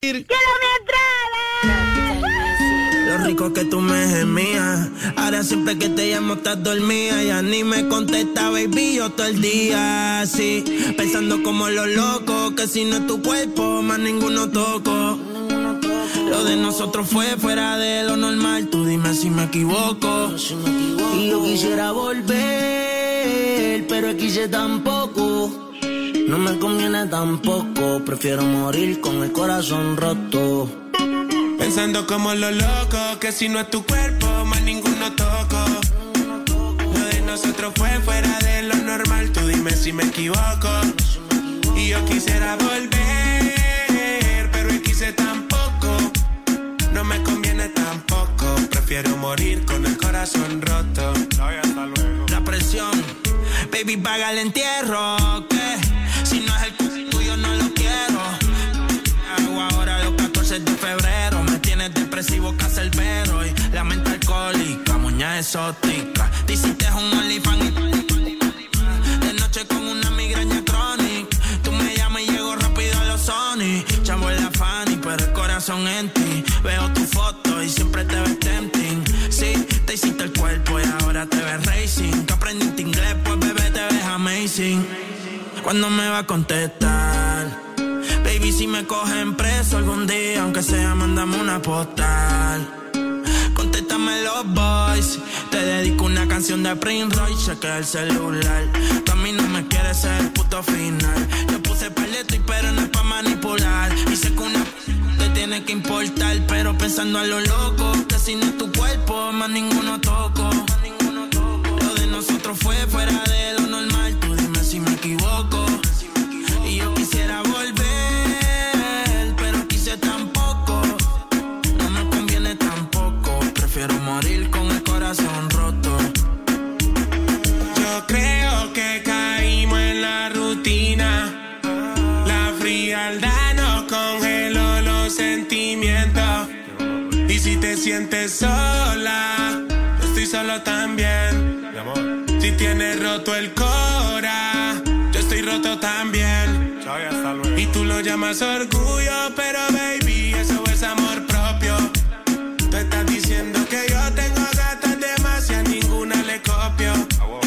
Speaker 15: Lo rico que tú me gemías. Ahora siempre que te llamo estás dormida. Ya ni me contesta, baby, yo todo el día así. Pensando como los locos, que si no es tu cuerpo, más ninguno toco. Lo de nosotros fue fuera de lo normal. Tú dime si me equivoco. Y yo quisiera volver, pero aquí se tampoco. No me conviene tampoco, prefiero morir con el corazón roto.
Speaker 6: Pensando como los locos, que si no es tu cuerpo, más ninguno toco. Lo de nosotros fue fuera de lo normal, tú dime si me equivoco. Y yo quisiera volver, pero hoy quise tampoco. No me conviene tampoco, prefiero morir con el corazón roto.
Speaker 15: La presión, baby, paga el entierro. Que si no es el cu- tuyo, no lo quiero. Hago ahora los 14 de febrero. Me tienes depresivo, cacerbero. Y la mente alcohólica, muña exótica. Dicen que es un olifán de noche con una migraña crónica. Tú me llamas y llego rápido a los Sony. Chamo en la Fanny, pero el corazón en ti. Veo tu foto y siempre te ves tempting. Sí, te hiciste el cuerpo y ahora te ves racing. Que aprendiste inglés, pues bebé te ves amazing. ¿Cuándo me va a contestar? Baby, si me cogen preso algún día, aunque sea, mándame una postal. Contéstame los boys. Te dedico una canción de Prince Royce, chequea el celular. Tú a mí no me quieres ser el puto final. Yo puse paleto y pero no es pa' manipular. Y sé que una te tiene que importar, pero pensando a lo loco, que si no es tu cuerpo, más ninguno toco. Lo de nosotros fue fuera de lo normal, tú dime si me equivoco. Y yo quisiera volver, pero quise tampoco. No me conviene tampoco, prefiero morir con el corazón roto.
Speaker 6: Yo creo que caímos en la rutina. La frialdad nos congeló los sentimientos. Y si te sientes sola, yo estoy solo también. Si tienes roto el cora, yo estoy roto también. Y tú lo llamas orgullo, pero baby, eso es amor propio. Tú estás diciendo que yo tengo gatas demasiadas, ninguna le copio.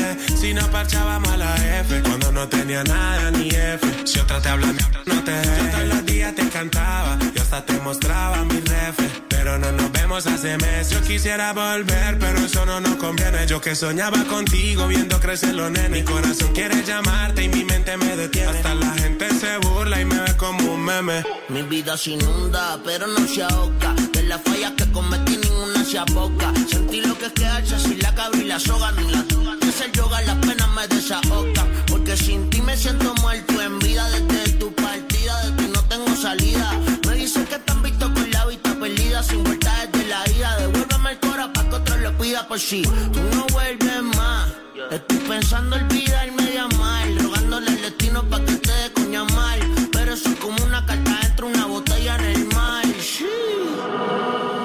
Speaker 6: Eh, si no parchábamos a la F, cuando no tenía nada ni F. Si otra te habla, mierda, no te Yo todos los días te cantaba, yo hasta te mostraba mi ref. Pero no nos vemos hace meses. Yo quisiera volver, pero eso no nos conviene. Yo que soñaba contigo viendo crecer los nenes. Mi corazón quiere llamarte y mi mente me detiene. Hasta la gente se burla y me ve como un meme.
Speaker 15: Mi vida se inunda, pero no se ahoga. De las fallas que cometí, ninguna se aboca. Sentí lo que es quedarse sin la cabra y la soga, ni la soga. Es el yoga, las penas me desahogan. Porque sin ti me siento muerto en vida desde tu partida, de ti no tengo salida. Me dicen que están visto con la vista perdida, sin vuelta desde la ida. Devuélveme el cora pa' que otro lo pida por si tú no vuelves más. Estoy pensando olvidarme de amar, rogándole al destino pa' que te dé coña mal. Pero eso es como una carta dentro de una botella en el mar. Sí.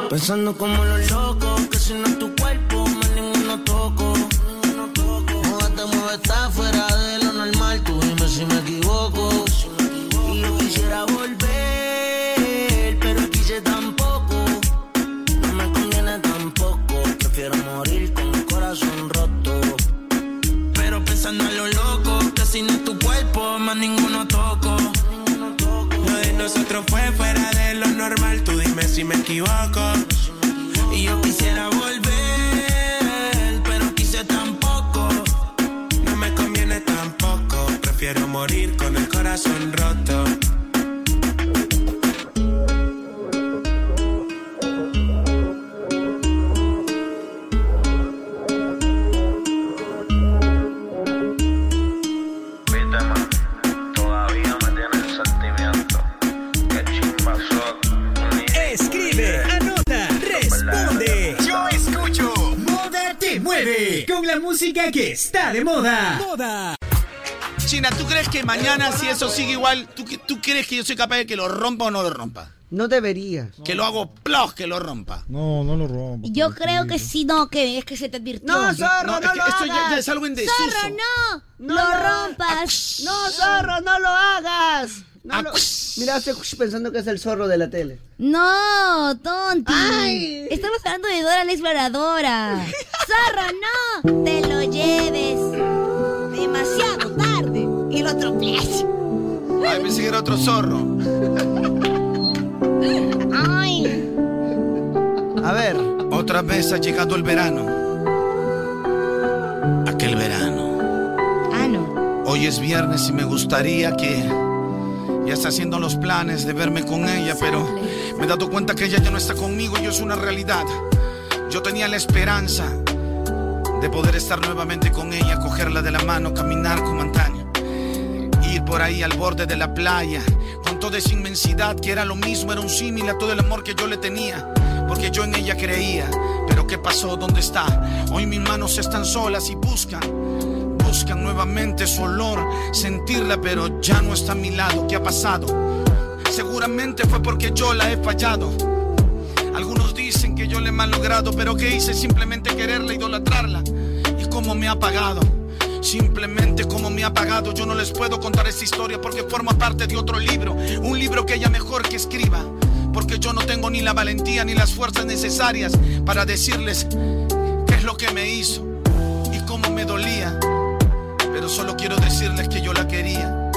Speaker 15: Pensando como los locos, que si no es tu cuerpo, más ninguno toco. Móvete, mueve, está fuera de lo normal, tú dime si me equivoco. Y yo quisiera volver, pero quise tampoco. No me conviene tampoco, prefiero morir con el corazón roto. Pero pensando en lo loco, que si no es tu cuerpo, más ninguno toco.
Speaker 6: Lo de nosotros fue fuera de lo normal, tú dime si me equivoco.
Speaker 15: Y yo quisiera volver, pero quise tampoco.
Speaker 6: No me conviene tampoco, prefiero morir con el corazón roto.
Speaker 9: Víctima, todavía me tiene el sentimiento. Qué chimba
Speaker 7: Escribe, anota, responde. Yo escucho. Moda te mueve. Con la música que está de moda. Moda.
Speaker 13: China, ¿tú crees que mañana, si eso sigue igual, ¿tú, que- tú crees que yo soy capaz de que lo rompa o no lo rompa?
Speaker 10: No deberías.
Speaker 13: Que lo hago plos, que lo rompa.
Speaker 47: No, no lo rompo.
Speaker 3: Yo creo que sí, no, que es que se te advirtió.
Speaker 13: No, zorro, No, es no que lo esto ya- hagas. ya es algo en desuso.
Speaker 3: Zorro, no.
Speaker 10: No
Speaker 3: lo
Speaker 10: lo-
Speaker 3: rompas.
Speaker 10: No, zorro, no lo hagas. No lo- Mira, hace pensando que es el zorro de la tele.
Speaker 3: No, tonti. Estamos hablando de Dora la exploradora. Zorro, no. Te lo lleves. Demasiado tarde. Y lo tropieces.
Speaker 13: Ay, pensé que era otro zorro.
Speaker 3: Ay.
Speaker 13: A ver. Otra vez ha llegado el verano. Aquel verano.
Speaker 3: Ah, no.
Speaker 13: Hoy es viernes y me gustaría que ya está haciendo los planes de verme con ella, pero me he dado cuenta que ella ya no está conmigo y es una realidad. Yo tenía la esperanza de poder estar nuevamente con ella, cogerla de la mano, caminar como antaño, ir por ahí al borde de la playa, con toda esa inmensidad que era lo mismo, era un símil a todo el amor que yo le tenía, porque yo en ella creía. Pero ¿qué pasó? ¿Dónde está? Hoy mis manos están solas y buscan buscan nuevamente su olor, sentirla, pero ya no está a mi lado. ¿Qué ha pasado? Seguramente fue porque yo la he fallado. Algunos dicen que yo le he malogrado, pero ¿qué hice? Simplemente quererla, idolatrarla. ¿Y cómo me ha pagado? Simplemente como me ha pagado, yo no les puedo contar esta historia porque forma parte de otro libro, un libro que ella mejor que escriba, porque yo no tengo ni la valentía ni las fuerzas necesarias para decirles qué es lo que me hizo y cómo me dolía pero solo quiero decirles que yo la quería.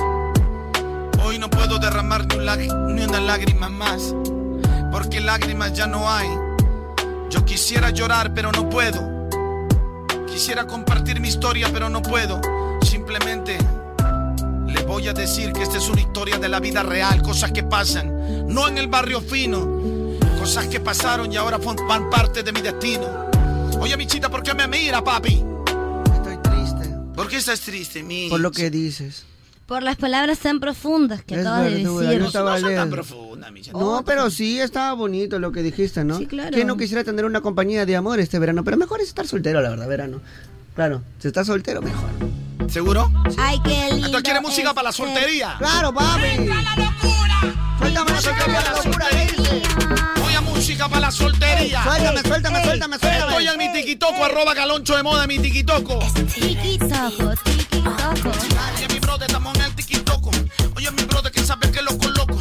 Speaker 13: Hoy no puedo derramar ni, un lag- ni una lágrima más, porque lágrimas ya no hay. Yo quisiera llorar, pero no puedo. Quisiera compartir mi historia, pero no puedo. Simplemente les voy a decir que esta es una historia de la vida real, cosas que pasan, no en el barrio fino, cosas que pasaron y ahora forman parte de mi destino. Oye, Michita, ¿por qué me mira, papi? ¿Por qué estás triste, mi?
Speaker 10: Por lo que dices.
Speaker 3: Por las palabras tan profundas que
Speaker 10: Es
Speaker 3: acabas de
Speaker 10: verdad,
Speaker 3: decir.
Speaker 10: no estaba leyendo. No, pero sí estaba bonito lo que dijiste, ¿no?
Speaker 3: Sí, claro.
Speaker 10: ¿Quién no quisiera tener una compañía de amor este verano? Pero mejor es estar soltero, la verdad, verano. Claro, si estás soltero, mejor.
Speaker 13: ¿Seguro?
Speaker 3: Ay, qué lindo.
Speaker 13: ¿Tú quieres música para la soltería?
Speaker 10: Claro, papi.
Speaker 13: Suéltame música para la soltería. Voy a música para la soltería.
Speaker 10: Suéltame, suéltame, suéltame, suéltame.
Speaker 13: Estoy en mi tikitoco, arroba galoncho de moda, mi tikitoco.
Speaker 3: Tikitoco, tikitoco.
Speaker 13: Oye, mi brother, estamos en el tikitoco. Oye, mi brother, que sabes que lo coloco.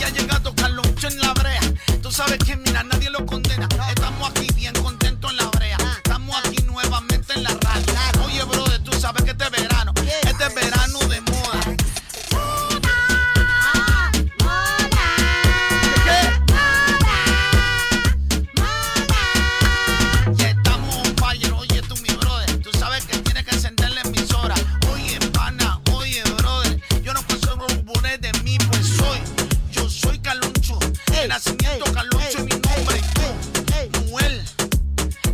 Speaker 13: Y ha llegado galoncho en la brea. Tú sabes que, mira, nadie lo condena. Estamos aquí bien contentos en la brea. Estamos aquí nuevamente en la radio. Oye, brother, tú sabes que este verano, este verano de moda. Ya estamos on fire, oye tú mi brother, tú sabes que tienes que encender la emisora. Oye pana, oye brother, yo no paso rumores de mí, pues soy, yo soy Caloncho, el nacimiento Caloncho es mi nombre. Noel,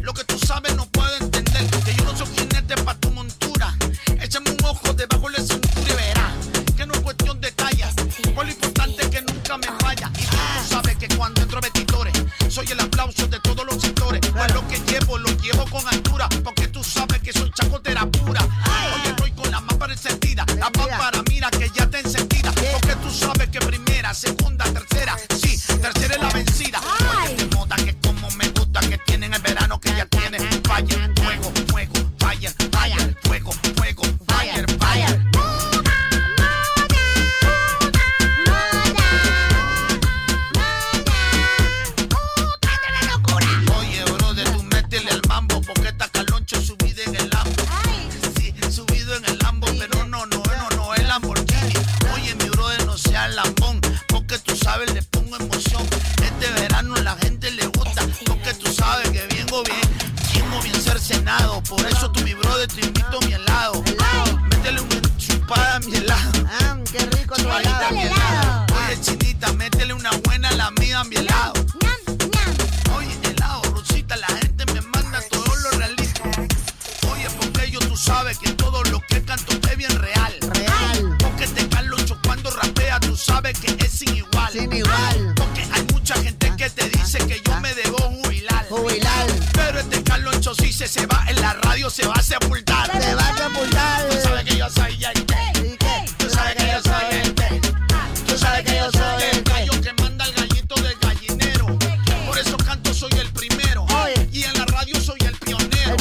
Speaker 13: lo que tú sabes no puedo entender, que yo no soy jinete pa' tu montura. Échame un ojo debajo de la cintura y verás, que no es cuestión de talla, por lo importante es que nunca me falla. Y tú sabes que cuando entro a vestidores, soy el aplauso de todos los sectores. Pues lo que llevo, lo llevo con altura. Porque tú sabes que soy chacotera pura. Oye, voy con la mámpara encendida. La mámpara mira que ya está encendida. Porque tú sabes que primera, segunda, tercera. Sí, tercera es la vencida. Oye, qué moda que como me gusta que tienen el verano que ya tienen. Fire, fuego, fuego, fire, fire, fuego, fuego, fire, fire. Oye, brother, tú métele al mambo porque está caloncho subido en el Lambo. Sí, subido en el Lambo, pero no, no, no, no es Lamborghini. Oye, mi brother, no sea lambón porque tú sabes, le pongo emoción. Este verano la gente le gusta porque tú sabes que vengo bien, vengo bien cercenado. Por eso tú, mi brother, te invito a mi helado. Métele una chupada a mi helado.
Speaker 10: Ah, qué rico tu
Speaker 13: Chupadita a mi helado. Oye, chinita, métele una buena a la mía a mi helado. Oye, helado, Rosita, la gente me manda todo lo realista. Oye, porque yo tú sabes que todo lo que canto es bien real. Real. Porque te Carloncho cuando rapea, tú sabes que es sin igual. Sin igual. Porque hay mucha gente que te dice que yo me debo jubilar. Jubilar. Pero este Carloncho sí se, se va en la radio, se va a sepultar. Se va a sepultar. Tú sabes que yo soy el que. Tú sabes que yo soy el que. Tú sabes que yo soy el gallo que manda el gallito del gallinero. Por eso canto soy el primero. Y en la radio soy el pionero.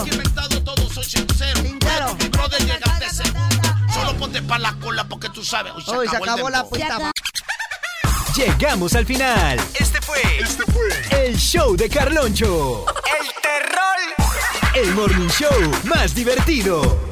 Speaker 13: Aquí inventado todo, soy sincero. Mi brother llegaste segundo. Solo ponte pa' la cola porque tú sabes. Hoy se
Speaker 10: Hoy se
Speaker 13: acabó,
Speaker 10: acabó
Speaker 13: el
Speaker 10: la
Speaker 13: dembow.
Speaker 10: puta.
Speaker 24: Llegamos al final.
Speaker 7: Este fue. Este fue.
Speaker 24: El show de Carloncho.
Speaker 7: El terror.
Speaker 24: El morning show más divertido.